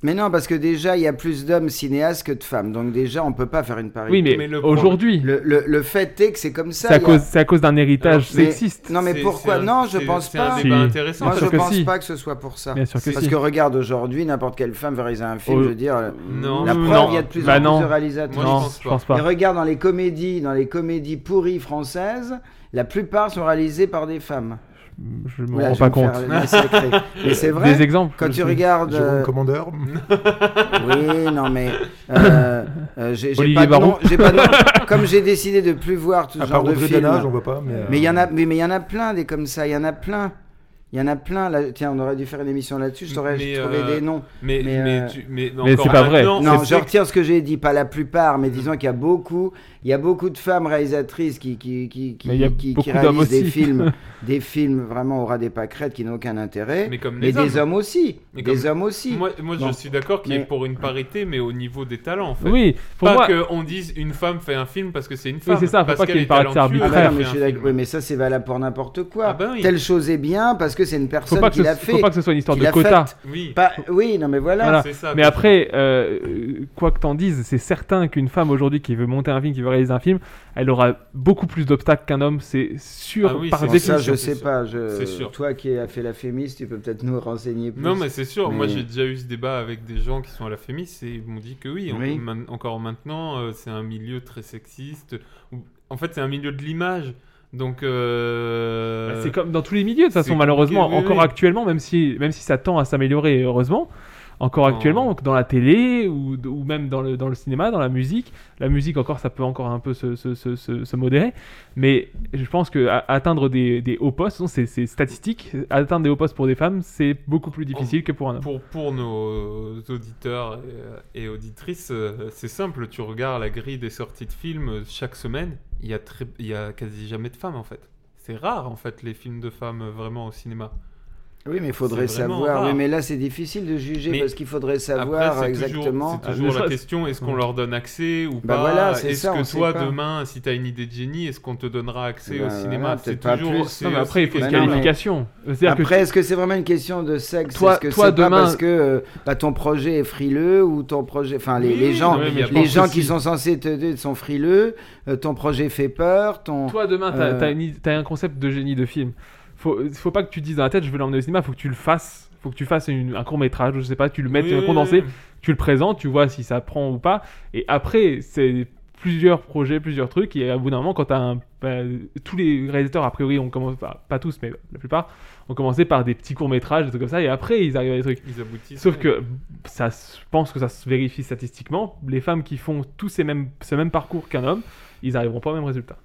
J: Mais non, parce que déjà, il y a plus d'hommes cinéastes que de femmes, donc déjà, on peut pas faire une parité.
I: Oui, mais,
H: Mais le problème-
I: aujourd'hui,
J: Le, le- le fait est que c'est comme ça.
I: c'est à
J: il y a-
I: cause, c'est à cause d'un héritage
J: Mais-
I: sexiste.
J: Non, mais
H: C'est-
J: pourquoi
H: c'est un-
J: Non, je
H: c'est-
J: pense
H: c'est un
J: pas.
H: débat
I: Si.
H: intéressant.
J: Moi,
I: Bien
J: je
I: sûr que
J: pense
I: si.
J: pas que ce soit pour ça.
I: Bien sûr que
J: Parce
I: si.
J: que regarde aujourd'hui, n'importe quelle femme veut réaliser un film.
I: Oh.
J: Je veux dire, euh,
H: Non,
J: la
I: Non,
J: preuve,
I: non.
J: il y a de plus
I: Bah
J: en
I: non.
J: plus de
H: Moi,
J: réalisateurs.
I: non,
H: je pense
I: je pense
J: Et
I: pas.
J: regarde dans les comédies, dans les comédies pourries françaises, la plupart sont réalisées par des femmes.
I: Je me
J: Oula,
I: rends
J: je vais
I: pas
J: me faire
I: compte.
J: massacrer. Mais c'est vrai.
I: Des exemples.
J: Quand
I: je
J: tu
I: sais.
J: regardes,
K: Jérôme
J: euh,
K: Commandeur.
J: oui, non mais euh, euh, j'ai j'ai
I: Olivier
J: pas de
I: Barou.
J: nom, j'ai pas de nom. Comme j'ai décidé de plus voir tout ce
K: À
J: genre
K: part
J: de
K: Audrey
J: film.
K: Dana, j'en vois pas. Mais euh,
J: Mais il y en a, mais mais il y en a plein des comme ça. Il y en a plein. Il y en a plein. Là, tiens, on aurait dû faire une émission là-dessus. Je t'aurais
H: Mais,
J: trouvé
H: euh,
J: des noms.
H: Mais,
J: Mais,
H: mais,
J: euh,
H: tu- mais,
I: mais
H: encore
I: c'est pas vrai.
H: maintenant,
J: Non,
H: c'est
J: je
H: vrai
J: retire ce que j'ai dit, pas la plupart, mais disons qu'il y a beaucoup, il y a beaucoup de femmes réalisatrices qui, qui, qui, qui,
I: Mais il y a
J: qui- qui
I: beaucoup d'hommes
J: réalisent des
I: aussi.
J: films, des films vraiment au ras des pâquerettes qui n'ont aucun intérêt.
H: Mais comme
J: Et
H: les
J: des hommes aussi,
H: Mais
J: des
H: comme-
J: hommes aussi.
H: Moi, moi
J: Bon.
H: je suis d'accord qu'il est
J: Mais-
H: pour une parité, mais au niveau des talents, en fait.
I: Oui, pour
H: pas
I: moi,
H: qu'on dise une femme fait un film parce que c'est une femme.
I: c'est ça, faut
H: parce
I: pas qu'il y ait
H: qu'elle
I: une parité
H: est talentueuse,
J: Ah bah
I: arbitraire.
H: elle
J: non,
H: fait
J: mais, je suis
H: un
J: d'accord.
H: film.
J: Oui, mais ça c'est valable pour n'importe quoi.
H: Ah bah oui.
J: Telle chose est bien parce que c'est une personne
I: pas que
J: qui
I: ce-
J: l'a
I: faut
J: fait.
I: pas que ce soit une histoire
J: qui
I: de
J: l'a
I: quota.
J: faite.
H: Oui.
J: Pas- oui, non mais voilà.
I: Voilà.
H: Ah,
I: mais après, euh, euh, quoi que t'en dises, c'est certain qu'une femme aujourd'hui qui veut monter un film, qui veut réaliser un film, elle aura beaucoup plus d'obstacles qu'un homme, c'est sûr,
H: Ah oui,
I: par
H: c'est
I: définition.
J: ça, je sais pas. je-
H: C'est sûr.
J: Toi qui as fait la fémis, tu peux peut-être nous renseigner plus.
H: Non, mais c'est sûr. Moi,
J: Mais-
H: j'ai déjà eu ce débat avec des gens qui sont à la FEMIS et ils m'ont dit que oui, en-
J: Oui.
H: man- encore maintenant, euh, c'est un milieu très sexiste. Ou- En fait, c'est un milieu de l'image. Donc. euh,
I: Bah, C'est comme dans tous les milieux, de toute façon,
H: c'est
I: malheureusement,
H: compliqué, oui,
I: encore
H: oui.
I: actuellement, même si, même si ça tend à s'améliorer, heureusement, encore
H: Non.
I: actuellement, dans la télé ou, ou même dans le, dans le cinéma, dans la musique, la musique encore, ça peut encore un peu se, se- se- se- se modérer, mais je pense que à- atteindre des, des hauts postes, de toute façon, c'est c'est statistique, atteindre des hauts postes pour des femmes, c'est beaucoup plus
H: Oh.
I: difficile que pour un homme.
H: Pour, pour nos auditeurs et, et auditrices, euh, c'est simple. Tu regardes la grille des sorties de films euh, chaque semaine. Il y a très, il y a quasi jamais de femmes en fait. C'est rare en fait les films de femmes euh, vraiment au cinéma.
J: Oui, mais il faudrait
H: C'est vraiment
J: savoir.
H: rare.
J: Oui, mais là, c'est difficile de juger
H: Mais
J: parce qu'il faudrait
H: Après,
J: savoir
H: c'est toujours-
J: exactement.
H: C'est toujours la question est-ce qu'on leur donne accès ou
J: Bah
H: pas
J: voilà, c'est
H: Est-ce
J: ça, on
H: que
J: sait
H: toi,
J: pas.
H: demain, si tu as une idée de génie, est-ce qu'on te donnera accès
J: Bah
H: au
J: voilà,
H: cinéma
J: peut-être pas plus.
H: c'est
J: Non,
H: aussi
J: mais après, il faut
H: une
J: se
H: question.
J: qualifier.
I: Qualification. C'est-à-dire que
J: Après,
I: tu-
J: est-ce que c'est vraiment une question de sexe
I: Toi-
J: Est-ce que
I: toi,
J: c'est pas
I: demain-
J: parce que euh, bah, ton projet est frileux ou ton projet, enfin les,
I: Oui,
J: les gens,
I: oui, mais je
J: les
I: pense
J: gens
I: que
J: qui
I: si-
J: sont censés te dire sont frileux, euh, ton projet fait peur, ton.
I: Toi, demain, t'as
J: euh,
I: t'as une id- t'as un concept de génie de film. Faut, faut pas que tu te dises dans la tête, je veux l'emmener au cinéma, faut que tu le fasses. Faut que tu fasses une- un court métrage, je sais pas, tu le mettes
H: Oui,
I: euh,
H: oui,
I: condensé,
H: oui.
I: tu le présentes, tu vois si ça prend ou pas. Et après, c'est plusieurs projets, plusieurs trucs. Et à bout d'un moment, quand t'as un. bah, tous les réalisateurs, a priori, ont commencé. bah, pas tous, mais la plupart, ont commencé par des petits courts métrages, des trucs comme ça. Et après, ils arrivent à des trucs.
H: Ils aboutissent,
I: Sauf
H: oui.
I: que ça, se- je pense que ça se vérifie statistiquement. Les femmes qui font tous ces mêmes, ce même parcours qu'un homme, ils arriveront pas au même résultat.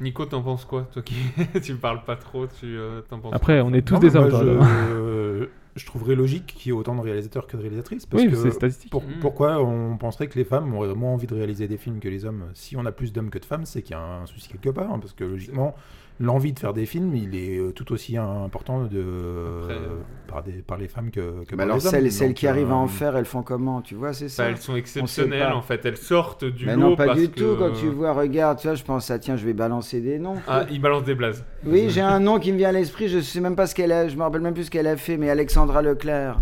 H: Nico, t'en penses quoi Toi qui tu parles pas trop, tu euh, t'en penses
I: Après,
H: quoi
I: on est tous
K: Non,
I: des
K: mais
I: hommes.
K: moi,
I: toi,
K: je,
I: là.
K: euh, je trouverais logique qu'il y ait autant de réalisateurs que de réalisatrices. Parce
I: Oui,
K: que
I: c'est statistique.
K: pour-
I: Mm.
K: Pourquoi on penserait que les femmes auraient moins envie de réaliser des films que les hommes Si on a plus d'hommes que de femmes, c'est qu'il y a un souci quelque part. hein, parce que logiquement, l'envie de faire des films, il est euh, tout aussi important de, euh, par, des, par les femmes que, que
J: Bah
K: par
J: alors
K: les hommes.
J: celles, celles
K: Donc,
J: qui arrivent à
K: euh,
J: en faire, elles font comment Tu vois, c'est ça.
H: Bah, elles sont
J: On sait
H: exceptionnelles
J: pas.
H: en fait, elles sortent du
J: Mais
H: lot
J: non, pas
H: parce
J: du
H: que-
J: tout. Quand tu vois, regarde, tu vois, je pense à tiens, je vais balancer des noms.
H: Ah, il balance des blazes.
J: Oui, j'ai un nom qui me vient à l'esprit, je sais même pas ce qu'elle a, je me rappelle même plus ce qu'elle a fait, mais Alexandra Leclerc.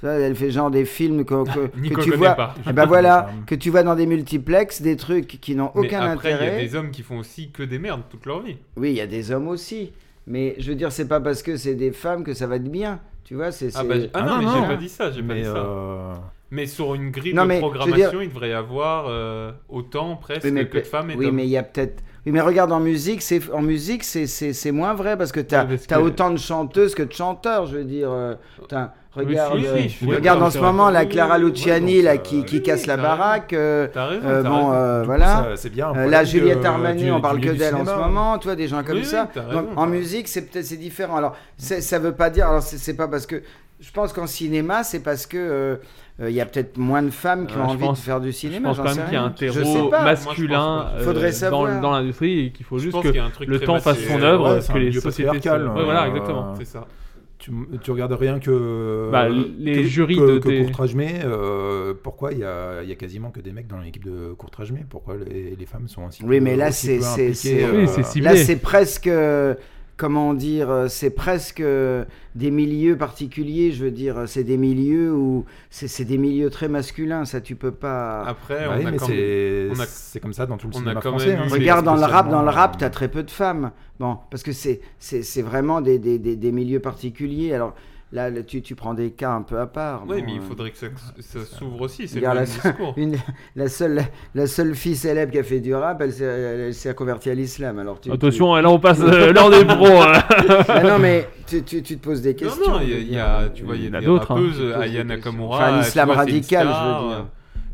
J: Ça, elle fait genre des films que, que-
H: Nico
J: que tu
H: connaît
J: vois.
H: pas.
J: Eh ben voilà, que tu vois dans des multiplexes, des trucs qui n'ont
H: Mais
J: aucun
H: après, il y a
J: intérêt.
H: des hommes qui font aussi que des merdes toute leur vie.
J: Oui, il y a des hommes aussi, mais je veux dire, c'est pas parce que c'est des femmes que ça va être bien, tu vois. C'est,
H: Ah,
J: c'est-
H: bah, j- ah non, mais j'ai pas dit ça, j'ai pas dit
J: euh,
K: euh,
H: ça. Mais sur une grille
J: Non,
H: de
J: mais, je veux
H: programmation,
J: dire-
H: il devrait y avoir euh, autant presque
J: Oui, mais
H: que de
J: pe-
H: femmes et
J: oui,
H: d'hommes.
J: mais il y a peut-être. Oui, mais regarde en musique, c'est en musique, c'est c'est c'est moins vrai parce que t'as t'as
H: que-
J: autant de chanteuses que de chanteurs, je veux dire. euh, putain, regarde,
H: si,
J: euh,
H: si, je suis
J: regarde
H: d'accord,
J: en ce
H: c'est
J: moment
H: vrai.
J: la
H: Oui,
J: Clara
H: oui, oui,
J: Luciani
H: oui,
J: là
H: ça-
J: qui qui
H: oui,
J: casse
H: oui,
J: la
H: t'as raison.
J: baraque. euh,
H: T'as raison,
J: euh,
H: t'as
J: bon,
H: raison.
J: euh,
K: Du coup,
J: voilà.
K: ça- c'est bien un
J: Euh,
K: problème
J: là,
K: que-
J: Juliette Armanet,
K: du-
J: on parle
K: du
J: que
K: milieu du
J: d'elle en ce
K: cinéma.
J: moment, tu vois, des gens comme
K: Oui, oui,
J: ça.
K: t'as
J: Donc,
K: raison,
J: en musique, c'est peut-être c'est différent. Alors, c'est- ça veut pas dire. Alors, c'est- c'est pas parce que. Je pense qu'en cinéma, c'est parce que euh, euh, il y a peut-être moins de femmes qui
I: Ouais,
J: ont
I: je
J: envie
I: pense-
J: de faire du cinéma.
I: Je pense
J: j'en
I: quand
J: sais
I: même qu'il y a
J: rien.
I: un
J: Je
I: terreau
J: sais pas.
I: masculin euh,
J: Faudrait
I: dans,
J: savoir.
I: dans l'industrie et qu'il faut juste
H: pense
I: que
H: qu'il y a un truc
I: le
H: très
I: temps fasse
H: massif.
I: son œuvre,
K: Ouais, c'est
I: que
K: un
I: les
K: milieu
I: sociétés. se-
K: patriarcal,
I: Ouais,
K: euh,
I: voilà, exactement.
H: C'est ça.
K: Tu, tu regardes rien que.
I: Bah,
K: euh,
I: les
K: que-
I: jurys
K: que,
I: de-
K: que
I: des-
K: Courtrajmé, euh, pourquoi il y a, il y a quasiment que des mecs dans l'équipe de Courtrajmé Pourquoi les, les femmes sont ainsi
J: Oui, mais là,
K: aussi
J: c'est
K: peu
J: c'est-
K: impliquées,
J: c'est-
K: euh,
J: là, c'est presque. euh, Comment dire, euh, c'est presque euh, des milieux particuliers, je veux dire, euh, c'est des milieux où c'est c'est des milieux très masculins, ça tu peux pas.
H: Après,
K: Bah oui, mais c'est c'est comme ça dans tout le
H: on a
K: cinéma
H: quand
K: français.
H: même
K: hein.
H: eu
K: C'est
J: Regarde dans le rap, dans le
K: spécialement-
J: rap, t'as très peu de femmes. Bon, parce que c'est c'est c'est vraiment des, des, des, des milieux particuliers. Alors là, le- tu, tu prends des cas un peu à part.
H: Oui,
J: Bon,
H: mais il
J: euh,
H: faudrait que ça, ça s'ouvre aussi, c'est le
J: Regarde,
H: même
J: la, seule-
H: discours.
J: une- la seule, la seule fille célèbre qui a fait du rap, elle s'est, elle, elle s'est convertie à l'islam. Alors tu-
I: Attention,
H: hein.
J: tu-
I: là, on passe, euh, l'heure des pros, hein.
J: Bah non, mais tu, tu- tu te poses des
H: Non,
J: questions.
H: non, il y a, il y a- tu vois, il y a,
I: en a
H: des
I: d'autres, hein.
H: rappeuses,
I: Qui posent des
H: Aya
I: questions.
H: Nakamura.
J: euh, Enfin,
H: tu
J: l'islam
H: vois, c'est une
J: radical, je veux
H: star,
J: dire.
H: euh,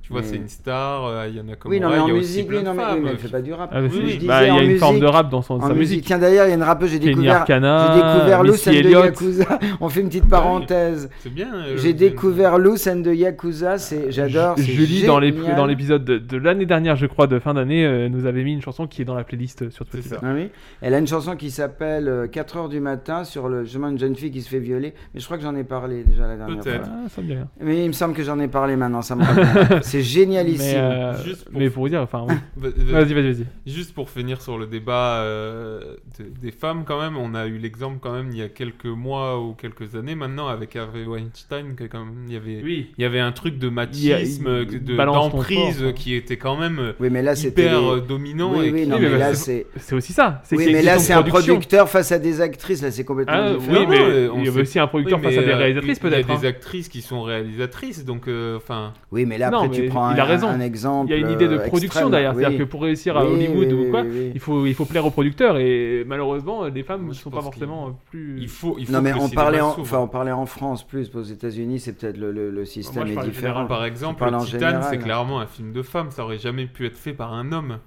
H: Tu vois,
J: Mais-
H: c'est une star, euh, Aya Nakamura.
J: Oui, non, mais en
H: il y a aussi
J: musique,
H: plein
J: oui,
H: de
J: non, mais, oui,
H: femmes,
J: mais elle
H: euh,
J: fait pas du rap.
I: Ah, mais
J: Oui,
I: c'est-
J: je disais
I: bah, il y a
J: en
I: une
J: musique-
I: forme de rap dans son-
J: en
I: sa musique.
J: Tiens, d'ailleurs, il y a une rappeuse, j'ai
I: Kenny
J: découvert,
I: Arcana,
J: j'ai découvert Lou,
I: Missy
J: scène de
I: Elliott.
J: Yakuza. On fait une petite parenthèse.
H: C'est bien. euh,
J: J'ai découvert Lou, scène de Yakuza, c'est, j'adore. c'est
I: Ah, Julie, dans l'ép-
J: génial.
I: dans l'épisode de, de l'année dernière, je crois, de fin d'année, euh, nous avait mis une chanson qui est dans la playlist euh, sur Twitter.
J: Ah oui. Elle a une chanson qui s'appelle euh, 4 heures du matin sur le chemin d'une jeune fille qui se fait violer. Mais je crois que j'en ai parlé déjà la dernière
I: Peut-être.
J: fois.
I: Ah, ça me dit rien.
J: Mais il me semble que j'en ai parlé maintenant, ça me revient. C'est c'est génialissime.
H: Juste pour-
I: Mais euh, pour dire, enfin, oui.
H: Vas-
I: vas-y, vas-y, vas-y.
H: Juste pour finir sur le débat euh, de- des femmes, quand même, on a eu l'exemple quand même il y a quelques mois ou quelques années maintenant avec Harvey Weinstein, que quand même, il y avait,
I: Oui.
H: il y avait un truc de
I: Il y a-
H: machisme,
I: il
H: euh, de-
I: balance ton
H: d'emprise
I: fort, quoi.
H: qui était quand même
J: Oui, mais là, Ah, c'était
H: hyper
J: les-
H: euh, dominant.
J: Oui,
H: et
J: oui,
H: qui-
J: non, mais là, c'est.
I: c'est aussi ça, c'est
J: oui,
I: qu'il y a
J: mais
I: une
J: là,
I: question de
J: c'est un
I: production.
J: producteur face à des actrices. Là, c'est complètement
I: Ah,
J: différent.
I: oui, mais
H: Non, euh, on
I: il y avait
H: sait-
I: aussi un producteur
H: oui,
I: face
H: mais,
I: à des
H: euh,
I: réalisatrices,
H: il- Il y a
I: peut-être, hein.
H: des actrices qui sont réalisatrices, donc euh, enfin.
J: Oui, mais là, après,
I: Non,
J: tu
I: mais
J: prends un,
I: il a raison.
J: un exemple.
I: Il y a une idée de
J: euh,
I: production
J: extrême.
I: derrière.
J: Oui.
I: C'est-à-dire que pour réussir à
J: Oui,
I: Hollywood
J: oui,
I: ou quoi,
J: oui, oui.
I: Il, faut, il faut plaire aux producteurs. Et malheureusement, les femmes ne sont pas
H: pense qu'il-
I: forcément euh, plus.
H: Il faut, il faut
J: Mm. non mais
H: que le
J: on
H: cinéma
J: parlait, en,
H: s'ouvre.
J: enfin, on parlait en France plus, aux États-Unis c'est peut-être le, le- le système
H: Moi, je
J: est
H: parle en
J: différent.
H: général, par
J: Je
H: exemple,
J: parle en
H: Titan,
J: général.
H: c'est clairement un film de femme. Ça aurait jamais pu être fait par un homme.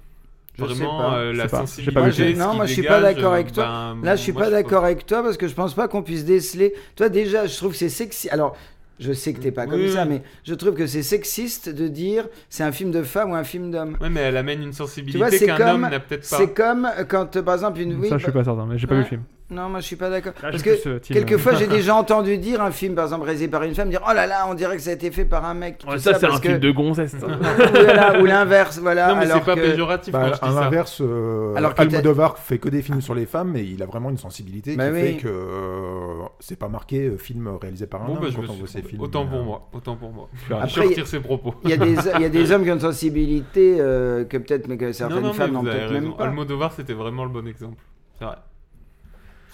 J: Je sais
H: Vraiment,
J: pas.
H: euh,
J: Je
H: la
J: sais pas.
H: sensibilité.
J: Moi, je- non,
H: ce
J: moi
H: qui
J: je suis pas
H: dégage,
J: d'accord
H: euh,
J: avec toi.
H: ben,
J: Là, je suis
H: moi,
J: pas d'accord avec toi parce que je pense pas qu'on puisse déceler. Toi, déjà, je trouve que c'est sexy. Alors, je sais que t'es pas
H: Oui,
J: comme
H: oui,
J: ça,
H: oui.
J: mais je trouve que c'est sexiste de dire c'est un film de femme ou un film d'homme.
H: Ouais, mais elle amène une
J: Tu vois,
H: sensibilité
J: c'est
H: qu'un homme
J: comme,
H: n'a peut-être pas.
J: c'est comme quand, euh, par exemple, une. oui,
I: Ça, je suis
J: bah-
I: pas certain, mais j'ai pas vu le
J: Ouais.
I: film.
J: Non, moi je suis pas d'accord.
I: Là,
J: Parce
I: j'ai
J: que
I: plus, euh, team,
J: quelquefois
I: euh.
J: j'ai déjà entendu dire un film, par exemple réalisé par une femme, dire oh là là, on dirait que ça a été fait par un mec.
I: Ouais,
J: Tout
I: ça, c'est
J: parce
I: un film de gonzesse. ça.
J: Voilà, ou l'inverse, voilà.
H: Non, mais
J: alors
H: c'est pas
J: que-
H: péjoratif
K: Bah,
H: quand je
K: à
H: dis ça.
K: l'inverse, euh,
J: Alors que
K: Almodovar fait que des films sur les femmes, mais il a vraiment une sensibilité
J: Bah
K: qui
J: oui.
K: fait que euh, c'est pas marqué euh, film réalisé par un
H: Bon,
K: homme
H: bah, je
K: quand
H: me
K: on
H: suis
K: voit ces
H: trompé.
K: films.
H: Autant pour
K: euh,
H: moi. Autant pour moi. je
J: Après,
H: retire ses propos.
J: Il y, a des, il y a des hommes qui ont une sensibilité euh, que peut-être, mais que certaines
H: Non, non, mais
J: femmes n'ont
H: vous avez
J: peut-être même
H: raison.
J: pas.
H: Almodovar, c'était vraiment le bon exemple. C'est vrai.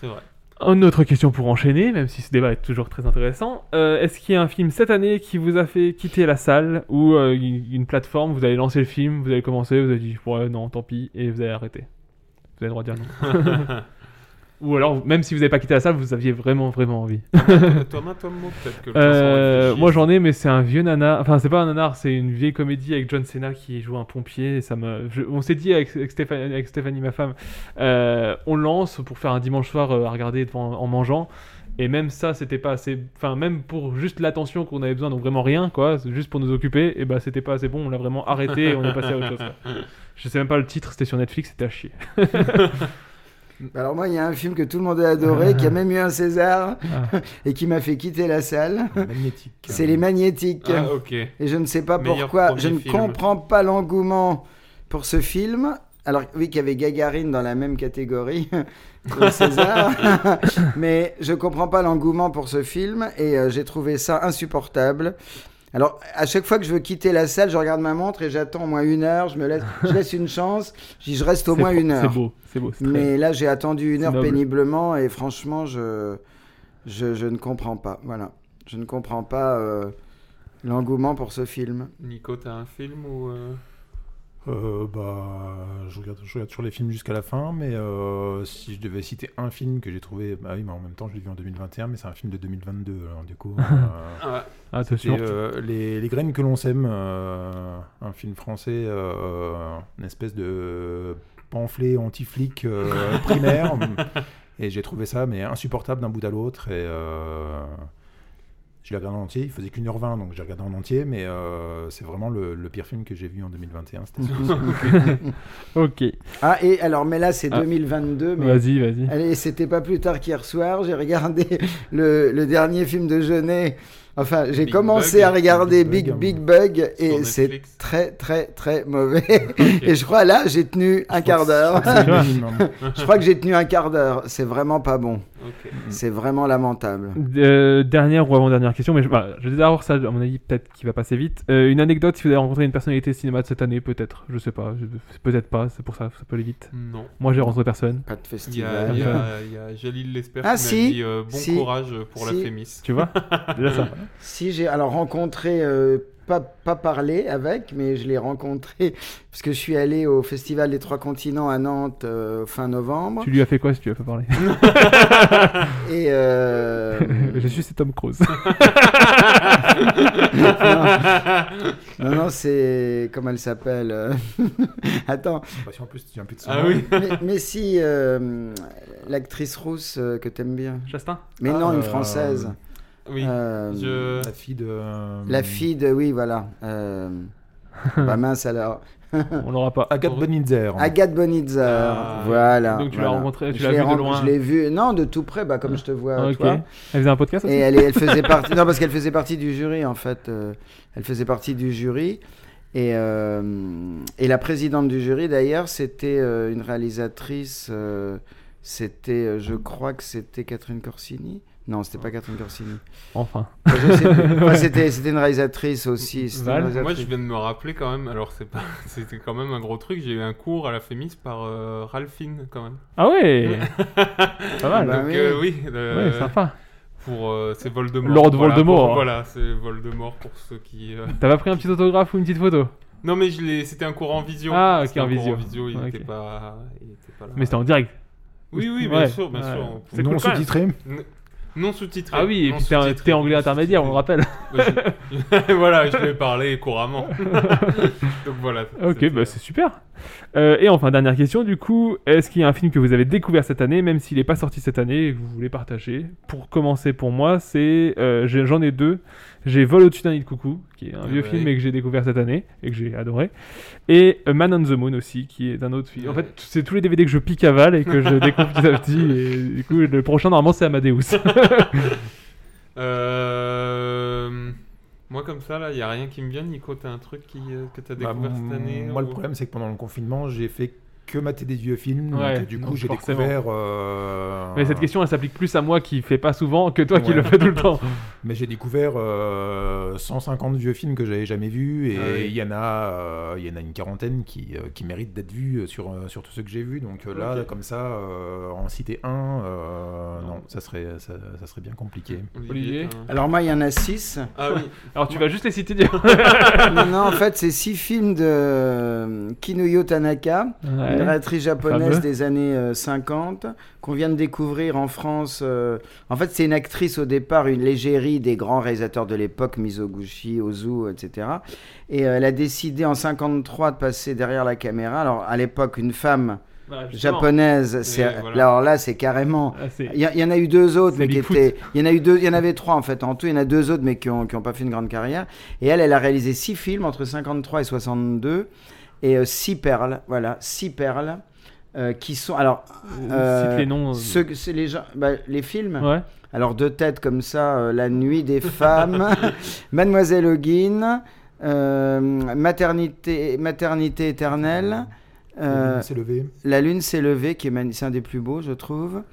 H: C'est vrai.
I: Une autre question pour enchaîner, même si ce débat est toujours très intéressant. Euh, Est-ce qu'il y a un film cette année qui vous a fait quitter la salle ou euh, une une plateforme Vous avez lancé le film, vous avez commencé, vous avez dit ouais, non, tant pis, et vous avez arrêté. Vous avez le droit de dire non. ou alors, même si vous n'avez pas quitté la salle, vous aviez vraiment, vraiment envie.
K: Euh,
H: Thomas, Thomas, Thomas, peut-être que. le
I: Euh,
H: temps s'en
I: moi
H: réfléchit.
I: j'en ai, mais c'est un vieux nanar. Enfin, c'est pas un nanar, c'est une vieille comédie avec John Cena qui joue un pompier. Et ça me... je- On s'est dit avec, avec Stéphane- avec Stéphanie, ma femme, euh, on lance pour faire un dimanche soir euh, à regarder devant- en mangeant. Et même ça, c'était pas assez. Enfin, même pour juste l'attention qu'on avait besoin, donc vraiment rien, quoi, c'est juste pour nous occuper, et bah c'était pas assez bon. On l'a vraiment arrêté et on est passé à autre chose. quoi. Je sais même pas le titre, c'était sur Netflix, c'était à chier.
J: Alors moi, il y a un film que tout le monde a adoré, qui a même eu un César
I: Ah.
J: et qui m'a fait quitter la salle.
K: Magnétique.
J: C'est les magnétiques.
H: Ah, ok.
J: Et je ne sais pas
H: Meilleur
J: pourquoi,
H: premier
J: je ne
H: film.
J: comprends pas l'engouement pour ce film. Alors oui, qu'il y avait Gagarine dans la même catégorie que le César, mais je comprends pas l'engouement pour ce film et euh, j'ai trouvé ça insupportable. Alors à chaque fois que je veux quitter la salle, je regarde ma montre et j'attends au moins une heure. Je me laisse, je laisse une chance. Je dis, je reste au
I: C'est
J: moins
I: pro-
J: une heure.
I: C'est beau, c'est beau. c'est très-
J: Mais là, j'ai attendu une
I: C'est
J: heure
I: noble.
J: péniblement et franchement, je, je, je ne comprends pas. Voilà. Je ne comprends pas euh, l'engouement pour ce film.
H: Nico, t'as un film ou. euh,
K: Euh, bah, je regarde, je regarde toujours les films jusqu'à la fin, mais euh, si je devais citer un film que j'ai trouvé, bah oui, mais en même temps, je l'ai vu en 2021, mais c'est un film de 2022, alors du coup. euh,
H: Ah,
I: Attention.
K: c'était, euh, les, Les graines que l'on sème, euh, un film français, euh, une espèce de pamphlet anti-flic euh, primaire, et j'ai trouvé ça mais insupportable d'un bout à l'autre et. euh, je l'ai regardé en entier, il faisait qu'une heure 20 donc j'ai regardé en entier, mais euh, c'est vraiment le, le pire film que j'ai vu en 2021. C'était celui-ci.
I: Ok,
J: Ah, et alors, mais là, c'est
I: Ah.
J: 2022. Mais...
I: vas-y, vas-y.
J: Allez, c'était pas plus tard qu'hier soir, j'ai regardé le, le dernier film de Jeunet. Enfin, j'ai
H: Big
J: commencé
H: Bug.
J: à regarder
K: Big
J: Big Big
K: Bug,
J: Bug et
H: Netflix.
J: c'est très très très mauvais. Et je crois là, j'ai tenu un quart d'heure.
K: C'est le minimum.
J: je crois que j'ai tenu un quart d'heure. C'est vraiment pas bon.
H: ok.
J: C'est vraiment lamentable.
I: Euh, dernière ou avant-dernière question, mais je, bah, je vais d'abord ça, à mon avis, peut-être qui va passer vite. Euh, une anecdote, si vous avez rencontré une personnalité cinéma de cette année, peut-être, je sais pas, je- peut-être pas, c'est pour ça, ça peut aller vite.
H: Non.
I: Moi, j'ai rencontré personne,
J: Pas de
H: Il y a,
J: festival.
H: il y a- il y a Jalil Lesper
J: Ah,
H: qui m'a
J: si,
H: dit euh, bon
J: si,
H: courage pour la
J: si.
H: Fémis.
I: tu vois Déjà ça.
J: Si j'ai alors rencontré, euh, pas, pas parlé avec, mais je l'ai rencontré parce que je suis allé au Festival des Trois Continents à Nantes euh, fin novembre.
I: Tu lui as fait quoi si tu as pas parlé
J: Et euh,
I: Je suis cet homme Cruise.
J: non, non, c'est comment elle s'appelle euh, Attends,
K: Bah, si en plus tu viens plus de son
H: Ah
K: nom.
H: oui.
J: mais, mais si euh, l'actrice rousse euh, que t'aimes bien.
I: Chastain
J: Mais non,
K: Euh,
J: une française.
H: Oui.
J: Euh,
H: Je...
K: La fille de. euh,
J: La fille de oui, voilà. Euh, bah mince alors.
I: On l'aura pas.
K: Agathe Bonitzer.
J: Agathe Bonitzer,
H: Ah,
J: voilà.
I: donc tu l'as
J: voilà.
I: rencontrée, tu
J: Je
I: l'as
J: l'ai
I: vue de
J: ren-
I: loin.
J: Je l'ai vue, non, de tout près, bah, comme je te vois,
I: Ah, ok.
J: toi.
I: Elle faisait un podcast aussi
J: Et elle, est- elle faisait partie, non, parce qu'elle faisait partie du jury en fait. euh, elle faisait partie du jury Et, euh, et la présidente du jury, d'ailleurs, c'était euh, une réalisatrice. euh, c'était, euh, je crois que c'était Catherine Corsini. Non, c'était pas Catherine Corsini.
I: Enfin.
J: Je sais plus. Enfin, c'était, c'était une réalisatrice aussi. c'était une
H: Moi,
J: réalisatrice.
H: je viens de me rappeler quand même. Alors, c'est pas, c'était quand même un gros truc. J'ai eu un cours à la Fémis par euh, Ralphine quand même.
I: Ah ouais Pas mal.
H: Donc,
I: Bah oui.
H: euh, oui. euh,
I: Ouais, sympa.
H: Pour euh, c'est Voldemort.
I: Lord
H: Voilà,
I: Voldemort. hein.
H: pour- voilà, c'est Voldemort pour ceux qui. euh,
I: T'as pas pris un petit autographe ou une petite photo
H: Non, mais je l'ai- C'était un cours en visio.
I: Ah, ok,
H: C'était
I: en
H: un cours
I: visio.
H: En visio, il
I: Ok.
H: était pas. il était pas là.
I: Mais c'était en direct.
H: Oui, oui, bien
I: Ouais,
H: sûr, bien
I: ouais.
H: sûr.
I: C'est cool quand même.
H: N- Non sous-titré.
I: Ah oui, et
H: Non
I: puis t'es un-
H: sous-titré.
I: t'es anglais intermédiaire, on le rappelle.
H: Bah, je- voilà, je vais parler couramment. Donc voilà.
I: Ok, bah c'est super. Euh, et enfin, dernière question, du coup, est-ce qu'il y a un film que vous avez découvert cette année, même s'il n'est pas sorti cette année et que vous voulez partager Pour commencer, pour moi, c'est euh, j'ai- j'en ai deux. J'ai Vol au-dessus d'un nid de coucou, qui est un
H: Ah
I: vieux
H: ouais.
I: film et que j'ai découvert cette année et que j'ai adoré. Et A Man on the Moon aussi, qui est d'un autre film. En fait, c'est tous les DVD que je pique à Val et que je découvre petit à petit. Et du coup, le prochain, normalement, c'est Amadeus.
H: Euh, Moi, comme ça, là, il n'y a rien qui me vient. Nico, t'as un truc qui, euh, que t'as
K: Bah,
H: découvert cette année
K: Moi,
H: ou-
K: le problème, c'est que pendant le confinement, j'ai fait que mater des vieux films. donc,
I: Ouais,
K: du
I: donc
K: coup, j'ai
I: forcément.
K: découvert. euh,
I: Mais cette question, elle s'applique plus à moi qui fais pas souvent que toi qui
K: Ouais.
I: le fais tout le temps.
K: Mais j'ai découvert euh, 150 vieux films que j'avais jamais vus. Et il
H: Ah oui.
K: y, en a, euh, il y en a une quarantaine qui, euh, qui méritent d'être vus euh, sur, euh, sur tous ceux que j'ai vus. Donc euh, là,
H: Ok.
K: comme ça, euh, en citer un, euh, non. ça, serait, ça, ça serait bien compliqué.
I: Olivier
J: Alors moi, il y en a six.
H: Ah oui.
I: Alors tu vas juste les citer. dire.
J: non, non, en fait, c'est six films de euh, Kinuyo Tanaka,
I: Ouais.
J: une réalisatrice japonaise
I: Fameux.
J: des années euh, 50, qu'on vient de découvrir en France. euh, En fait, c'est une actrice au départ, une légérie des grands réalisateurs de l'époque, Mizoguchi, Ozu, etc. Et euh, elle a décidé en 53 de passer derrière la caméra. Alors, à l'époque, une femme
I: Bah, justement.
J: japonaise, c'est...
I: Et voilà.
J: alors là, c'est carrément...
I: Ah, c'est-
J: Il y, a- il y en a eu deux autres, mais qui
I: Bigfoot.
J: étaient. Il y en a eu deux, il y en avait trois en fait en tout. Il y en a deux autres, mais qui ont, qui ont pas fait une grande carrière. Et elle, elle a réalisé six films entre 53 et 62 et euh, six perles. Voilà, six perles euh, qui sont. Alors,
I: cite les noms, euh.
J: ceux que- c'est les gens, bah, les films.
I: Ouais.
J: Alors deux têtes comme ça, euh, La Nuit des Femmes, Mademoiselle Hoguin, euh, Maternité, Maternité éternelle.
K: La
J: euh,
K: Lune s'est levée.
J: La Lune s'est levée, qui est magn- c'est un des plus beaux, je trouve.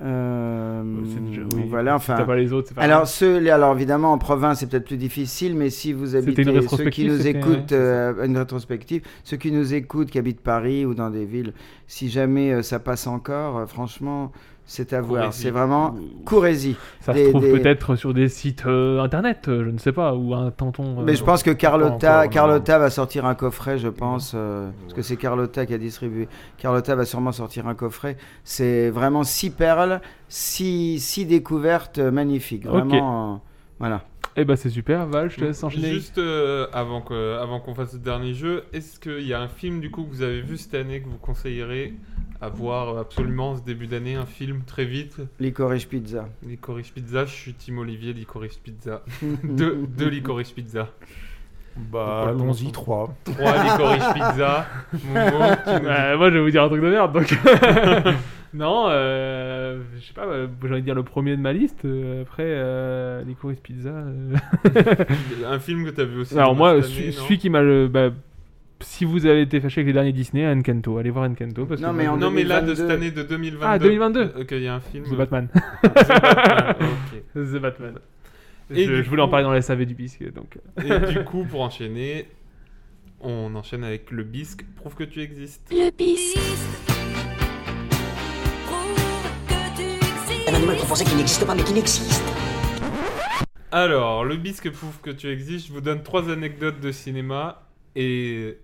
J: Euh,
I: c'est déjà- oui.
J: Voilà, enfin.
I: Si t'as pas les autres, c'est pas
J: alors,
I: grave.
J: ceux, les- alors évidemment, en province, c'est peut-être plus difficile, mais si vous
I: C'était une
J: habitez, ceux qui
I: rétrospective,
J: nous
I: c'était- ouais,
J: écoutent,
I: c'est
J: euh, une rétrospective, ceux qui nous écoutent, qui habitent Paris ou dans des villes, si jamais euh, ça passe encore, euh, franchement, c'est à voir.
I: Courrèze.
J: C'est vraiment Courrésie.
I: Hmm. Ça se trouve peut-être sur des sites euh, internet, euh, je ne sais pas, ou un tonton. euh,
J: Mais je pense que
I: pas
J: Carlotta,
I: encore, euh, non.
J: Carlotta va sortir un coffret, je pense, euh, parce que c'est Carlotta qui a distribué. Carlotta va sûrement sortir un coffret. C'est vraiment six perles, six, six découvertes euh, magnifiques.
I: Ok.
J: Vraiment, euh, voilà.
I: Eh ben c'est super, Val, je te laisse enchaîner.
H: Juste euh, avant que- avant qu'on fasse le dernier jeu, est-ce qu'il y a un film du coup que vous avez vu cette année que vous conseillerez à voir absolument en ce début d'année Un film très vite
J: Licorice pizza.
H: Licorice Pizza, je suis Tim Olivier Licorice Pizza. de, de Licorice Pizza.
K: Bah, allons-y, trois.
H: Trois Licorice Pizza. Momo, tu nous
I: Ah, Ouais, moi je vais vous dire un truc de merde donc. non, euh, je sais pas, euh, j'ai envie de dire le premier de ma liste. euh, après, euh, Licorice Pizza. euh.
H: dis- un film que tu as vu aussi.
I: Alors moi,
H: cette année,
I: celui
H: non
I: celui qui m'a le. bah, si vous avez été fâché avec les derniers Disney, Encanto, allez voir Encanto. Parce
J: Non,
I: que
J: mais en
H: Non, mais là, de cette
J: 2022.
H: année de 2022.
I: Ah, 2022.
H: euh, qu'il y a un film.
I: The Batman.
H: The Batman, ok.
I: The Batman.
H: Et
I: je,
H: du
I: je voulais en
H: coup-
I: parler dans la SAV du bisque, donc.
H: Et du coup, pour enchaîner, on enchaîne avec le bisque. Prouve que tu existes.
G: Le bisque.
B: Un animal qu'on pensait qu'il n'existe pas, mais qui n'existe.
H: Alors, le bisque prouve que tu existes. Je vous donne trois anecdotes de cinéma et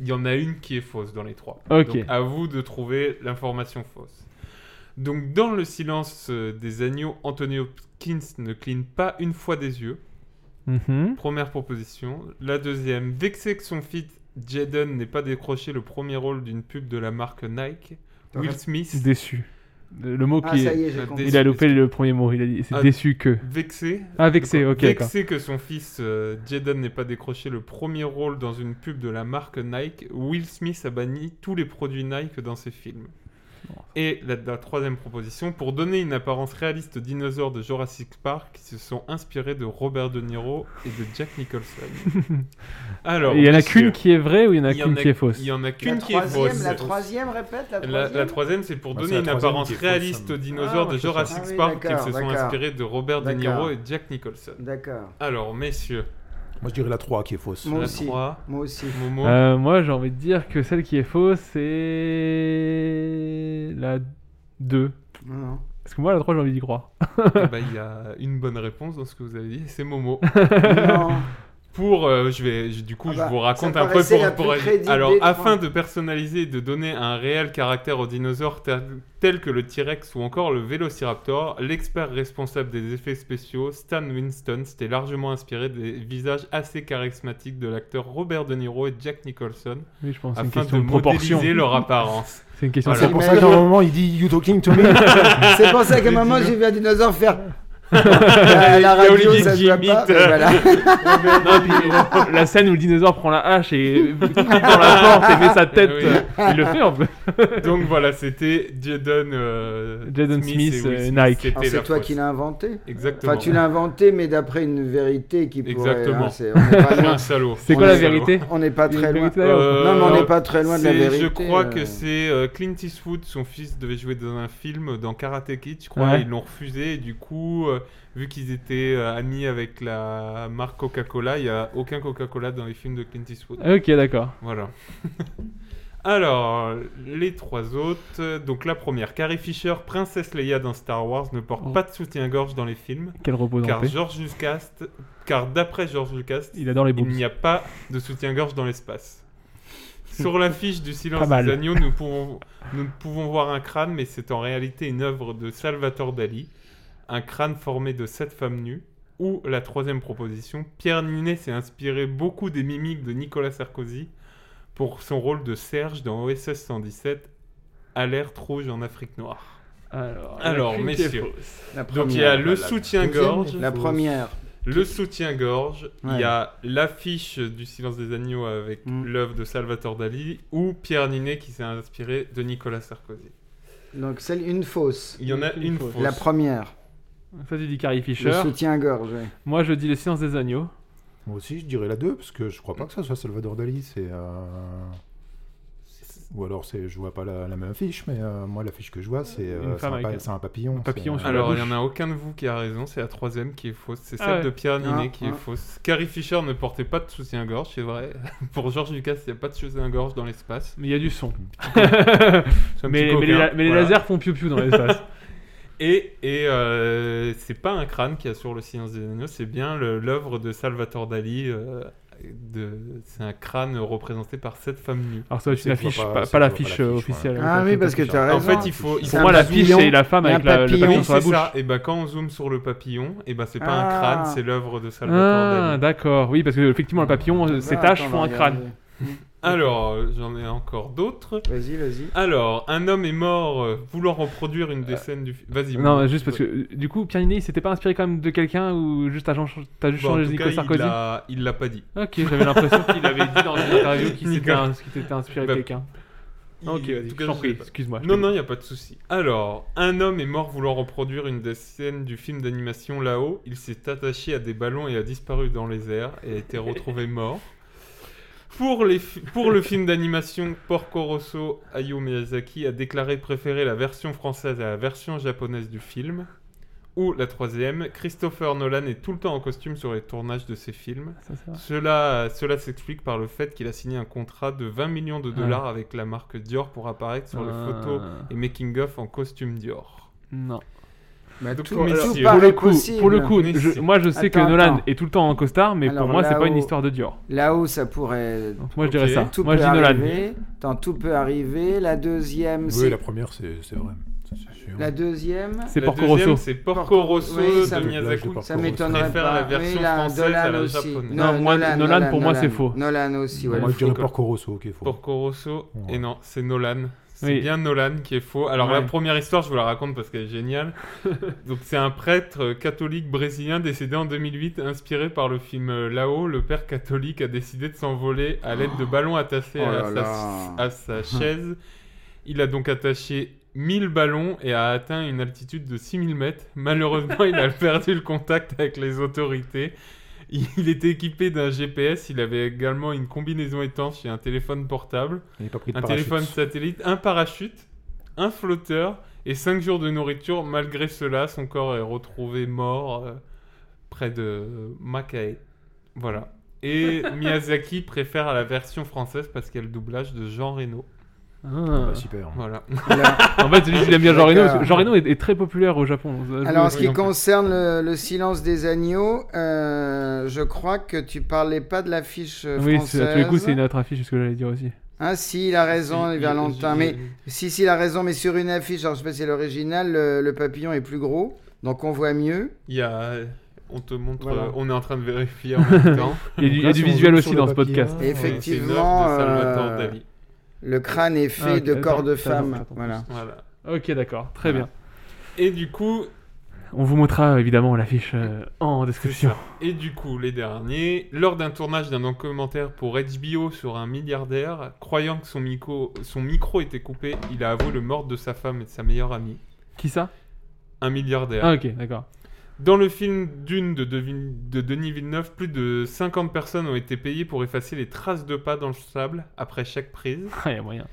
H: il y en a une qui est fausse dans les trois.
I: Ok.
H: Donc, à vous de trouver l'information fausse. Donc, dans le silence euh, des agneaux, Anthony Hopkins ne cligne pas une fois des yeux.
I: Mhm.
H: Première proposition. La deuxième, vexé que son fit Jaden n'ait pas décroché le premier rôle d'une pub de la marque Nike. Will Smith.
I: Déçu. Le le mot
J: Ah,
I: qui
J: ça
I: est-
J: y est, j'ai
H: Ah,
J: compris.
I: Il a loupé le premier mot, il a dit c'est
H: Ah,
I: déçu que.
H: Vexé.
I: Ah, vexé, ok, d'accord.
H: Vexé que son fils euh, Jaden n'ait pas décroché le premier rôle dans une pub de la marque Nike, Will Smith a banni tous les produits Nike dans ses films. Et la, la troisième proposition, pour donner une apparence réaliste aux dinosaures de Jurassic Park qui se sont inspirés de Robert De Niro et de Jack Nicholson. Alors,
I: Et il y en a
H: monsieur,
I: qu'une qui est vraie ou il y en a qu'une qui est fausse
H: Il y en a
J: La
H: qu'une qui est
J: troisième,
H: fausse.
J: la troisième, répète, la
H: La,
J: troisième.
H: troisième, c'est pour
I: Ah,
J: Bah, c'est
H: donner
J: la
H: une
J: troisième
H: apparence
J: qui est fausse,
H: réaliste
J: ça me-
H: aux
J: Ah,
H: dinosaures
J: moi,
H: de
J: je sais
H: Jurassic
J: pas. Ah oui,
H: Park qui
J: d'accord,
H: se sont
J: d'accord.
H: inspirés de Robert De Niro
J: D'accord.
H: et Jack Nicholson.
J: D'accord.
H: Alors, messieurs.
K: Moi, je dirais la 3 qui est fausse.
H: la 3.
J: Moi aussi.
H: Momo.
I: Euh, moi, j'ai envie de dire que celle qui est fausse, c'est la 2.
J: Non.
I: Parce que moi, la 3, j'ai envie d'y croire.
H: Eh ben, il y a une bonne réponse dans ce que vous avez dit, et c'est Momo.
J: Non.
H: Pour, euh, je vais, je- du coup,
J: Ah bah,
H: je vous raconte
J: ça me
H: un peu
J: paraissait
H: pour.
J: la
H: pour-
J: plus crédible
H: alors,
J: des trois.
H: afin de personnaliser et de donner un réel caractère aux dinosaures tel, tels que le T-Rex ou encore le Vélociraptor, l'expert responsable des effets spéciaux, Stan Winston, s'était largement inspiré des visages assez charismatiques de l'acteur Robert De Niro et Jack Nicholson,
I: Oui, je pense que c'est une
H: afin
I: question
H: de
I: de proportion.
H: modéliser leur apparence.
I: C'est une question
H: Voilà.
I: de
K: C'est pour ça qu'à un moment, il dit You talking to me
J: C'est pour ça qu'à un
K: Les
J: moment,
K: dinos.
J: j'ai vu un dinosaure faire. à la
I: Il y a
J: radio,
I: Olivier
J: ça se
I: qui
J: voit pas.
I: imite,
J: mais
I: euh,
J: Voilà.
I: Non, puis, la scène où le dinosaure prend la hache et clique dans la porte et met sa tête,
H: Oui.
I: euh, il le fait en plus.
H: Donc voilà, c'était Jaden euh,
I: Jaden
H: et
I: Smith,
H: Will
I: euh, Nike.
H: c'était
J: Alors, Ah, c'est
H: leur
J: toi
H: fausse.
J: qui l'as inventé
H: Exactement.
J: Enfin, tu l'as inventé, mais d'après une vérité qui pourrait.
H: Exactement.
J: hein, c'est- on est pas
H: Je suis
J: loin.
H: un salaud.
I: C'est
J: On
I: quoi
J: est-
I: la vérité
J: On n'est pas
I: Il y a
J: très
I: une
J: loin.
I: vérité là-haut
H: Euh,
J: Non, mais on n'est pas très loin de la
H: c'est-
J: vérité.
H: Je crois
J: euh.
H: que c'est euh, Clint Eastwood, son fils devait jouer dans un film euh, dans Karate Kid, je crois.
I: Ouais.
H: et Ils l'ont refusé. Et du coup, euh, vu qu'ils étaient euh, amis avec la marque Coca-Cola, il n'y a aucun Coca-Cola dans les films de Clint Eastwood.
I: Ok, d'accord.
H: Voilà. Alors, les trois autres. Donc la première, Carrie Fisher, princesse Leia dans Star Wars, ne porte
I: Oh.
H: pas de soutien-gorge dans les films.
I: Qu'elle repose en
H: Car
I: paix.
H: George Lucas, car d'après George Lucas,
I: Il adore les
H: il
I: boobs.
H: n'y a pas de soutien-gorge dans l'espace. Sur l'affiche du Silence
I: Pas mal.
H: des Agneaux, nous, pouvons, nous ne pouvons voir un crâne, mais c'est en réalité une œuvre de Salvatore Dali, un crâne formé de sept femmes nues. Ou la troisième proposition, Pierre Ninet s'est inspiré beaucoup des mimiques de Nicolas Sarkozy pour son rôle de Serge dans OSS 117, Alerte rouge en Afrique noire.
I: Alors,
H: Alors,
I: la clé qui est
H: messieurs,
I: fausse.
J: La
H: donc il y
J: première,
H: a le
J: la- la-
H: soutien-gorge.
J: La première.
H: Le soutien-gorge, il
J: Ouais.
H: y a l'affiche du Silence des Agneaux avec
J: Mm.
H: l'œuvre de Salvatore Dali ou Pierre Ninet qui s'est inspiré de Nicolas Sarkozy.
J: Donc, celle, une fausse.
H: Il y en a une fausse.
J: La première.
I: Toi, tu dis Carrie Fisher.
J: Le soutien-gorge. ouais.
I: Moi, je dis le silence des agneaux.
K: Moi aussi, je dirais la 2, parce que je crois pas que ça soit Salvador Dali. C'est. euh, c'est- Ou alors, c'est, je vois pas la, la même affiche, mais euh, moi, l'affiche que je vois, c'est, euh,
I: Une
K: c'est,
I: femme
K: un,
I: avec
K: pa-
I: un-
K: c'est un papillon.
I: un papillon
K: c'est,
I: sur la
H: Alors, il
I: bouche.
H: n'y en a aucun de vous qui a raison, c'est la troisième qui est fausse, c'est
I: Ah
H: celle
I: ouais.
H: de Pierre Ninet
J: Ah,
H: qui est
J: ah.
H: fausse. Carrie Fisher ne portait pas de soutien-gorge, c'est vrai. Pour George Lucas, il n'y a pas de soutien-gorge dans l'espace.
I: Mais il y a du son.
H: C'est un petit
I: mais, mais
H: coquin,
I: les, mais les
H: voilà.
I: lasers font piou-piou dans l'espace.
H: Et, et euh, c'est pas un crâne qui assure le silence des agneaux, c'est bien le- l'œuvre de Salvatore Dali. euh, de- c'est un crâne représenté par sept femmes nues.
I: Alors, ça va être
K: C'est
I: une
K: que je vois
I: affiche, pas,
K: pas- c'est
I: pas
K: que je vois
I: l'affiche
K: pas
I: euh,
K: l'affiche,
I: officielle.
J: Ah oui, parce que tu as
H: En
J: raison.
H: fait, il faut. il
J: C'est
H: faut
I: Pour
J: un
H: pas-
I: moi, l'affiche,
J: papillon
I: c'est la femme
J: et
I: avec
J: un
I: la- le
J: papillon.
I: papillon
H: Ah Oui,
I: sur la
H: c'est
I: bouche.
H: ça. Et ben quand on zoome sur le papillon, et ben c'est pas un
J: Ah.
H: crâne, c'est l'œuvre de Salvatore
I: Ah,
H: Dali.
I: d'accord. Oui, parce que effectivement, le papillon, euh, ses
J: Ah,
I: taches
J: attends,
I: font
J: on
I: un
J: va
I: crâne.
J: regarder.
H: Alors, euh, j'en ai encore d'autres.
J: Vas-y, vas-y.
H: Alors, un homme est mort euh, voulant reproduire une des scènes du. fi- Vas-y.
I: Euh, Non,
H: bon.
I: juste parce que euh, du coup, Pierre Ninet, il s'était pas inspiré quand même de quelqu'un ou juste t'as gen- t'as juste
H: Bon, en
I: changé
H: tout
I: Nicolas
H: cas,
I: Sarkozy
H: il l'a- il l'a pas dit.
I: Ok, j'avais l'impression qu'il avait dit dans une interview qu'il s'était
H: Nicolas.
I: ins- qu'il s'était inspiré de
H: Bah,
I: quelqu'un.
H: Il-
I: Ok,
H: en
I: vas-y,
H: tout
I: je
H: cas,
I: t'en
H: je
I: prie,
H: l'ai pas.
I: excuse-moi. je
H: Non,
I: t'ai-
H: non, il n'y a pas de souci. Alors, un homme est mort voulant reproduire une des scènes du film d'animation là-haut. Il s'est attaché à des ballons et a disparu dans les airs et a été retrouvé mort. Pour, les fi- pour le film d'animation, Porco Rosso, Hayao Miyazaki a déclaré préférer la version française à la version japonaise du film. Ou la troisième, Christopher Nolan est tout le temps en costume sur les tournages de ses films.
I: Ça, ça va.
H: Cela, cela s'explique par le fait qu'il a signé un contrat de 20 millions de dollars avec la marque Dior pour apparaître sur les
I: Ah.
H: photos et making-of en costume Dior.
I: Non.
J: Bah,
H: Donc,
J: tout,
H: mais
J: tout
H: si,
J: paraît
I: Pour le coup,
J: possible.
I: pour le coup,
H: Mais
I: je-
H: si.
I: moi je sais que
J: Attends,
I: Nolan
J: attends.
I: est tout le temps en costard, mais
J: Alors
I: pour moi c'est pas
J: là-haut-
I: une histoire de Dior.
J: Là-haut, ça pourrait.
I: Donc, moi je dirais
H: Ok.
I: ça.
J: Tout
I: moi je
J: peut
I: dis Nolan.
J: arriver. Attends, tout peut arriver. La deuxième,
K: Oui,
J: c'est.
K: la première, c'est, c'est vrai. Ça, c'est sûr.
J: La deuxième.
I: C'est
H: La
I: Porco
H: deuxième,
I: Rosso.
H: C'est Porco
J: Porco-
H: Rosso
J: oui, ça
H: de
J: me-
H: Miyazaki.
K: Porco
J: Ça
K: Rosso.
J: m'étonnerait
H: Préfère
J: pas.
H: la version
J: Oui, la-
H: française
J: Nolan
H: à la
J: aussi.
H: japonaise.
I: Non, moi, Nolan, pour moi, c'est faux.
J: Nolan aussi, ouais.
K: Moi, je
H: faut
K: dirais
H: que-
K: Porco Rosso qui est faux.
H: Porco Rosso,
K: Ouais.
H: et non, c'est Nolan. C'est
I: Oui.
H: bien Nolan qui est faux. Alors la
I: Ouais.
H: première histoire, je vous la raconte parce qu'elle est géniale. Donc c'est un prêtre euh, catholique brésilien décédé en 2008, inspiré par le film euh, Là-haut. Le père catholique a décidé de s'envoler à l'aide de ballons attachés
J: Oh
H: à,
J: là
H: sa,
J: là.
H: à sa chaise. Il a donc attaché 1000 ballons et a atteint une altitude de 6000 mètres. Malheureusement, il a perdu le contact avec les autorités. Il était équipé d'un GPS, il avait également une combinaison étanche et un téléphone portable,
K: Il n'est pas pris de
H: un
K: parachute.
H: téléphone satellite, un parachute, un flotteur et 5 jours de nourriture. Malgré cela, son corps est retrouvé mort euh, près de euh, Macaé. Voilà. Et Miyazaki préfère la version française parce qu'il y a le doublage de Jean Reno.
I: Ah.
K: Bah, super.
H: Voilà.
I: en fait, lui, il aime bien Jean Reno. parce que
J: D'accord.
I: Jean Reno est, est très populaire au Japon.
J: Alors, en ce qui
I: compte
J: concerne le, le silence des agneaux, euh, je crois que tu parlais pas de l'affiche euh,
I: Oui, c'est-
J: française.
I: à tous les coups, c'est une autre affiche, c'est ce que j'allais dire aussi.
J: Ah si, il a raison,
B: Si,
J: les
B: il-
J: Valentin.
B: je-
J: Mais si, si, il a raison, mais sur une affiche, alors je sais pas si c'est l'original, le, le papillon est plus gros, donc on voit mieux.
H: Il y a. On te montre.
J: Voilà.
H: euh, on est en train de vérifier en même temps. Euh,
I: Il y a du- il y a du visuel aussi dans ce podcast.
K: hein,
J: Et effectivement,
H: C'est une œuvre de Salvatore
J: euh,
H: Dali.
J: le crâne est fait
I: Ah, ok,
J: de corps
I: attends,
J: de
I: attends,
J: femme.
I: attends,
J: voilà.
H: Voilà.
I: Ok, d'accord, très
H: Voilà.
I: bien.
H: Et du coup,
I: On vous montrera évidemment l'affiche euh, en description.
H: Et du coup, les derniers, lors d'un tournage d'un documentaire pour HBO sur un milliardaire, croyant que son micro, son micro était coupé, il a avoué le mort de sa femme et de sa meilleure amie.
I: Qui ça
H: Un milliardaire.
I: Ah, ok, d'accord.
H: Dans le film Dune de, Devin- de Denis Villeneuve, plus de 50 personnes ont été payées pour effacer les traces de pas dans le sable après chaque prise.
I: Ah, il y a moyen.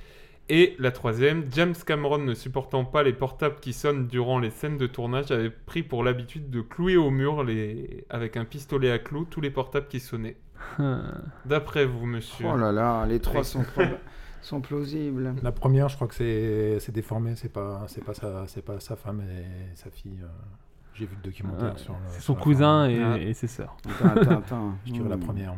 H: Et la troisième, James Cameron ne supportant pas les portables qui sonnent durant les scènes de tournage, avait pris pour l'habitude de clouer au mur les... avec un pistolet à clous tous les portables qui sonnaient.
I: Ah,
H: D'après vous, monsieur.
J: Oh là là, les trois
H: Oui.
J: sont, proba- sont plausibles.
K: La première, je crois que c'est c'est déformé, c'est pas c'est pas sa c'est pas sa femme et sa fille. euh, J'ai vu le documentaire
I: Ah,
K: sur le-
I: c'est
K: sur
I: son
K: la
I: cousin
K: femme.
I: et,
K: Ah.
I: et ses sœurs.
J: Attends, attends, attends.
K: Je dirais la
J: Hmm.
K: première.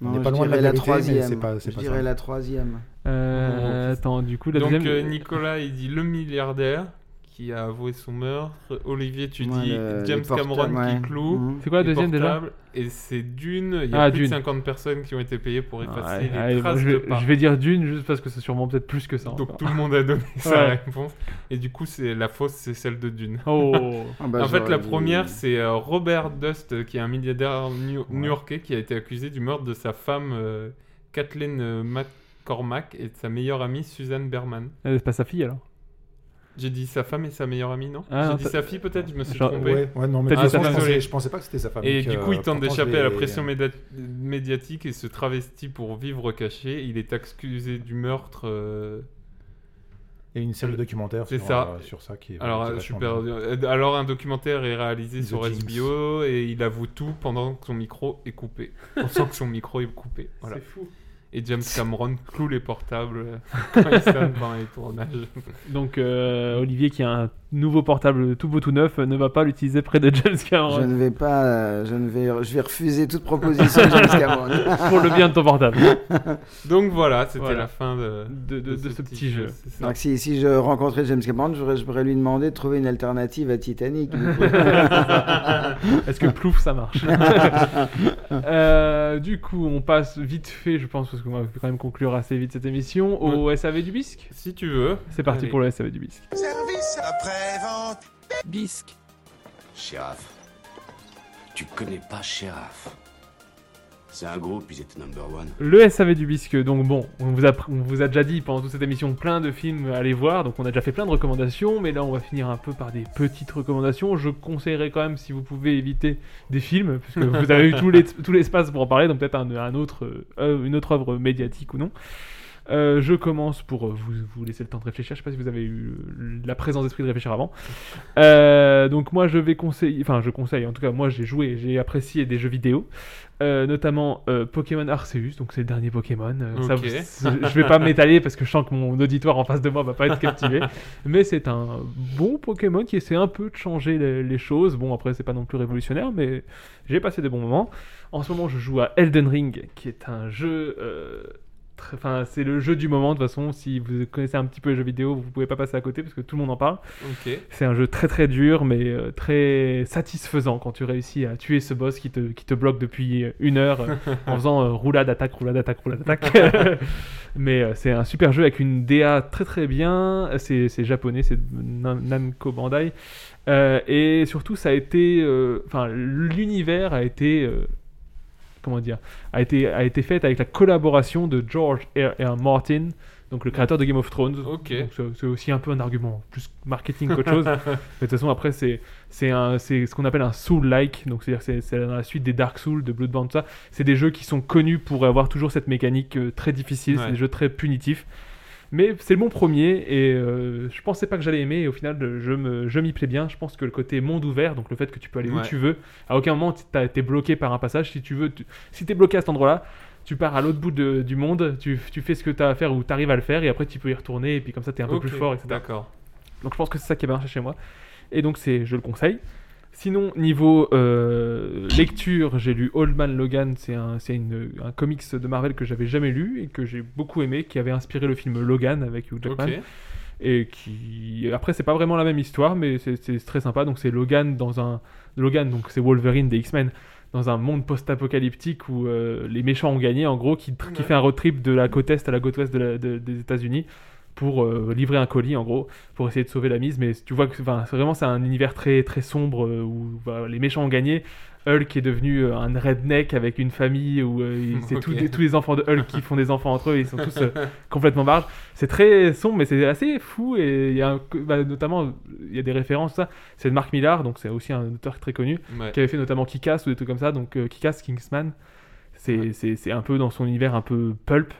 J: Non,
K: On n'est
J: je
K: pas loin de la,
J: dirais la
K: vérité, mais
J: troisième.
K: c'est pas c'est
J: Je
K: pas
J: dirais
K: ça.
J: la troisième.
I: Euh, attends, du coup, la
H: Donc
I: deuxième.
H: euh, Nicolas, il dit le milliardaire qui a avoué son meurtre. Olivier, tu
J: Ouais,
H: dis
J: le- les
H: James
J: portables,
H: Cameron
J: ouais.
H: qui cloue.
J: Mhm.
I: C'est quoi la
H: les
I: deuxième, déjà
H: portables, Et c'est Dune. Il y a
I: Ah,
H: plus
I: Dune.
H: de 50 personnes qui ont été payées pour
I: Ah,
H: effacer les
I: allez,
H: traces
I: je,
H: de
I: vais,
H: pas.
I: je vais dire d'une juste parce que c'est sûrement peut-être plus que ça. hein.
H: Donc
I: encore.
H: tout le monde a donné sa
I: Ouais.
H: réponse. Et du coup, c'est la fausse, c'est celle de Dune.
I: Oh.
J: Ah bah,
H: en fait,
J: j'aurais
H: la
J: dit-
H: première, c'est euh, Robert Dust, euh, qui est un milliardaire new- new-yorkais qui a été accusé du meurtre de sa femme euh, Kathleen euh, McCormack et de sa meilleure amie Suzanne Berman.
I: Euh, c'est pas sa fille alors
H: J'ai dit sa femme et sa meilleure amie, non
I: Ah, non,
H: J'ai dit
I: t'as-
H: sa fille peut-être, je me suis
I: Genre,
H: trompé.
K: Ouais, ouais, non, mais de
I: Peut-être
K: toute façon,
I: que
K: je,
I: ça
K: pensais,
H: faisait-
K: je pensais pas que c'était sa femme.
H: Et
K: donc,
H: du
K: euh,
H: coup, il tente
K: pourtant, je
H: d'échapper à la
K: l'ai-
H: pression méda- médiatique et se travestit pour vivre caché. Il est accusé du meurtre. euh,
K: Il y a une série de documentaires
H: C'est
K: sur,
H: ça.
K: euh, sur ça qui est.
H: Alors,
K: qui est
H: euh,
K: vachement
H: super.
K: bien.
H: euh, Alors, un documentaire est réalisé
K: The
H: sur
K: Jinx.
H: HBO et il avoue tout pendant que son micro est coupé. On sent que son micro est coupé. Voilà.
I: C'est fou.
H: Et James Cameron cloue les portables euh, quand il sonne pendant les tournages.
I: Donc euh, Olivier qui a un nouveau portable tout beau tout neuf euh, ne va pas l'utiliser près de James
J: Je
I: Cameron
J: ne vais pas, euh, je ne vais, je vais refuser toute proposition de James Cameron.
I: pour le bien de ton portable.
H: Donc voilà, c'était
I: Voilà.
H: la fin de,
I: De- de- de ce petit jeu.
H: c'est ça.
J: Donc si, si je rencontrais James Cameron, j'aurais- je pourrais lui demander de trouver une alternative à Titanic.
I: Est-ce que plouf ça marche Euh, Du coup, on passe vite fait, je pense, parce qu'on va quand même conclure assez vite cette émission au SAV du bisque.
H: Si tu veux.
I: C'est parti
H: Allez.
I: pour le SAV du bisque.
A: Service après-vente.
G: bisque,
N: Sheriff. Tu connais pas Sheriff. C'est un groupe, ils étaient number one.
I: Le SAV du bisque, donc bon, on vous, a, pr- on vous a déjà dit pendant toute cette émission plein de films à aller voir, donc on a déjà fait plein de recommandations, mais là on va finir un peu par des petites recommandations. Je conseillerais quand même, si vous pouvez éviter des films, puisque vous avez eu tout l'es- tout l'espace pour en parler, donc peut-être un, un autre, euh, une autre œuvre médiatique ou non. Euh, je commence pour euh, vous, vous laisser le temps de réfléchir. Je sais pas si vous avez eu euh, la présence d'esprit de réfléchir avant. Euh, donc moi je vais conseiller, enfin je conseille, en tout cas moi j'ai joué, j'ai apprécié des jeux vidéo, Euh, notamment euh, Pokémon Arceus, donc c'est le dernier Pokémon. Euh, ça,
H: Ok.
I: vous- c'est- je vais pas m'étaler parce que je sens que mon auditoire en face de moi va pas être captivé, mais c'est un bon Pokémon qui essaie un peu de changer les, les choses. Bon après c'est pas non plus révolutionnaire, mais j'ai passé des bons moments. En ce moment je joue à Elden Ring, qui est un jeu... euh, très- Enfin, c'est le jeu du moment. De toute façon, si vous connaissez un petit peu les jeux vidéo, vous pouvez pas passer à côté parce que tout le monde en parle.
H: Ok.
I: C'est un jeu très très dur, mais euh, très satisfaisant quand tu réussis à tuer ce boss qui te, qui te bloque depuis euh, une heure euh, en faisant euh, roulade, attaque, roulade, attaque, roulade, attaque. mais euh, c'est un super jeu avec une DA très très bien. C'est c'est japonais, c'est de Nam- Namco Bandai. Euh, et surtout, ça a été. euh, Enfin, l'univers a été. euh, comment dire a été, a été faite avec la collaboration de George R. R. Martin, donc le créateur de Game of Thrones.
H: Ok.
I: Donc, c'est- C'est aussi un peu un argument plus marketing qu'autre chose. Mais de toute façon, après, c'est c'est un- c'est ce qu'on appelle un Soul-like. Donc, c'est-à-dire que c'est- c'est dans la suite des Dark Souls, de Bloodborne, tout ça. C'est des jeux qui sont connus pour avoir toujours cette mécanique euh, très difficile. C'est
H: Ouais.
I: des jeux très punitifs. Mais c'est le bon premier et euh, je pensais pas que j'allais aimer et au final euh, je me- je m'y plais bien. Je pense que le côté monde ouvert, donc le fait que tu peux aller où
H: Ouais.
I: tu veux, à aucun moment t'as été bloqué par un passage. Si tu veux, tu, si t'es bloqué à cet endroit-là, tu pars à l'autre bout de- du monde, tu, tu fais ce que t'as à faire ou t'arrives à le faire et après tu peux y retourner et puis comme ça t'es un
H: Ok,
I: peu plus fort, etc.
H: D'accord.
I: Donc je pense que c'est ça qui est bien chez moi. Et donc c'est, je le conseille. Sinon, niveau euh, lecture, j'ai lu Old Man Logan, c'est un, c'est une- un comics de Marvel que j'avais jamais lu et que j'ai beaucoup aimé, qui avait inspiré le film Logan avec Hugh Jackman.
H: Ok.
I: Et qui. Après, c'est pas vraiment la même histoire, mais c'est, c'est très sympa. Donc, c'est Logan dans un. Logan, donc c'est Wolverine des X-Men, dans un monde post-apocalyptique où euh, les méchants ont gagné, en gros, qui, qui fait un road trip de la côte est à la côte ouest de la- de- des États-Unis pour euh, livrer un colis, en gros, pour essayer de sauver la mise. Mais tu vois que enfin, c'est vraiment c'est un univers très, très sombre euh, où bah, les méchants ont gagné. Hulk est devenu euh, un redneck avec une famille où euh, il- c'est
H: Ok.
I: tous des- tous les enfants de Hulk qui font des enfants entre eux, ils sont tous euh, complètement barges. C'est très sombre, mais c'est assez fou. Et il y a un- bah, notamment, il y a des références, tout ça. C'est de Mark Millar, donc c'est aussi un auteur très connu,
H: Ouais.
I: qui avait fait notamment Kick-Ass ou des trucs comme ça. Donc euh, Kick-Ass, Kingsman, c'est c'est- c'est un peu dans son univers un peu pulp.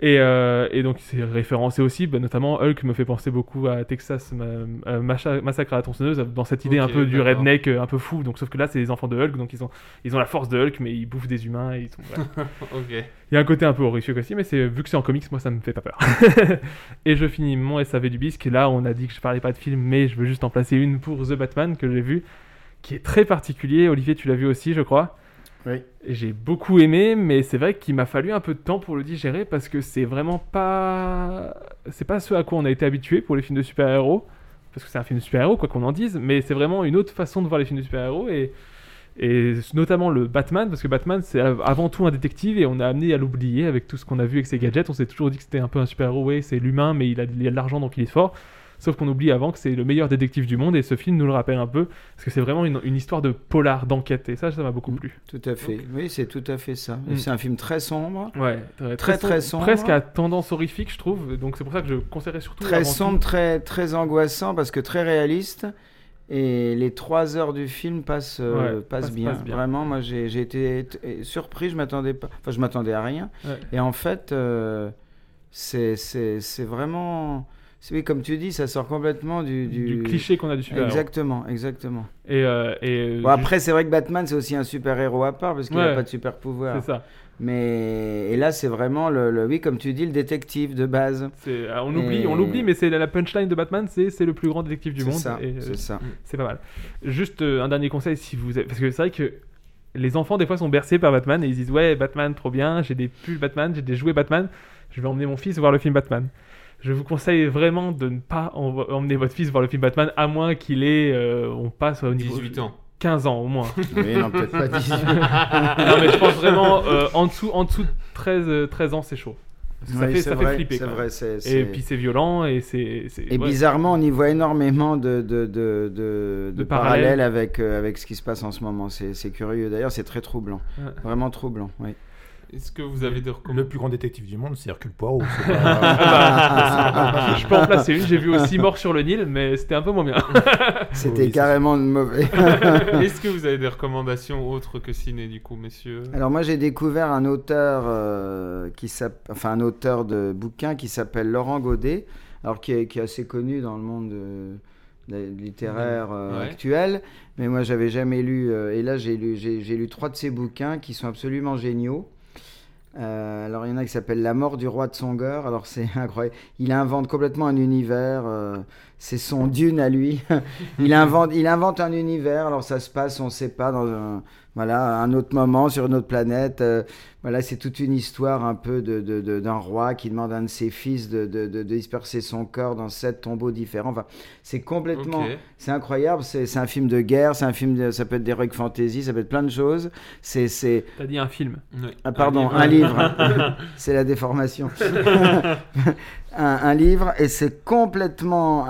I: Et, euh, et donc c'est référencé aussi, bah, notamment Hulk me fait penser beaucoup à Texas ma- euh, Macha- Massacre à la tronçonneuse, dans cette idée un
H: Ok,
I: peu du
H: d'accord.
I: redneck, euh, un peu fou. Donc sauf que là c'est les enfants de Hulk, donc ils ont ils ont la force de Hulk, mais ils bouffent des humains et ils sont. voilà.
H: Ok.
I: Il y a un côté un peu horrifique aussi, mais c'est vu que c'est en comics, moi ça me fait pas peur. et je finis mon SAV du bisque. Là, on a dit que je parlais pas de film, mais je veux juste en placer une pour The Batman que j'ai vu, qui est très particulier. Olivier, tu l'as vu aussi, je crois.
C: Oui.
I: J'ai beaucoup aimé, mais c'est vrai qu'il m'a fallu un peu de temps pour le digérer parce que c'est vraiment pas, c'est pas ce à quoi on a été habitué pour les films de super-héros, parce que c'est un film de super-héros quoi qu'on en dise, mais c'est vraiment une autre façon de voir les films de super-héros et et notamment le Batman, parce que Batman c'est av- avant tout un détective et on a amené à l'oublier avec tout ce qu'on a vu avec ses gadgets. On s'est toujours dit que c'était un peu un super-héros, ouais, c'est l'humain, mais il a, il a de l'argent donc il est fort. Sauf qu'on oublie avant que c'est le meilleur détective du monde et ce film nous le rappelle un peu, parce que c'est vraiment une, une histoire de polar, d'enquête, et ça, ça m'a beaucoup plu.
J: Tout à fait. Oui, c'est tout à fait ça.
H: Mmh.
I: Mm.
J: C'est un film très sombre.
I: Ouais, très
J: très, très sombre.
I: Presque à tendance horrifique, je trouve, donc c'est pour ça que je conseillerais surtout.
J: Très
I: avant
J: sombre,
I: tout-
J: très, très angoissant parce que très réaliste. Et les trois heures du film passent, euh,
I: Ouais,
J: passent
I: passe-
J: bien.
I: passe bien.
J: Vraiment, moi j'ai j'ai été t- euh, surpris, je m'attendais pas. Enfin, je m'attendais à rien.
I: Ouais.
J: Et en fait, euh, c'est c'est- c'est vraiment. c'est- Oui, comme tu dis, ça sort complètement du,
I: Du cliché qu'on a du super-héros.
J: Exactement, exactement.
I: Et, euh, et, euh,
J: Bon, après, c'est vrai que Batman, c'est aussi un super-héros à part parce qu'il n'a
I: Ouais.
J: pas de super-pouvoir.
I: C'est ça.
J: Mais et là, c'est vraiment le, le- oui, comme tu dis, le détective de base.
I: C'est- ah, on oublie,
J: Et-
I: on l'oublie, mais c'est la, la punchline de Batman, c'est c'est le plus grand détective du
J: C'est
I: monde.
J: ça,
I: et, euh,
J: c'est ça.
I: C'est pas mal. Juste euh, un dernier conseil, si vous, avez- parce que c'est vrai que les enfants des fois sont bercés par Batman et ils disent ouais Batman trop bien, j'ai des pulls Batman, j'ai des jouets Batman, je vais emmener mon fils voir le film Batman. Je vous conseille vraiment de ne pas en- emmener votre fils voir le film Batman à moins qu'il ait, euh, on passe au niveau
H: 18 ans.
I: 15 ans au moins.
J: Oui, non, peut-être pas 18.
I: non mais je pense vraiment euh, en dessous, en dessous de 13, euh, 13 ans c'est chaud. Parce que ça
J: Oui,
I: fait,
J: c'est
I: ça fait
J: vrai,
I: flipper.
J: c'est
I: quand même.
J: vrai, c'est- c'est-
I: Et puis c'est violent et c'est. c'est-
J: Et
I: ouais.
J: bizarrement, on y voit énormément de, de, de, de, de
I: parallèles.
J: parallèles avec, euh, avec ce qui se passe en ce moment. C'est c'est curieux. D'ailleurs, c'est très troublant.
H: Ouais.
J: Vraiment troublant, oui.
H: Est-ce que vous avez des recommandations
K: Le plus grand détective du monde, c'est Hercule Poirot. c'est
I: Ah
K: pas-
I: bah, je peux en placer une, j'ai vu aussi Mort sur le Nil, mais c'était un peu moins bien.
J: C'était carrément de mauvais.
H: Est-ce que vous avez des recommandations autres que ciné, du coup, messieurs
J: Alors moi j'ai découvert un auteur euh, qui s'app- enfin un auteur de bouquins qui s'appelle Laurent Godet, alors qui est, qui est assez connu dans le monde euh, de- littéraire euh,
B: Ouais.
J: actuel, mais moi j'avais jamais lu euh, et là j'ai lu j'ai j'ai lu trois de ses bouquins qui sont absolument géniaux. Euh, alors il y en a qui s'appelle La mort du roi de Songeur. Alors c'est incroyable. Il invente complètement un univers. euh, c'est son dune à lui. il invente, il invente un univers. Alors ça se passe, on ne sait pas dans un voilà un autre moment sur une autre planète. Euh, voilà c'est toute une histoire un peu de, de- de- d'un roi qui demande à un de ses fils de, de- de- de disperser son corps dans sept tombeaux différents. Enfin c'est complètement,
B: Ok.
J: c'est incroyable. C'est, c'est un film de guerre. C'est un film, de- ça peut être d'heroic fantasy, ça peut être plein de choses. C'est, c'est
I: T'as dit un film.
J: ah, pardon, un livre. c'est la déformation. un, un livre, et c'est complètement.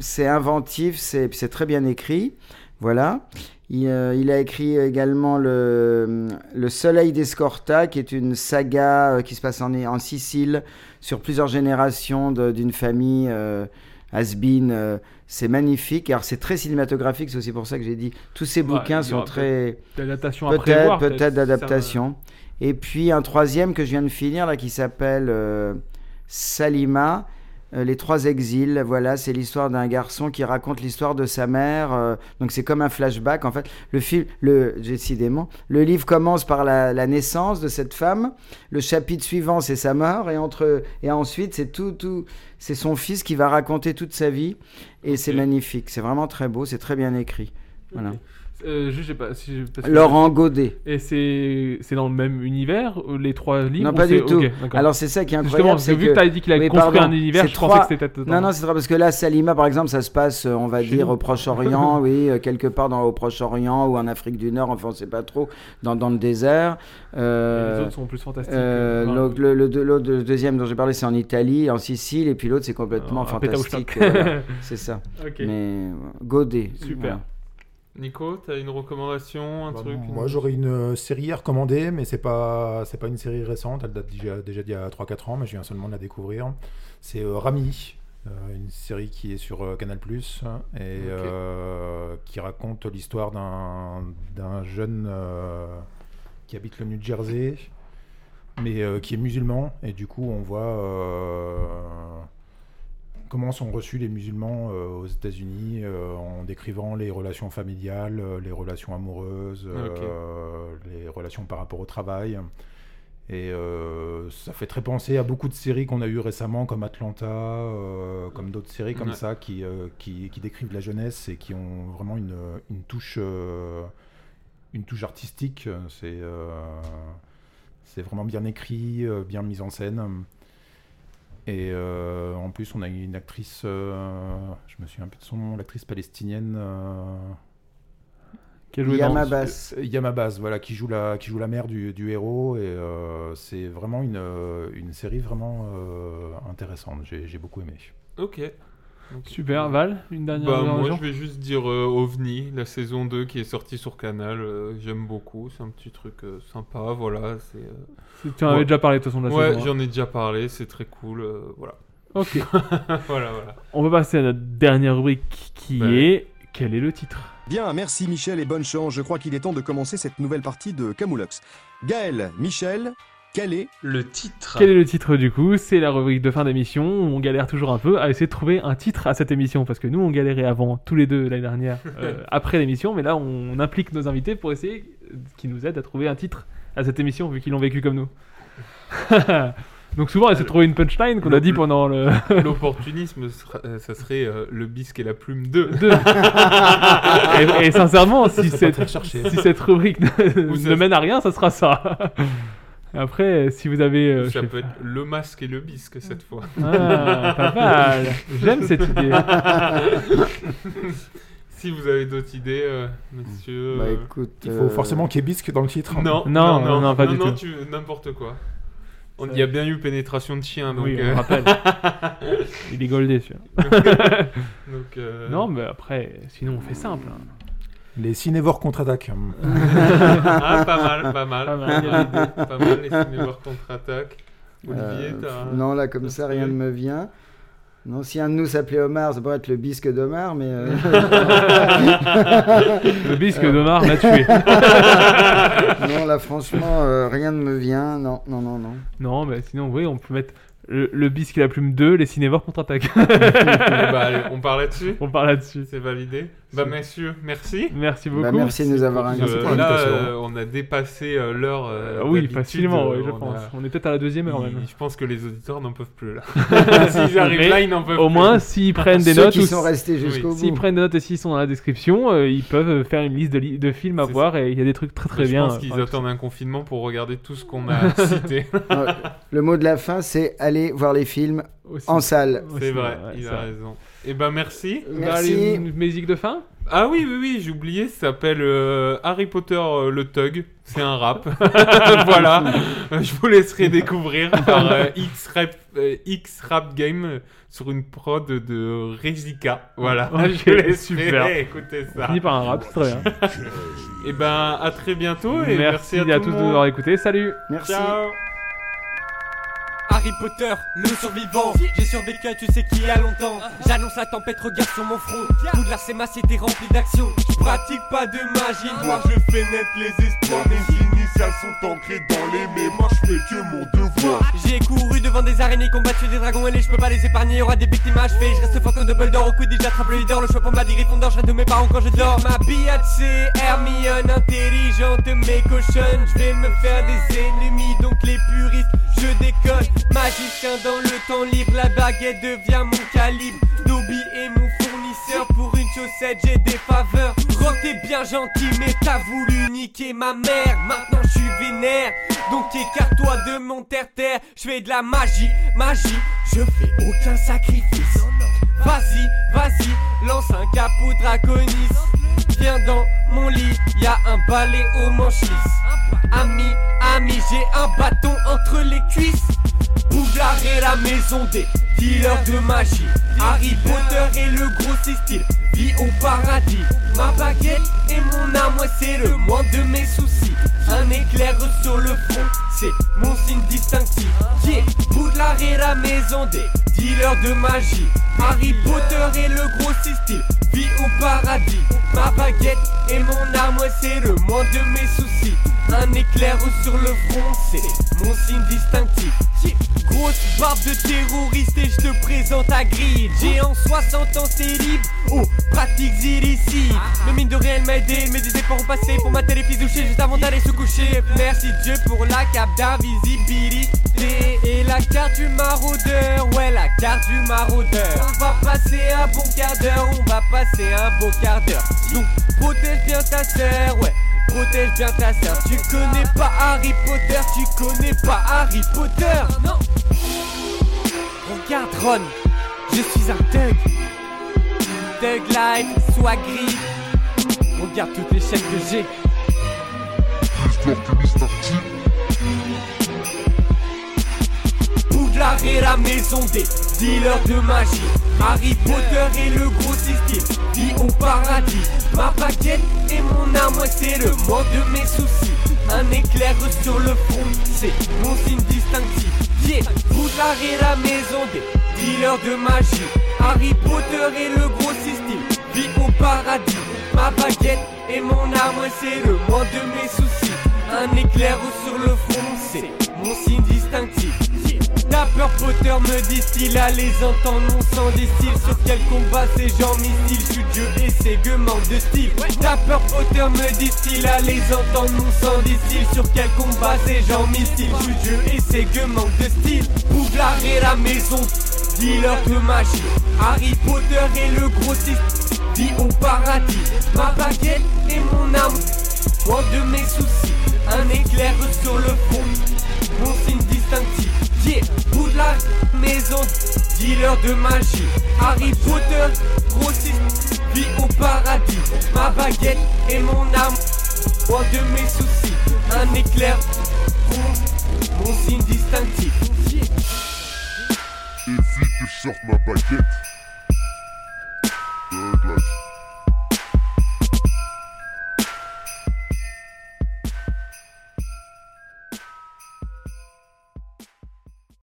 J: C'est inventif, c'est puis c'est très bien écrit. Voilà. Il, euh, il a écrit également le, le Soleil d'Escorta, qui est une saga euh, qui se passe en, en Sicile sur plusieurs générations de- d'une famille euh, has-been. euh, c'est magnifique. Alors c'est très cinématographique, c'est aussi pour ça que j'ai dit tous ces
I: Ouais,
J: bouquins
I: il y
J: sont
I: aura
J: très
I: peut- d'adaptation à
J: peut-être
I: prévoir,
J: peut-être
I: peut-être,
J: d'adaptation. Et puis un troisième que je viens de finir là qui s'appelle euh, Salima. euh, les trois exils, voilà, c'est l'histoire d'un garçon qui raconte l'histoire de sa mère. euh, donc c'est comme un flashback en fait. Le film, le décidément, le livre commence par la, la naissance de cette femme. Le chapitre suivant c'est sa mort et entre et ensuite c'est tout tout c'est son fils qui va raconter toute sa vie et c'est magnifique. C'est vraiment très beau, c'est très bien écrit. Voilà.
I: Euh, je sais pas si j'ai- parce que-
J: Laurent Godet.
I: Et c'est c'est dans le même univers euh, les trois livres
J: Non,
I: ou
J: pas
I: c'est-
J: du tout.
I: ok, d'accord.
J: Alors, c'est ça qui est
I: Justement,
J: incroyable.
I: parce que
J: c'est
I: vu que t'as dit qu'il avait
J: Oui,
I: construit
J: pardon,
I: un univers,
J: c'est
I: je
J: trois-
I: pensais que c'était. dedans.
J: Non, non, c'est vrai, parce que là, Salima, par exemple, ça se passe, euh, on va dire,
I: nous.
J: au Proche-Orient, oui, euh, quelque part dans, au Proche-Orient ou en Afrique du Nord, enfin, on sait pas trop, dans, dans le désert. Euh,
I: Et les autres sont plus fantastiques.
J: euh,
I: Enfin,
J: l'autre- le, le- l'autre- le deuxième dont j'ai parlé, c'est en Italie, en Sicile, et puis l'autre, c'est complètement
I: Alors, à
J: fantastique. euh,
I: Pétaouchtak.
J: voilà, c'est ça.
I: Ok.
J: Mais euh, Godet. voilà.
H: Nico, t'as une recommandation, un truc une-
K: Bah, Moi, j'aurais une euh, série à recommander, mais c'est pas c'est pas une série récente. Elle date déjà, déjà d'il y a 3-4 ans, mais je viens seulement de la découvrir. C'est euh, Rami, euh, une série qui est sur euh, Canal Plus et euh, qui raconte l'histoire d'un d'un jeune euh, qui habite le New Jersey, mais euh, qui est musulman. Et du coup, on voit. euh, Comment sont reçus les musulmans euh, aux États-Unis euh, en décrivant les relations familiales, euh, les relations amoureuses,
H: Ok.
K: euh, les relations par rapport au travail. Et euh, ça fait très penser à beaucoup de séries qu'on a eues récemment, comme Atlanta, euh, comme d'autres séries comme
H: Ouais.
K: ça, qui, euh, qui, qui décrivent la jeunesse et qui ont vraiment une, une touche, euh, une touche artistique. C'est euh, c'est vraiment bien écrit, euh, bien mis en scène. Et euh, en plus, on a une actrice, euh, je me souviens plus de son nom, l'actrice palestinienne. euh,
I: Qui a joué dans-
J: Yamabas.
K: euh, Yamabas, voilà, qui joue la, qui joue la mère du, du héros. Et euh, c'est vraiment une, euh, une série vraiment euh, intéressante. J'ai j'ai beaucoup aimé.
H: Ok.
I: Super, Val, une dernière.
H: Bah,
I: dernière
H: moi,
I: chose
H: je vais juste dire euh, OVNI, la saison 2 qui est sortie sur Canal. euh, J'aime beaucoup. C'est un petit truc euh, sympa. Voilà. c'est, euh,
I: C'est- tu en avais déjà parlé, de toute façon, de la
H: ouais,
I: saison, hein.
H: j'en ai déjà parlé. C'est très cool. euh, voilà.
I: Ok.
H: voilà, voilà.
I: On va passer à notre dernière rubrique qui est quel est le titre
O: Bien, Ah, merci Michel et bonne chance. Je crois qu'il est temps de commencer cette nouvelle partie de Camoulox. Gaël, Michel, quel est
P: le titre
I: Quel est le titre du coup C'est la rubrique de fin d'émission où on galère toujours un peu à essayer de trouver un titre à cette émission parce que nous on galérait avant tous les deux l'année dernière euh, après l'émission mais là on implique nos invités pour essayer euh, qu'ils nous aident à trouver un titre à cette émission vu qu'ils l'ont vécu comme nous. Donc souvent on essaie de trouver une punchline qu'on a dit pendant le...
H: L'opportunisme, sera- euh, ça serait euh, le bisque et la plume 2.
I: et, et sincèrement, si cette, si cette rubrique ne,
H: Ou ça-
I: ne mène à rien, ça sera ça. Après, si vous avez... euh, je
H: ça
I: sais
H: peut être le masque et le bisque cette fois.
I: Ah, pas mal. J'aime cette idée.
H: si vous avez d'autres idées, euh, messieurs.
K: Bah,
H: euh,
K: écoute, Il faut euh, forcément qu'il y ait bisque dans le titre. hein.
H: Non,
I: Non, non, non, pas du tout.
H: tu- N'importe quoi. On- Il y a bien eu pénétration de chien, donc.
I: Oui, on
H: euh,
I: rappelle. Il est goldé, celui-là.
H: Donc, euh,
I: Non, mais après, sinon on fait simple. hein.
K: Les cinévores hein. contre-attaque.
H: ah, pas mal, pas mal.
I: Pas
H: Pas
I: mal.
H: mal, pas mal les cinévores contre-attaque. Olivier,
J: Euh,
H: t'as.
J: non, là, comme ça, rien ne me vient. Non, si un de nous s'appelait Omar, ça pourrait être le bisque d'Omar, mais. euh,
I: Le bisque d'Omar l'a tué.
J: non, là, franchement, euh, rien ne me vient. Non, non, non, non.
I: Non, mais sinon, oui, on peut mettre le, le bisque et la plume 2, les cinévores contre-attaque.
H: Bah, allez, on part là-dessus.
I: On part là-dessus.
H: C'est validé. Bah, messieurs, merci.
I: Merci
J: Bah, beaucoup. merci de nous avoir
H: Euh,
J: invités.
H: là, euh, on a dépassé euh, l'heure. euh,
I: Euh, oui,
H: d'habitude, euh,
I: facilement, oui, je
H: on
I: pense.
H: a-
I: On est peut-être à la deuxième heure
H: Ils-
I: même.
H: Je pense que les auditeurs n'en peuvent plus là. S'ils arrivent
I: Mais
H: Ah, là, ils n'en peuvent
I: Au
H: plus.
I: moins, s'ils prennent des
J: Ah, Ceux
I: notes.
J: qui
I: ou
J: sont
I: s-
J: restés jusqu'au
I: S'ils
J: bout.
I: prennent des notes et s'ils sont dans la description, euh, ils peuvent euh, faire une liste de, li- de films à voir et il y a des trucs très très
H: je
I: bien.
H: pense
I: euh,
H: qu'ils
I: par-
H: attendent un confinement pour regarder tout ce qu'on a cité.
J: Euh, le mot de la fin, c'est aller voir les films en salle.
H: C'est vrai, il a raison. Et ben merci.
J: Merci.
I: Bah, Une musique de fin
H: Ah oui, oui, oui, j'ai oublié, ça s'appelle euh, Harry Potter euh, le Tug. C'est un rap. voilà. Euh, Je vous laisserai découvrir par euh, X-Rap euh, X-Rap Game euh, sur une prod de Rezika. Voilà.
I: Ok,
H: Je vous laisserai
I: super.
H: écouter
I: On
H: ça.
I: finit par un rap, c'est très bien.
H: Et ben, à très bientôt. Et merci,
I: Merci à, tous
H: tout le
I: de
H: monde.
I: nous avoir écoutés. Salut.
H: Ciao.
K: Harry Potter, le survivant. J'ai survécu, à tu sais qu'il y a longtemps. J'annonce la tempête, regarde sur mon front. Tout de la CMA, c'était rempli d'action. Je pratique pas de magie, moi. Je fais naître les espoirs. Mes initiales sont ancrées dans les mémoires. Je fais que mon devoir. J'ai couru devant des araignées, combattu des dragons ailés. Je peux pas les épargner. Y aura des victimes à achever. Je reste fantôme de Dumbledore. Au coude, et j'attrape le leader. Le choix pour ma Gryffondor. Je rêve de mes parents quand je dors. Ma billette, c'est Hermione, intelligente, mes cochonnes. Je vais me faire des ennemis, donc les puristes, je décolle. Magicien dans le temps libre, la baguette devient mon calibre. Dobby est mon fournisseur, pour une chaussette j'ai des faveurs. Rock t'es bien gentil, mais t'as voulu niquer ma mère. Maintenant je suis vénère, donc écarte-toi de mon terre-terre. Je fais de la magie, magie, je fais aucun sacrifice. Vas-y, vas-y, lance un capot draconis. Viens dans mon lit, y a un balai au manchis. Ami, ami, j'ai un bâton entre les cuisses. Boublard est la maison des dealers de magie. Harry Potter est le gros style, vit au paradis. Ma baguette et mon âme, ouais, c'est le moins de mes soucis. Un éclair sur le front, c'est mon signe distinctif. Yeah, Boublard est la maison des dealers de magie. Harry Potter est le gros style, vit au paradis. Ma baguette et mon âme, ouais, c'est le moins de mes soucis. Un éclair sur le front, c'est mon signe distinctif. Yeah. Grosse barbe de terroriste et je te présente à grille. J'ai en 60 ans, c'est libre. Oh, pratiques illicites. Le mine de réel m'a aidé, mes efforts ont passé pour ma télé doucher juste avant d'aller se coucher. Merci Dieu pour la cape d'invisibilité. Et la carte du maraudeur, ouais, la carte du maraudeur. On va passer un bon quart d'heure, on va passer un beau quart d'heure. Donc, protège bien ta sœur, ouais. Protège bien ta sœur. Tu connais pas Harry Potter, tu connais pas Harry Potter. Non. Regarde Ron, je suis un thug. Thug life, sois gris. Regarde toutes les chaînes que j'ai. Poudlard est la maison des dealers de magie. Harry Potter est le gros style, vit au paradis. Ma baguette et mon arme, ouais, c'est le moins de mes soucis. Un éclair sur le front, c'est mon signe distinctif. Yeah, Poudlard est la maison des dealers de magie. Harry Potter est le gros style, vit au paradis. Ma baguette et mon arme, ouais, c'est le moins de mes soucis. Un éclair sur le front, c'est mon signe distinctif. Yeah. Ta peur Potter me disent-ils à les entendre mon sang distille Sur quel combat ces gens missile Je suis Dieu et ces gueux manquent de style Ta peur Potter me disent-ils à les entendre mon sang distille Sur quel combat ces gens missile Je suis Dieu et ces gueux manquent de style Poudlard est la maison Dealer de magie Harry Potter est le grossiste Dit au paradis Ma baguette et mon âme Loin de mes soucis Un éclair sur le front mon signe distinctif. Yeah, Poudlard, maison, dealer de magie. Harry Potter, grossiste, vit au paradis. Ma baguette et mon âme, loin de mes soucis. Un éclair, mon, mon signe distinctif.
Q: Et si tu sortes ma